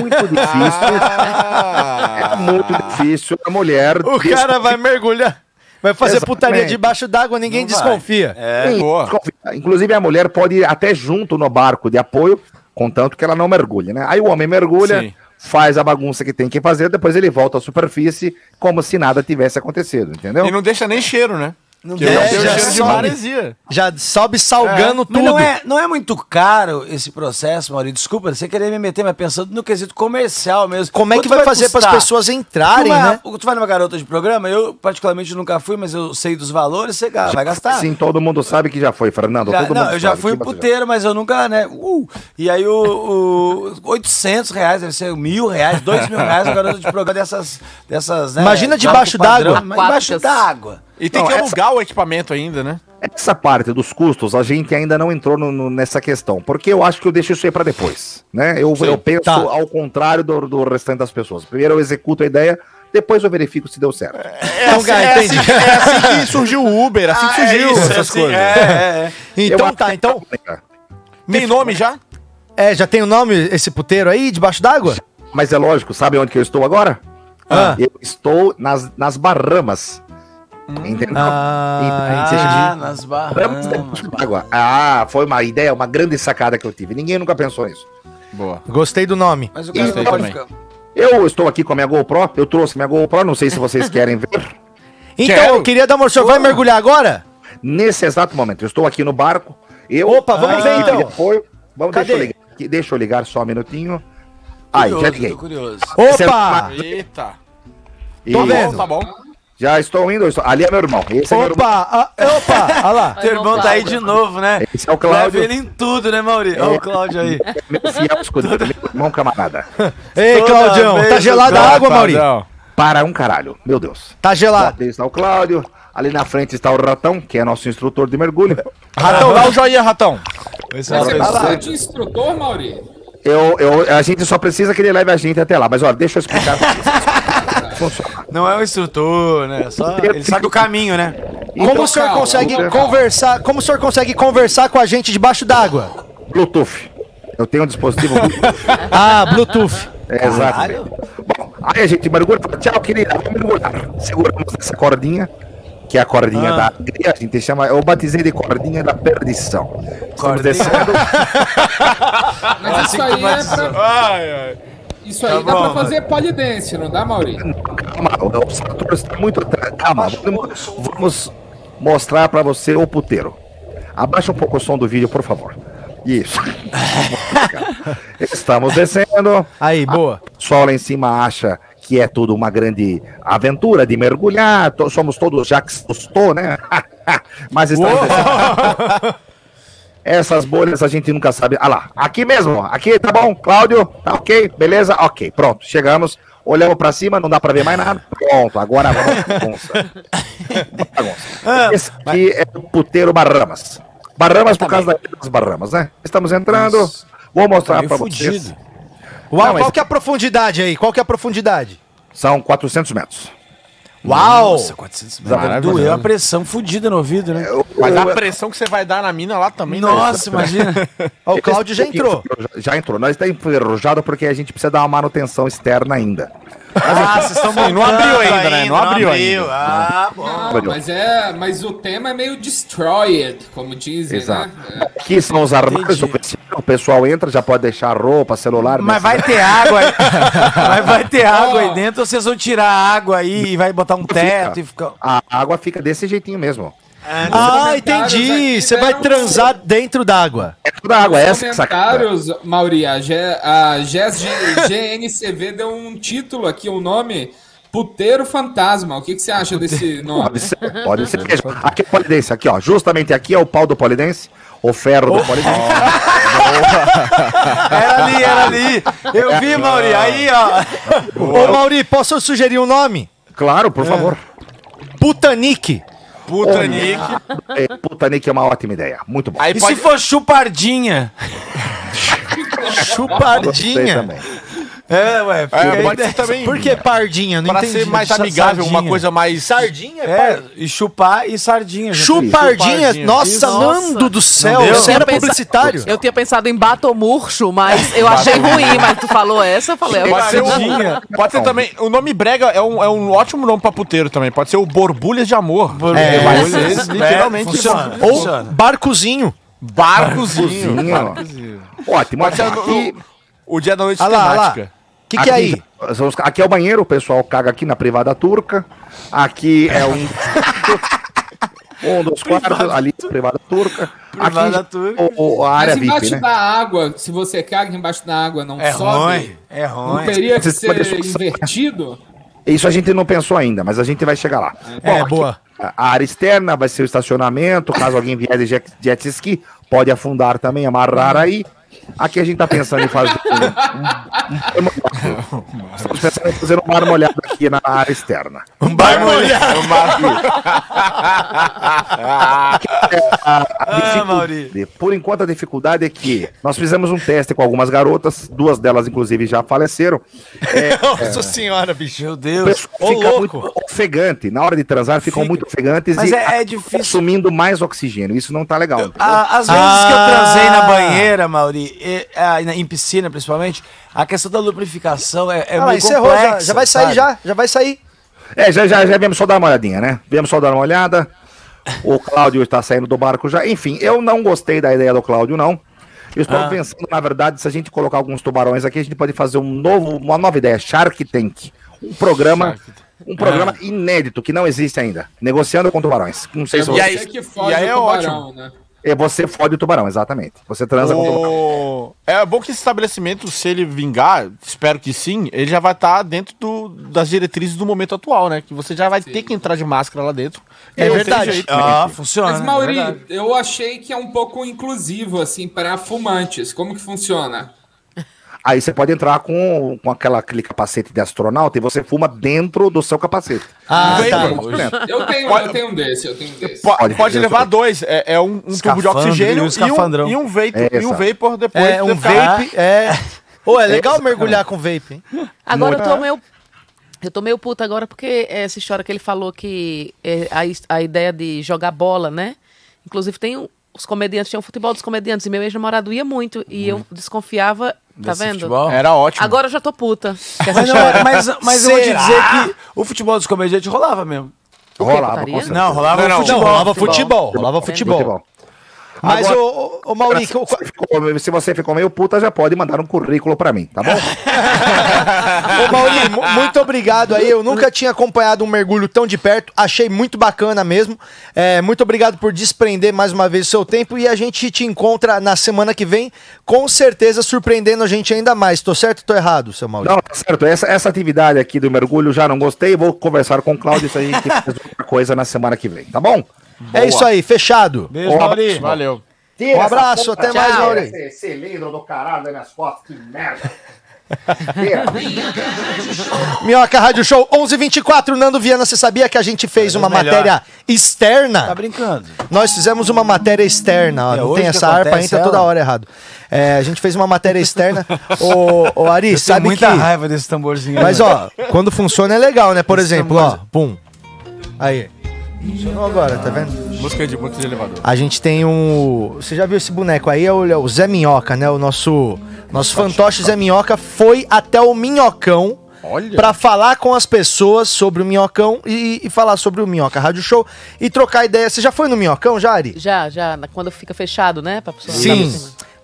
[SPEAKER 6] [laughs]
[SPEAKER 8] muito difícil.
[SPEAKER 6] Ah.
[SPEAKER 8] é muito difícil a mulher.
[SPEAKER 1] O cara vai mergulhar. Vai fazer
[SPEAKER 8] Exatamente.
[SPEAKER 1] putaria debaixo d'água, ninguém
[SPEAKER 6] Não vai. É,
[SPEAKER 1] desconfia.
[SPEAKER 8] Sim,
[SPEAKER 7] boa.
[SPEAKER 8] desconfia. Inclusive, a mulher pode ir até junto no barco de apoio, contanto que ela não mergulhe, né? Aí o homem mergulha,
[SPEAKER 7] Sim.
[SPEAKER 8] faz a bagunça que tem que fazer, depois ele volta à superfície como se nada tivesse acontecido, entendeu?
[SPEAKER 7] E não deixa nem cheiro, né?
[SPEAKER 6] Não
[SPEAKER 7] Que eu
[SPEAKER 1] É,
[SPEAKER 7] já tenho
[SPEAKER 1] já
[SPEAKER 7] cheiro de
[SPEAKER 6] [laughs]
[SPEAKER 1] sobe.
[SPEAKER 7] maresia.
[SPEAKER 1] Já sobe salgando tudo.
[SPEAKER 6] Mas não é, não é muito caro esse processo, Maurício. Desculpa, você querer me meter, mas pensando no quesito comercial mesmo.
[SPEAKER 1] Como é que
[SPEAKER 6] Quanto
[SPEAKER 1] vai, fazer para as
[SPEAKER 6] custar?
[SPEAKER 1] pessoas entrarem,
[SPEAKER 6] Uma-
[SPEAKER 1] né?
[SPEAKER 6] Tu vai numa garota de programa, eu particularmente nunca fui, mas eu sei dos valores, você ga- Ah, vai gastar.
[SPEAKER 8] Sim, todo mundo sabe que já foi,
[SPEAKER 1] tá
[SPEAKER 8] Fernando.
[SPEAKER 6] Já-
[SPEAKER 8] todo
[SPEAKER 6] não,
[SPEAKER 8] mundo
[SPEAKER 6] eu já
[SPEAKER 8] sabe.
[SPEAKER 6] fui em
[SPEAKER 8] Que você já-
[SPEAKER 6] puteiro, mas eu nunca, né? uh, e aí o, o 800 reais, deve ser mil reais, dois mil reais, o garoto de programa dessas, dessas né,
[SPEAKER 1] Imagina
[SPEAKER 6] alto
[SPEAKER 1] debaixo
[SPEAKER 6] padrão,
[SPEAKER 1] d'água.
[SPEAKER 6] mas Debaixo
[SPEAKER 4] Aquáticas.
[SPEAKER 6] d'água.
[SPEAKER 7] E tem
[SPEAKER 8] Não, é
[SPEAKER 7] que
[SPEAKER 8] essa-
[SPEAKER 7] alugar o equipamento ainda, né?
[SPEAKER 8] Essa parte dos custos, a gente ainda não entrou no- no- nessa questão, porque eu acho que eu deixo isso aí para depois, né? Eu, eu penso
[SPEAKER 1] tá.
[SPEAKER 8] ao contrário do, do restante das pessoas. Primeiro eu executo a ideia, depois eu verifico se deu certo.
[SPEAKER 1] Então, cara, entendi.
[SPEAKER 7] É assim que surgiu o Uber, assim
[SPEAKER 6] Ah,
[SPEAKER 7] que surgiu essas coisas.
[SPEAKER 6] É, é,
[SPEAKER 8] Eu
[SPEAKER 1] Então
[SPEAKER 8] acho
[SPEAKER 1] tá,
[SPEAKER 8] que-
[SPEAKER 1] então.
[SPEAKER 7] Tem nome já?
[SPEAKER 1] É, já tem o nome esse puteiro aí, debaixo d'água?
[SPEAKER 8] Mas é lógico, sabe onde que eu estou agora?
[SPEAKER 1] Ah.
[SPEAKER 8] Eu estou nas, nas Barramas. Entendeu?
[SPEAKER 1] Hum. Ah,
[SPEAKER 8] Em- em-
[SPEAKER 1] entendi.
[SPEAKER 6] Ah, nas barras.
[SPEAKER 8] Barramas debaixo d'água. Ah, foi uma ideia, uma grande sacada que eu tive. Ninguém nunca pensou nisso.
[SPEAKER 7] Boa.
[SPEAKER 1] Gostei do nome.
[SPEAKER 6] Mas o cara
[SPEAKER 8] Isso
[SPEAKER 6] não
[SPEAKER 8] tá aí
[SPEAKER 6] pode
[SPEAKER 7] também.
[SPEAKER 6] ficar.
[SPEAKER 8] Eu estou aqui com a minha GoPro, eu trouxe minha GoPro, não sei
[SPEAKER 1] [laughs]
[SPEAKER 8] se vocês querem ver. Ah.
[SPEAKER 1] Então,
[SPEAKER 7] Quero.
[SPEAKER 1] eu queria dar uma. O senhor vai mergulhar agora?
[SPEAKER 8] Nesse exato momento, eu estou aqui no barco. Eu,
[SPEAKER 1] Opa, vamos
[SPEAKER 8] a
[SPEAKER 1] ver,
[SPEAKER 8] equipe de
[SPEAKER 1] então.
[SPEAKER 8] apoio- Vamos,
[SPEAKER 1] Cadê?
[SPEAKER 8] deixa eu, ligar, aqui, deixa eu ligar só um minutinho. Aí, já
[SPEAKER 6] Curioso,
[SPEAKER 8] liguei. é
[SPEAKER 6] tô curioso.
[SPEAKER 1] Opa!
[SPEAKER 7] Eita.
[SPEAKER 8] E
[SPEAKER 1] tô vendo.
[SPEAKER 7] Bom, tá bom.
[SPEAKER 8] Já estou indo, eu estou- ali é meu irmão. Esse é meu irmão.
[SPEAKER 1] Opa! ah, opa! Olha lá.
[SPEAKER 6] Teu irmão tá aí de novo, né?
[SPEAKER 8] Esse é o Cláudio.
[SPEAKER 6] Leva ele em tudo, né, Maurício? Olha o Cláudio aí.
[SPEAKER 8] Meu fiel escudeiro, meu irmão camarada.
[SPEAKER 1] [laughs] Ei,
[SPEAKER 6] Toda
[SPEAKER 1] Claudião,
[SPEAKER 6] vez
[SPEAKER 1] tá
[SPEAKER 6] o
[SPEAKER 1] gelada a
[SPEAKER 6] cara
[SPEAKER 1] água,
[SPEAKER 7] Tá,
[SPEAKER 1] Maurício?
[SPEAKER 7] não.
[SPEAKER 8] Para um caralho, meu Deus.
[SPEAKER 1] Tá gelada.
[SPEAKER 8] Ali está o Cláudio, ali na frente está o Ratão, que é nosso instrutor de
[SPEAKER 1] [laughs]
[SPEAKER 8] mergulho.
[SPEAKER 7] Ratão, dá o joinha, ratão.
[SPEAKER 6] é
[SPEAKER 5] Você precisa de instrutor, Mauri?
[SPEAKER 6] [laughs]
[SPEAKER 8] Eu, eu, a gente só precisa que ele leve a gente até lá, mas olha, deixa
[SPEAKER 1] [laughs]
[SPEAKER 8] eu explicar pra vocês. Funciona.
[SPEAKER 6] [laughs] Não é o instrutor, né? Só, ele sabe o caminho, né?
[SPEAKER 1] Como
[SPEAKER 8] Então,
[SPEAKER 1] o senhor
[SPEAKER 5] calma,
[SPEAKER 1] consegue
[SPEAKER 8] vamos ver.
[SPEAKER 1] conversar? Como o senhor consegue conversar com a gente debaixo d'água?
[SPEAKER 8] Bluetooth. Eu tenho
[SPEAKER 1] [laughs]
[SPEAKER 8] um dispositivo Bluetooth.
[SPEAKER 1] Ah, Bluetooth.
[SPEAKER 8] É, exatamente. Bom, aí a gente mergulha e fala, tchau, querida, vamos mergulhar. Seguramos essa cordinha, que é a cordinha
[SPEAKER 6] Ah.
[SPEAKER 8] da alegria, a gente chama, eu batizei de cordinha da perdição. Estamos
[SPEAKER 6] Cordinha.
[SPEAKER 8] descendo,
[SPEAKER 5] Mas isso aí é pra,
[SPEAKER 7] Ai, ai.
[SPEAKER 5] isso aí dá
[SPEAKER 6] Tá bom,
[SPEAKER 5] pra fazer polidense, não dá, Mauri?
[SPEAKER 8] Calma, o Saturno está muito atrás. Calma, vamos, vamos mostrar para você o puteiro. Abaixa um pouco o som do vídeo, por favor. Isso. Estamos descendo. Ah,
[SPEAKER 1] Aí, boa.
[SPEAKER 8] O pessoal lá em cima acha que é tudo uma grande aventura de mergulhar. to- somos todos Jacques Cousteau, né? [laughs] Mas
[SPEAKER 9] Tá
[SPEAKER 8] estamos descendo. Essas bolhas a gente nunca sabe. Ah lá, aqui mesmo, aqui tá bom, Cláudio, tá ok, beleza? Ok, pronto, chegamos, olhamos pra cima, não dá pra ver mais nada. Pronto, agora vamos pra bagunça.
[SPEAKER 1] [laughs]
[SPEAKER 8] bagunça.
[SPEAKER 1] Ah,
[SPEAKER 8] Esse aqui é o puteiro Barramas. Barramas por causa das Barramas, né? Estamos entrando, vou mostrar pra vocês.
[SPEAKER 1] Tá Uau,
[SPEAKER 8] Não, mas-
[SPEAKER 1] qual que é a profundidade aí? Qual que é a profundidade?
[SPEAKER 8] São 400 metros.
[SPEAKER 1] Uau!
[SPEAKER 6] Nossa, 400 metros.
[SPEAKER 7] Maravilhoso.
[SPEAKER 6] Doeu a pressão fudida no ouvido, né?
[SPEAKER 7] Mas a pressão que você vai dar na mina lá também. né? [laughs]
[SPEAKER 6] Nossa, imagina.
[SPEAKER 1] Ó, o Cláudio já entrou.
[SPEAKER 8] Já entrou. Nós está enferrujado porque a gente precisa dar uma manutenção externa ainda. é
[SPEAKER 6] Ah, vocês estão
[SPEAKER 7] Sim, não abriu ainda, né? Não abriu ainda.
[SPEAKER 6] Ah, bom.
[SPEAKER 5] Ah,
[SPEAKER 8] Mauri.
[SPEAKER 5] mas, é, mas o tema é meio destroyed, como dizem,
[SPEAKER 8] Exato.
[SPEAKER 5] né?
[SPEAKER 8] Aqui são os armários, o pessoal- o pessoal entra, já pode deixar roupa, celular. né?
[SPEAKER 6] Mas
[SPEAKER 8] mesmo.
[SPEAKER 6] vai ter água
[SPEAKER 8] [laughs]
[SPEAKER 6] aí. Mas vai ter água aí
[SPEAKER 5] Ó.
[SPEAKER 6] dentro, ou vocês vão tirar a água aí e vai botar um teto e ficar.
[SPEAKER 8] A água fica desse jeitinho mesmo.
[SPEAKER 1] Ah,
[SPEAKER 5] comentários
[SPEAKER 1] entendi.
[SPEAKER 5] aqui
[SPEAKER 1] Você vai
[SPEAKER 7] né?
[SPEAKER 5] deram-
[SPEAKER 1] transar dentro d'água.
[SPEAKER 8] É toda água, é
[SPEAKER 5] Os
[SPEAKER 8] essa que sacada.
[SPEAKER 5] comentários, Mauri, a, G, a GES G- GNCV deu um título aqui, um nome, Puteiro Fantasma. O que, que você acha
[SPEAKER 8] [laughs]
[SPEAKER 5] desse nome?
[SPEAKER 8] Pode
[SPEAKER 6] [laughs]
[SPEAKER 8] ser, pode ser. mesmo. Aqui é o polidense, aqui, ó. Justamente aqui é o pau do polidense, o ferro do polidense.
[SPEAKER 6] Era ali, era ali.
[SPEAKER 8] É.
[SPEAKER 6] Eu vi, Mauri. Aí, ó.
[SPEAKER 1] [laughs] Ô, Mauri, posso sugerir um nome? É.
[SPEAKER 8] Claro, por favor.
[SPEAKER 1] Putanique.
[SPEAKER 7] Puta, Nick.
[SPEAKER 8] É, puta, Nick, é uma ótima ideia. Muito bom.
[SPEAKER 7] Aí
[SPEAKER 6] E
[SPEAKER 7] pode...
[SPEAKER 6] se for
[SPEAKER 8] [laughs]
[SPEAKER 6] chupardinha?
[SPEAKER 8] Gostei
[SPEAKER 1] Pardinha.
[SPEAKER 8] também.
[SPEAKER 6] É, ué. fica
[SPEAKER 7] É,
[SPEAKER 6] aí
[SPEAKER 7] pode ser
[SPEAKER 6] dentro.
[SPEAKER 7] também.
[SPEAKER 1] Por que pardinha? Não
[SPEAKER 7] Pra
[SPEAKER 1] entendi.
[SPEAKER 7] ser mais
[SPEAKER 1] Sa-
[SPEAKER 7] amigável, uma
[SPEAKER 1] sardinha.
[SPEAKER 7] coisa mais...
[SPEAKER 1] Sardinha é,
[SPEAKER 6] É, e chupar e sardinha. gente.
[SPEAKER 1] Chupardinha,
[SPEAKER 7] Chupardinha.
[SPEAKER 1] nossa,
[SPEAKER 4] Isso.
[SPEAKER 1] Nando do céu,
[SPEAKER 6] deu?
[SPEAKER 1] você
[SPEAKER 4] Eu
[SPEAKER 1] era
[SPEAKER 4] pensava-
[SPEAKER 1] publicitário.
[SPEAKER 4] Eu tinha pensado em Bato Murcho, mas eu achei ruim, mas tu falou essa, eu falei. é Eu
[SPEAKER 7] Pode ser, o-
[SPEAKER 6] Sardinha.
[SPEAKER 7] pode ser também. O nome brega é um, é um ótimo nome pra puteiro também. Pode ser o Borbulhas de Amor.
[SPEAKER 6] É,
[SPEAKER 7] Mas
[SPEAKER 6] olha,
[SPEAKER 7] eles
[SPEAKER 6] é,
[SPEAKER 7] literalmente
[SPEAKER 6] funciona,
[SPEAKER 7] são-
[SPEAKER 1] Ou
[SPEAKER 6] funciona.
[SPEAKER 1] barcozinho.
[SPEAKER 7] barcozinho.
[SPEAKER 8] Cozinha, ó. Ótimo.
[SPEAKER 7] Pode ser
[SPEAKER 8] Aqui,
[SPEAKER 7] o, o dia da noite
[SPEAKER 1] Olha lá, olha lá.
[SPEAKER 7] temática.
[SPEAKER 1] O que, que é aí?
[SPEAKER 8] Aqui, são os- aqui é o banheiro, o pessoal caga aqui na privada turca. Aqui é um. Um dos quartos ali, privada turca.
[SPEAKER 6] Privada
[SPEAKER 8] aqui, é
[SPEAKER 6] turca.
[SPEAKER 8] O, o- a área
[SPEAKER 5] Mas embaixo
[SPEAKER 8] VIP, né?
[SPEAKER 5] da água, se você caga embaixo da água, não
[SPEAKER 6] É
[SPEAKER 5] sobe.
[SPEAKER 6] ruim, é
[SPEAKER 5] Não
[SPEAKER 6] ruim.
[SPEAKER 5] teria que
[SPEAKER 8] Você
[SPEAKER 5] ser
[SPEAKER 8] pode discussão.
[SPEAKER 5] invertido?
[SPEAKER 8] Isso a gente não pensou ainda, mas a gente vai chegar lá.
[SPEAKER 1] É,
[SPEAKER 8] Bom,
[SPEAKER 1] boa.
[SPEAKER 8] A área externa vai ser o estacionamento, caso alguém vier de jet, jet ski, pode afundar também, amarrar aí. Aqui a gente tá pensando em fazer um, um, um- Estamos pensando em fazer um mar molhado aqui na área externa.
[SPEAKER 1] Um bar molhado.
[SPEAKER 7] É
[SPEAKER 8] A
[SPEAKER 6] Ah,
[SPEAKER 8] dificuldade- Por enquanto, a dificuldade é que nós fizemos um teste com algumas garotas, duas delas, inclusive, já faleceram.
[SPEAKER 6] [laughs]
[SPEAKER 1] Nossa senhora, bicho.
[SPEAKER 6] Meu
[SPEAKER 8] O
[SPEAKER 6] Deus.
[SPEAKER 8] pessoal É. fica muito ofegante. Na hora de transar, ficam muito ofegantes
[SPEAKER 6] Mas
[SPEAKER 8] e
[SPEAKER 6] é- é
[SPEAKER 8] acabam
[SPEAKER 6] difícil.
[SPEAKER 8] consumindo mais oxigênio. Isso não tá legal.
[SPEAKER 6] A- Às vezes que eu transei na
[SPEAKER 1] Ah.
[SPEAKER 6] banheira, Mauri, e- ah, e na- em piscina principalmente, a questão da lubrificação é, é
[SPEAKER 1] Ah, lá,
[SPEAKER 6] muito
[SPEAKER 1] encerrou, já,
[SPEAKER 6] complexa.
[SPEAKER 1] já vai sair
[SPEAKER 6] sabe?
[SPEAKER 1] já, já vai sair.
[SPEAKER 8] É, já, já, já viemos só dar uma olhadinha, né? Viemos só dar uma olhada. O Cláudio está saindo do barco já. Enfim, eu não gostei da ideia do Cláudio, não. Eu estou
[SPEAKER 7] Ah.
[SPEAKER 8] pensando, na verdade, se a gente colocar alguns tubarões aqui, a gente pode fazer um novo, uma nova ideia, Shark Tank. Um programa, um programa
[SPEAKER 7] Ah.
[SPEAKER 8] inédito que não existe ainda. Negociando com tubarões. Não sei se
[SPEAKER 5] Você
[SPEAKER 8] você,
[SPEAKER 5] que foge
[SPEAKER 7] e aí
[SPEAKER 5] o
[SPEAKER 7] é
[SPEAKER 5] tubarão, né?
[SPEAKER 8] é você fode o tubarão, exatamente. Você transa com o tubarão.
[SPEAKER 7] O- É bom que esse estabelecimento, se ele vingar, espero que sim, ele já vai estar dentro do- das diretrizes do momento atual, né? Que você já vai ter que entrar de máscara lá dentro.
[SPEAKER 1] É
[SPEAKER 7] Não tem
[SPEAKER 1] verdade.
[SPEAKER 7] jeito.
[SPEAKER 6] Ah, funciona.
[SPEAKER 5] Mas, Mauri,
[SPEAKER 6] é verdade.
[SPEAKER 5] eu achei que é um pouco inclusivo, assim, para fumantes. Como que funciona?
[SPEAKER 8] Aí você pode entrar com, com aquela, aquele capacete de astronauta e você fuma dentro do seu capacete.
[SPEAKER 1] Ah,
[SPEAKER 7] Vem,
[SPEAKER 1] tá.
[SPEAKER 7] mano.
[SPEAKER 5] Eu tenho, eu tenho um desse, eu tenho um desse.
[SPEAKER 7] Po-
[SPEAKER 8] Pode
[SPEAKER 7] Pode,
[SPEAKER 8] fazer
[SPEAKER 7] levar
[SPEAKER 8] isso.
[SPEAKER 7] dois. É, é um, um tubo de
[SPEAKER 6] Escafandro e
[SPEAKER 7] oxigênio
[SPEAKER 6] um
[SPEAKER 7] e um,
[SPEAKER 6] escafandrão.
[SPEAKER 7] e um vapor,
[SPEAKER 8] É,
[SPEAKER 7] e um
[SPEAKER 8] exato.
[SPEAKER 7] vapor depois.
[SPEAKER 1] É,
[SPEAKER 7] de
[SPEAKER 1] um
[SPEAKER 7] ficar-
[SPEAKER 1] vape,
[SPEAKER 7] [laughs]
[SPEAKER 1] é... Ô, é legal mergulhar com vape, hein?
[SPEAKER 4] Agora
[SPEAKER 6] é?
[SPEAKER 4] eu tô meio. Eu tô meio puta agora porque é, essa história que ele falou que é, a, is- a ideia de jogar bola, né? Inclusive tem um- os comediantes, tinha um futebol dos comediantes e meu ex-namorado ia muito e eu desconfiava, tá
[SPEAKER 6] Hum. Desse
[SPEAKER 4] vendo?
[SPEAKER 6] futebol?
[SPEAKER 7] Era ótimo.
[SPEAKER 4] Agora eu já tô puta. com essa
[SPEAKER 6] [laughs] Mas, não,
[SPEAKER 4] história.
[SPEAKER 6] mas, mas eu vou te
[SPEAKER 1] Será?
[SPEAKER 6] dizer que o futebol dos comediantes rolava mesmo.
[SPEAKER 4] O quê,
[SPEAKER 8] Rolava,
[SPEAKER 4] putaria?
[SPEAKER 8] com certeza.
[SPEAKER 6] Não, rolava
[SPEAKER 7] Não, não,
[SPEAKER 6] futebol.
[SPEAKER 1] não, rolava futebol, rolava futebol.
[SPEAKER 8] Futebol.
[SPEAKER 1] Mas,
[SPEAKER 8] Agora-
[SPEAKER 1] ô, ô, ô Mauri, que-
[SPEAKER 8] Se ficou- se você ficou meio puta, já pode mandar um currículo pra mim,
[SPEAKER 1] [laughs]
[SPEAKER 8] tá bom?
[SPEAKER 1] Ô, Mauri, mu- muito obrigado aí. Eu nunca tinha acompanhado um mergulho tão de perto. Achei muito bacana mesmo. É, muito obrigado por desprender mais uma vez o seu tempo. E a gente te encontra na semana que vem, com certeza surpreendendo a gente ainda mais. Tô certo ou tô errado, seu Mauri?
[SPEAKER 8] Não, tá certo. Essa, essa atividade aqui do mergulho já não gostei. Vou conversar com o Cláudio se a gente
[SPEAKER 1] [laughs]
[SPEAKER 8] faz outra coisa na semana que vem, tá bom?
[SPEAKER 1] é isso aí, fechado.
[SPEAKER 6] Beijo, Mauri.
[SPEAKER 7] Valeu.
[SPEAKER 1] Um abraço, até mais, Mauri.
[SPEAKER 8] é cilindro do caralho nas costas, que merda.
[SPEAKER 1] Minhoca Rádio Show 1124, Nando Viana, você sabia que a gente fez uma
[SPEAKER 6] melhor.
[SPEAKER 1] matéria
[SPEAKER 6] Tá
[SPEAKER 1] externa?
[SPEAKER 6] brincando.
[SPEAKER 1] Nós fizemos uma matéria externa, ó,
[SPEAKER 6] É
[SPEAKER 1] não
[SPEAKER 6] hoje
[SPEAKER 1] tem
[SPEAKER 6] que
[SPEAKER 1] essa harpa
[SPEAKER 6] acontece
[SPEAKER 1] ainda, toda
[SPEAKER 6] ela?
[SPEAKER 1] hora errado. É, a gente fez uma
[SPEAKER 6] [laughs]
[SPEAKER 1] matéria externa. ô, ô Ari,
[SPEAKER 6] Eu tenho
[SPEAKER 1] sabe que...
[SPEAKER 6] muita raiva desse tamborzinho.
[SPEAKER 1] Mas
[SPEAKER 6] aí.
[SPEAKER 1] ó, quando funciona é legal, né? Por
[SPEAKER 6] Isso é
[SPEAKER 1] exemplo,
[SPEAKER 6] mais-
[SPEAKER 1] ó, pum. Aí. Funcionou agora, tá vendo?
[SPEAKER 7] Música de banco de elevador.
[SPEAKER 1] A gente tem um. Você já viu esse boneco aí? É o, é o Zé Minhoca, né? O nosso, nosso fantoche Zé Minhoca foi até o Minhocão.
[SPEAKER 7] Olha.
[SPEAKER 1] Pra falar com as pessoas sobre o Minhocão e, e falar sobre o Minhoca Rádio Show e trocar ideia. Você já foi no Minhocão, já, Ari?
[SPEAKER 4] Já, já, na- quando fica fechado, né? Pra pessoa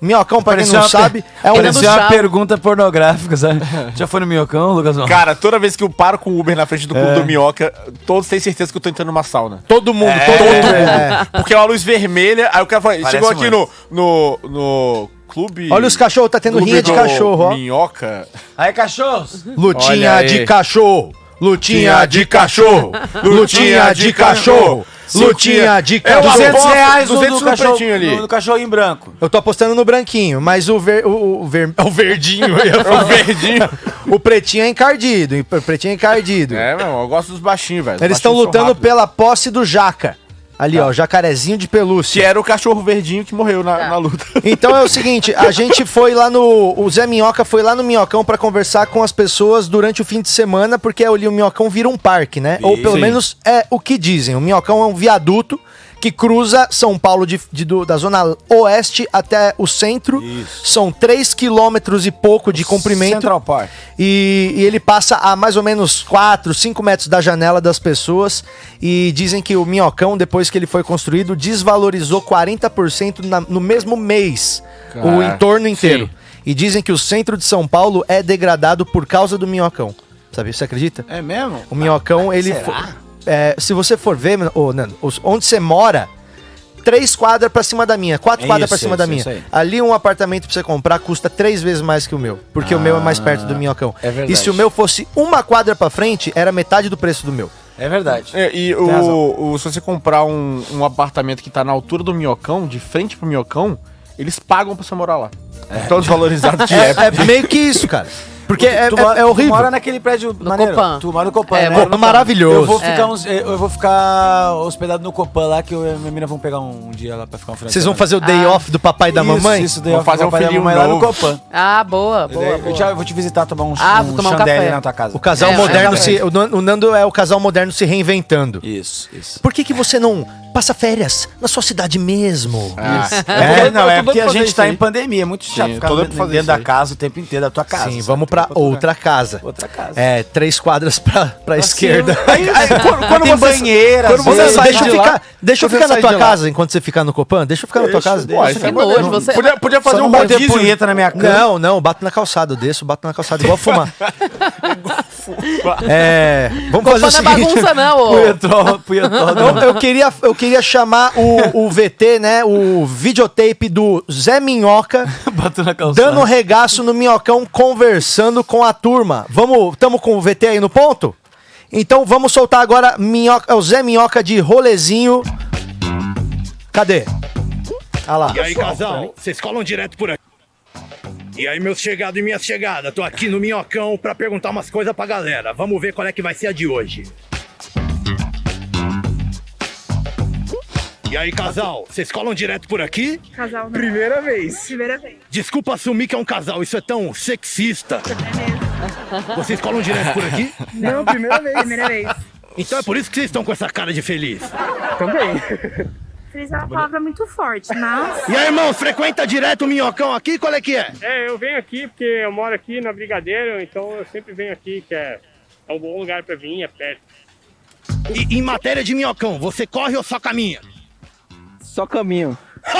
[SPEAKER 1] Minhocão, pra quem
[SPEAKER 6] Parecia
[SPEAKER 1] não
[SPEAKER 6] uma per-
[SPEAKER 1] sabe, é um
[SPEAKER 4] Querendo
[SPEAKER 6] Parecia uma
[SPEAKER 4] chave.
[SPEAKER 6] pergunta pornográfica, sabe? Já foi no minhocão, Lucas? Não?
[SPEAKER 7] Cara, toda vez que eu paro com o Uber na frente do clube do Minhoca, todos têm certeza que eu tô entrando numa sauna.
[SPEAKER 1] É. Todo mundo, todo mundo. É.
[SPEAKER 7] Porque é uma luz vermelha, aí o cara fala,
[SPEAKER 6] Parece
[SPEAKER 7] chegou aqui
[SPEAKER 6] muito.
[SPEAKER 7] no, no, no clube...
[SPEAKER 1] Olha os cachorros, tá tendo
[SPEAKER 7] clube
[SPEAKER 1] rinha de
[SPEAKER 7] do
[SPEAKER 1] cachorro, ó.
[SPEAKER 7] Minhoca.
[SPEAKER 6] Aí, cachorros!
[SPEAKER 1] Lutinha
[SPEAKER 7] Olha aí.
[SPEAKER 1] de cachorro, lutinha de cachorro, lutinha de cachorro, lutinha de
[SPEAKER 7] É o
[SPEAKER 1] cachorro.
[SPEAKER 6] 200
[SPEAKER 7] aposto,
[SPEAKER 6] reais no,
[SPEAKER 7] 200
[SPEAKER 6] no
[SPEAKER 7] no
[SPEAKER 6] cachorro,
[SPEAKER 7] pretinho ali.
[SPEAKER 6] no- no cachorro em branco.
[SPEAKER 1] Eu tô apostando no branquinho, mas o ver, o, o ver, [laughs] o verdinho, eu ia falar. É o verdinho, [laughs] o pretinho é encardido, e o pretinho é encardido.
[SPEAKER 7] É, meu, eu gosto dos baixinhos, velho. Os
[SPEAKER 1] Eles estão
[SPEAKER 7] baixinhos são
[SPEAKER 1] lutando
[SPEAKER 7] rápidos.
[SPEAKER 1] pela posse do jaca. Ali, ó, jacarezinho de
[SPEAKER 7] Ah. Que
[SPEAKER 1] pelúcia.
[SPEAKER 7] era o cachorro verdinho que morreu na, na luta.
[SPEAKER 1] [laughs] Então é o seguinte, a gente foi lá no. O Zé Minhoca foi lá no Minhocão pra conversar com as pessoas durante o fim de semana, porque ali o Minhocão vira um parque, né? Ou pelo
[SPEAKER 7] Sim.
[SPEAKER 1] menos é o que dizem. O Minhocão é um viaduto que cruza São Paulo de- de- do- da zona oeste até o centro. São 3 quilômetros e pouco de comprimento.
[SPEAKER 6] Central Park.
[SPEAKER 1] E, e ele passa a mais ou menos 4, 5 metros da janela das pessoas. E dizem que o Minhocão, depois que ele foi construído, desvalorizou 40% na- no mesmo mês o entorno inteiro. E dizem que o centro de São Paulo é degradado por causa do Minhocão. Sabe, você acredita?
[SPEAKER 6] É mesmo?
[SPEAKER 1] O Minhocão, ele. fo- é, se você for ver, ô, Nando, os- onde você mora, três quadras pra cima da minha, quatro
[SPEAKER 6] É
[SPEAKER 1] quadras
[SPEAKER 6] isso,
[SPEAKER 1] pra cima
[SPEAKER 6] é
[SPEAKER 1] da
[SPEAKER 6] isso,
[SPEAKER 1] minha.
[SPEAKER 6] é isso aí.
[SPEAKER 1] Ali um apartamento pra você comprar custa três vezes mais que o meu, porque o meu é mais perto do minhocão.
[SPEAKER 6] é verdade.
[SPEAKER 1] E se o meu fosse uma quadra pra frente, era metade do preço do meu.
[SPEAKER 6] É verdade.
[SPEAKER 7] É, e
[SPEAKER 6] Tem razão.
[SPEAKER 7] o, o- se você comprar um, um apartamento que tá na altura do minhocão, de frente pro minhocão, eles pagam pra você morar lá.
[SPEAKER 6] É.
[SPEAKER 7] Tão desvalorizado
[SPEAKER 6] [laughs]
[SPEAKER 7] que é.
[SPEAKER 1] É, meio que isso, cara.
[SPEAKER 7] [laughs]
[SPEAKER 1] Porque é,
[SPEAKER 6] Tu
[SPEAKER 1] é-
[SPEAKER 6] mora-
[SPEAKER 1] é horrível.
[SPEAKER 6] Tu mora naquele prédio
[SPEAKER 4] No
[SPEAKER 6] maneiro.
[SPEAKER 4] Copan.
[SPEAKER 6] Tu mora no Copan,
[SPEAKER 4] É,
[SPEAKER 6] né?
[SPEAKER 1] Copan maravilhoso.
[SPEAKER 6] Eu vou,
[SPEAKER 4] É.
[SPEAKER 6] ficar uns- eu vou ficar hospedado no Copan lá, que eu e a minha mina vão pegar um, um dia lá pra ficar um final de
[SPEAKER 1] Vocês vão
[SPEAKER 6] semana.
[SPEAKER 1] fazer o day
[SPEAKER 4] Ah.
[SPEAKER 1] off do papai e da
[SPEAKER 6] Isso,
[SPEAKER 1] mamãe?
[SPEAKER 6] Isso, daí
[SPEAKER 7] Vou
[SPEAKER 6] eu fazer um filhinho lá no
[SPEAKER 7] novo.
[SPEAKER 6] Copan.
[SPEAKER 4] Ah, boa, boa,
[SPEAKER 6] Daí
[SPEAKER 4] boa.
[SPEAKER 6] Eu já vou te visitar, tomar um,
[SPEAKER 4] [laughs] Ah,
[SPEAKER 6] um
[SPEAKER 4] vou tomar um
[SPEAKER 6] chandelle
[SPEAKER 4] café.
[SPEAKER 6] na tua casa.
[SPEAKER 1] O casal
[SPEAKER 4] É,
[SPEAKER 1] moderno
[SPEAKER 4] é
[SPEAKER 1] se. O Nan- o Nando é o casal moderno se reinventando.
[SPEAKER 6] Isso, isso.
[SPEAKER 1] Por que, que você não passa férias na sua cidade mesmo?
[SPEAKER 7] Eu tô
[SPEAKER 6] É,
[SPEAKER 7] doido
[SPEAKER 6] não,
[SPEAKER 7] pra- eu
[SPEAKER 6] é
[SPEAKER 7] tô doido
[SPEAKER 6] porque a
[SPEAKER 7] pra fazer
[SPEAKER 6] gente
[SPEAKER 7] isso
[SPEAKER 6] tá
[SPEAKER 7] aí.
[SPEAKER 6] em pandemia, é muito chato
[SPEAKER 7] eu
[SPEAKER 6] ficar
[SPEAKER 7] tô doido pra
[SPEAKER 6] dentro
[SPEAKER 7] fazer
[SPEAKER 6] dentro
[SPEAKER 7] isso
[SPEAKER 6] da
[SPEAKER 7] aí.
[SPEAKER 6] casa o tempo inteiro, da tua casa.
[SPEAKER 1] Sim,
[SPEAKER 6] sabe?
[SPEAKER 1] vamos pra outra casa.
[SPEAKER 6] Outra casa.
[SPEAKER 1] É, três quadras pra, pra esquerda.
[SPEAKER 6] [laughs] Aí, aí, quando, quando
[SPEAKER 1] Tem
[SPEAKER 6] você,
[SPEAKER 1] banheira,
[SPEAKER 6] quando você
[SPEAKER 7] vezes.
[SPEAKER 6] sai
[SPEAKER 1] deixa eu
[SPEAKER 7] de lá,
[SPEAKER 1] ficar, deixa eu
[SPEAKER 7] quando
[SPEAKER 1] ficar
[SPEAKER 7] você
[SPEAKER 1] na
[SPEAKER 7] sai
[SPEAKER 1] tua
[SPEAKER 7] de lá.
[SPEAKER 1] casa enquanto você ficar no Copan. Deixa eu ficar na tua casa.
[SPEAKER 6] deixa.
[SPEAKER 7] Pô, isso é
[SPEAKER 4] Que nojo,
[SPEAKER 7] maneiro.
[SPEAKER 4] você-
[SPEAKER 7] Podia, podia fazer
[SPEAKER 6] Só
[SPEAKER 7] um
[SPEAKER 6] não bater
[SPEAKER 7] rodízio.
[SPEAKER 6] punheta na minha cama.
[SPEAKER 1] Não, não, bato na calçada, eu desço, bato na calçada, igual fumar. [laughs] é, vamos
[SPEAKER 4] Copan
[SPEAKER 1] fazer o
[SPEAKER 4] não é
[SPEAKER 1] seguinte.
[SPEAKER 4] bagunça, não, ô.
[SPEAKER 6] Punhetó,
[SPEAKER 4] [laughs]
[SPEAKER 6] punhetó.
[SPEAKER 1] Eu, eu queria, eu queria chamar o, o VT, né? O videotape do Zé [laughs] Minhoca
[SPEAKER 6] Bato na calçada.
[SPEAKER 1] dando um regaço no Minhocão conversando com a turma. Vamos, tamo com o VT aí no ponto? Então vamos soltar agora Minhoca, é o Zé Minhoca de rolezinho. Cadê? Ah lá.
[SPEAKER 10] E aí, casal, vocês colam direto por aqui. E aí, meus chegados e minhas chegadas, tô aqui no Minhocão pra perguntar umas coisas pra galera. Vamos ver qual é que vai ser a de hoje. E aí, casal, vocês colam direto por aqui?
[SPEAKER 11] Casal não.
[SPEAKER 10] Primeira vez.
[SPEAKER 11] Primeira vez.
[SPEAKER 10] Desculpa assumir que é um casal, isso é tão sexista.
[SPEAKER 11] É mesmo.
[SPEAKER 10] Vocês colam direto por aqui? [laughs] Não, primeira vez.
[SPEAKER 11] Primeira vez.
[SPEAKER 10] Então é por isso que vocês estão com essa cara de feliz.
[SPEAKER 11] Feliz é uma palavra muito forte,
[SPEAKER 10] [laughs]
[SPEAKER 11] mas.
[SPEAKER 10] E aí, irmão, frequenta direto o Minhocão aqui? Qual é que é?
[SPEAKER 12] É, eu venho aqui porque eu moro aqui na Brigadeiro, então eu sempre venho aqui, que é, é um bom lugar pra vir, é perto.
[SPEAKER 10] E, em matéria de Minhocão, você corre ou só caminha?
[SPEAKER 12] Só caminho.
[SPEAKER 10] [laughs]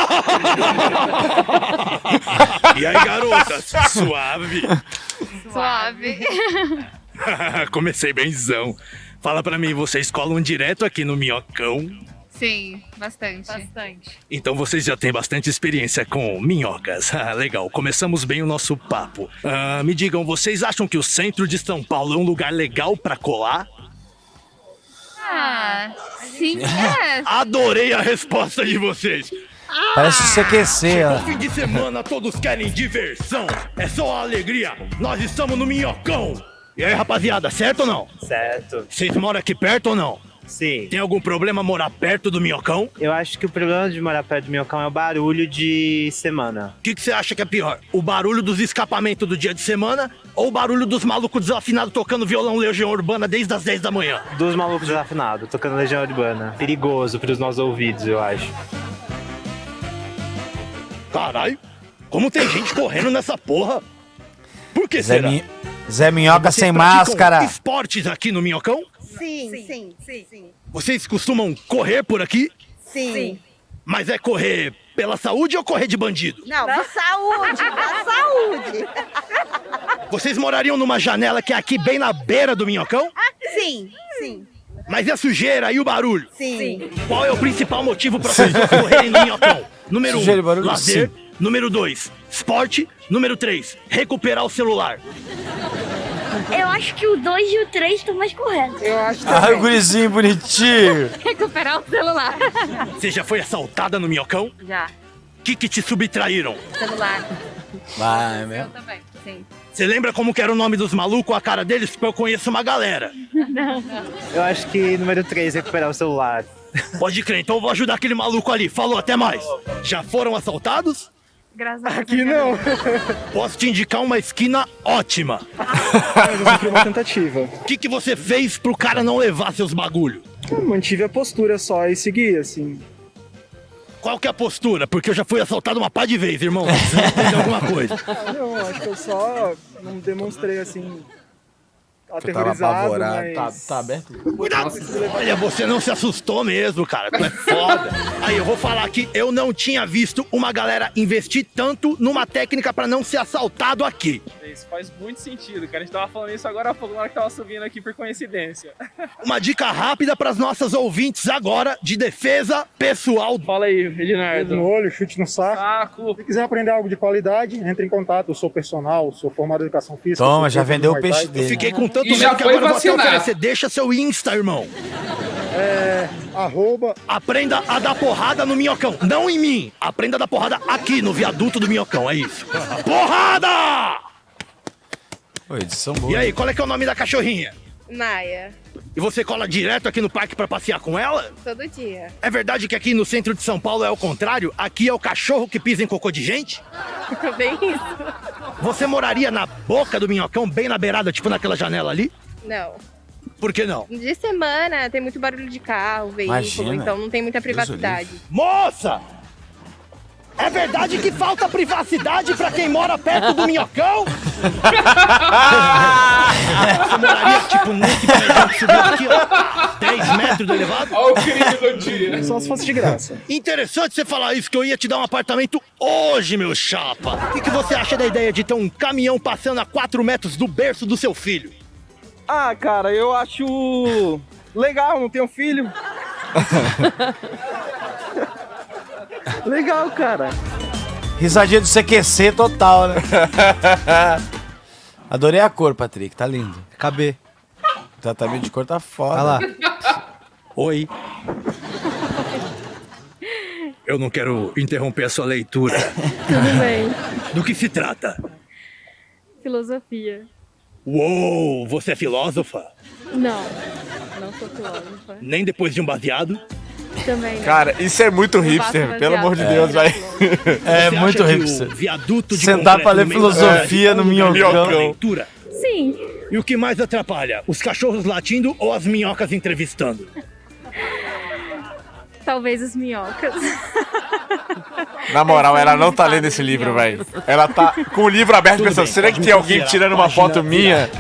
[SPEAKER 10] E aí, garotas? Suave? [laughs]
[SPEAKER 11] Suave.
[SPEAKER 10] Comecei bemzão. Fala pra mim, vocês colam direto aqui no Minhocão?
[SPEAKER 11] [laughs] Sim, bastante. Bastante.
[SPEAKER 10] Então vocês já têm bastante experiência com minhocas. [laughs] Ah, legal, começamos bem o nosso papo. Ah, me digam, vocês acham que o centro de São Paulo é um lugar legal pra colar?
[SPEAKER 11] Ah, sim,
[SPEAKER 6] [laughs]
[SPEAKER 11] é.
[SPEAKER 10] [laughs] Adorei a resposta de vocês. Ah,
[SPEAKER 6] Parece o CQC, ó.
[SPEAKER 10] Fim de semana todos querem diversão. É só alegria. Nós estamos no Minhocão. E aí, rapaziada, certo ou não?
[SPEAKER 12] Certo.
[SPEAKER 10] Vocês moram aqui perto ou não?
[SPEAKER 12] Sim.
[SPEAKER 10] Tem algum problema morar perto do Minhocão?
[SPEAKER 12] Eu acho que o problema de morar perto do minhocão é o barulho de semana.
[SPEAKER 10] O que, que você acha que é pior? O barulho dos escapamentos do dia de semana ou o barulho dos malucos desafinados tocando violão Legião Urbana desde as 10 da manhã?
[SPEAKER 12] Dos malucos desafinados, tocando Legião Urbana. Perigoso pros nossos ouvidos, eu acho.
[SPEAKER 10] Caralho, como tem gente correndo nessa porra? Por que
[SPEAKER 6] Zé,
[SPEAKER 10] será?
[SPEAKER 6] Min- Zé Minhoca
[SPEAKER 10] Vocês
[SPEAKER 6] sem
[SPEAKER 10] praticam
[SPEAKER 6] máscara.
[SPEAKER 10] esportes aqui no Minhocão?
[SPEAKER 11] Sim, sim, sim. Sim.
[SPEAKER 10] Vocês costumam correr por aqui?
[SPEAKER 11] sim.
[SPEAKER 10] Mas é correr pela saúde ou correr de bandido?
[SPEAKER 11] Não, de saúde, [laughs] da saúde.
[SPEAKER 10] Vocês morariam numa janela que é aqui bem na beira do Minhocão?
[SPEAKER 11] Ah, Sim, sim,
[SPEAKER 10] Mas e a sujeira e o barulho?
[SPEAKER 11] sim.
[SPEAKER 10] Qual é o principal motivo para vocês dois correrem
[SPEAKER 6] [laughs]
[SPEAKER 10] em Minhocão? Número
[SPEAKER 6] Sujeira e
[SPEAKER 10] 1, um,
[SPEAKER 6] barulho?
[SPEAKER 10] lazer.
[SPEAKER 6] Sim.
[SPEAKER 10] Número 2, esporte. Número 3, recuperar o celular.
[SPEAKER 11] Eu acho que o 2 e o 3 estão mais corretos.
[SPEAKER 6] Ah, o gurizinho bonitinho.
[SPEAKER 11] Recuperar o celular.
[SPEAKER 10] Você já foi assaltada no Minhocão?
[SPEAKER 11] Já,
[SPEAKER 10] O que, que te subtraíram?
[SPEAKER 11] celular.
[SPEAKER 6] Vai, meu.
[SPEAKER 11] também, sim.
[SPEAKER 10] Você lembra como que era o nome dos malucos, a cara deles? Porque eu conheço uma galera.
[SPEAKER 12] Eu acho que número 3, recuperar o celular.
[SPEAKER 10] Pode crer, então eu vou ajudar aquele maluco ali. Falou, até mais. Já foram assaltados?
[SPEAKER 11] Graças a Deus. Aqui não.
[SPEAKER 10] Posso te indicar uma esquina ótima.
[SPEAKER 12] Uma tentativa.
[SPEAKER 10] O que, que você fez pro cara não levar seus bagulho?
[SPEAKER 12] Eu mantive a postura só e segui, assim.
[SPEAKER 10] Qual que é a postura? Porque eu já fui assaltado uma pá de vez, irmão. Você vai entender alguma coisa.
[SPEAKER 12] Não, acho que eu só não demonstrei assim.
[SPEAKER 13] Tá
[SPEAKER 6] aterrorizado, apavorado.
[SPEAKER 12] mas...
[SPEAKER 7] Tá aberto?
[SPEAKER 10] Cuidado! Olha, você não se assustou mesmo, cara. Tu é foda. Aí eu vou falar que eu não tinha visto uma galera investir tanto numa técnica pra não ser assaltado aqui.
[SPEAKER 13] Isso faz muito sentido, cara. A gente tava falando isso agora há pouco, na hora que tava subindo aqui por coincidência.
[SPEAKER 14] Uma dica rápida para as nossas ouvintes agora de defesa pessoal.
[SPEAKER 13] Fala aí, Edinardo.
[SPEAKER 15] No olho, chute no saco. Se quiser aprender algo de qualidade, entre em contato. Eu sou personal, sou formado em educação física. sou
[SPEAKER 6] Toma, já
[SPEAKER 15] campeão
[SPEAKER 6] vendeu
[SPEAKER 15] do
[SPEAKER 6] o
[SPEAKER 15] Muay
[SPEAKER 6] peixe
[SPEAKER 15] Thai.
[SPEAKER 6] dele. né?
[SPEAKER 14] Eu fiquei com tanto
[SPEAKER 15] E já
[SPEAKER 14] medo que
[SPEAKER 15] foi
[SPEAKER 14] agora eu vou até
[SPEAKER 15] vacinar.
[SPEAKER 14] oferecer. Deixa seu Insta, irmão.
[SPEAKER 15] É, arroba...
[SPEAKER 14] Aprenda a dar porrada no minhocão. Não em mim. Aprenda a dar porrada aqui, no viaduto do minhocão. É
[SPEAKER 6] [laughs]
[SPEAKER 14] isso. Porrada!
[SPEAKER 6] edição
[SPEAKER 14] E aí, qual é que é o nome da cachorrinha?
[SPEAKER 16] Maia,
[SPEAKER 14] E você cola direto aqui no parque pra passear com ela?
[SPEAKER 16] todo dia.
[SPEAKER 14] É verdade que aqui no centro de São Paulo é o contrário? Aqui é o cachorro que pisa em cocô de gente?
[SPEAKER 16] Bem isso.
[SPEAKER 14] Você moraria na boca do minhocão, bem na beirada, tipo naquela janela ali?
[SPEAKER 16] Não.
[SPEAKER 14] Por que não?
[SPEAKER 16] De semana tem muito barulho de carro, veículo,
[SPEAKER 14] Imagina.
[SPEAKER 16] então não tem muita privacidade.
[SPEAKER 14] Moça! É verdade que falta privacidade pra quem mora perto do minhocão?
[SPEAKER 11] Ah,
[SPEAKER 14] Você moraria, tipo, muito que subiu aqui, ó, 10 metros do elevado?
[SPEAKER 5] Olha o crime do dia.
[SPEAKER 14] Só se fosse de graça. Interessante você falar isso, que eu ia te dar um apartamento hoje, meu chapa. O que, que você acha da ideia de ter um caminhão passando a 4 metros do berço do seu filho?
[SPEAKER 13] Ah, cara, eu acho legal, não tenho um filho. legal, cara.
[SPEAKER 6] Risadinha do CQC total,
[SPEAKER 1] [laughs]
[SPEAKER 6] né? Adorei a cor, Patrick. Tá lindo. Cabê. O tratamento de cor tá foda.
[SPEAKER 14] Olha Oi.
[SPEAKER 10] Eu não quero interromper a sua leitura.
[SPEAKER 11] Tudo bem.
[SPEAKER 10] Do que se trata?
[SPEAKER 11] Filosofia.
[SPEAKER 10] Uou, você é filósofa?
[SPEAKER 11] Não. Não sou filósofa.
[SPEAKER 10] Nem depois de um baseado?
[SPEAKER 11] Também não.
[SPEAKER 7] Cara, isso é muito
[SPEAKER 11] Eu faço
[SPEAKER 7] hipster, pelo
[SPEAKER 11] baseado
[SPEAKER 7] amor de
[SPEAKER 11] em
[SPEAKER 7] Deus, vai.
[SPEAKER 6] É muito hipster. Sentar pra ler filosofia no minhocão.
[SPEAKER 10] Leitura.
[SPEAKER 11] Sim.
[SPEAKER 10] E o que mais atrapalha? Os cachorros latindo ou as minhocas entrevistando?
[SPEAKER 11] Talvez as minhocas.
[SPEAKER 7] [laughs] Na moral, ela não tá lendo esse livro, velho. Ela tá com o livro aberto
[SPEAKER 6] Tudo
[SPEAKER 7] pensando,
[SPEAKER 6] bem,
[SPEAKER 7] será
[SPEAKER 6] pode
[SPEAKER 7] que tem alguém
[SPEAKER 6] virar,
[SPEAKER 7] tirando uma
[SPEAKER 6] pode
[SPEAKER 7] foto
[SPEAKER 6] virar.
[SPEAKER 7] minha?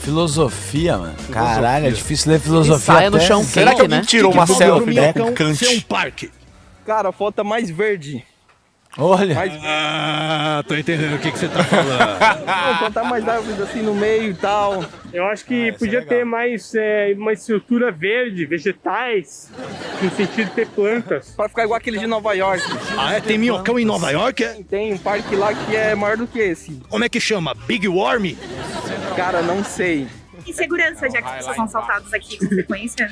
[SPEAKER 6] Filosofia, mano. Caralho, é difícil ler filosofia.
[SPEAKER 13] Saia no
[SPEAKER 6] até-
[SPEAKER 13] chão Tipo,
[SPEAKER 6] Será que alguém tirou uma selfie né, com
[SPEAKER 13] Então, ser um
[SPEAKER 6] Kant?
[SPEAKER 10] parque.
[SPEAKER 13] Cara, a foto tá mais verde.
[SPEAKER 6] Olha.
[SPEAKER 10] Ah, tô entendendo o que, que você tá [laughs] falando.
[SPEAKER 13] Não, plantar mais árvores assim no meio e tal.
[SPEAKER 12] Eu acho que podia ter mais é, uma estrutura verde, vegetais, no sentido de ter plantas.
[SPEAKER 13] Pra ficar igual aquele de Nova York.
[SPEAKER 10] Ah, é? Tem minhocão em Nova York? é?
[SPEAKER 13] Tem um parque lá que é maior do que esse.
[SPEAKER 10] Como é que chama? Big Worm?
[SPEAKER 13] Cara, não sei.
[SPEAKER 17] E segurança, já que as pessoas são assaltadas aqui com frequência.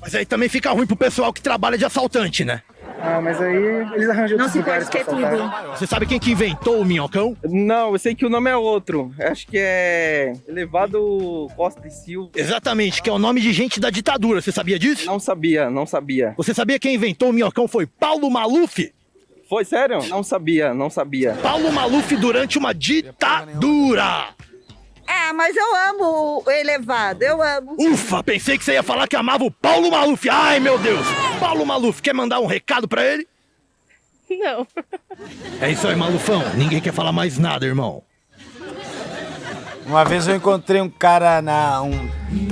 [SPEAKER 10] Mas aí também fica ruim pro pessoal que trabalha de assaltante, né?
[SPEAKER 15] Ah, mas aí eles arranjam
[SPEAKER 17] Não
[SPEAKER 15] outros
[SPEAKER 17] se
[SPEAKER 15] lugares
[SPEAKER 17] pode
[SPEAKER 15] pra
[SPEAKER 17] ter
[SPEAKER 15] assaltar.
[SPEAKER 17] tudo.
[SPEAKER 10] Você sabe quem que inventou o minhocão?
[SPEAKER 13] Não, eu sei que o nome é outro. Acho que é Elevado Costa e Silva.
[SPEAKER 10] Exatamente, que é o nome de gente da ditadura. Você sabia disso?
[SPEAKER 13] Não sabia, não sabia.
[SPEAKER 10] Você sabia quem inventou o minhocão foi Paulo Maluf?
[SPEAKER 13] Foi sério? Não sabia, não sabia.
[SPEAKER 10] Paulo Maluf durante uma ditadura.
[SPEAKER 18] É, mas eu amo o elevado, eu amo.
[SPEAKER 10] Ufa, pensei que você ia falar que amava o Paulo Maluf. Ai, meu Deus. Paulo Maluf, quer mandar um recado pra ele?
[SPEAKER 11] Não.
[SPEAKER 10] É isso aí, Malufão. Ninguém quer falar mais nada, irmão.
[SPEAKER 6] Uma vez eu encontrei um cara na. Um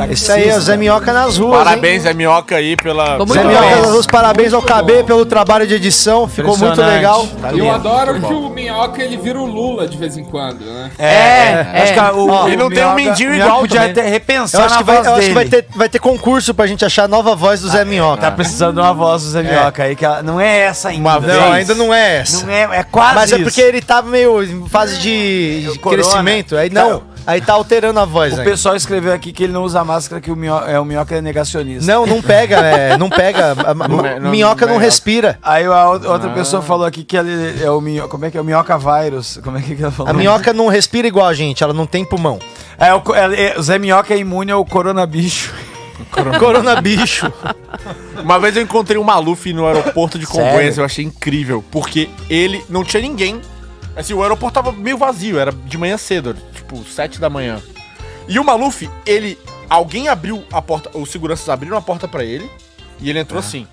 [SPEAKER 1] Isso aí é o Zé Minhoca nas ruas,
[SPEAKER 7] Parabéns, Zé é Minhoca aí pela. é
[SPEAKER 1] Zé Minhoca nas ruas, parabéns ao KB pelo trabalho de edição, ficou muito
[SPEAKER 7] Impressionante.
[SPEAKER 1] legal.
[SPEAKER 7] Tá
[SPEAKER 5] eu
[SPEAKER 7] lindo,
[SPEAKER 5] adoro
[SPEAKER 7] muito
[SPEAKER 5] que
[SPEAKER 7] bom. É,
[SPEAKER 5] o Minhoca ele vira o Lula de vez em quando, né?
[SPEAKER 6] É,
[SPEAKER 1] É, Ó,
[SPEAKER 6] um
[SPEAKER 1] Minhoca- Minhoca podia até eu acho que vai, eu acho que vai ter, vai ter concurso pra gente achar a nova voz do Zé Minhoca.
[SPEAKER 6] Tá
[SPEAKER 1] É.
[SPEAKER 6] precisando de uma voz do Zé Minhoca aí, que ela- não é essa ainda.
[SPEAKER 1] Uma Não, ainda não é essa.
[SPEAKER 6] Não é, é quase
[SPEAKER 1] Mas é
[SPEAKER 6] isso.
[SPEAKER 1] porque ele tá meio em fase de de
[SPEAKER 6] corona. né?
[SPEAKER 1] crescimento, aí não, aí tá alterando a voz
[SPEAKER 6] O
[SPEAKER 1] ainda.
[SPEAKER 6] pessoal escreveu aqui que ele não usa máscara, que o minhoca é, o minhoca é negacionista.
[SPEAKER 1] Não, não pega, é, não pega. A- a-
[SPEAKER 6] me- É, não- Ah.
[SPEAKER 1] minhoca
[SPEAKER 6] não
[SPEAKER 1] não
[SPEAKER 6] pega.
[SPEAKER 1] respira.
[SPEAKER 6] Aí a outra outra pessoa falou aqui que ele é o minhoca. Como é que é? O minhoca vírus. Como é que ela falou?
[SPEAKER 1] A
[SPEAKER 6] [laughs]
[SPEAKER 1] minhoca não respira igual a gente, ela não tem pulmão.
[SPEAKER 6] É, o, co- é, é- o Zé Minhoca é imune ao coronabicho.
[SPEAKER 1] Corona bicho.
[SPEAKER 7] Uma vez eu encontrei um Maluf no aeroporto de
[SPEAKER 6] Sério?
[SPEAKER 7] Congonhas, eu achei incrível, porque ele não tinha ninguém. Assim, o aeroporto tava meio vazio, era de manhã cedo, era, tipo, sete da manhã. E o Maluf, ele. Alguém abriu a porta, os seguranças abriram a porta pra ele e ele entrou assim.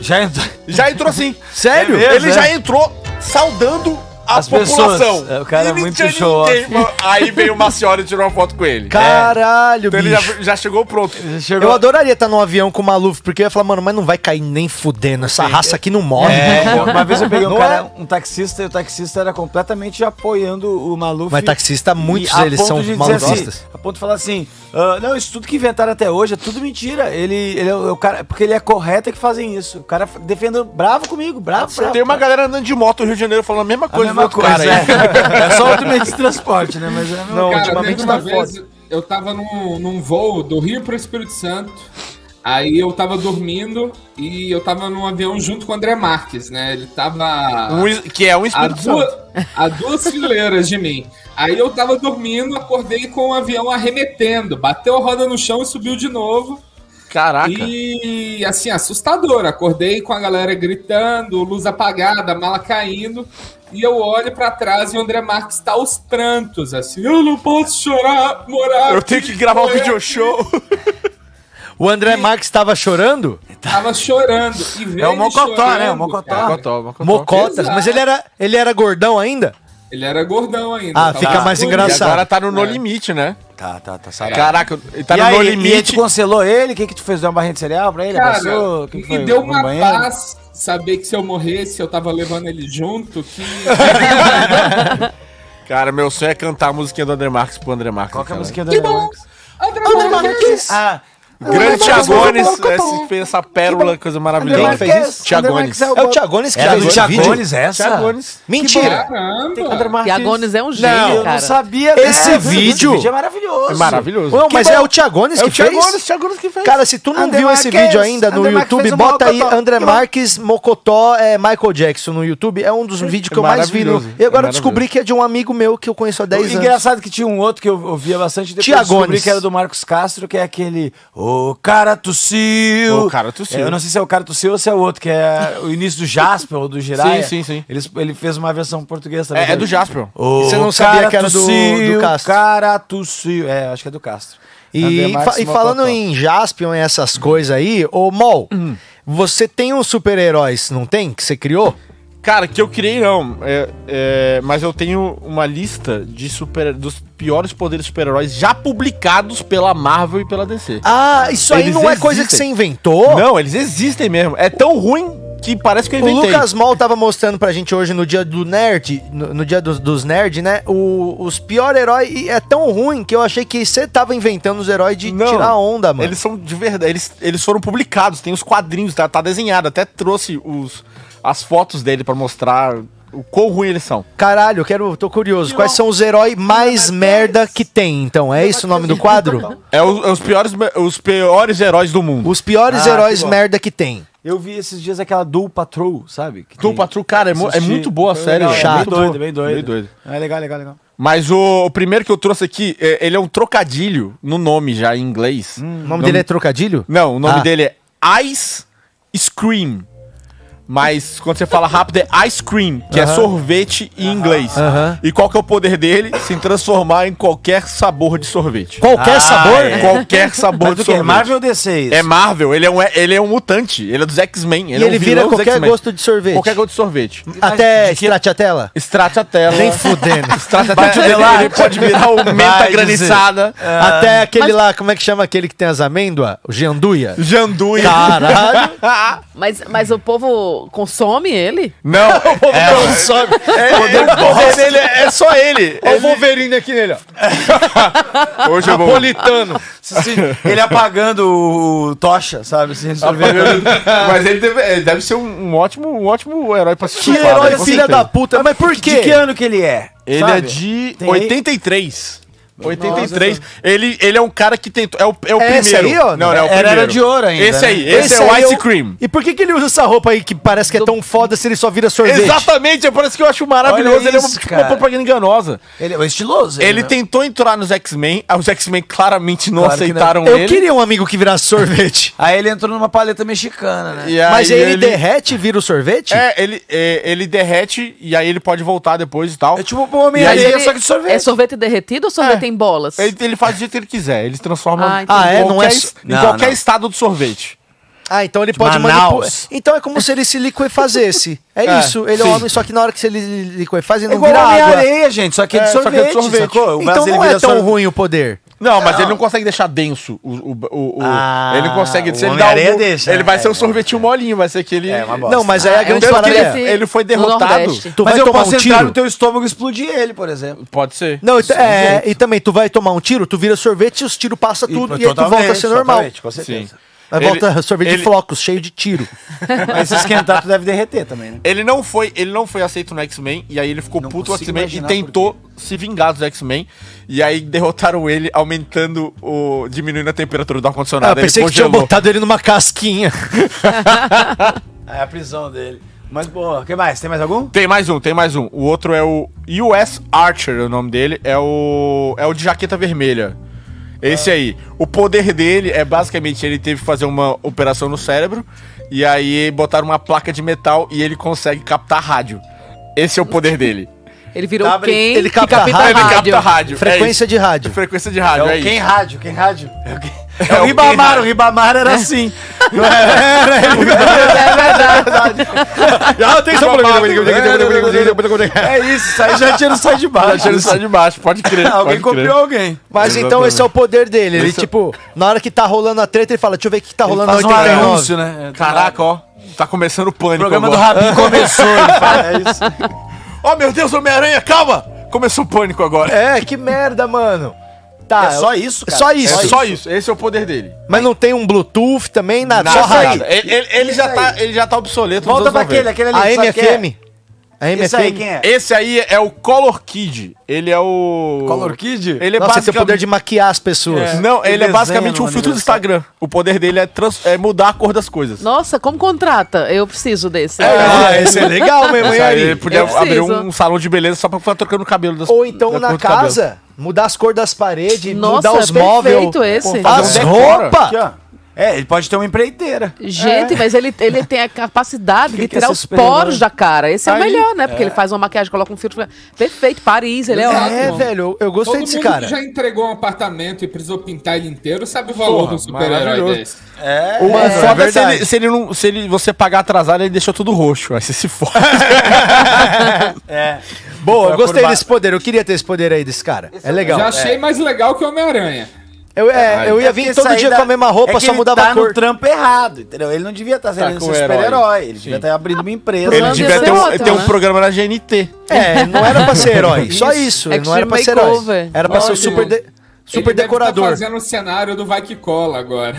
[SPEAKER 6] Já entrou.
[SPEAKER 7] [laughs] Já entrou assim.
[SPEAKER 1] Sério? Ah,
[SPEAKER 7] ele já entrou saudando a a
[SPEAKER 6] As pessoas.
[SPEAKER 7] população.
[SPEAKER 6] É, o cara é
[SPEAKER 7] Ele
[SPEAKER 6] muito
[SPEAKER 7] tinha
[SPEAKER 6] show
[SPEAKER 7] ninguém,
[SPEAKER 6] off.
[SPEAKER 7] mano. Aí veio uma senhora e tirou uma foto com ele.
[SPEAKER 1] Caralho,
[SPEAKER 7] Então ele já,
[SPEAKER 1] bicho.
[SPEAKER 7] já chegou pronto.
[SPEAKER 1] Eu adoraria estar num avião com o Maluf, porque eu ia falar, mano, mas não vai cair nem fudendo. Essa raça aqui não morre.
[SPEAKER 6] É,
[SPEAKER 1] [laughs]
[SPEAKER 6] uma vez eu peguei um
[SPEAKER 1] Não é
[SPEAKER 6] cara,
[SPEAKER 7] é?
[SPEAKER 6] um taxista, e o taxista era completamente apoiando o Maluf.
[SPEAKER 1] Mas taxista, muitos
[SPEAKER 6] a
[SPEAKER 1] deles
[SPEAKER 6] ponto
[SPEAKER 1] são
[SPEAKER 6] de dizer
[SPEAKER 1] malufistas.
[SPEAKER 6] assim, a ponto de falar assim, "Ah, não, isso tudo que inventaram até hoje é tudo mentira. Ele, ele é o o cara, porque ele é correto é que fazem isso. O cara defendendo bravo comigo, bravo, bravo.
[SPEAKER 7] Tem uma galera andando de moto no Rio de Janeiro falando a mesma coisa.
[SPEAKER 6] mesma
[SPEAKER 7] do outro
[SPEAKER 6] coisa,
[SPEAKER 7] aí.
[SPEAKER 6] [laughs] é. É só outro meio de transporte, né? Mas é a mesma
[SPEAKER 7] Não,
[SPEAKER 6] coisa.
[SPEAKER 5] Cara,
[SPEAKER 7] ultimamente
[SPEAKER 5] teve uma
[SPEAKER 7] tá foda.
[SPEAKER 5] vez, eu tava num, num voo do Rio pro Espírito Santo. Aí eu tava dormindo e eu tava num avião junto com o André Marques, né? Ele tava.
[SPEAKER 7] Um es- que é um Espírito
[SPEAKER 5] a duas,
[SPEAKER 1] [laughs]
[SPEAKER 5] a duas fileiras de mim. Aí eu tava dormindo, acordei com o avião arremetendo. Bateu a roda no chão e subiu de novo.
[SPEAKER 7] Caraca.
[SPEAKER 5] E assim, assustador. Acordei com a galera gritando, luz apagada, mala caindo. E eu olho pra trás e o André Marques tá aos prantos, assim. Eu não posso chorar, morar.
[SPEAKER 1] Eu tenho que gravar um video
[SPEAKER 6] [laughs]
[SPEAKER 7] show.
[SPEAKER 1] O André Marques estava chorando?
[SPEAKER 5] Tava chorando. E veio
[SPEAKER 1] É o Mocotó,
[SPEAKER 5] chorando,
[SPEAKER 1] né? O Mocotó.
[SPEAKER 5] cara.
[SPEAKER 1] Mocotas, mas ele era, ele era gordão ainda?
[SPEAKER 5] Ele era gordão ainda.
[SPEAKER 1] Ah,
[SPEAKER 5] tava
[SPEAKER 1] fica mais
[SPEAKER 5] bonito.
[SPEAKER 1] engraçado.
[SPEAKER 7] E agora tá no No
[SPEAKER 5] É.
[SPEAKER 7] Limite, né?
[SPEAKER 6] Tá, tá, tá. Sabe?
[SPEAKER 7] Caraca, ele tá
[SPEAKER 6] e
[SPEAKER 7] no
[SPEAKER 6] aí,
[SPEAKER 7] No
[SPEAKER 6] E
[SPEAKER 7] Limite.
[SPEAKER 6] tu cancelou ele? O que que tu fez? Deu uma barrinha de cereal pra ele?
[SPEAKER 5] Cara,
[SPEAKER 6] Abraçou? O que que
[SPEAKER 5] me
[SPEAKER 6] foi?
[SPEAKER 5] deu
[SPEAKER 6] No
[SPEAKER 5] uma
[SPEAKER 6] banheiro?
[SPEAKER 5] paz saber que se eu morresse, eu tava levando ele junto, que
[SPEAKER 7] Cara, meu sonho é cantar a musiquinha do André Marques pro André Marques. Qual
[SPEAKER 6] que é a musiquinha do
[SPEAKER 5] Que bom.
[SPEAKER 6] André Marques. Ah,
[SPEAKER 7] Grande Tiagones
[SPEAKER 6] Mocotó.
[SPEAKER 7] esse- fez essa pérola, coisa maravilhosa.
[SPEAKER 6] André Marques, André
[SPEAKER 7] Tiagones.
[SPEAKER 6] Marques é o bom. Era do Tiagones essa?
[SPEAKER 7] Tiagones.
[SPEAKER 1] Mentira.
[SPEAKER 6] Caramba.
[SPEAKER 4] Tiagones
[SPEAKER 6] [laughs]
[SPEAKER 4] é um gênio,
[SPEAKER 6] Não, eu
[SPEAKER 4] cara.
[SPEAKER 6] não sabia
[SPEAKER 1] né? [laughs] Esse
[SPEAKER 6] dessa.
[SPEAKER 1] vídeo-
[SPEAKER 6] Esse vídeo é maravilhoso.
[SPEAKER 1] É
[SPEAKER 7] maravilhoso.
[SPEAKER 1] Não,
[SPEAKER 6] Que
[SPEAKER 1] mas
[SPEAKER 6] bom.
[SPEAKER 1] é o Tiagones
[SPEAKER 6] É
[SPEAKER 1] que
[SPEAKER 6] o Tiagones,
[SPEAKER 1] fez?
[SPEAKER 7] Tiagones que fez.
[SPEAKER 1] Cara, se tu não
[SPEAKER 6] André
[SPEAKER 1] viu esse
[SPEAKER 6] Marques,
[SPEAKER 1] vídeo ainda no
[SPEAKER 6] André Marques
[SPEAKER 1] YouTube,
[SPEAKER 6] fez um
[SPEAKER 1] bota aí
[SPEAKER 6] Mocotó.
[SPEAKER 1] André
[SPEAKER 6] Que bom.
[SPEAKER 1] Marques Mocotó é, Michael Jackson no YouTube. É um dos vídeos que eu mais vi. no-
[SPEAKER 6] maravilhoso,
[SPEAKER 1] E agora
[SPEAKER 6] é
[SPEAKER 1] eu descobri que é de um amigo meu que eu conheço há 10 anos.
[SPEAKER 6] Engraçado que tinha um outro que eu ouvia bastante depois eu descobri
[SPEAKER 1] Tiagones.
[SPEAKER 6] que era do Marcos Castro, que é aquele O cara tossiu.
[SPEAKER 7] O cara tossiu.
[SPEAKER 6] É, eu não sei se é o cara tossiu ou se é o outro, que é o início do Jasper ou do Jiraiya.
[SPEAKER 7] Sim, sim, sim.
[SPEAKER 6] Eles- Ele, fez uma versão portuguesa também.
[SPEAKER 7] É, é do Jasper.
[SPEAKER 6] O
[SPEAKER 1] Você não sabia
[SPEAKER 6] cara
[SPEAKER 1] que era do-
[SPEAKER 6] tossiu,
[SPEAKER 1] do Castro.
[SPEAKER 6] cara tossiu. É, acho que é do Castro. André
[SPEAKER 1] E,
[SPEAKER 6] Marques
[SPEAKER 1] fa- e
[SPEAKER 6] Mocotó.
[SPEAKER 1] falando em Jaspion e essas coisas aí, ô Mol,
[SPEAKER 7] Uhum.
[SPEAKER 1] você tem uns super-heróis, não tem? Que você criou?
[SPEAKER 7] Cara, que eu criei não. É, é, mas eu tenho uma lista de super, dos piores poderes super-heróis já publicados pela Marvel e pela DC.
[SPEAKER 1] Ah, isso aí não é coisa que você inventou?
[SPEAKER 7] Não, eles existem mesmo. É tão ruim que parece que eu
[SPEAKER 1] O
[SPEAKER 7] inventei.
[SPEAKER 1] Lucas Mol tava mostrando pra gente hoje no dia do nerd, no, no dia dos, dos nerd, né? o- os pior herói e é tão ruim que eu achei que você tava inventando os heróis de tirar onda, mano.
[SPEAKER 7] Eles são de verdade. Eles, eles foram publicados, tem os quadrinhos, tá, tá desenhado. Até trouxe os, as fotos dele pra mostrar o quão ruim eles são.
[SPEAKER 1] Caralho, eu quero, tô curioso. Quais são os heróis mais merda que tem? Então é isso o nome do quadro?
[SPEAKER 7] É, os, é os piores, os piores heróis do mundo.
[SPEAKER 1] Os piores
[SPEAKER 6] Ah,
[SPEAKER 1] heróis
[SPEAKER 6] que bom.
[SPEAKER 1] merda que tem.
[SPEAKER 6] Eu vi esses dias aquela Dual Patrol, sabe? Que
[SPEAKER 7] Doom
[SPEAKER 6] tem-
[SPEAKER 7] Patrol, cara, é, mo- é
[SPEAKER 6] Assisti.
[SPEAKER 7] muito boa a
[SPEAKER 6] Foi
[SPEAKER 7] série.
[SPEAKER 6] legal,
[SPEAKER 7] velho.
[SPEAKER 6] é Bem
[SPEAKER 7] Muito
[SPEAKER 6] doido,
[SPEAKER 7] boa.
[SPEAKER 6] bem doido.
[SPEAKER 7] Bem doido.
[SPEAKER 6] É legal, legal, legal.
[SPEAKER 7] Mas o, o primeiro que eu trouxe aqui, é- ele é um trocadilho no nome já em inglês.
[SPEAKER 1] O nome dele é trocadilho?
[SPEAKER 7] Não, o nome
[SPEAKER 1] Ah.
[SPEAKER 7] dele é Ice Cream. Mas quando você fala rápido é ice cream, que é
[SPEAKER 1] Aham.
[SPEAKER 7] sorvete em inglês.
[SPEAKER 1] Aham.
[SPEAKER 7] E qual que é o poder dele? Se transformar em qualquer sabor de sorvete.
[SPEAKER 1] Qualquer
[SPEAKER 7] Ah,
[SPEAKER 1] sabor?
[SPEAKER 7] é.
[SPEAKER 1] [laughs]
[SPEAKER 7] Qualquer sabor
[SPEAKER 6] Mas
[SPEAKER 7] de
[SPEAKER 6] o que?
[SPEAKER 7] sorvete.
[SPEAKER 6] É Marvel ou DC isso?
[SPEAKER 7] É Marvel, ele é um, ele é um mutante, ele é dos X-Men.
[SPEAKER 1] E ele vira qualquer gosto de sorvete.
[SPEAKER 7] Qualquer gosto de sorvete.
[SPEAKER 1] Até estrate a tela?
[SPEAKER 7] Estrate a tela.
[SPEAKER 1] Nem
[SPEAKER 7] [laughs]
[SPEAKER 1] fudendo.
[SPEAKER 7] Estrate a
[SPEAKER 1] Vai
[SPEAKER 7] tela.
[SPEAKER 1] dizer lá.
[SPEAKER 7] Ele pode virar o menta
[SPEAKER 1] Vai
[SPEAKER 7] granizada.
[SPEAKER 1] dizer. Até aquele lá, como é que chama aquele que tem as amêndoas? O janduia?
[SPEAKER 7] Janduia.
[SPEAKER 1] Caralho.
[SPEAKER 4] Mas, mas o povo consome ele?
[SPEAKER 7] [laughs] Não,
[SPEAKER 1] [laughs]
[SPEAKER 7] o povo
[SPEAKER 1] é,
[SPEAKER 7] não
[SPEAKER 1] sobe.
[SPEAKER 7] o poder dele é, é só ele.
[SPEAKER 1] Olha o Wolverine aqui nele, ó.
[SPEAKER 7] Hoje eu vou.
[SPEAKER 6] [laughs]
[SPEAKER 1] Napolitano.
[SPEAKER 6] Ele apagando o tocha, sabe? Assim, sorvete.
[SPEAKER 7] Mas ele deve, ele deve ser um, um ótimo, um ótimo herói pra se
[SPEAKER 1] Que
[SPEAKER 7] chupar,
[SPEAKER 1] herói
[SPEAKER 7] né? Com
[SPEAKER 1] filha
[SPEAKER 7] certeza.
[SPEAKER 1] da puta. Mas por
[SPEAKER 6] De que
[SPEAKER 1] quê?
[SPEAKER 6] ano que ele é?
[SPEAKER 7] Ele
[SPEAKER 6] Sabe?
[SPEAKER 7] é de
[SPEAKER 6] Tem aí?
[SPEAKER 7] 83. 83. ele, ele é um cara que tentou. É o, é o
[SPEAKER 1] É
[SPEAKER 7] primeiro.
[SPEAKER 1] esse aí, ó?
[SPEAKER 7] Não, não, é o
[SPEAKER 6] Era- era
[SPEAKER 7] primeiro.
[SPEAKER 6] de ouro ainda,
[SPEAKER 7] Esse
[SPEAKER 6] né?
[SPEAKER 7] aí, esse, é
[SPEAKER 1] aí
[SPEAKER 7] o Ice
[SPEAKER 1] eu-
[SPEAKER 7] Cream.
[SPEAKER 1] E por que, que ele usa essa roupa aí que parece que é tão foda se ele só vira sorvete?
[SPEAKER 7] Exatamente, é por isso que eu acho maravilhoso.
[SPEAKER 6] Olha
[SPEAKER 7] ele é uma,
[SPEAKER 6] isso,
[SPEAKER 7] tipo, uma
[SPEAKER 6] cara.
[SPEAKER 7] propaganda enganosa.
[SPEAKER 6] Ele é estiloso.
[SPEAKER 7] Ele
[SPEAKER 6] né?
[SPEAKER 7] tentou entrar nos X-Men, ah, os X-Men claramente não
[SPEAKER 6] Claro que
[SPEAKER 7] aceitaram
[SPEAKER 1] Eu
[SPEAKER 7] ele.
[SPEAKER 1] queria um amigo que virasse sorvete.
[SPEAKER 6] Aí ele entrou numa paleta mexicana, né?
[SPEAKER 7] E aí
[SPEAKER 1] Mas aí ele, derrete e vira o sorvete?
[SPEAKER 7] É, ele, é, ele derrete e aí ele pode voltar depois e tal.
[SPEAKER 6] É tipo o
[SPEAKER 7] E
[SPEAKER 6] homem
[SPEAKER 7] aí
[SPEAKER 6] areia,
[SPEAKER 4] ele-
[SPEAKER 6] só que de sorvete. É.
[SPEAKER 4] É sorvete derretido ou sorvete em bolas?
[SPEAKER 7] Ele, ele faz do jeito que ele quiser, ele se transforma
[SPEAKER 4] Ah,
[SPEAKER 7] em
[SPEAKER 4] entendi.
[SPEAKER 1] Ah, é? Não
[SPEAKER 7] qualquer,
[SPEAKER 1] é
[SPEAKER 7] es-
[SPEAKER 1] so-
[SPEAKER 7] em
[SPEAKER 6] Não,
[SPEAKER 7] qualquer
[SPEAKER 6] não.
[SPEAKER 7] estado do sorvete.
[SPEAKER 1] Ah, então ele
[SPEAKER 6] De
[SPEAKER 1] pode manipular.
[SPEAKER 6] Manaus.
[SPEAKER 1] Então é como se ele se liquefazesse.
[SPEAKER 6] [laughs]
[SPEAKER 1] É,
[SPEAKER 6] É,
[SPEAKER 1] isso, ele
[SPEAKER 6] sim.
[SPEAKER 1] é homem, só que na hora que ele se liquefaz, ele
[SPEAKER 6] É
[SPEAKER 1] não
[SPEAKER 6] igual
[SPEAKER 1] vira água.
[SPEAKER 6] Homem-Areia, gente, só que é de sorvete, sacou? O
[SPEAKER 1] então
[SPEAKER 6] braço, ele
[SPEAKER 1] não é
[SPEAKER 6] vira
[SPEAKER 1] tão
[SPEAKER 6] sorvete.
[SPEAKER 1] ruim o poder.
[SPEAKER 7] Não, mas ele não consegue deixar denso o. o, o- o-
[SPEAKER 1] Ah,
[SPEAKER 7] ele não consegue. Se
[SPEAKER 1] o
[SPEAKER 7] ele dá
[SPEAKER 1] Homem-Areia
[SPEAKER 7] um-
[SPEAKER 1] deixa, né?
[SPEAKER 7] ele vai ser
[SPEAKER 1] É,
[SPEAKER 7] um sorvetinho molinho, vai ser aquele. É uma
[SPEAKER 1] bosta. Não, mas
[SPEAKER 6] Ah,
[SPEAKER 1] aí a grande parada
[SPEAKER 7] ele,
[SPEAKER 1] é-
[SPEAKER 7] ele foi
[SPEAKER 1] no
[SPEAKER 7] derrotado.
[SPEAKER 1] Nordeste. Tu vai tomar um tiro?
[SPEAKER 6] teu estômago e explodir ele, por exemplo.
[SPEAKER 7] Pode ser.
[SPEAKER 1] Não, então- é, e também, tu vai tomar um tiro, tu vira sorvete, os tiros passam tudo e, aí tu volta a ser normal.
[SPEAKER 6] Totalmente, com certeza.
[SPEAKER 1] Aí
[SPEAKER 7] Ele-
[SPEAKER 1] volta sorvete de
[SPEAKER 7] ele-
[SPEAKER 1] flocos, cheio de tiro.
[SPEAKER 6] [laughs] Mas se esquentar, tu deve derreter também, né?
[SPEAKER 7] Ele não foi, ele não foi aceito no X-Men e aí ele ficou puto com o
[SPEAKER 6] consigo
[SPEAKER 7] X-Men e
[SPEAKER 6] imaginar
[SPEAKER 7] tentou se vingar dos X-Men e aí derrotaram ele aumentando o diminuindo a temperatura do ar
[SPEAKER 1] Ah,
[SPEAKER 7] condicionado.
[SPEAKER 1] eu pensei que tinha botado ele numa casquinha.
[SPEAKER 6] É a prisão dele. Mas, boa, o que mais? Tem mais algum?
[SPEAKER 7] Tem mais um, tem mais um. O outro é o US Archer, é o nome dele é o é o de jaqueta vermelha. Esse
[SPEAKER 6] Ah.
[SPEAKER 7] aí. O poder dele é basicamente ele teve que fazer uma operação no cérebro e aí botaram uma placa de metal e ele consegue captar rádio. Esse é o poder dele.
[SPEAKER 4] Ele virou
[SPEAKER 7] Tá,
[SPEAKER 4] quem
[SPEAKER 1] ele capta
[SPEAKER 4] que capta
[SPEAKER 1] rádio.
[SPEAKER 7] Ele
[SPEAKER 4] rádio.
[SPEAKER 7] capta rádio.
[SPEAKER 1] Frequência
[SPEAKER 7] é isso.
[SPEAKER 1] de rádio.
[SPEAKER 7] Frequência de rádio, é,
[SPEAKER 6] é o
[SPEAKER 7] isso.
[SPEAKER 6] quem rádio, quem rádio? É o quem-
[SPEAKER 7] É
[SPEAKER 6] o
[SPEAKER 7] o
[SPEAKER 6] Ribamar,
[SPEAKER 7] quem
[SPEAKER 6] o Ribamar era
[SPEAKER 7] É. [laughs]
[SPEAKER 6] assim. Não era, era,
[SPEAKER 7] Já
[SPEAKER 6] É isso, isso aí já tinha no sai de baixo.
[SPEAKER 7] Já tinha no sai de baixo, pode [laughs]
[SPEAKER 6] [laughs]
[SPEAKER 7] crer.
[SPEAKER 6] Alguém
[SPEAKER 7] pode crer.
[SPEAKER 6] copiou alguém.
[SPEAKER 1] Mas então esse é o poder dele. Ele, tipo, na hora que tá rolando a treta, ele fala, deixa eu ver o que tá rolando na
[SPEAKER 6] faz um
[SPEAKER 1] 89.
[SPEAKER 6] anúncio, né?
[SPEAKER 7] Caraca, ó. Tá começando o pânico.
[SPEAKER 6] O programa do
[SPEAKER 7] agora.
[SPEAKER 6] Rabin começou, ele fala, é isso.
[SPEAKER 7] Ó, meu Deus, Homem-Aranha, calma! Começou o pânico agora.
[SPEAKER 1] É, que merda, mano. Tá,
[SPEAKER 7] É só isso, cara.
[SPEAKER 1] Só isso.
[SPEAKER 7] É só isso. Esse é o poder dele.
[SPEAKER 1] Mas não tem um Bluetooth também, nada.
[SPEAKER 7] Nada,
[SPEAKER 1] só rádio.
[SPEAKER 7] nada. Ele, ele- ele já tá, ele já tá obsoleto.
[SPEAKER 1] Volta
[SPEAKER 7] nos anos
[SPEAKER 1] pra aquele,
[SPEAKER 7] 90.
[SPEAKER 1] aquele ali, A sabe quem é? MFM? A MFM? Esse aí, quem é?
[SPEAKER 7] Esse aí é o Color Kid. Ele é o...
[SPEAKER 6] Color Kid?
[SPEAKER 7] Ele é
[SPEAKER 1] Nossa, ele tem o
[SPEAKER 7] basicamente...
[SPEAKER 1] poder de maquiar as pessoas.
[SPEAKER 7] É. Não, ele, é basicamente um filtro do
[SPEAKER 1] destaque.
[SPEAKER 7] Instagram. O poder dele é, trans- é mudar a cor das coisas.
[SPEAKER 4] Nossa, como contrata? Eu preciso desse.
[SPEAKER 7] Ah,
[SPEAKER 1] esse é legal mesmo, hein,
[SPEAKER 7] Esse aí,
[SPEAKER 1] Ari?
[SPEAKER 7] Ele podia
[SPEAKER 1] Eu preciso.
[SPEAKER 7] abrir um salão de beleza só pra ficar trocando o cabelo das
[SPEAKER 1] Ou então
[SPEAKER 7] da
[SPEAKER 1] na
[SPEAKER 7] cor do cabelo.
[SPEAKER 1] casa, mudar as cores das paredes,
[SPEAKER 4] Nossa,
[SPEAKER 1] mudar os
[SPEAKER 4] perfeito
[SPEAKER 1] móveis. um
[SPEAKER 4] esse.
[SPEAKER 1] As roupas.
[SPEAKER 6] É, ele pode ter uma empreiteira.
[SPEAKER 1] É.
[SPEAKER 4] Gente, mas ele, ele tem a capacidade de
[SPEAKER 6] que é
[SPEAKER 4] tirar
[SPEAKER 6] ser
[SPEAKER 4] os
[SPEAKER 6] super-herói?
[SPEAKER 4] poros da cara. Esse é o
[SPEAKER 6] Aí,
[SPEAKER 4] melhor, né? Porque
[SPEAKER 6] é.
[SPEAKER 4] ele faz uma maquiagem, coloca um filtro. Perfeito, Paris, ele é, ótimo.
[SPEAKER 1] É, velho, eu gostei
[SPEAKER 5] Todo
[SPEAKER 1] desse
[SPEAKER 5] mundo
[SPEAKER 1] cara.
[SPEAKER 5] que já entregou um apartamento e precisou pintar ele inteiro sabe o valor
[SPEAKER 7] Porra,
[SPEAKER 5] de um super-herói
[SPEAKER 7] maravilhoso.
[SPEAKER 5] desse.
[SPEAKER 6] É,
[SPEAKER 7] O
[SPEAKER 5] é
[SPEAKER 7] foda é, se,
[SPEAKER 5] verdade.
[SPEAKER 7] ele, se ele não. Se ele, você pagar atrasado, ele deixou tudo roxo. Aí você se fode.
[SPEAKER 1] É, Boa, eu
[SPEAKER 7] Pra
[SPEAKER 1] gostei
[SPEAKER 7] curvar.
[SPEAKER 1] desse poder. Eu queria ter esse poder aí desse cara. é legal.
[SPEAKER 5] Já achei mais legal que Homem-Aranha.
[SPEAKER 1] Eu, é, eu ia vir todo dia com a mesma roupa, só mudava a
[SPEAKER 6] Ele tá
[SPEAKER 1] cor.
[SPEAKER 6] no trampo errado, entendeu? Ele não devia estar
[SPEAKER 1] Tá
[SPEAKER 6] sendo
[SPEAKER 1] com
[SPEAKER 6] esse
[SPEAKER 1] o herói.
[SPEAKER 6] super-herói. Ele
[SPEAKER 1] Sim.
[SPEAKER 6] devia estar abrindo uma empresa.
[SPEAKER 7] ele
[SPEAKER 1] Não,
[SPEAKER 7] devia
[SPEAKER 1] devia
[SPEAKER 7] ter,
[SPEAKER 1] ser
[SPEAKER 7] um,
[SPEAKER 1] outro,
[SPEAKER 7] ter um
[SPEAKER 1] né?
[SPEAKER 7] programa na GNT.
[SPEAKER 1] É, não era pra
[SPEAKER 7] [laughs]
[SPEAKER 6] [laughs]
[SPEAKER 1] ser herói. Só isso. ele não era pra ser herói. Era pra ser o
[SPEAKER 5] Olha,
[SPEAKER 1] super, de- super
[SPEAKER 5] ele deve
[SPEAKER 1] decorador.
[SPEAKER 5] Tá fazendo o cenário do Vai Que Cola agora.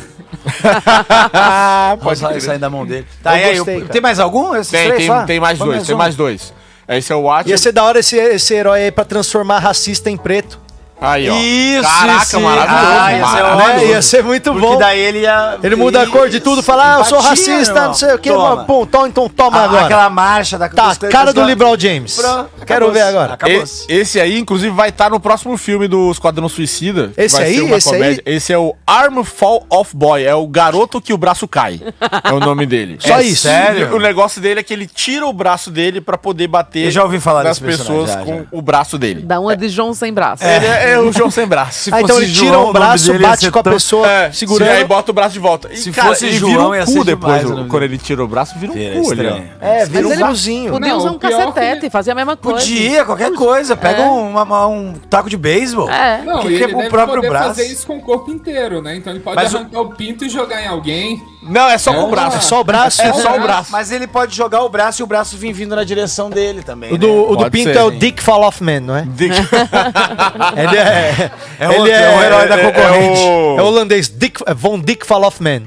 [SPEAKER 6] Ah, pode sair, sair da mão dele. Tá,
[SPEAKER 1] Eu
[SPEAKER 6] e aí,
[SPEAKER 1] gostei,
[SPEAKER 6] o-
[SPEAKER 1] cara.
[SPEAKER 6] tem mais algum? Esses
[SPEAKER 7] Tem,
[SPEAKER 6] três só?
[SPEAKER 7] tem, tem mais
[SPEAKER 6] Vamos
[SPEAKER 7] dois, tem
[SPEAKER 6] um.
[SPEAKER 7] mais dois. Esse é o Watch.
[SPEAKER 1] Ia ser da hora esse, esse herói aí pra transformar racista em preto.
[SPEAKER 7] Aí, ó.
[SPEAKER 1] Isso,
[SPEAKER 7] Caraca,
[SPEAKER 1] isso.
[SPEAKER 7] maravilhoso.
[SPEAKER 1] Ah, ia ser
[SPEAKER 7] maravilhoso.
[SPEAKER 1] ótimo. Ia ser muito
[SPEAKER 6] Porque
[SPEAKER 1] bom.
[SPEAKER 6] daí ele ia...
[SPEAKER 1] Ele muda a cor de tudo, fala, ah, eu sou
[SPEAKER 6] Empatia,
[SPEAKER 1] racista,
[SPEAKER 6] irmão.
[SPEAKER 1] não sei o que,
[SPEAKER 6] Toma.
[SPEAKER 1] mas, pum, tom, então toma
[SPEAKER 6] A-
[SPEAKER 1] agora.
[SPEAKER 6] Aquela marcha da...
[SPEAKER 1] Tá,
[SPEAKER 6] dos Cleiton
[SPEAKER 1] cara do
[SPEAKER 6] Scott.
[SPEAKER 1] Libral James.
[SPEAKER 6] Pronto,
[SPEAKER 1] Quero
[SPEAKER 6] acabou-se.
[SPEAKER 1] ver agora.
[SPEAKER 6] Acabou.
[SPEAKER 7] E- esse aí, inclusive, vai estar no próximo filme do Esquadrão Suicida. que
[SPEAKER 1] Esse
[SPEAKER 7] vai
[SPEAKER 1] aí?
[SPEAKER 7] ser uma
[SPEAKER 1] Esse
[SPEAKER 7] comédia. Esse é o Arm Fall Off Boy. É o garoto que o braço cai. É o nome dele.
[SPEAKER 1] [laughs] Só
[SPEAKER 7] É
[SPEAKER 1] isso?
[SPEAKER 7] Sério? O negócio dele é que ele tira o braço dele pra poder bater
[SPEAKER 6] Eu já ouvi falar
[SPEAKER 7] nas
[SPEAKER 6] desse personagem,
[SPEAKER 7] pessoas
[SPEAKER 6] já,
[SPEAKER 7] com o braço dele.
[SPEAKER 4] Dá uma de João sem braço.
[SPEAKER 7] Ele é, é o João sem braço.
[SPEAKER 1] Ah, então
[SPEAKER 6] fosse
[SPEAKER 1] ele tira
[SPEAKER 6] João, o
[SPEAKER 1] um
[SPEAKER 6] nome
[SPEAKER 1] braço,
[SPEAKER 6] dele ia
[SPEAKER 1] bate
[SPEAKER 6] ser
[SPEAKER 1] com a
[SPEAKER 6] tão-
[SPEAKER 1] pessoa,
[SPEAKER 7] É,
[SPEAKER 1] segurando.
[SPEAKER 7] E aí bota o braço de volta. E,
[SPEAKER 6] Se
[SPEAKER 7] cara,
[SPEAKER 6] fosse
[SPEAKER 7] ele
[SPEAKER 6] João,
[SPEAKER 7] vira
[SPEAKER 6] ia
[SPEAKER 7] um cu
[SPEAKER 6] ser
[SPEAKER 7] depois.
[SPEAKER 6] demais, né?
[SPEAKER 7] quando ele tira o braço, vira um
[SPEAKER 6] Vira,
[SPEAKER 7] cu. Ele,
[SPEAKER 6] estranho.
[SPEAKER 1] É, vira
[SPEAKER 4] Mas
[SPEAKER 1] um
[SPEAKER 4] ele
[SPEAKER 1] cozinho.
[SPEAKER 4] podia
[SPEAKER 5] Não,
[SPEAKER 4] usar
[SPEAKER 5] o
[SPEAKER 4] um
[SPEAKER 5] pior
[SPEAKER 4] cacetete, fazer a mesma coisa.
[SPEAKER 6] Podia, qualquer coisa. Pega um, uma- uma- um taco de beisebol.
[SPEAKER 4] É.
[SPEAKER 5] Não,
[SPEAKER 6] Que
[SPEAKER 5] e
[SPEAKER 6] que é
[SPEAKER 5] ele
[SPEAKER 6] pro
[SPEAKER 5] deve
[SPEAKER 6] próprio
[SPEAKER 5] poder
[SPEAKER 6] braço?
[SPEAKER 5] fazer isso com o corpo inteiro, né? Então ele pode
[SPEAKER 6] Mas o-
[SPEAKER 5] arrancar o pinto e jogar em alguém.
[SPEAKER 7] Não, é só com o braço.
[SPEAKER 1] É só o braço?
[SPEAKER 7] É só o braço.
[SPEAKER 6] Mas ele pode jogar o braço e o braço vir vindo na direção dele também.
[SPEAKER 1] O
[SPEAKER 6] né?
[SPEAKER 1] do, o do
[SPEAKER 7] Pode
[SPEAKER 1] Pinto
[SPEAKER 7] ser,
[SPEAKER 1] é o
[SPEAKER 7] sim.
[SPEAKER 1] Dick Fall Off
[SPEAKER 7] [laughs]
[SPEAKER 6] [laughs]
[SPEAKER 1] Man, não é?
[SPEAKER 7] Dick.
[SPEAKER 1] [laughs] Ele é,
[SPEAKER 6] É outro, é o herói da concorrente.
[SPEAKER 1] É holandês, Dick, é Von Dick Fall Off
[SPEAKER 4] [laughs]
[SPEAKER 1] Man.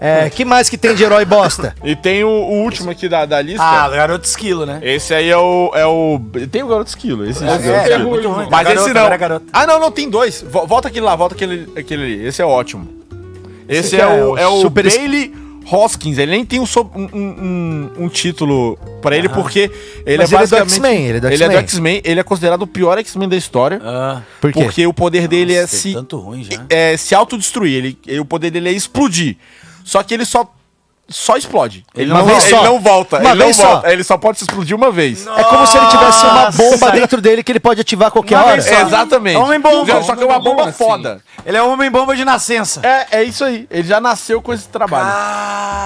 [SPEAKER 1] é, que mais que tem de herói bosta?
[SPEAKER 7] E tem o, o último aqui da, da lista.
[SPEAKER 6] Ah, garoto esquilo, né?
[SPEAKER 7] Esse aí é o. É o tem o garoto esquilo. Esse é, o garoto
[SPEAKER 6] é,
[SPEAKER 7] esquilo.
[SPEAKER 6] muito ruim.
[SPEAKER 7] Mas
[SPEAKER 6] Garoto,
[SPEAKER 7] esse não.
[SPEAKER 6] agora é garoto.
[SPEAKER 7] Ah, não, não, tem dois. Vo- Volta aquele lá, volta aquele, aquele ali. Esse é ótimo. [laughs] Esse
[SPEAKER 1] Esse
[SPEAKER 7] é,
[SPEAKER 1] aqui é
[SPEAKER 7] o,
[SPEAKER 1] o
[SPEAKER 7] é o
[SPEAKER 1] super es-
[SPEAKER 7] Bailey Hoskins. Ele nem tem um, sob- um, um, um- um título pra ele, porque ele
[SPEAKER 1] Mas
[SPEAKER 7] é
[SPEAKER 1] ele é do
[SPEAKER 7] basicamente.
[SPEAKER 1] X-Men, ele é do
[SPEAKER 7] Ele é do
[SPEAKER 1] X-Men.
[SPEAKER 7] X-Men. Ele é considerado o pior X-Men da história.
[SPEAKER 6] Ah,
[SPEAKER 1] Por quê?
[SPEAKER 7] Porque o poder dele é
[SPEAKER 6] tem
[SPEAKER 7] se
[SPEAKER 6] tanto ruim já.
[SPEAKER 7] é, se autodestruir. Ele, ele- o poder dele é explodir. é Só que ele só só explode.
[SPEAKER 1] Ele
[SPEAKER 7] Ele
[SPEAKER 1] uma
[SPEAKER 7] não,
[SPEAKER 1] vez
[SPEAKER 7] ele
[SPEAKER 1] só.
[SPEAKER 7] não volta.
[SPEAKER 1] Uma
[SPEAKER 7] ele não
[SPEAKER 1] vez só.
[SPEAKER 7] volta. Ele só pode se explodir uma vez.
[SPEAKER 1] É como se ele tivesse uma bomba dentro dele que ele pode ativar a qualquer
[SPEAKER 7] Uma
[SPEAKER 1] hora.
[SPEAKER 7] vez só. Exatamente.
[SPEAKER 6] um
[SPEAKER 1] Homem bomba.
[SPEAKER 7] Só que é uma bomba foda.
[SPEAKER 6] Ele é um homem bomba de nascença.
[SPEAKER 7] É, é isso aí. Ele já nasceu com esse trabalho.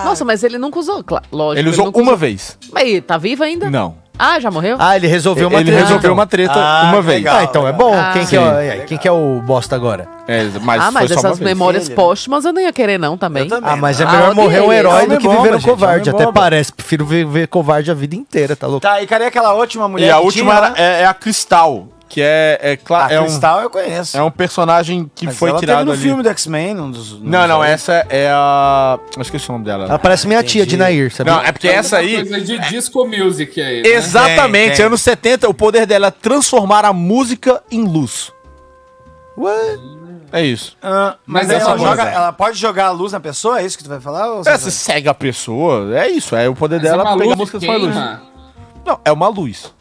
[SPEAKER 4] Nossa, mas ele nunca usou, cla- lógico.
[SPEAKER 7] ele usou
[SPEAKER 4] nunca
[SPEAKER 7] uma vez.
[SPEAKER 4] Mas ele tá vivo ainda?
[SPEAKER 7] Não.
[SPEAKER 4] Ah, já morreu?
[SPEAKER 1] Ah, ele resolveu uma
[SPEAKER 7] Ele
[SPEAKER 1] treta.
[SPEAKER 7] resolveu uma treta
[SPEAKER 1] Ah,
[SPEAKER 7] uma
[SPEAKER 1] que
[SPEAKER 7] vez.
[SPEAKER 1] legal. Ah, então é bom.
[SPEAKER 4] Ah.
[SPEAKER 1] quem, que
[SPEAKER 7] Sim.
[SPEAKER 1] é, quem que é o bosta agora?
[SPEAKER 7] É, mas
[SPEAKER 4] ah, mas essas memórias
[SPEAKER 1] Ele, né?
[SPEAKER 4] póstumas eu não ia querer, não, também.
[SPEAKER 1] Ah, mas é
[SPEAKER 4] Ah,
[SPEAKER 1] melhor
[SPEAKER 4] odiei.
[SPEAKER 1] morrer um herói do que
[SPEAKER 6] bomba,
[SPEAKER 1] viver um
[SPEAKER 6] gente,
[SPEAKER 1] covarde.
[SPEAKER 6] homem
[SPEAKER 1] Até
[SPEAKER 6] bomba.
[SPEAKER 1] parece. Prefiro viver covarde a vida inteira, tá louco?
[SPEAKER 6] Tá, e cadê aquela última mulher?
[SPEAKER 7] E a
[SPEAKER 6] que
[SPEAKER 7] última
[SPEAKER 6] tinha,
[SPEAKER 7] era-
[SPEAKER 6] né?
[SPEAKER 7] é, é a Cristal, que é, é claro.
[SPEAKER 6] A
[SPEAKER 7] é um-
[SPEAKER 6] Cristal eu conheço.
[SPEAKER 7] É um personagem que
[SPEAKER 6] Mas
[SPEAKER 7] foi
[SPEAKER 6] ela
[SPEAKER 7] tirado
[SPEAKER 6] teve no
[SPEAKER 7] ali.
[SPEAKER 6] filme do X-Men, um dos.
[SPEAKER 7] Não, não, essa é a. Eu esqueci o nome dela.
[SPEAKER 1] Ela parece minha tia, de Nair, sabe?
[SPEAKER 7] Não, é porque essa aí.
[SPEAKER 5] Coisa de
[SPEAKER 6] É.
[SPEAKER 5] disco music aí. né?
[SPEAKER 7] Exatamente,
[SPEAKER 5] Tem, tem.
[SPEAKER 7] anos 70, o poder dela é transformar a música em luz. É isso.
[SPEAKER 6] Ah, mas
[SPEAKER 7] Mas é
[SPEAKER 6] ela,
[SPEAKER 7] famosa.
[SPEAKER 6] joga- ela pode jogar a luz na pessoa? É isso que tu vai falar? ou-
[SPEAKER 7] É, você cega a pessoa, é isso, é o poder
[SPEAKER 6] é
[SPEAKER 7] dela
[SPEAKER 6] uma
[SPEAKER 7] pegar
[SPEAKER 6] luz
[SPEAKER 7] músicas
[SPEAKER 6] que
[SPEAKER 7] com a luz.
[SPEAKER 6] queima.
[SPEAKER 7] Não, é uma luz.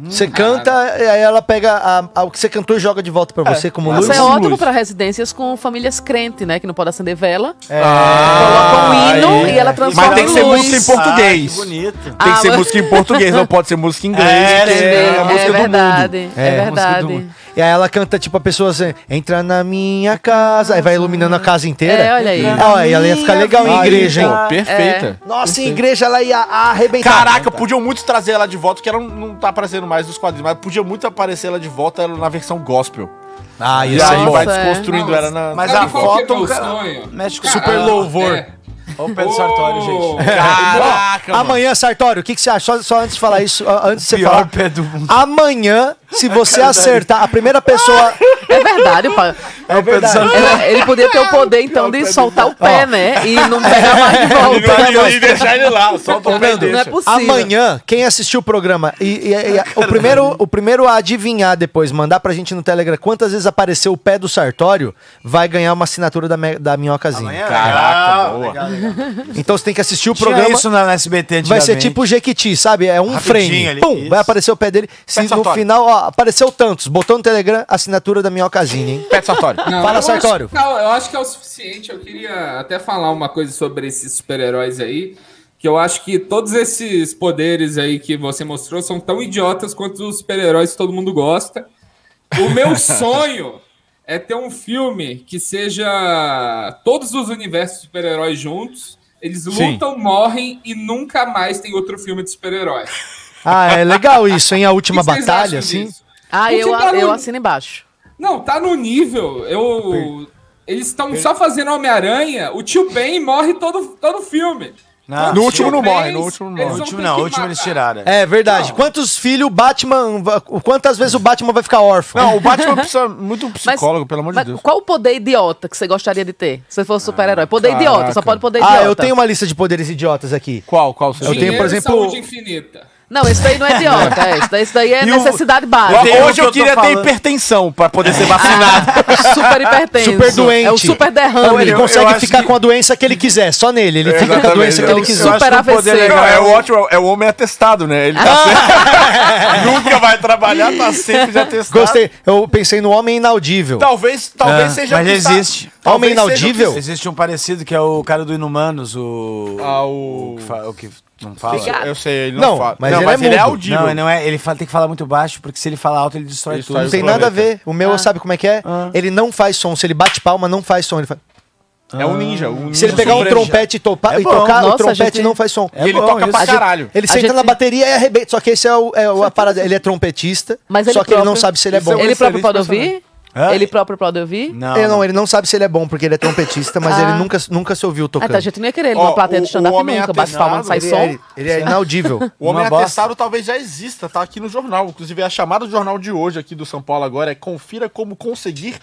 [SPEAKER 1] Hum. Você canta, e aí ela pega a- a- o que você cantou e joga de volta pra você como luz.
[SPEAKER 4] Isso é ótimo pra residências com famílias crente, né? Que não pode acender vela.
[SPEAKER 1] É. Ah,
[SPEAKER 4] Coloca um hino
[SPEAKER 7] Ah, aí.
[SPEAKER 4] e ela transforma
[SPEAKER 7] Mas tem que ser
[SPEAKER 4] em luz.
[SPEAKER 7] música em português.
[SPEAKER 6] bonito.
[SPEAKER 7] Tem que ser
[SPEAKER 4] Ah,
[SPEAKER 7] música em português, não pode ser
[SPEAKER 4] [laughs]
[SPEAKER 7] música em inglês.
[SPEAKER 1] É,
[SPEAKER 7] que
[SPEAKER 1] é,
[SPEAKER 7] a
[SPEAKER 1] é
[SPEAKER 7] música do
[SPEAKER 4] verdade,
[SPEAKER 7] mundo.
[SPEAKER 4] é
[SPEAKER 7] a música do
[SPEAKER 4] verdade.
[SPEAKER 7] mundo.
[SPEAKER 1] E aí ela canta, tipo, a pessoa assim, entra na minha casa, aí vai iluminando a casa inteira.
[SPEAKER 4] É, olha aí.
[SPEAKER 1] Ah, aí ela ia ficar legal em
[SPEAKER 7] Aí,
[SPEAKER 1] igreja, hein?
[SPEAKER 4] tá.
[SPEAKER 7] pô, perfeita.
[SPEAKER 1] É. Nossa, em igreja ela ia arrebentar.
[SPEAKER 7] Caraca, podiam muito trazer ela de volta, que ela não, não tá aparecendo mais nos quadrinhos, mas podia muito aparecer ela de volta ela na versão gospel.
[SPEAKER 1] Ah,
[SPEAKER 7] e
[SPEAKER 1] ia ser
[SPEAKER 7] aí
[SPEAKER 1] bom.
[SPEAKER 7] vai
[SPEAKER 1] Nossa,
[SPEAKER 7] desconstruindo
[SPEAKER 1] é.
[SPEAKER 7] ela na.
[SPEAKER 1] Mas Sabe a qual que é foto, meu cara,
[SPEAKER 5] sonho?
[SPEAKER 6] mexe
[SPEAKER 1] com super louvor.
[SPEAKER 7] é.
[SPEAKER 6] Ó o Pedro Sartório, gente. Ah,
[SPEAKER 1] Ó, Amanhã, Sartório, o que, que você acha? Só, só antes de falar isso, ó, antes de você
[SPEAKER 6] Pior
[SPEAKER 1] falar.
[SPEAKER 6] pé do mundo. É
[SPEAKER 1] Amanhã,
[SPEAKER 6] [laughs]
[SPEAKER 1] se você
[SPEAKER 6] Caralho.
[SPEAKER 1] acertar, a primeira pessoa.
[SPEAKER 4] É verdade,
[SPEAKER 7] [laughs]
[SPEAKER 4] pá.
[SPEAKER 1] É verdade.
[SPEAKER 4] Ele, ele podia ter o poder, então, de soltar
[SPEAKER 7] é
[SPEAKER 4] o pé, né? E não pegar
[SPEAKER 1] [laughs]
[SPEAKER 4] mais de volta. né?
[SPEAKER 7] E deixar ele lá, solta o pé
[SPEAKER 4] é
[SPEAKER 1] Fernando,
[SPEAKER 7] dele.
[SPEAKER 1] Tá Amanhã, quem assistiu o programa e, e-
[SPEAKER 6] É
[SPEAKER 1] e- o, primeiro, o primeiro a adivinhar depois, mandar pra gente no Telegram quantas vezes apareceu o pé do Sartório, vai ganhar uma assinatura da, me- da minhocazinha.
[SPEAKER 6] Caraca, boa.
[SPEAKER 1] Então você tem que assistir o
[SPEAKER 6] Tinha
[SPEAKER 1] programa.
[SPEAKER 6] isso na- na SBT
[SPEAKER 1] Vai ser
[SPEAKER 6] antigamente.
[SPEAKER 1] tipo o Jequiti, sabe? É um
[SPEAKER 6] Rapidinho
[SPEAKER 1] frame.
[SPEAKER 6] ali,
[SPEAKER 1] Pum,
[SPEAKER 6] isso.
[SPEAKER 1] vai aparecer o pé dele. Se no
[SPEAKER 6] Sartório.
[SPEAKER 1] final, ó, apareceu tantos. Botou no Telegram, assinatura da minhocazinha, hein?
[SPEAKER 7] Pé Sartório.
[SPEAKER 5] Não, eu
[SPEAKER 1] Fala,
[SPEAKER 5] acho-
[SPEAKER 1] Sartório.
[SPEAKER 5] não, eu acho que é o suficiente. Eu queria até falar uma coisa sobre esses super-heróis aí. Que eu acho que todos esses poderes aí que você mostrou são tão idiotas quanto os super-heróis que todo mundo gosta. O
[SPEAKER 1] [laughs]
[SPEAKER 5] meu sonho é ter um filme que seja todos os universos de super-heróis juntos. Eles
[SPEAKER 1] Sim.
[SPEAKER 5] lutam, morrem e nunca mais tem outro filme de super-herói.
[SPEAKER 1] Ah, é legal isso, hein? A última
[SPEAKER 5] O que [laughs] vocês acham
[SPEAKER 1] batalha, assim.
[SPEAKER 5] disso?
[SPEAKER 4] Ah,
[SPEAKER 5] Porque
[SPEAKER 4] eu,
[SPEAKER 5] tá no-
[SPEAKER 4] eu assino embaixo.
[SPEAKER 5] Não, tá no nível. Eu. Eles estão só fazendo Homem-Aranha. O tio Ben morre todo todo filme.
[SPEAKER 6] Não,
[SPEAKER 5] Todo
[SPEAKER 6] no último
[SPEAKER 5] tio
[SPEAKER 6] não
[SPEAKER 5] Ben,
[SPEAKER 6] morre, no último não
[SPEAKER 5] eles vão
[SPEAKER 7] tipo-
[SPEAKER 6] morre. No último
[SPEAKER 5] ter
[SPEAKER 6] não,
[SPEAKER 5] que
[SPEAKER 6] o último
[SPEAKER 5] matar.
[SPEAKER 6] eles tiraram.
[SPEAKER 1] É verdade. Quantos filhos o Batman. va- Quantas vezes o Batman vai ficar órfão?
[SPEAKER 7] Não, o
[SPEAKER 1] [laughs]
[SPEAKER 7] Batman precisa muito psicólogo, pelo amor de
[SPEAKER 4] Mas
[SPEAKER 7] Deus.
[SPEAKER 4] qual o poder idiota que você gostaria de ter? Se você fosse super-herói. Poder
[SPEAKER 1] caraca.
[SPEAKER 4] idiota, só pode poder idiota.
[SPEAKER 1] Ah, eu tenho uma lista de poderes idiotas aqui.
[SPEAKER 7] Qual? Qual?
[SPEAKER 1] Eu tenho, por
[SPEAKER 5] Dinheiro e
[SPEAKER 1] exemplo.
[SPEAKER 5] Saúde infinita.
[SPEAKER 4] Não, esse daí não é idiota.
[SPEAKER 1] [laughs]
[SPEAKER 4] é, esse, daí, esse daí é
[SPEAKER 7] E o-
[SPEAKER 4] necessidade
[SPEAKER 7] Eu
[SPEAKER 4] básica.
[SPEAKER 7] tenho Hoje eu queria ter hipertensão pra poder ser vacinado.
[SPEAKER 4] [laughs] Super hipertenso.
[SPEAKER 1] Super doente.
[SPEAKER 4] É o super derrame.
[SPEAKER 1] Não, ele
[SPEAKER 7] Eu- eu
[SPEAKER 1] consegue
[SPEAKER 7] acho É,
[SPEAKER 1] ficar com a doença que ele quiser, só nele. Ele fica com a doença que ele quiser.
[SPEAKER 4] um
[SPEAKER 7] Não, é o ótimo, é o homem atestado, né? Ele tá
[SPEAKER 4] Ah!
[SPEAKER 7] sempre... [laughs] Nunca vai trabalhar, tá sempre de atestado.
[SPEAKER 1] Gostei. Eu pensei no homem inaudível.
[SPEAKER 7] Talvez, talvez
[SPEAKER 1] É,
[SPEAKER 6] Ah,
[SPEAKER 7] seja
[SPEAKER 6] Mas
[SPEAKER 7] o que tá-
[SPEAKER 6] existe.
[SPEAKER 1] Homem
[SPEAKER 6] Talvez seja o que-
[SPEAKER 1] inaudível?
[SPEAKER 6] Existe um parecido que é o cara do Inumanos, o.
[SPEAKER 7] Ah, o.
[SPEAKER 6] O que, fa- o que não fala.
[SPEAKER 7] Eu- Eu sei, ele não,
[SPEAKER 1] Não,
[SPEAKER 7] fala.
[SPEAKER 1] mas ele é mudo.
[SPEAKER 7] audível.
[SPEAKER 6] Não, ele não é. Ele fala- tem que falar muito baixo, porque se ele falar alto, ele destrói
[SPEAKER 7] Ele
[SPEAKER 6] tudo.
[SPEAKER 1] Não tem nada a ver. O
[SPEAKER 4] Ah.
[SPEAKER 1] meu, sabe como é que é?
[SPEAKER 7] Ah.
[SPEAKER 1] Ele não faz som. Se ele bate palma, não faz som. Ele faz-
[SPEAKER 7] É um ninja. um
[SPEAKER 1] Se ele
[SPEAKER 7] ninja
[SPEAKER 1] pegar um
[SPEAKER 7] sobrevivente.
[SPEAKER 1] trompete e, topa-
[SPEAKER 6] É
[SPEAKER 1] e
[SPEAKER 6] bom.
[SPEAKER 1] tocar, o
[SPEAKER 6] Nossa,
[SPEAKER 1] trompete
[SPEAKER 6] a gente-
[SPEAKER 1] não faz som.
[SPEAKER 6] É E ele bom toca pra
[SPEAKER 1] A gente-
[SPEAKER 7] caralho.
[SPEAKER 1] Ele
[SPEAKER 4] A
[SPEAKER 1] senta
[SPEAKER 4] gente-
[SPEAKER 1] na bateria e arrebenta. Só que esse é, o, é o- a parada. Ele é trompetista,
[SPEAKER 4] Mas ele
[SPEAKER 1] só que ele não
[SPEAKER 4] próprio-
[SPEAKER 1] sabe se ele é
[SPEAKER 7] um
[SPEAKER 1] bom.
[SPEAKER 4] Ele próprio pode ouvir?
[SPEAKER 7] É.
[SPEAKER 1] Hã?
[SPEAKER 4] Ele próprio pode ouvir?
[SPEAKER 1] Ele não, ele não sabe se ele é bom, porque ele é trompetista, mas
[SPEAKER 4] Ah.
[SPEAKER 1] ele nunca, nunca se ouviu
[SPEAKER 4] Ah,
[SPEAKER 1] tocando.
[SPEAKER 4] tá, a gente não ia querer ele
[SPEAKER 7] Ó,
[SPEAKER 4] numa plateia de
[SPEAKER 7] o-
[SPEAKER 4] stand-up
[SPEAKER 7] o homem
[SPEAKER 4] nunca. Bate
[SPEAKER 7] atestado,
[SPEAKER 4] palma, não sai
[SPEAKER 7] ele
[SPEAKER 4] som.
[SPEAKER 1] é- ele [laughs] é inaudível.
[SPEAKER 4] [laughs]
[SPEAKER 7] O homem
[SPEAKER 1] Uma bosta.
[SPEAKER 7] atestado talvez já exista, tá aqui no jornal. Inclusive, a chamada do jornal de hoje aqui do São Paulo agora é confira como conseguir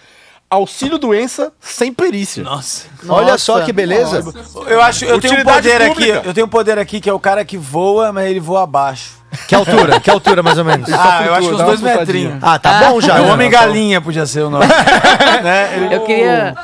[SPEAKER 7] auxílio doença sem perícia.
[SPEAKER 6] Nossa.
[SPEAKER 1] Olha só que beleza.
[SPEAKER 6] Eu acho, eu tenho um
[SPEAKER 7] Utilidade
[SPEAKER 6] poder
[SPEAKER 7] pública.
[SPEAKER 6] aqui. Eu tenho um poder aqui que é o cara que voa, mas ele voa abaixo.
[SPEAKER 1] Que altura? Que altura, mais
[SPEAKER 6] [laughs]
[SPEAKER 1] ou menos?
[SPEAKER 6] Ah, eu acho que uns dois metrinhos.
[SPEAKER 1] Ah, tá bom já.
[SPEAKER 6] É o
[SPEAKER 1] né?
[SPEAKER 6] homem galinha podia ser
[SPEAKER 1] [laughs]
[SPEAKER 6] o nome. né? Ele-
[SPEAKER 4] Eu queria.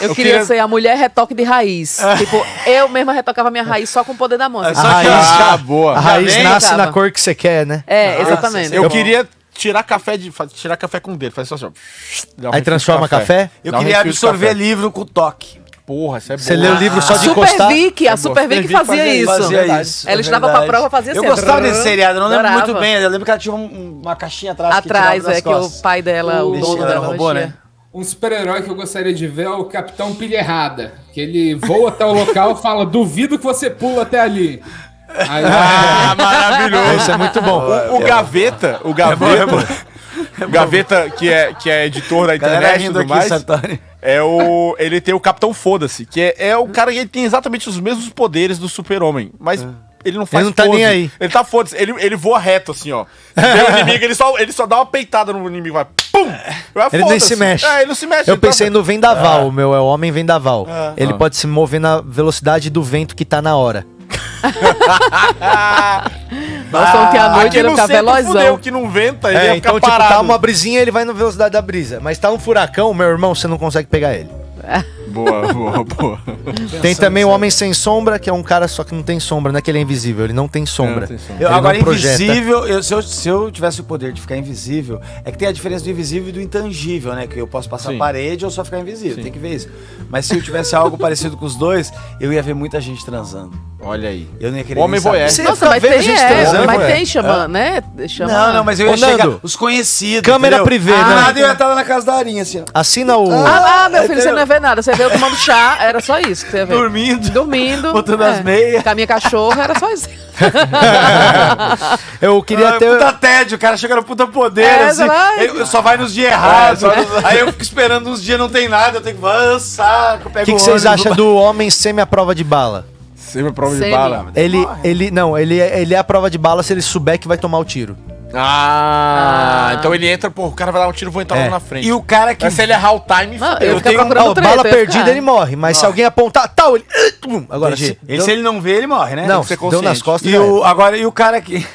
[SPEAKER 4] Eu,
[SPEAKER 6] Eu
[SPEAKER 4] queria
[SPEAKER 6] queria-
[SPEAKER 4] ser a mulher retoque de raiz. tipo, eu mesma retocava minha raiz só com o poder da É, mão.
[SPEAKER 1] A raiz,
[SPEAKER 7] Ah,
[SPEAKER 1] já-
[SPEAKER 7] boa.
[SPEAKER 1] A raiz
[SPEAKER 7] Também,
[SPEAKER 1] nasce
[SPEAKER 4] cara.
[SPEAKER 1] na cor que você quer, né?
[SPEAKER 4] É, exatamente.
[SPEAKER 7] Eu queria tirar café de fa- tirar café com o dedo, fazer só assim, ó. Dá um
[SPEAKER 1] Aí
[SPEAKER 7] refil de
[SPEAKER 1] transforma café?
[SPEAKER 6] Eu
[SPEAKER 7] Dá um
[SPEAKER 6] queria
[SPEAKER 7] refil de
[SPEAKER 6] absorver
[SPEAKER 7] café.
[SPEAKER 6] livro com toque.
[SPEAKER 7] Porra, essa é Tá boa.
[SPEAKER 1] Você lê o livro só de
[SPEAKER 4] Super
[SPEAKER 1] encostar?
[SPEAKER 4] Vic, a
[SPEAKER 1] É boa.
[SPEAKER 4] Super Vic
[SPEAKER 1] Vic
[SPEAKER 4] fazia,
[SPEAKER 1] fazia
[SPEAKER 4] isso.
[SPEAKER 1] isso, fazia isso,
[SPEAKER 4] Ela
[SPEAKER 1] é
[SPEAKER 4] estudava pra
[SPEAKER 1] verdade. Uhum.
[SPEAKER 4] prova, fazia
[SPEAKER 6] Eu
[SPEAKER 4] sempre.
[SPEAKER 6] gostava desse seriado, eu não lembro
[SPEAKER 4] Adorava.
[SPEAKER 6] muito bem. Eu lembro que ela tinha um- uma caixinha atrás que
[SPEAKER 4] Atrás,
[SPEAKER 6] tirava das
[SPEAKER 4] é, que o
[SPEAKER 6] costas.
[SPEAKER 4] pai dela, o
[SPEAKER 6] Vixe,
[SPEAKER 4] dono
[SPEAKER 6] ela
[SPEAKER 4] dela.
[SPEAKER 6] era um robô, né?
[SPEAKER 5] Um super-herói que eu gostaria de ver é o Capitão Pilha Errada. Que ele voa até o local e fala: duvido que você pula até ali.
[SPEAKER 6] [laughs]
[SPEAKER 5] Aí,
[SPEAKER 4] [laughs]
[SPEAKER 7] Ah, maravilhoso. Isso é muito bom. O, o Gaveta,
[SPEAKER 4] É
[SPEAKER 7] o Gaveta. o [laughs] Gaveta, que é, que é editor da
[SPEAKER 6] Galera
[SPEAKER 7] internet e
[SPEAKER 6] rindo
[SPEAKER 7] tudo mais.
[SPEAKER 6] aqui, Sartori.
[SPEAKER 7] É o. Ele tem o Capitão Foda-se, que é, é o cara que ele tem exatamente os mesmos poderes do Super-Homem, mas. Ele não faz
[SPEAKER 1] Ele não tá
[SPEAKER 7] pose.
[SPEAKER 1] nem aí.
[SPEAKER 7] Ele tá foda-se. Ele, ele voa reto, assim, ó.
[SPEAKER 1] [laughs]
[SPEAKER 7] Vê o inimigo, ele só, ele só dá uma peitada no inimigo, vai. Pum! Vai,
[SPEAKER 1] Ele nem
[SPEAKER 7] foda-se.
[SPEAKER 1] se mexe.
[SPEAKER 7] É, ele não se mexe.
[SPEAKER 1] Eu
[SPEAKER 7] ele tá-
[SPEAKER 1] pensei no vendaval, o meu é o homem vendaval.
[SPEAKER 7] Ah.
[SPEAKER 1] Ele
[SPEAKER 7] Ah.
[SPEAKER 1] pode se mover na velocidade do vento que tá na hora.
[SPEAKER 4] Nossa, ontem
[SPEAKER 7] Ah,
[SPEAKER 4] à noite ele ficar velozão.
[SPEAKER 7] que não venta,
[SPEAKER 1] É, então, tipo, tá uma brisinha, ele vai na velocidade da brisa. Mas tá um furacão, meu irmão, você não consegue pegar ele.
[SPEAKER 4] É.
[SPEAKER 7] Boa, boa, boa.
[SPEAKER 1] Tem também o Homem Sem Sombra, que é um cara só que não tem sombra, não é que ele é invisível, ele não tem sombra. Ele
[SPEAKER 6] Eu,
[SPEAKER 1] não
[SPEAKER 6] agora,
[SPEAKER 1] projeta.
[SPEAKER 6] invisível, eu- se, eu, se eu tivesse o poder de ficar invisível, é que tem a diferença do invisível e do intangível, né? Que eu posso passar
[SPEAKER 1] Sim.
[SPEAKER 6] a parede ou só ficar invisível, tem que ver isso. Mas se eu tivesse algo parecido com os dois, eu ia ver muita gente transando.
[SPEAKER 7] Olha aí.
[SPEAKER 6] Eu não ia querer
[SPEAKER 7] Homem
[SPEAKER 6] nem saber.
[SPEAKER 7] voyeur.
[SPEAKER 6] Você ia
[SPEAKER 4] Nossa,
[SPEAKER 6] ficar
[SPEAKER 4] mas
[SPEAKER 6] vendo
[SPEAKER 4] tem,
[SPEAKER 6] gente
[SPEAKER 4] é,
[SPEAKER 6] transando,
[SPEAKER 4] mas
[SPEAKER 6] ué.
[SPEAKER 4] tem xamã,
[SPEAKER 6] Ah.
[SPEAKER 4] né? Xamã.
[SPEAKER 6] Não, não, mas eu ia
[SPEAKER 1] Ô, Nando,
[SPEAKER 6] chegar os conhecidos.
[SPEAKER 1] câmera
[SPEAKER 6] entendeu?
[SPEAKER 1] privê,
[SPEAKER 6] ah,
[SPEAKER 1] né?
[SPEAKER 6] nada, eu ia estar lá na casa da Arinha, assim, ó.
[SPEAKER 1] Assina o.
[SPEAKER 4] Ah, ah, meu filho, você
[SPEAKER 6] entendeu?
[SPEAKER 4] não ia ver nada. Você veio tomando chá, era só isso que você ia ver. Dormindo. Dormindo. é.
[SPEAKER 6] Botando as meias.
[SPEAKER 4] Com a minha cachorra, era só isso.
[SPEAKER 1] Eu
[SPEAKER 6] queria ter. Ah, é Puta tédio, o cara chega no puta poder,
[SPEAKER 4] É,
[SPEAKER 6] assim.
[SPEAKER 4] vai.
[SPEAKER 6] ele só vai nos dias
[SPEAKER 1] É,
[SPEAKER 6] errados. só
[SPEAKER 1] né?
[SPEAKER 6] nos- Aí eu fico esperando uns dias, não tem nada, eu tenho que "Ah, avançar.
[SPEAKER 1] O que que vocês acham do homem semi à prova de bala?
[SPEAKER 7] Semi à prova
[SPEAKER 6] de Semi. bala?
[SPEAKER 1] Ele, ele, não, ele, é- ele é a prova de bala se ele souber que vai tomar o tiro.
[SPEAKER 7] Ah, então ele entra, pô, o cara vai dar um tiro, vou entrar
[SPEAKER 1] É.
[SPEAKER 7] logo na frente.
[SPEAKER 1] E o cara que-
[SPEAKER 7] Mas se ele errar o time,
[SPEAKER 4] Ah,
[SPEAKER 1] Não,
[SPEAKER 7] fudeu.
[SPEAKER 1] eu tenho uma bala perdida, ele morre. Mas se alguém apontar, tal, ele. [clears throat] Pum, Agora,
[SPEAKER 6] Agora, se, ele, se ele não vê, ele morre, né?
[SPEAKER 1] Não,
[SPEAKER 6] Tem que ser
[SPEAKER 1] deu
[SPEAKER 6] consciente.
[SPEAKER 1] nas costas,
[SPEAKER 6] E
[SPEAKER 1] já
[SPEAKER 6] o, agora, e o cara que. [laughs]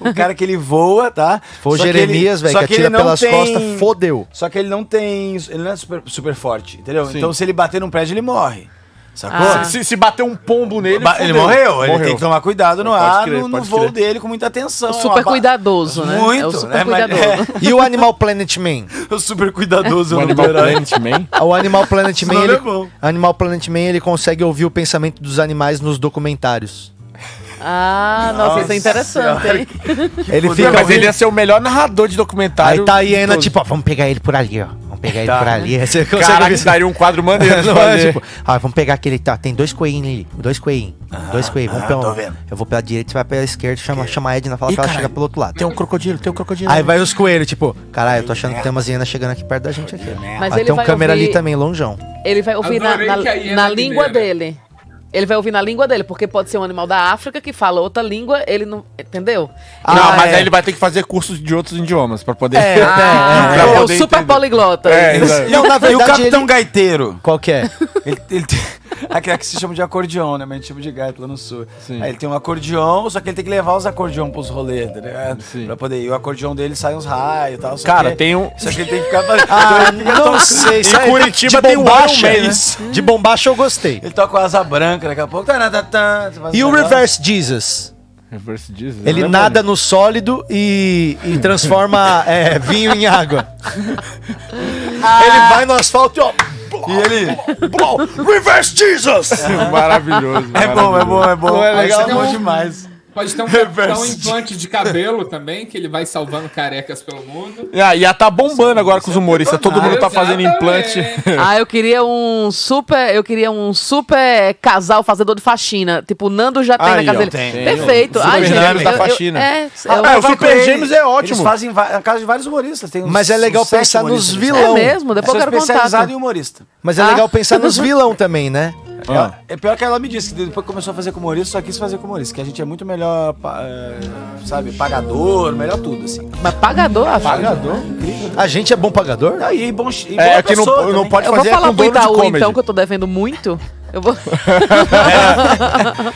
[SPEAKER 6] O cara que ele voa, tá?
[SPEAKER 1] For
[SPEAKER 6] Só que ele-
[SPEAKER 1] Jeremias, velho,
[SPEAKER 6] só
[SPEAKER 1] que
[SPEAKER 6] ele
[SPEAKER 1] atira
[SPEAKER 6] não
[SPEAKER 1] pelas costas,
[SPEAKER 7] Tipo,
[SPEAKER 1] fodeu.
[SPEAKER 6] Só que ele não tem. Ele não é super, super forte, entendeu?
[SPEAKER 1] Sim.
[SPEAKER 6] Então se ele bater num prédio, ele morre. Sacou?
[SPEAKER 7] Ah. Se- bater um pombo nele.
[SPEAKER 6] Ba- ele
[SPEAKER 7] fudeu.
[SPEAKER 6] morreu, ele
[SPEAKER 7] Morreu.
[SPEAKER 6] tem que tomar cuidado no
[SPEAKER 7] Pode
[SPEAKER 6] ar,
[SPEAKER 7] crer,
[SPEAKER 6] no, no
[SPEAKER 7] pode
[SPEAKER 6] voo
[SPEAKER 7] crer.
[SPEAKER 6] dele, com muita atenção.
[SPEAKER 4] O
[SPEAKER 6] É uma
[SPEAKER 4] super
[SPEAKER 6] ba-
[SPEAKER 4] cuidadoso, né?
[SPEAKER 6] Muito,
[SPEAKER 4] é o super
[SPEAKER 6] né? Mas- [laughs]
[SPEAKER 4] cuidadoso.
[SPEAKER 1] E o Animal
[SPEAKER 7] [laughs]
[SPEAKER 1] Planet Man?
[SPEAKER 6] O super cuidadoso
[SPEAKER 1] O
[SPEAKER 6] do
[SPEAKER 1] Animal
[SPEAKER 6] herói.
[SPEAKER 1] Planet Man? O Animal Planet Man,
[SPEAKER 6] Esse nome
[SPEAKER 1] ele,
[SPEAKER 6] é bom.
[SPEAKER 1] Animal Planet Man, ele consegue ouvir o pensamento dos animais nos documentários.
[SPEAKER 4] Ah, nossa, isso
[SPEAKER 7] Nossa
[SPEAKER 4] é interessante, hein?
[SPEAKER 1] ele
[SPEAKER 7] Não,
[SPEAKER 1] fica
[SPEAKER 6] é
[SPEAKER 7] mas
[SPEAKER 1] ouvindo-
[SPEAKER 7] ele ia ser o melhor narrador de documentário.
[SPEAKER 1] Aí tá a hiena,
[SPEAKER 7] todo.
[SPEAKER 1] tipo, ó, vamos pegar ele por ali, ó. Vamos pegar ele
[SPEAKER 7] Tá.
[SPEAKER 6] né?
[SPEAKER 1] por ali. [laughs] Aí Você consegue
[SPEAKER 7] Caraca,
[SPEAKER 1] ouvir-
[SPEAKER 7] daria um quadro maneiro de
[SPEAKER 1] [laughs] Não é,
[SPEAKER 7] fazer.
[SPEAKER 1] tipo, ó, vamos pegar aquele, tá, tem dois coelhinhos ali, dois coelhinhos, dois coelhinhos, vamos
[SPEAKER 6] ah,
[SPEAKER 1] pela-
[SPEAKER 6] tô vendo.
[SPEAKER 1] Eu vou pela direita, você vai pela esquerda, chama, chama a Edna, fala
[SPEAKER 6] Ih,
[SPEAKER 1] que ela
[SPEAKER 6] caralho,
[SPEAKER 1] chega pelo outro lado.
[SPEAKER 7] Tem um crocodilo, tem um crocodilo.
[SPEAKER 1] Aí vai os coelhos, tipo, caralho, eu tô achando que tem umas hienas chegando aqui perto da gente aqui. ó.
[SPEAKER 4] Mas
[SPEAKER 1] Mas
[SPEAKER 4] ele
[SPEAKER 1] tem um
[SPEAKER 4] vai
[SPEAKER 1] câmera
[SPEAKER 4] ouvir-
[SPEAKER 1] ali também, longeão.
[SPEAKER 4] Ele vai ouvir na,
[SPEAKER 5] Adorei
[SPEAKER 4] na-
[SPEAKER 5] que a hiena
[SPEAKER 4] na
[SPEAKER 5] é
[SPEAKER 4] língua dele. Ele vai ouvir na língua dele, porque pode ser um animal da África que fala outra língua, ele não. Entendeu?
[SPEAKER 7] não,
[SPEAKER 4] Ah,
[SPEAKER 7] mas
[SPEAKER 4] é.
[SPEAKER 7] aí ele vai ter que fazer cursos de outros idiomas [laughs] pra poder.
[SPEAKER 4] É, ah,
[SPEAKER 7] pra
[SPEAKER 4] é o
[SPEAKER 7] poder
[SPEAKER 4] super
[SPEAKER 7] entender.
[SPEAKER 4] poliglota.
[SPEAKER 7] É,
[SPEAKER 1] [laughs]
[SPEAKER 7] exato.
[SPEAKER 6] Não, na verdade, e o Capitão
[SPEAKER 1] ele-
[SPEAKER 6] Gaiteiro?
[SPEAKER 1] Qual que é?
[SPEAKER 6] Ele, ele tem... Aquele que se chama de acordeon, né? Mas a gente chama de gaita lá no sul. Aí ele tem um acordeon, só que ele tem que levar os acordeon pros rolês, tá ligado? Pra poder ir. E o acordeon dele sai uns raios e tal. só
[SPEAKER 7] Cara,
[SPEAKER 6] que-
[SPEAKER 7] tem um-
[SPEAKER 6] Só que ele tem que ficar fazendo.
[SPEAKER 1] Ah,
[SPEAKER 6] Então ele fica
[SPEAKER 1] não
[SPEAKER 6] tocando.
[SPEAKER 1] sei,
[SPEAKER 6] Em
[SPEAKER 1] isso aí,
[SPEAKER 6] Curitiba
[SPEAKER 1] de
[SPEAKER 6] tem um
[SPEAKER 1] bombacha,
[SPEAKER 6] Iron Maiden,
[SPEAKER 1] isso.
[SPEAKER 6] né?
[SPEAKER 1] De bombacha eu gostei.
[SPEAKER 6] Ele toca o asa branca daqui a pouco. tá, Tarantatã, você faz
[SPEAKER 1] E
[SPEAKER 6] um
[SPEAKER 1] o
[SPEAKER 6] negócio.
[SPEAKER 1] Reverse Jesus?
[SPEAKER 7] Reverse Jesus.
[SPEAKER 1] Ele é
[SPEAKER 7] né,
[SPEAKER 1] nada no sólido e, e [laughs] transforma é, vinho em água. Ele vai no asfalto e ó.
[SPEAKER 6] E ele.
[SPEAKER 1] Reverse Jesus!
[SPEAKER 7] Maravilhoso.
[SPEAKER 6] É bom, é bom, é bom.
[SPEAKER 7] Não é legal?
[SPEAKER 6] Esse é
[SPEAKER 1] né?
[SPEAKER 6] bom
[SPEAKER 5] Não.
[SPEAKER 6] demais.
[SPEAKER 5] Pode ter um, capitão
[SPEAKER 6] Reverse.
[SPEAKER 5] implante de cabelo também, que ele vai salvando carecas pelo mundo.
[SPEAKER 7] Ah, ia tá bombando agora com os humoristas. Todo mundo tá fazendo implante.
[SPEAKER 4] Ah, eu queria um super, eu queria um super casal fazedor de faxina, tipo o Nando já tem na
[SPEAKER 7] Aí,
[SPEAKER 4] casa
[SPEAKER 7] ó,
[SPEAKER 4] dele.
[SPEAKER 7] tem, tem.
[SPEAKER 4] Perfeito.
[SPEAKER 7] Super
[SPEAKER 4] Ai, gente,
[SPEAKER 7] Gêmeos da
[SPEAKER 4] eu- eu-
[SPEAKER 7] faxina.
[SPEAKER 4] é,
[SPEAKER 6] Ah,
[SPEAKER 4] eu-
[SPEAKER 6] é, o
[SPEAKER 4] eu-
[SPEAKER 6] Super Gêmeos é
[SPEAKER 7] ótimo.
[SPEAKER 6] Eles fazem va- na casa de vários humoristas. Tem uns-
[SPEAKER 1] Mas é legal
[SPEAKER 6] uns sete
[SPEAKER 1] pensar nos
[SPEAKER 6] humoristas.
[SPEAKER 1] vilão.
[SPEAKER 4] É mesmo, depois eu
[SPEAKER 6] Sou
[SPEAKER 4] quero
[SPEAKER 6] especializado
[SPEAKER 4] contato.
[SPEAKER 6] em humorista.
[SPEAKER 1] Mas é
[SPEAKER 6] tá? Ah.
[SPEAKER 1] legal
[SPEAKER 6] [laughs]
[SPEAKER 1] pensar nos vilão também, né?
[SPEAKER 6] Ela- É pior que ela me disse que depois começou a fazer com humorista, só quis fazer com humorista, que a gente é muito melhor, pa- eh, sabe, pagador, melhor tudo, assim.
[SPEAKER 4] Mas pagador, acho.
[SPEAKER 6] Pagador, incrível.
[SPEAKER 1] A gente é bom pagador?
[SPEAKER 6] Ah, e bom, e
[SPEAKER 1] É,
[SPEAKER 6] boa
[SPEAKER 1] é que não-
[SPEAKER 6] pessoa
[SPEAKER 1] não
[SPEAKER 6] também.
[SPEAKER 1] pode
[SPEAKER 4] Eu vou falar pro Itaú
[SPEAKER 6] [laughs]
[SPEAKER 4] então que eu tô devendo muito. Eu vou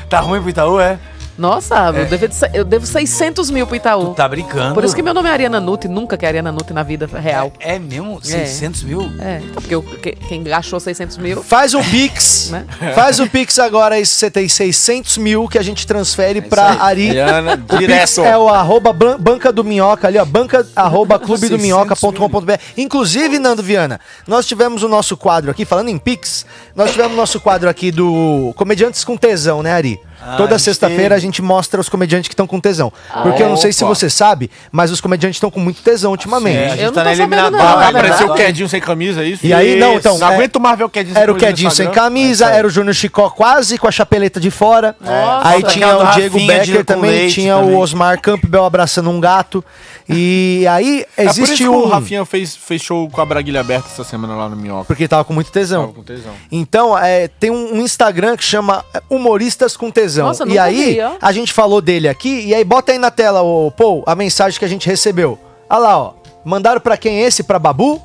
[SPEAKER 6] Tá ruim pro Itaú, é?
[SPEAKER 4] Nossa,
[SPEAKER 6] É.
[SPEAKER 4] eu, devo, de- eu devo 600 mil pro Itaú.
[SPEAKER 6] Tá brincando?
[SPEAKER 4] Por isso que meu nome é Ariana Nutti, nunca que é Ariana Nutti na vida real.
[SPEAKER 6] É, mesmo? 600 mil?
[SPEAKER 4] É, porque eu- que- quem gastou 600 mil...
[SPEAKER 1] Faz um pix.
[SPEAKER 4] Né?
[SPEAKER 1] [laughs] Faz um o Pix agora, aí você tem 600 mil que a gente
[SPEAKER 7] É
[SPEAKER 1] transfere pra
[SPEAKER 4] aí.
[SPEAKER 1] Ari.
[SPEAKER 4] Ariana,
[SPEAKER 1] o Pix
[SPEAKER 4] direto.
[SPEAKER 1] é o arroba ban- banca do minhoca ali, ó. Banca
[SPEAKER 7] [laughs]
[SPEAKER 1] arroba clube do minhoca.com.br. Inclusive, Nando Viana, nós tivemos o nosso quadro aqui, falando em Pix, nós tivemos o nosso quadro aqui do Comediantes com Tesão, né, Ari?
[SPEAKER 6] Ah,
[SPEAKER 1] Toda
[SPEAKER 6] a gente
[SPEAKER 1] sexta-feira
[SPEAKER 6] teve.
[SPEAKER 1] a gente mostra os comediantes que estão com tesão. Porque eu não sei se
[SPEAKER 7] Ah, Opa.
[SPEAKER 1] você sabe, mas os comediantes estão com muito tesão ultimamente.
[SPEAKER 7] É, a gente tá na eliminatória. Vai aparecer o Quedinho sem camisa, é isso?
[SPEAKER 1] E aí, não,
[SPEAKER 7] Isso.
[SPEAKER 1] então.
[SPEAKER 7] Não
[SPEAKER 1] é-
[SPEAKER 7] aguento mais ver o Quedinho
[SPEAKER 1] Era o Quedinho sem camisa, era o Júnior Chicó quase com a chapeleta de fora.
[SPEAKER 6] Nossa.
[SPEAKER 1] Aí
[SPEAKER 6] Falta
[SPEAKER 1] tinha
[SPEAKER 6] aquela
[SPEAKER 1] o
[SPEAKER 6] do
[SPEAKER 1] Diego
[SPEAKER 6] Rafinha,
[SPEAKER 1] Becker
[SPEAKER 6] Diego com
[SPEAKER 1] também,
[SPEAKER 6] leite
[SPEAKER 1] tinha
[SPEAKER 6] também.
[SPEAKER 1] o Osmar Campbell abraçando um gato. E aí
[SPEAKER 7] Existe é por isso
[SPEAKER 1] existe
[SPEAKER 7] que
[SPEAKER 1] um.
[SPEAKER 7] o Rafinha fez, fez show com a braguilha aberta essa semana lá no Minhoca.
[SPEAKER 1] Porque tava com muito tesão.
[SPEAKER 7] Com tesão.
[SPEAKER 1] Então, é, tem um, um Instagram que chama é, Humoristas com Tesão.
[SPEAKER 7] Nossa,
[SPEAKER 1] e
[SPEAKER 7] nunca
[SPEAKER 1] aí,
[SPEAKER 7] vi, ó.
[SPEAKER 1] a gente falou dele aqui, e aí bota aí na tela, ô, Paul, a mensagem que a gente recebeu. Olha lá, ó. Mandaram pra quem esse? Pra Babu?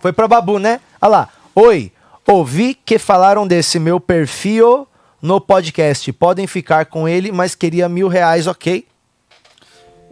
[SPEAKER 1] Foi pra Babu, né? Olha lá. Oi, ouvi que falaram desse meu perfil no podcast. Podem ficar com ele, mas queria mil reais, ok?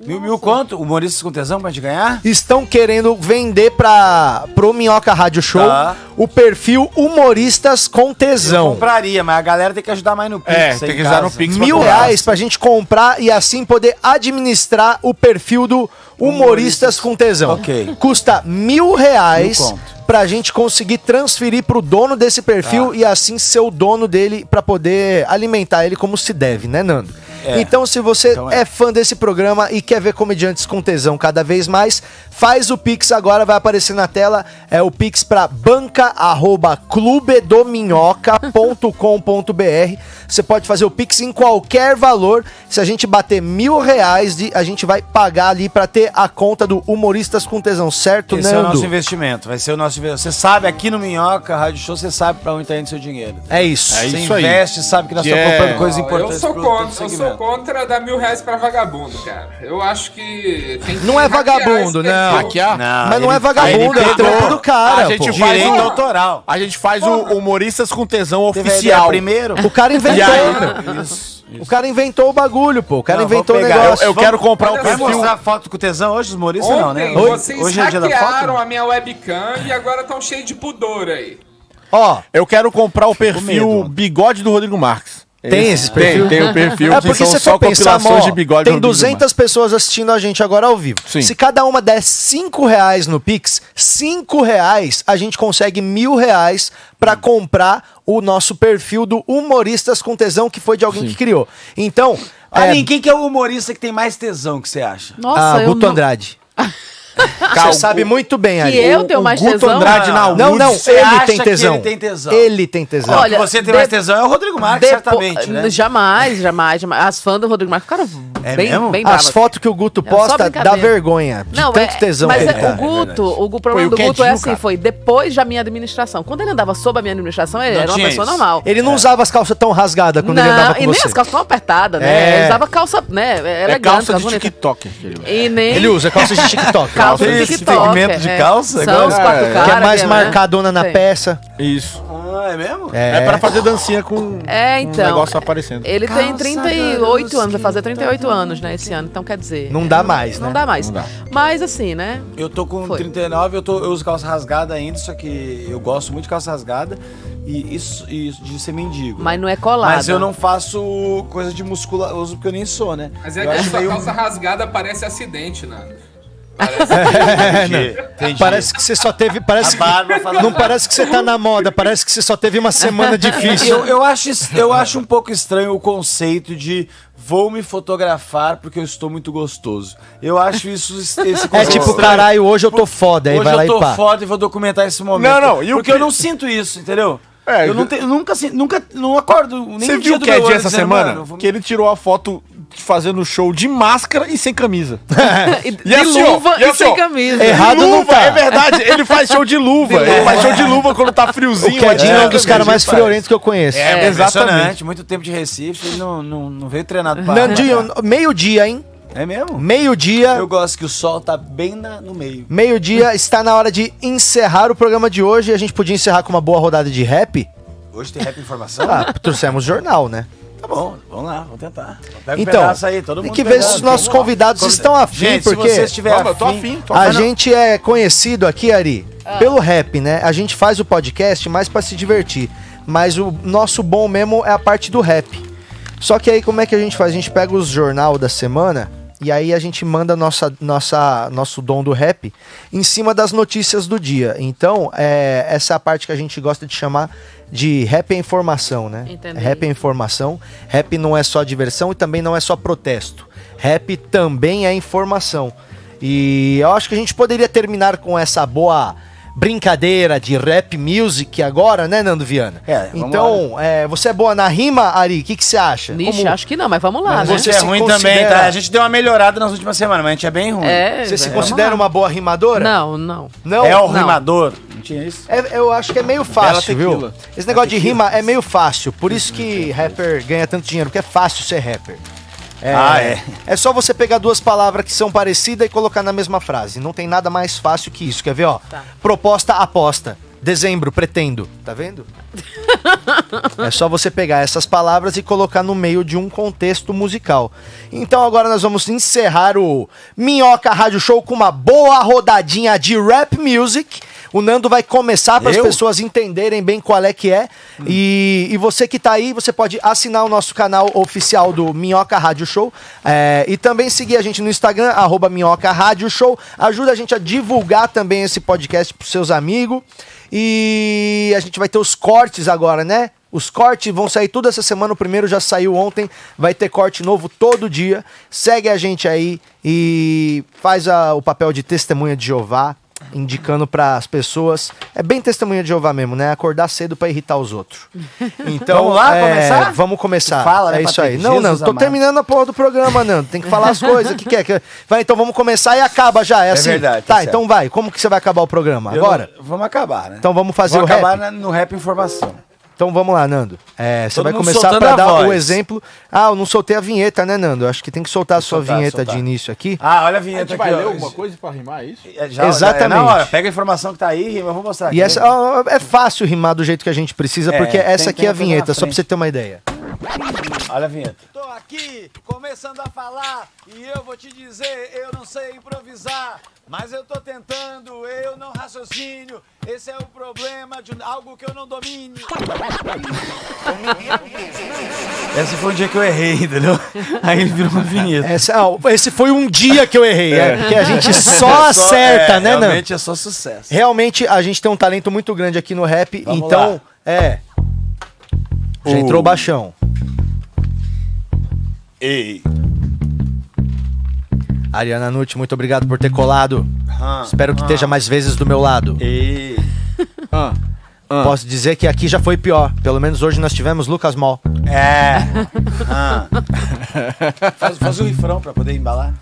[SPEAKER 6] Mil, mil quanto? O Maurício com tesão pra gente ganhar?
[SPEAKER 1] Estão querendo vender pra, pro Minhoca Rádio Show
[SPEAKER 6] Tá.
[SPEAKER 1] o perfil Humoristas com Tesão.
[SPEAKER 6] Compraria, mas a galera tem que ajudar mais no Pix.
[SPEAKER 1] É,
[SPEAKER 6] aí
[SPEAKER 1] tem
[SPEAKER 6] em
[SPEAKER 1] que usar
[SPEAKER 6] casa.
[SPEAKER 1] no Pix mil reais pra gente comprar e assim poder administrar o perfil do Humoristas com Tesão.
[SPEAKER 6] Ok.
[SPEAKER 1] Custa mil reais
[SPEAKER 6] Mil conto.
[SPEAKER 1] pra gente conseguir transferir pro dono desse perfil
[SPEAKER 6] Tá.
[SPEAKER 1] e assim ser o dono dele pra poder alimentar ele como se deve, né, Nando?
[SPEAKER 6] É.
[SPEAKER 1] Então, se você
[SPEAKER 6] Então
[SPEAKER 1] é.
[SPEAKER 6] é.
[SPEAKER 1] fã desse programa e quer ver comediantes com tesão cada vez mais, faz o Pix agora, vai aparecer na tela. É o Pix pra banca.clubedominhoca.com.br. Você pode fazer o Pix em qualquer valor. Se a gente bater mil reais, de- a gente vai pagar ali pra ter a conta do Humoristas com Tesão, certo,
[SPEAKER 6] Esse é o
[SPEAKER 1] Nando?
[SPEAKER 6] nosso investimento, vai ser o nosso investimento. Você sabe, aqui no Minhoca Rádio Show, você sabe pra onde tá indo seu dinheiro.
[SPEAKER 1] É isso.
[SPEAKER 6] Você
[SPEAKER 1] É isso aí.
[SPEAKER 6] investe, sabe que nós
[SPEAKER 1] Que
[SPEAKER 6] estamos
[SPEAKER 1] é-
[SPEAKER 6] comprando coisas
[SPEAKER 1] Não, eu
[SPEAKER 5] Eu
[SPEAKER 6] importantes
[SPEAKER 5] sou,
[SPEAKER 6] pro- pro
[SPEAKER 5] contra, eu sou
[SPEAKER 6] segmento.
[SPEAKER 5] contra dar mil reais pra vagabundo, cara. Eu acho que. tem que
[SPEAKER 1] Não é
[SPEAKER 5] hackear
[SPEAKER 1] vagabundo,
[SPEAKER 5] esse perfil.
[SPEAKER 1] não.
[SPEAKER 7] Hackear?
[SPEAKER 1] Não, Mas não é vagabundo, é o trampo do cara.
[SPEAKER 7] A gente
[SPEAKER 1] pô.
[SPEAKER 7] faz
[SPEAKER 1] Direito
[SPEAKER 7] o-
[SPEAKER 6] autoral.
[SPEAKER 7] A gente faz o Humoristas com Tesão
[SPEAKER 6] Teve a
[SPEAKER 7] oficial.
[SPEAKER 6] ideia primeiro?
[SPEAKER 1] O cara inventou.
[SPEAKER 7] né? é [laughs] E aí-
[SPEAKER 1] O cara inventou o bagulho, pô. O cara
[SPEAKER 6] Não, vou
[SPEAKER 1] inventou o
[SPEAKER 6] pegar.
[SPEAKER 1] negócio.
[SPEAKER 6] Eu- eu quero comprar um
[SPEAKER 1] Vai
[SPEAKER 6] perfil.
[SPEAKER 1] mostrar
[SPEAKER 6] foto com tesão hoje, os humoristas
[SPEAKER 5] Ontem,
[SPEAKER 6] não, né?
[SPEAKER 5] Vocês
[SPEAKER 6] hoje é dia da foto.
[SPEAKER 5] hackearam
[SPEAKER 6] não?
[SPEAKER 5] a minha webcam e agora estão cheios de pudor aí.
[SPEAKER 1] Ó,
[SPEAKER 7] eu quero comprar o perfil bigode do Rodrigo Marques.
[SPEAKER 1] Tem esse perfil?
[SPEAKER 7] Tem, tem
[SPEAKER 1] [laughs]
[SPEAKER 7] o perfil
[SPEAKER 1] É
[SPEAKER 7] que
[SPEAKER 1] porque
[SPEAKER 7] são
[SPEAKER 1] se
[SPEAKER 7] só
[SPEAKER 1] for pensar,
[SPEAKER 7] compilações
[SPEAKER 1] amor,
[SPEAKER 7] de bigode
[SPEAKER 1] tem
[SPEAKER 7] do Rodrigo Marques.
[SPEAKER 1] 200 pessoas assistindo a gente agora ao vivo.
[SPEAKER 7] Sim.
[SPEAKER 1] Se cada uma der 5 reais no Pix, 5 reais a gente consegue mil reais
[SPEAKER 7] Hum.
[SPEAKER 1] pra comprar o nosso perfil do Humoristas com Tesão, que foi de alguém que criou. Então...
[SPEAKER 6] Aline, quem que é o humorista que tem mais tesão que você acha?
[SPEAKER 1] Nossa, ah, Guto Andrade. Você sabe muito bem,
[SPEAKER 6] Que
[SPEAKER 1] Ari.
[SPEAKER 6] eu tenho mais tesão?
[SPEAKER 1] não.
[SPEAKER 6] Não,
[SPEAKER 1] Não, não,
[SPEAKER 6] você
[SPEAKER 1] ele
[SPEAKER 6] acha
[SPEAKER 1] tem
[SPEAKER 6] que ele
[SPEAKER 1] tesão.
[SPEAKER 6] tem tesão?
[SPEAKER 1] Ele tem tesão.
[SPEAKER 6] Olha, que você tem mais tesão é o Rodrigo Marques, certamente, né? É
[SPEAKER 4] Jamais, jamais, jamais. As fãs do Rodrigo Marques ficaram bem, bem bravas.
[SPEAKER 1] As fotos que o Guto
[SPEAKER 4] É só
[SPEAKER 1] posta dá
[SPEAKER 4] brincadeira.
[SPEAKER 1] vergonha. De tanto
[SPEAKER 4] é-
[SPEAKER 1] tesão
[SPEAKER 4] mas
[SPEAKER 1] que
[SPEAKER 4] é,
[SPEAKER 1] ele tá.
[SPEAKER 4] o Guto, o, Gu- problema
[SPEAKER 1] Foi o
[SPEAKER 4] do Guto é
[SPEAKER 1] Quedinho,
[SPEAKER 4] assim,
[SPEAKER 1] cara.
[SPEAKER 4] foi depois da minha administração. Quando ele andava sob a minha administração, ele
[SPEAKER 1] Não
[SPEAKER 4] É, era uma
[SPEAKER 1] tinha
[SPEAKER 4] pessoa
[SPEAKER 1] isso.
[SPEAKER 4] normal.
[SPEAKER 1] Ele não usava as calças tão rasgadas quando ele andava
[SPEAKER 4] Não,
[SPEAKER 1] com
[SPEAKER 4] e
[SPEAKER 1] você.
[SPEAKER 4] nem as calças tão apertadas,
[SPEAKER 1] É.
[SPEAKER 4] né? Ele usava calça, né? Era
[SPEAKER 7] É calça de
[SPEAKER 4] bonita.
[SPEAKER 7] TikTok.
[SPEAKER 4] E nem...
[SPEAKER 1] Ele usa calça de TikTok.
[SPEAKER 4] [laughs] calça de
[SPEAKER 1] Esse
[SPEAKER 4] TikTok.
[SPEAKER 1] segmento de
[SPEAKER 4] é.
[SPEAKER 1] calça
[SPEAKER 4] São
[SPEAKER 1] agora?
[SPEAKER 4] os quatro
[SPEAKER 1] É.
[SPEAKER 4] caras.
[SPEAKER 1] Que é mais
[SPEAKER 4] né?
[SPEAKER 1] marcadona na
[SPEAKER 4] Tem.
[SPEAKER 1] peça.
[SPEAKER 7] Isso.
[SPEAKER 6] Ah, é mesmo?
[SPEAKER 1] É.
[SPEAKER 7] É pra fazer dancinha com
[SPEAKER 4] É,
[SPEAKER 7] um
[SPEAKER 4] então.
[SPEAKER 7] negócio aparecendo.
[SPEAKER 4] Ele tem 38 anos, vai fazer 38 anos, né, esse ano. Então, quer dizer...
[SPEAKER 1] Não dá mais,
[SPEAKER 4] Não
[SPEAKER 6] né?
[SPEAKER 4] dá mais.
[SPEAKER 6] Não dá.
[SPEAKER 4] Mas, assim, né?
[SPEAKER 6] Eu tô com
[SPEAKER 4] Foi.
[SPEAKER 6] 39, eu, tô, eu uso calça rasgada ainda, só que eu gosto muito de calça rasgada e isso, e isso de ser mendigo.
[SPEAKER 4] Mas não é colada.
[SPEAKER 6] Mas eu não faço coisa de muscula, eu uso porque eu nem sou, né?
[SPEAKER 5] Mas é
[SPEAKER 6] eu
[SPEAKER 5] que a
[SPEAKER 6] acho
[SPEAKER 5] sua
[SPEAKER 6] meio-
[SPEAKER 5] calça rasgada parece acidente, né? Nando.
[SPEAKER 1] É,
[SPEAKER 6] Entendi,
[SPEAKER 1] não.
[SPEAKER 6] entendi.
[SPEAKER 1] Parece que você só teve. Parece
[SPEAKER 6] barba
[SPEAKER 1] que,
[SPEAKER 6] falando.
[SPEAKER 1] não parece que você tá na moda, parece que você só teve
[SPEAKER 6] [laughs]
[SPEAKER 1] uma semana difícil.
[SPEAKER 6] Eu, eu acho, es- eu acho um pouco estranho o conceito de vou me fotografar porque eu estou muito gostoso. Eu acho isso es- esse
[SPEAKER 1] é
[SPEAKER 6] conceito
[SPEAKER 1] tipo,
[SPEAKER 6] estranho.
[SPEAKER 1] caralho, hoje eu tô foda. Aí
[SPEAKER 6] Hoje
[SPEAKER 1] vai lá
[SPEAKER 6] eu tô
[SPEAKER 1] e pá.
[SPEAKER 6] foda e vou documentar esse momento.
[SPEAKER 1] Não, não, e o
[SPEAKER 6] porque
[SPEAKER 1] que-
[SPEAKER 6] eu não sinto isso, entendeu?
[SPEAKER 7] É,
[SPEAKER 6] eu não
[SPEAKER 7] eu-
[SPEAKER 6] tenho, nunca, sin- nunca, não acordo nem
[SPEAKER 7] Você
[SPEAKER 6] um dia
[SPEAKER 7] viu o
[SPEAKER 6] do
[SPEAKER 7] que
[SPEAKER 6] meu
[SPEAKER 7] é
[SPEAKER 6] olho
[SPEAKER 7] dia essa
[SPEAKER 6] dizendo,
[SPEAKER 7] semana?
[SPEAKER 6] "Mano, eu vou
[SPEAKER 7] Que ele tirou a foto fazendo show de máscara e sem camisa. [laughs] assim,
[SPEAKER 4] de luva e sem camisa. Errado
[SPEAKER 7] Errado
[SPEAKER 4] não
[SPEAKER 7] luva,
[SPEAKER 4] tá.
[SPEAKER 7] É verdade, ele faz show de luva.
[SPEAKER 1] De
[SPEAKER 7] ele
[SPEAKER 1] luva.
[SPEAKER 7] faz show de luva quando tá friozinho.
[SPEAKER 1] O Quedinho é um dos
[SPEAKER 7] sem
[SPEAKER 1] caras mais
[SPEAKER 7] camisa,
[SPEAKER 1] friorentos que eu conheço.
[SPEAKER 6] É, exatamente. Muito tempo de Recife, ele não, não, não veio treinado pra
[SPEAKER 1] Nandinho, meio-dia, hein?
[SPEAKER 6] É mesmo?
[SPEAKER 1] Meio-dia.
[SPEAKER 6] Eu gosto que o sol tá bem na- no meio.
[SPEAKER 1] Meio-dia, está na hora de encerrar o programa de hoje. A gente podia encerrar com uma boa rodada de rap.
[SPEAKER 6] Hoje tem rap informação?
[SPEAKER 1] Ah, trouxemos jornal, né?
[SPEAKER 6] Tá bom, vamos lá, vamos tentar. Pega um
[SPEAKER 1] Então,
[SPEAKER 6] pedaço aí, todo
[SPEAKER 1] tem
[SPEAKER 6] mundo
[SPEAKER 1] que ver
[SPEAKER 6] pegando,
[SPEAKER 1] se os nossos
[SPEAKER 6] vamos lá.
[SPEAKER 1] convidados
[SPEAKER 6] Convida-
[SPEAKER 1] estão afim,
[SPEAKER 6] Gente,
[SPEAKER 1] porque
[SPEAKER 6] Se você estiver
[SPEAKER 7] Vamos, eu tô afim, tô
[SPEAKER 1] a
[SPEAKER 7] afim.
[SPEAKER 1] gente é conhecido aqui, Ari, pelo rap, né? A gente faz o podcast mais pra se divertir, mas o nosso bom mesmo é a parte do rap. Só que aí como é que a gente faz? A gente pega os jornal da semana e aí a gente manda nossa, nossa nosso dom do rap em cima das notícias do dia. Então, é, essa é a parte que a gente gosta de chamar de rap é informação, né?
[SPEAKER 4] Entendi.
[SPEAKER 1] Rap é informação. Rap não é só diversão e também não é só protesto. Rap também é informação. E eu acho que a gente poderia terminar com essa boa brincadeira de rap music agora, né, Nando Viana? É,
[SPEAKER 6] vamos
[SPEAKER 1] Então, é, você é boa na rima, Ari? O que, que você acha?
[SPEAKER 4] Ixi, acho que não, mas vamos
[SPEAKER 7] Ah,
[SPEAKER 4] lá,
[SPEAKER 1] Mas
[SPEAKER 4] né?
[SPEAKER 1] você
[SPEAKER 6] Você é
[SPEAKER 1] se
[SPEAKER 6] ruim
[SPEAKER 1] considera-
[SPEAKER 6] também, tá? A gente deu uma melhorada nas últimas semanas, mas a gente é bem ruim.
[SPEAKER 4] É,
[SPEAKER 1] Você se
[SPEAKER 4] vamos
[SPEAKER 1] considera
[SPEAKER 4] lá.
[SPEAKER 1] uma boa rimadora?
[SPEAKER 4] Não, não.
[SPEAKER 1] Não?
[SPEAKER 6] É o
[SPEAKER 1] Não.
[SPEAKER 6] rimador. Não tinha isso?
[SPEAKER 1] É, eu acho que é meio fácil,
[SPEAKER 6] tequila.
[SPEAKER 1] viu? Esse negócio de rima é meio fácil. Por isso que rapper ganha tanto dinheiro, porque é fácil ser rapper.
[SPEAKER 6] Ah, é.
[SPEAKER 1] É só você pegar duas palavras que são parecidas e colocar na mesma frase. Não tem nada mais fácil que isso. Quer ver, ó? Proposta, aposta. Dezembro, pretendo. Tá vendo? É só você pegar essas palavras e colocar no meio de um contexto musical. Então agora nós vamos encerrar o Minhoca Rádio Show com uma boa rodadinha de rap music. O Nando vai começar para as
[SPEAKER 6] Eu?
[SPEAKER 1] pessoas entenderem bem qual é que é. E, e você que tá aí, você pode assinar o nosso canal oficial do Minhoca Rádio Show. é, e também seguir a gente no Instagram, arroba Minhoca Rádio Show. Ajuda a gente a divulgar também esse podcast pros seus amigos. E a gente vai ter os cortes agora, né? Os cortes vão sair toda essa semana. O primeiro já saiu ontem. Vai ter corte novo todo dia. Segue a gente aí e faz a- o papel de testemunha de Jeová, indicando para as pessoas. É bem testemunha de Jeová mesmo, né? Acordar cedo para irritar os
[SPEAKER 6] [laughs]
[SPEAKER 1] outros. Então,
[SPEAKER 6] Vamos lá,
[SPEAKER 1] é,
[SPEAKER 6] começar?
[SPEAKER 1] Vamos começar.
[SPEAKER 6] Fala, né,
[SPEAKER 1] é isso
[SPEAKER 6] Patrick?
[SPEAKER 1] aí. Não, não,
[SPEAKER 6] Jesus
[SPEAKER 1] tô
[SPEAKER 6] amado.
[SPEAKER 1] terminando a porra do programa, Nando. Tem que falar
[SPEAKER 6] [laughs]
[SPEAKER 1] as coisas. O que, que é? Que- Vai, então vamos começar e acaba já. É,
[SPEAKER 6] É
[SPEAKER 1] assim.
[SPEAKER 6] verdade, tá
[SPEAKER 1] Tá,
[SPEAKER 6] certo.
[SPEAKER 1] então vai. Como que você vai acabar o programa?
[SPEAKER 6] Eu
[SPEAKER 1] Agora?
[SPEAKER 6] não- vamos acabar, né?
[SPEAKER 1] Então vamos fazer
[SPEAKER 6] Vamos
[SPEAKER 1] o
[SPEAKER 6] acabar
[SPEAKER 1] rap.
[SPEAKER 6] na- no rap informação.
[SPEAKER 1] Então vamos lá, Nando. É, você
[SPEAKER 6] Todo
[SPEAKER 1] vai
[SPEAKER 6] mundo
[SPEAKER 1] começar
[SPEAKER 6] soltando
[SPEAKER 1] pra
[SPEAKER 6] a
[SPEAKER 1] dar o
[SPEAKER 6] voz.
[SPEAKER 1] exemplo. Ah, eu não soltei a vinheta, né, Nando? Eu acho que tem que soltar a sua
[SPEAKER 6] soltar,
[SPEAKER 1] vinheta
[SPEAKER 6] soltar.
[SPEAKER 1] de início aqui.
[SPEAKER 6] Ah, olha a
[SPEAKER 7] A
[SPEAKER 6] vinheta
[SPEAKER 7] gente
[SPEAKER 6] aqui.
[SPEAKER 7] vai
[SPEAKER 6] ó.
[SPEAKER 7] ler alguma coisa pra rimar é isso?
[SPEAKER 6] Já- já-
[SPEAKER 1] Exatamente.
[SPEAKER 6] é na hora, pega a informação que tá aí e eu vou mostrar.
[SPEAKER 1] E
[SPEAKER 6] aqui.
[SPEAKER 1] essa ó, é fácil rimar do jeito que a gente precisa,
[SPEAKER 6] É,
[SPEAKER 1] porque
[SPEAKER 6] tem-
[SPEAKER 1] essa aqui
[SPEAKER 6] tem
[SPEAKER 1] é a
[SPEAKER 6] uma coisa
[SPEAKER 1] vinheta,
[SPEAKER 6] na
[SPEAKER 1] só pra você ter uma ideia.
[SPEAKER 6] Olha a vinheta.
[SPEAKER 19] Tô aqui começando a falar e eu vou te dizer, eu não sei improvisar, mas eu tô tentando, eu não raciocínio. Esse é o problema de algo que eu não domino.
[SPEAKER 6] Esse foi um dia que eu errei, entendeu? Aí ele [laughs] virou uma vinheta.
[SPEAKER 1] Essa- ah, esse foi um dia que eu errei, é,
[SPEAKER 6] É.
[SPEAKER 1] porque
[SPEAKER 6] [laughs]
[SPEAKER 1] a gente
[SPEAKER 6] Só-
[SPEAKER 1] só acerta,
[SPEAKER 6] é,
[SPEAKER 1] né, Nando?
[SPEAKER 6] realmente é só sucesso.
[SPEAKER 1] Realmente a gente tem um talento muito grande aqui no rap,
[SPEAKER 6] Vamos
[SPEAKER 1] então
[SPEAKER 6] lá.
[SPEAKER 1] é. Já
[SPEAKER 6] O-
[SPEAKER 1] entrou o baixão.
[SPEAKER 6] Ei.
[SPEAKER 1] Ariana Nucci, muito obrigado por ter colado.
[SPEAKER 6] Ah,
[SPEAKER 1] Espero que
[SPEAKER 6] ah.
[SPEAKER 1] esteja mais vezes do meu lado. Ah,
[SPEAKER 6] Ei. Ah,
[SPEAKER 1] Posso dizer que aqui já foi pior. Pelo menos hoje nós tivemos Lucas Mol.
[SPEAKER 6] É. Ah. faz, faz um refrão pra poder embalar.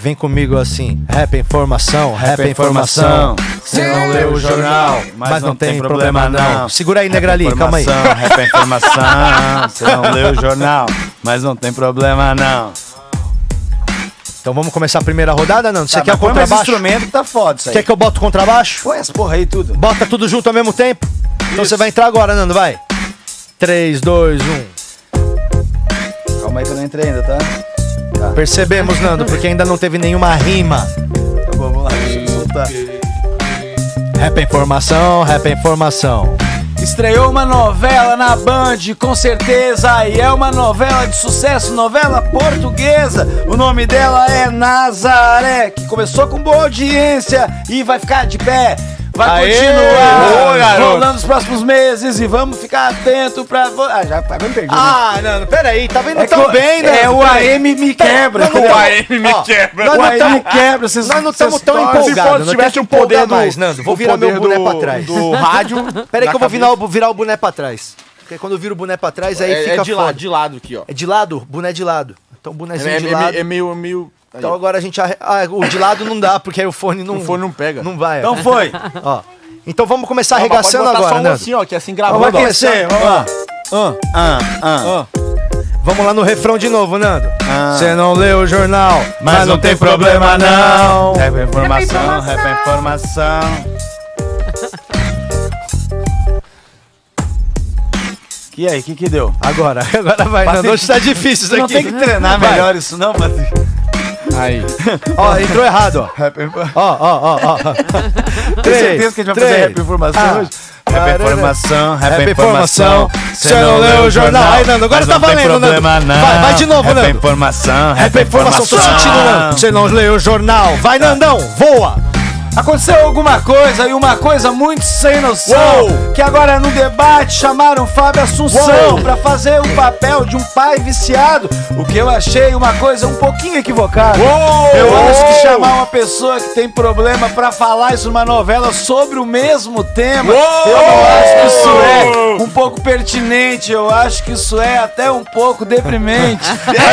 [SPEAKER 1] Vem comigo assim, rap é informação, rap é informação. Você não leu o jornal, mas não tem problema não. Segura aí, Negra ali, calma aí.
[SPEAKER 6] Informação, Rap é
[SPEAKER 1] [laughs]
[SPEAKER 6] informação. Você não leu o jornal, mas não tem problema não.
[SPEAKER 1] Então vamos começar a primeira rodada, não? Você
[SPEAKER 6] Tá,
[SPEAKER 1] quer o
[SPEAKER 6] mas põe mais
[SPEAKER 1] contrabaixo?
[SPEAKER 6] instrumento que tá foda isso aí.
[SPEAKER 1] Quer que eu bote o contrabaixo?
[SPEAKER 6] Põe as porra aí tudo.
[SPEAKER 1] Bota tudo junto ao mesmo tempo? Então você vai entrar agora, Nando, vai. um. 3, 2, 1.
[SPEAKER 6] Calma aí que eu não entrei ainda, tá?
[SPEAKER 1] Percebemos, Nando, porque ainda não teve nenhuma rima.
[SPEAKER 6] Tá bom, vamos lá, deixa eu soltar.
[SPEAKER 1] Rap é informação, rap é informação.
[SPEAKER 6] Estreou uma novela na Band, com certeza, e é uma novela de sucesso, novela portuguesa. O nome dela é Nazaré, que começou com boa audiência e vai ficar de pé. Vai
[SPEAKER 1] Aê, boa,
[SPEAKER 6] continuar
[SPEAKER 1] garoto.
[SPEAKER 6] rolando nos próximos meses e vamos ficar atento pra. vo- Ah, já agora me perdi. né?
[SPEAKER 1] Ah, Nando, peraí, tá vendo
[SPEAKER 6] É que
[SPEAKER 1] tão
[SPEAKER 6] o-
[SPEAKER 1] bem, né?
[SPEAKER 6] é, o AM me quebra,
[SPEAKER 1] Não, não,
[SPEAKER 6] entendeu?
[SPEAKER 1] ó,
[SPEAKER 6] O AM me
[SPEAKER 1] ó,
[SPEAKER 6] quebra.
[SPEAKER 1] Nós
[SPEAKER 6] O
[SPEAKER 1] não
[SPEAKER 6] AM
[SPEAKER 1] [laughs] tamo-
[SPEAKER 6] me quebra, vocês-
[SPEAKER 1] Ah, Nós não
[SPEAKER 6] vocês
[SPEAKER 1] estamos tão
[SPEAKER 6] torcem.
[SPEAKER 1] empolgados.
[SPEAKER 6] Se
[SPEAKER 1] nós
[SPEAKER 6] tivesse
[SPEAKER 1] temos
[SPEAKER 7] um
[SPEAKER 6] o
[SPEAKER 1] que empolgar
[SPEAKER 6] poder do-
[SPEAKER 1] mais, Nando. Vou
[SPEAKER 6] o
[SPEAKER 1] virar meu
[SPEAKER 6] poder
[SPEAKER 1] boné
[SPEAKER 6] do-
[SPEAKER 1] pra trás. [laughs]
[SPEAKER 6] do rádio
[SPEAKER 1] Peraí
[SPEAKER 6] na
[SPEAKER 1] que eu vou virar,
[SPEAKER 6] cabeça.
[SPEAKER 1] o- vou virar o boné pra trás. Porque quando vira o boné pra trás, aí
[SPEAKER 7] É- é
[SPEAKER 1] fica
[SPEAKER 7] de
[SPEAKER 1] foda.
[SPEAKER 7] lado, de lado aqui, ó.
[SPEAKER 1] É de lado? Boné de lado. Então, bonézinho
[SPEAKER 7] É- é-
[SPEAKER 1] de
[SPEAKER 7] é-
[SPEAKER 1] lado.
[SPEAKER 7] é meio- é meio- aí,
[SPEAKER 1] Então
[SPEAKER 7] ó.
[SPEAKER 1] agora a gente... arre- Ah, o de lado não dá, porque aí o fone não...
[SPEAKER 7] O fone não pega.
[SPEAKER 1] Não vai. ó.
[SPEAKER 6] Então foi.
[SPEAKER 1] É. Ó. Então vamos começar
[SPEAKER 7] Não, mas pode
[SPEAKER 1] arregaçando
[SPEAKER 7] botar
[SPEAKER 1] agora,
[SPEAKER 7] só um
[SPEAKER 1] Nando.
[SPEAKER 7] assim, ó, que é assim gravando.
[SPEAKER 1] Vamos
[SPEAKER 7] ó.
[SPEAKER 1] aquecer, vamos lá.
[SPEAKER 6] Ah, ah.
[SPEAKER 1] Vamos lá no refrão de novo, Nando. Você não leu o jornal,
[SPEAKER 6] Mas não tem problema não. Rap é informação,
[SPEAKER 1] Rap é
[SPEAKER 6] rap é informação. E aí, o [laughs] que que deu?
[SPEAKER 1] Agora, [laughs] agora vai.
[SPEAKER 6] Passei-
[SPEAKER 1] Nando, hoje tá difícil
[SPEAKER 6] [laughs]
[SPEAKER 1] isso
[SPEAKER 6] Não
[SPEAKER 1] aqui.
[SPEAKER 6] tem que treinar
[SPEAKER 1] Vai.
[SPEAKER 6] melhor isso não, mas...
[SPEAKER 1] Aí. [laughs] ó, entrou errado, ó. Ó, ó, ó, ó.
[SPEAKER 6] Tem
[SPEAKER 1] [laughs] Três,
[SPEAKER 6] certeza que a gente vai
[SPEAKER 1] três.
[SPEAKER 6] fazer rap é informação
[SPEAKER 1] Ah.
[SPEAKER 6] hoje? Rap informação, rap é
[SPEAKER 1] Rap é
[SPEAKER 6] informação.
[SPEAKER 1] informação. Você não leu o jornal. Aí, Nando, agora
[SPEAKER 6] mas
[SPEAKER 1] tá
[SPEAKER 6] não tem
[SPEAKER 1] valendo, Nando.
[SPEAKER 6] problema, não.
[SPEAKER 1] Vai, vai de novo,
[SPEAKER 6] rap é
[SPEAKER 1] Nando.
[SPEAKER 10] é
[SPEAKER 6] informação, rap é
[SPEAKER 1] Rap é informação, tô sentindo, Nando. Você não leu o jornal. Vai, Nandão, voa.
[SPEAKER 6] Aconteceu alguma coisa e uma coisa muito sem noção. Que agora no debate chamaram Fábio Assunção
[SPEAKER 19] Uou!
[SPEAKER 6] pra fazer o papel de um pai viciado. O que eu achei uma coisa um pouquinho equivocada. Eu acho que chamar uma pessoa que tem problema pra falar isso numa novela sobre o mesmo tema. Eu não acho que isso é um pouco pertinente. Eu acho que isso é até um pouco deprimente.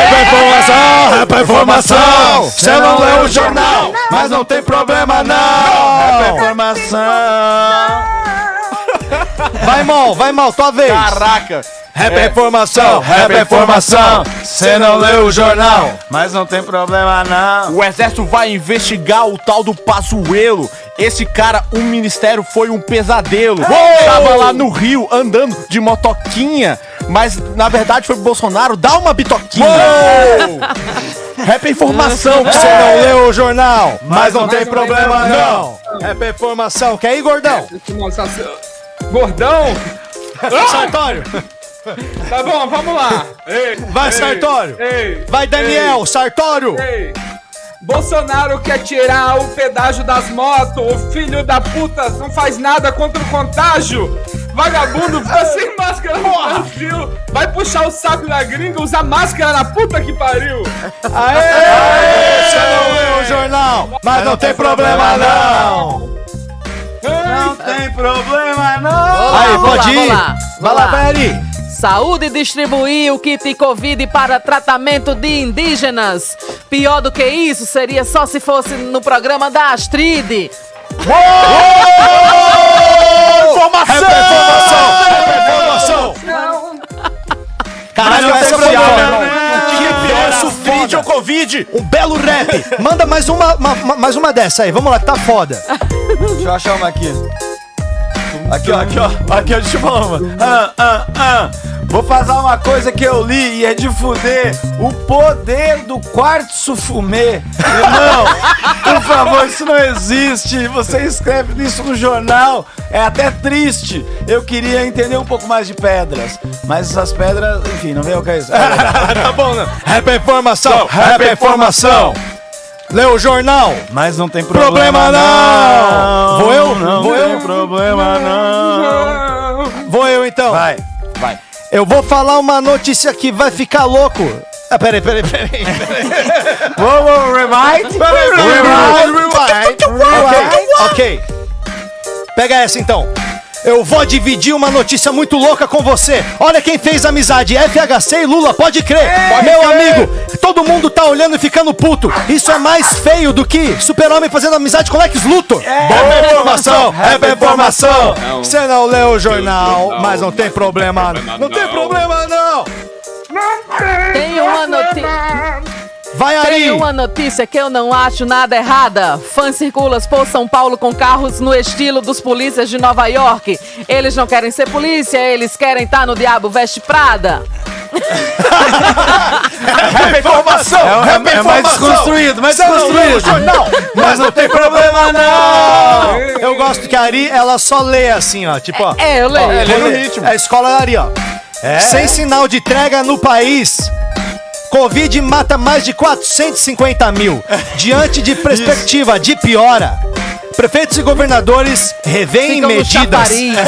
[SPEAKER 1] informação,
[SPEAKER 10] é
[SPEAKER 6] rap é
[SPEAKER 1] é informação. Você não leu o jornal,
[SPEAKER 6] mas não tem problema não. Rap informação.
[SPEAKER 1] Vai mal, vai mal, tua vez.
[SPEAKER 7] Caraca.
[SPEAKER 1] Rap é informação, rap é informação. Você não leu o jornal.
[SPEAKER 6] mas não tem problema não.
[SPEAKER 7] O exército vai investigar o tal do Pazuelo. Esse cara, o ministério foi um pesadelo. Tava lá no Rio andando de motoquinha, mas na verdade foi pro Bolsonaro dar uma bitoquinha. Rap é informação,
[SPEAKER 1] Você não leu o jornal, mas
[SPEAKER 7] Mas
[SPEAKER 1] não
[SPEAKER 7] não
[SPEAKER 1] tem
[SPEAKER 7] tem
[SPEAKER 1] problema
[SPEAKER 5] né?
[SPEAKER 7] problema,
[SPEAKER 1] não. Rap é informação. Quer ir, gordão?
[SPEAKER 5] É
[SPEAKER 1] [laughs]
[SPEAKER 5] Gordão? Ah!
[SPEAKER 1] Sartório.
[SPEAKER 5] Tá bom, vamos
[SPEAKER 1] [laughs]
[SPEAKER 5] lá. Ei,
[SPEAKER 1] Vai, Sartório. Vai, Daniel, Sartório.
[SPEAKER 5] Ei. Bolsonaro quer tirar o pedágio das motos. O filho da puta não faz nada contra o contágio. Vagabundo fica [laughs] sem máscara no Brasil. Vai puxar o saco da gringa, usar máscara na puta que pariu. é
[SPEAKER 1] Aê! Você não leu o jornal, mas não tem problema não.
[SPEAKER 6] Não tem problema não.
[SPEAKER 4] Vamos lá,
[SPEAKER 1] Aí,
[SPEAKER 4] vamos
[SPEAKER 1] pode
[SPEAKER 4] lá,
[SPEAKER 1] ir.
[SPEAKER 4] vamos lá.
[SPEAKER 1] Vai lá,
[SPEAKER 4] Vamos lá.
[SPEAKER 1] vai ali.
[SPEAKER 4] Saúde distribuiu o kit Covid para tratamento de indígenas. Pior do que isso seria só se fosse no programa da Astrid.
[SPEAKER 1] Informação! Informação! Caralho, essa foi boa.
[SPEAKER 7] Astrid ou Covid?
[SPEAKER 1] Um belo rap. Manda mais uma, ma- ma- mais uma dessa aí. Vamos lá, que tá foda.
[SPEAKER 6] Deixa eu achar uma aqui. Aqui, ó, aqui, ó. Aqui, ó, deixa eu falar uma. Ah, ah, ah. Vou fazer uma coisa que eu li e é de fuder. O poder do quartzo fumê. Irmão, por favor, isso não existe. Você escreve isso no jornal. É até triste. Eu queria entender um pouco mais de pedras. Mas essas pedras, enfim, não vem ao caso.
[SPEAKER 1] [laughs] tá bom, não. Rap é informação, rap é informação. Leu o jornal.
[SPEAKER 6] Mas não tem
[SPEAKER 1] Problema
[SPEAKER 6] problema
[SPEAKER 1] não.
[SPEAKER 6] não.
[SPEAKER 1] Vou eu?
[SPEAKER 6] Não
[SPEAKER 1] Vou
[SPEAKER 6] tem
[SPEAKER 1] eu?
[SPEAKER 6] problema não.
[SPEAKER 1] Vou eu então.
[SPEAKER 6] Vai, vai.
[SPEAKER 1] Eu vou falar uma notícia que vai ficar louco. Ah, peraí, peraí, peraí. peraí.
[SPEAKER 6] Vou, vou, rewind. Rewind.
[SPEAKER 1] Rewind. Ok. Pega essa então. Eu vou dividir uma notícia muito louca com você. Olha quem fez amizade, FHC e Lula, pode crer. Meu amigo, todo mundo tá olhando e ficando puto. Isso é mais feio do que super-homem fazendo amizade com Lex Luthor. Rap informação, rap informação. Você não leu o jornal, mas não tem problema. Não tem problema não.
[SPEAKER 4] Tem uma notícia.
[SPEAKER 1] Vai
[SPEAKER 4] Tem
[SPEAKER 1] aí.
[SPEAKER 4] uma notícia que eu não acho nada errada. Fãs circulam por São Paulo com carros no estilo dos polícias de Nova York. Eles não querem ser polícia, eles querem estar no Diabo Veste Prada.
[SPEAKER 1] É
[SPEAKER 6] Rap informação! É, é, é mais desconstruído, mais desconstruído.
[SPEAKER 1] jornal, mas não tem problema não. Eu gosto que a Ari, ela só lê assim, ó, tipo, ó.
[SPEAKER 4] É, eu leio.
[SPEAKER 1] Ó,
[SPEAKER 4] É, lê
[SPEAKER 1] vou
[SPEAKER 4] no É?
[SPEAKER 1] ler. É a escola da Ari, ó. Sem sinal de entrega no país. Covid mata mais de 450 mil. Diante de perspectiva de piora, prefeitos e governadores revêem
[SPEAKER 4] Ficam no [laughs]
[SPEAKER 1] medidas. [laughs]
[SPEAKER 4] chafariz.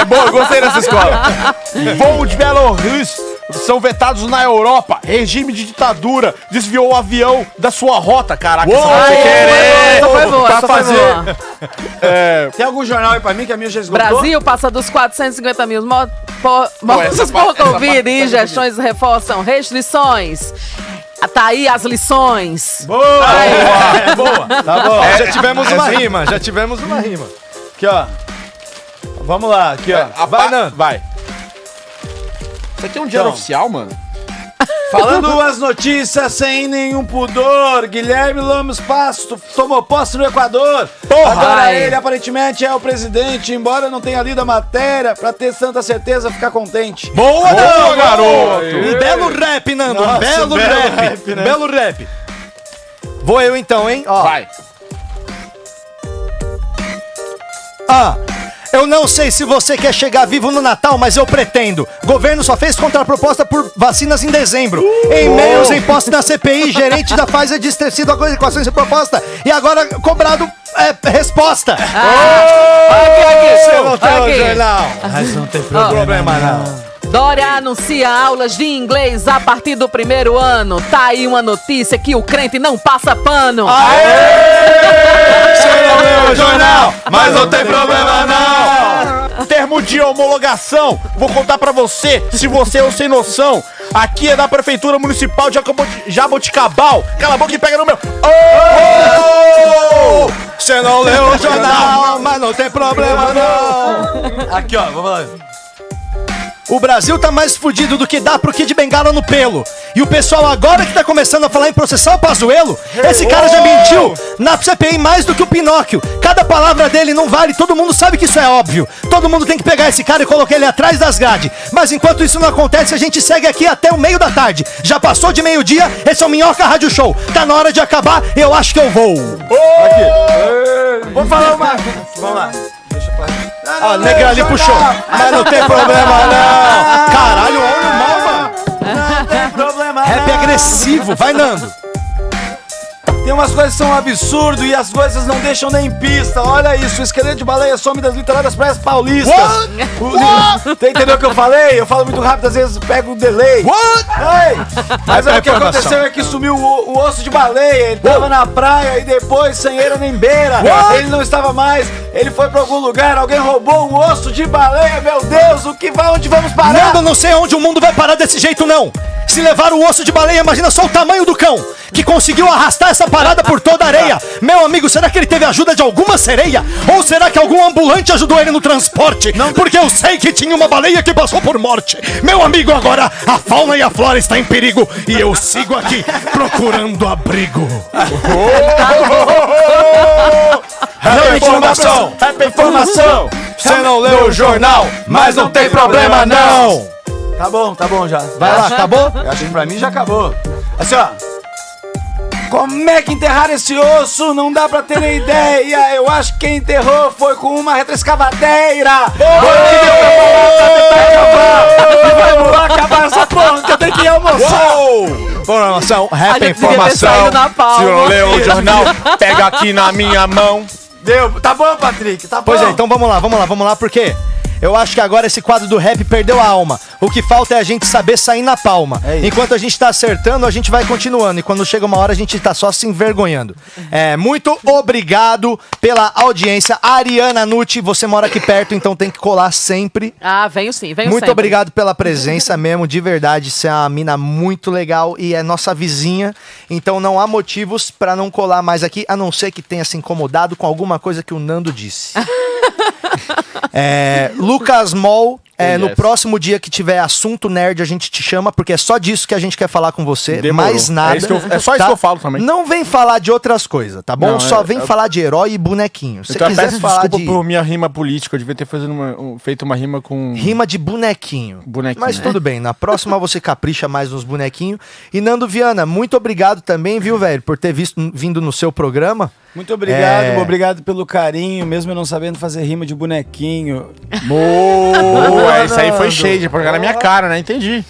[SPEAKER 7] É bom, eu gostei dessa escola. [laughs] Voo de Belarus são vetados na Europa. Regime de ditadura desviou o avião da sua rota, caraca.
[SPEAKER 6] Uou,
[SPEAKER 7] essa
[SPEAKER 6] foi
[SPEAKER 7] querer.
[SPEAKER 4] boa, essa foi boa,
[SPEAKER 7] Pra
[SPEAKER 4] essa foi
[SPEAKER 7] fazer.
[SPEAKER 4] boa.
[SPEAKER 7] [laughs] É,
[SPEAKER 6] Tem algum jornal aí pra mim que a minha já esgotou?
[SPEAKER 4] Brasil passa dos 450 mil mo- po- [laughs] mortos
[SPEAKER 6] essa
[SPEAKER 4] por
[SPEAKER 6] parte- essa
[SPEAKER 4] Covid
[SPEAKER 6] parte-
[SPEAKER 4] e gestões reforçam restrições. Tá aí as lições.
[SPEAKER 1] Boa, boa. Tá bom.
[SPEAKER 6] É,
[SPEAKER 1] já tivemos
[SPEAKER 6] é,
[SPEAKER 1] uma
[SPEAKER 6] é,
[SPEAKER 1] rima, já tivemos uma rima.
[SPEAKER 6] Aqui, ó. Vamos lá, aqui, ó.
[SPEAKER 7] É, a
[SPEAKER 6] Vai,
[SPEAKER 7] pa-
[SPEAKER 6] Nando.
[SPEAKER 7] Vai. Você tem um diário
[SPEAKER 6] Então.
[SPEAKER 7] oficial, mano?
[SPEAKER 6] Falando as notícias sem nenhum pudor, Guilherme Lamos Pasto tomou posse no Equador.
[SPEAKER 1] Porra,
[SPEAKER 6] Agora
[SPEAKER 1] é.
[SPEAKER 6] ele aparentemente é o presidente, embora eu não tenha lido a matéria, pra ter tanta certeza, ficar contente.
[SPEAKER 1] Boa,
[SPEAKER 6] Nando!
[SPEAKER 1] Um belo rap, Nando.
[SPEAKER 6] Nossa,
[SPEAKER 1] um belo, rap.
[SPEAKER 6] né?
[SPEAKER 1] Um belo rap. Vou eu então, hein? Ó. Vai. Ah. Eu não sei se você quer chegar vivo no Natal, mas eu pretendo. Governo só fez contraproposta por vacinas em dezembro. E-mails em posse na CPI, gerente da Pfizer diz ter sido a equações de proposta e agora cobrado é, resposta.
[SPEAKER 4] aqui,
[SPEAKER 1] Você não tem
[SPEAKER 4] Aqui.
[SPEAKER 1] o jornal.
[SPEAKER 20] Mas não tem
[SPEAKER 4] Ó.
[SPEAKER 20] problema, não.
[SPEAKER 4] Dória anuncia aulas de inglês a partir do primeiro ano. Tá aí uma notícia que o crente não passa pano. [laughs]
[SPEAKER 7] Meu jornal, mas não tem problema não. Termo de homologação, vou contar pra você, se você é um sem noção. Aqui é da Prefeitura Municipal de Jacoboti- Jaboticabal. Cala a boca e pega no meu. Oh!
[SPEAKER 1] Você não leu o jornal, mas não tem problema não.
[SPEAKER 6] Aqui, ó, vamos lá.
[SPEAKER 1] O Brasil tá mais fudido do que dá pro Kid Bengala no pelo. E o pessoal agora que tá começando a falar em processar o Pazuelo, esse cara já mentiu na CPI mais do que o Pinóquio. Cada palavra dele não vale, todo mundo sabe que isso é óbvio. Todo mundo tem que pegar esse cara e colocar ele atrás das grades. Mas enquanto isso não acontece, a gente segue aqui até o meio da tarde. Já passou de meio-dia, esse é o Minhoca Rádio Show. Tá na hora de acabar, eu acho que eu vou.
[SPEAKER 6] Aqui. Vou falar uma. Vamos lá.
[SPEAKER 1] Ah, negra ali puxou. Mas não tem problema, não. Caralho, olha o mal, mano.
[SPEAKER 6] É. Não tem problema
[SPEAKER 1] Rap agressivo, vai Nando.
[SPEAKER 6] Tem umas coisas que são um absurdo e as coisas não deixam nem pista. Olha isso, o esqueleto de baleia some das literárias praias paulistas.
[SPEAKER 1] What?
[SPEAKER 6] O-
[SPEAKER 1] What?
[SPEAKER 6] Você entendeu o que eu falei? Eu falo muito rápido, às vezes pego um delay.
[SPEAKER 1] What?
[SPEAKER 6] Ei, mas
[SPEAKER 1] Vai pra
[SPEAKER 6] o que
[SPEAKER 1] informação.
[SPEAKER 6] aconteceu é que sumiu o, o osso de baleia. Ele tava na praia e depois, sem eira nem beira,
[SPEAKER 1] What?
[SPEAKER 6] ele não estava mais. Ele foi pra algum lugar, alguém roubou o osso de baleia. Meu Deus, o que vai, onde vamos parar?
[SPEAKER 1] Nando, não sei onde o mundo vai parar desse jeito, não. Se levar o osso de baleia, imagina só o tamanho do cão, que conseguiu arrastar essa parada por toda a areia. Meu amigo, será que ele teve ajuda de alguma sereia? Ou será que algum ambulante ajudou ele no transporte? Não. Porque eu sei que tinha uma baleia que passou por morte. Meu amigo, agora a fauna e a flora está em perigo e eu sigo aqui procurando abrigo. É
[SPEAKER 6] Rap informação, rap informação. Você não leu o jornal, mas não tem problema não. Tá bom, tá bom já.
[SPEAKER 1] Vai lá, acabou?
[SPEAKER 6] Eu acho que pra mim já acabou. Assim, ó. Como é que enterraram esse osso? Não dá pra ter nem ideia. Eu acho que quem enterrou foi com uma retroescavadeira. E vamos lá acabar essa porra, que eu tenho que ir almoçar.
[SPEAKER 7] Informação,
[SPEAKER 1] A gente
[SPEAKER 7] rap
[SPEAKER 1] devia ter saído
[SPEAKER 7] informação.
[SPEAKER 1] na
[SPEAKER 7] Se
[SPEAKER 1] palma.
[SPEAKER 7] não leu o jornal, pega aqui na minha mão.
[SPEAKER 6] Deu, tá bom, Patrick, tá
[SPEAKER 1] Pois é, então vamos lá, vamos lá, vamos lá, porque eu acho que agora esse quadro do rap perdeu a alma. O que falta é a gente saber sair na palma.
[SPEAKER 6] É
[SPEAKER 1] Enquanto a gente tá acertando, a gente vai continuando. E quando chega uma hora, a gente tá só se envergonhando. É, muito obrigado pela audiência. Ariana Nucci, você mora aqui perto, então tem que colar sempre.
[SPEAKER 4] Ah, venho sim, venho
[SPEAKER 1] Muito
[SPEAKER 4] sempre.
[SPEAKER 1] obrigado pela presença mesmo, de verdade. Você é uma mina muito legal e é nossa vizinha. Então não há motivos pra não colar mais aqui, a não ser que tenha se incomodado com alguma coisa que o Nando disse.
[SPEAKER 4] [laughs]
[SPEAKER 1] É, Lucas Mol, é,
[SPEAKER 7] Oh,
[SPEAKER 1] no
[SPEAKER 7] yes.
[SPEAKER 1] próximo dia que tiver assunto nerd, a gente te chama, porque é só disso que a gente quer falar com você.
[SPEAKER 7] Demorou.
[SPEAKER 1] Mais nada. tá?
[SPEAKER 7] É isso que eu- é só isso que eu falo também.
[SPEAKER 1] Não vem falar de outras coisas, tá bom?
[SPEAKER 7] Não,
[SPEAKER 1] só
[SPEAKER 7] é-
[SPEAKER 1] vem
[SPEAKER 7] é-
[SPEAKER 1] falar de herói e bonequinho. Se você
[SPEAKER 7] Então, eu
[SPEAKER 1] quiser
[SPEAKER 7] peço
[SPEAKER 1] falar
[SPEAKER 7] desculpa
[SPEAKER 1] de
[SPEAKER 7] por minha rima política. Eu devia ter fazendo uma- um- feito uma rima com.
[SPEAKER 1] Rima de bonequinho.
[SPEAKER 7] Bonequinho.
[SPEAKER 1] Mas tudo bem, na próxima você capricha mais nos bonequinhos. E Nando Viana, muito obrigado também, viu, velho, por ter visto, vindo no seu programa.
[SPEAKER 20] Muito obrigado,
[SPEAKER 1] É.
[SPEAKER 20] obrigado pelo carinho, mesmo eu não sabendo fazer rima de bonequinho.
[SPEAKER 7] Boa, isso aí foi shade, é pra jogar na minha cara, né? Entendi.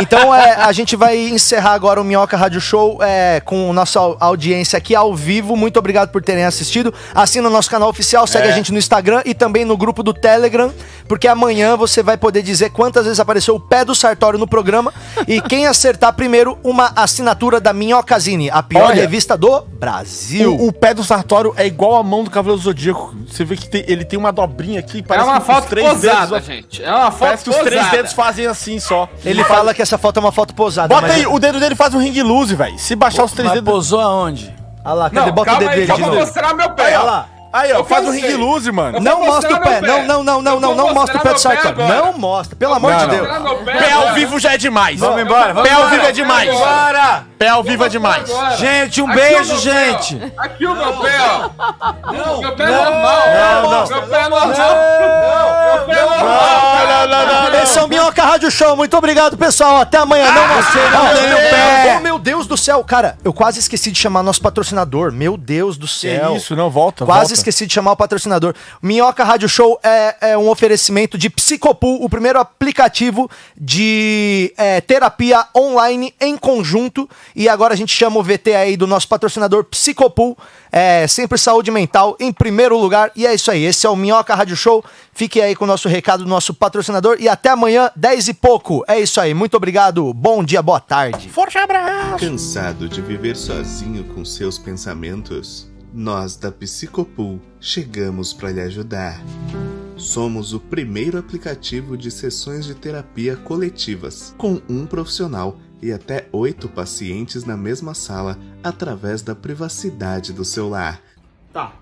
[SPEAKER 1] Então é, a gente vai encerrar agora o Minhoca Rádio Show é, com nossa au- audiência aqui ao vivo. Muito obrigado por terem assistido. Assina o nosso canal oficial, segue
[SPEAKER 7] É.
[SPEAKER 1] a gente no Instagram e também no grupo do Telegram, porque amanhã você vai poder dizer quantas vezes apareceu o pé do Sartório no
[SPEAKER 7] [laughs]
[SPEAKER 1] programa e quem acertar primeiro uma assinatura da Minhocazine, a pior
[SPEAKER 7] Olha.
[SPEAKER 1] revista do Brasil.
[SPEAKER 7] O, o pé do Sartório é igual a mão do Cavaleiro Zodíaco. Você vê que tem- ele tem uma dobrinha aqui, parece
[SPEAKER 9] uma
[SPEAKER 7] que
[SPEAKER 9] foto posada,
[SPEAKER 7] dedos,
[SPEAKER 9] gente. É uma foto
[SPEAKER 7] Parece que os três
[SPEAKER 9] posada.
[SPEAKER 7] dedos fazem assim só.
[SPEAKER 1] Ele fala que essa foto é uma foto posada.
[SPEAKER 7] Bota
[SPEAKER 1] mas-
[SPEAKER 7] aí, o dedo dele faz um ring lose, velho. Se baixar os três
[SPEAKER 20] Mas
[SPEAKER 7] dedos.
[SPEAKER 20] posou aonde?
[SPEAKER 1] Olha Ah lá, cadê?
[SPEAKER 7] Não,
[SPEAKER 1] Bota o
[SPEAKER 7] calma
[SPEAKER 1] dedo
[SPEAKER 7] aí,
[SPEAKER 1] dele
[SPEAKER 7] só
[SPEAKER 1] de
[SPEAKER 7] pra
[SPEAKER 1] novo.
[SPEAKER 9] mostrar meu pé.
[SPEAKER 1] Olha lá.
[SPEAKER 7] Aí, ó,
[SPEAKER 1] Eu
[SPEAKER 7] faz um o
[SPEAKER 1] cansei.
[SPEAKER 7] ring loose, mano.
[SPEAKER 1] Eu vou mostrar meu pé. Não, não, não, não, não mostra o pé do Sartori. Não mostra, pelo amor de Deus.
[SPEAKER 7] Pé, ao vivo já é demais.
[SPEAKER 1] Vamos embora, vamos
[SPEAKER 7] Pé ao
[SPEAKER 1] embora.
[SPEAKER 7] vivo é demais.
[SPEAKER 1] Bora.
[SPEAKER 7] Pé ao vivo é demais.
[SPEAKER 6] Gente, um
[SPEAKER 7] Aqui
[SPEAKER 6] beijo,
[SPEAKER 7] o meu pé,
[SPEAKER 6] gente.
[SPEAKER 5] Aqui o meu pé, ó. Meu pé é
[SPEAKER 6] não,
[SPEAKER 5] normal.
[SPEAKER 6] não, não.
[SPEAKER 5] Meu pé é normal. Meu pé é normal.
[SPEAKER 1] Esse é o Minhoca Rádio Show. Muito obrigado, pessoal. Ah, Até amanhã. Não mostrei, não
[SPEAKER 6] meu
[SPEAKER 1] tenho
[SPEAKER 6] Deus.
[SPEAKER 1] pé. Oh, meu Deus do céu. Cara, eu quase esqueci de chamar nosso patrocinador. Meu Deus do céu.
[SPEAKER 7] isso, não, volta,
[SPEAKER 1] Quase
[SPEAKER 7] volta.
[SPEAKER 1] esqueci de chamar o patrocinador. Minhoca Rádio Show é, é um oferecimento de Psicopool, o primeiro aplicativo de é, terapia online em conjunto. E agora a gente chama o VT aí do nosso patrocinador Psicopool. É, sempre saúde mental em primeiro lugar. E é isso aí. Esse é o Minhoca Rádio Show. Fique aí com o nosso recado do nosso patrocinador. E até amanhã, 10 e pouco. É isso aí. Muito obrigado. Bom dia, boa tarde.
[SPEAKER 9] Forte
[SPEAKER 1] Ah.
[SPEAKER 9] abraço! Cansado de viver sozinho com seus pensamentos? Nós da Psicopool chegamos para lhe ajudar. Somos o primeiro aplicativo de sessões de terapia coletivas, com um profissional e até oito pacientes na mesma sala, através da privacidade do seu lar.
[SPEAKER 21] Tá.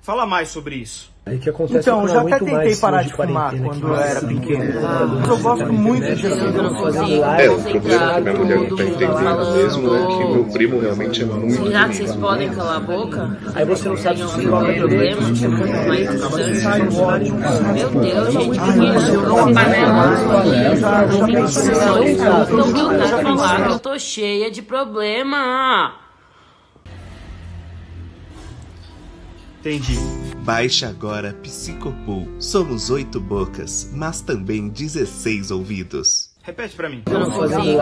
[SPEAKER 21] Fala mais sobre isso.
[SPEAKER 22] Aí que acontece
[SPEAKER 21] Então, eu já até tentei parar de
[SPEAKER 22] fumar
[SPEAKER 21] quando eu era pequeno.
[SPEAKER 23] Ah,
[SPEAKER 21] Mas eu gosto muito de
[SPEAKER 24] É, o problema que minha mulher não tá entendendo mesmo é que meu primo realmente é muito.
[SPEAKER 23] Será que vocês podem calar a boca?
[SPEAKER 22] Aí você não sabe
[SPEAKER 23] se tem algum problema, se tem alguma coisa Meu Deus, gente, que eu não falar que eu tô cheia de problema.
[SPEAKER 9] Entendi. Baixe agora Psicopool. Somos oito bocas, mas também 16 ouvidos.
[SPEAKER 21] [laughs] Repete pra mim. assim.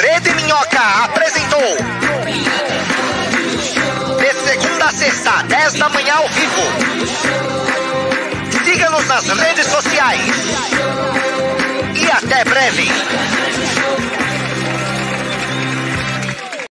[SPEAKER 2] Rede Minhoca apresentou. De segunda a sexta, 10 da manhã ao vivo. Siga-nos nas redes sociais. E até breve.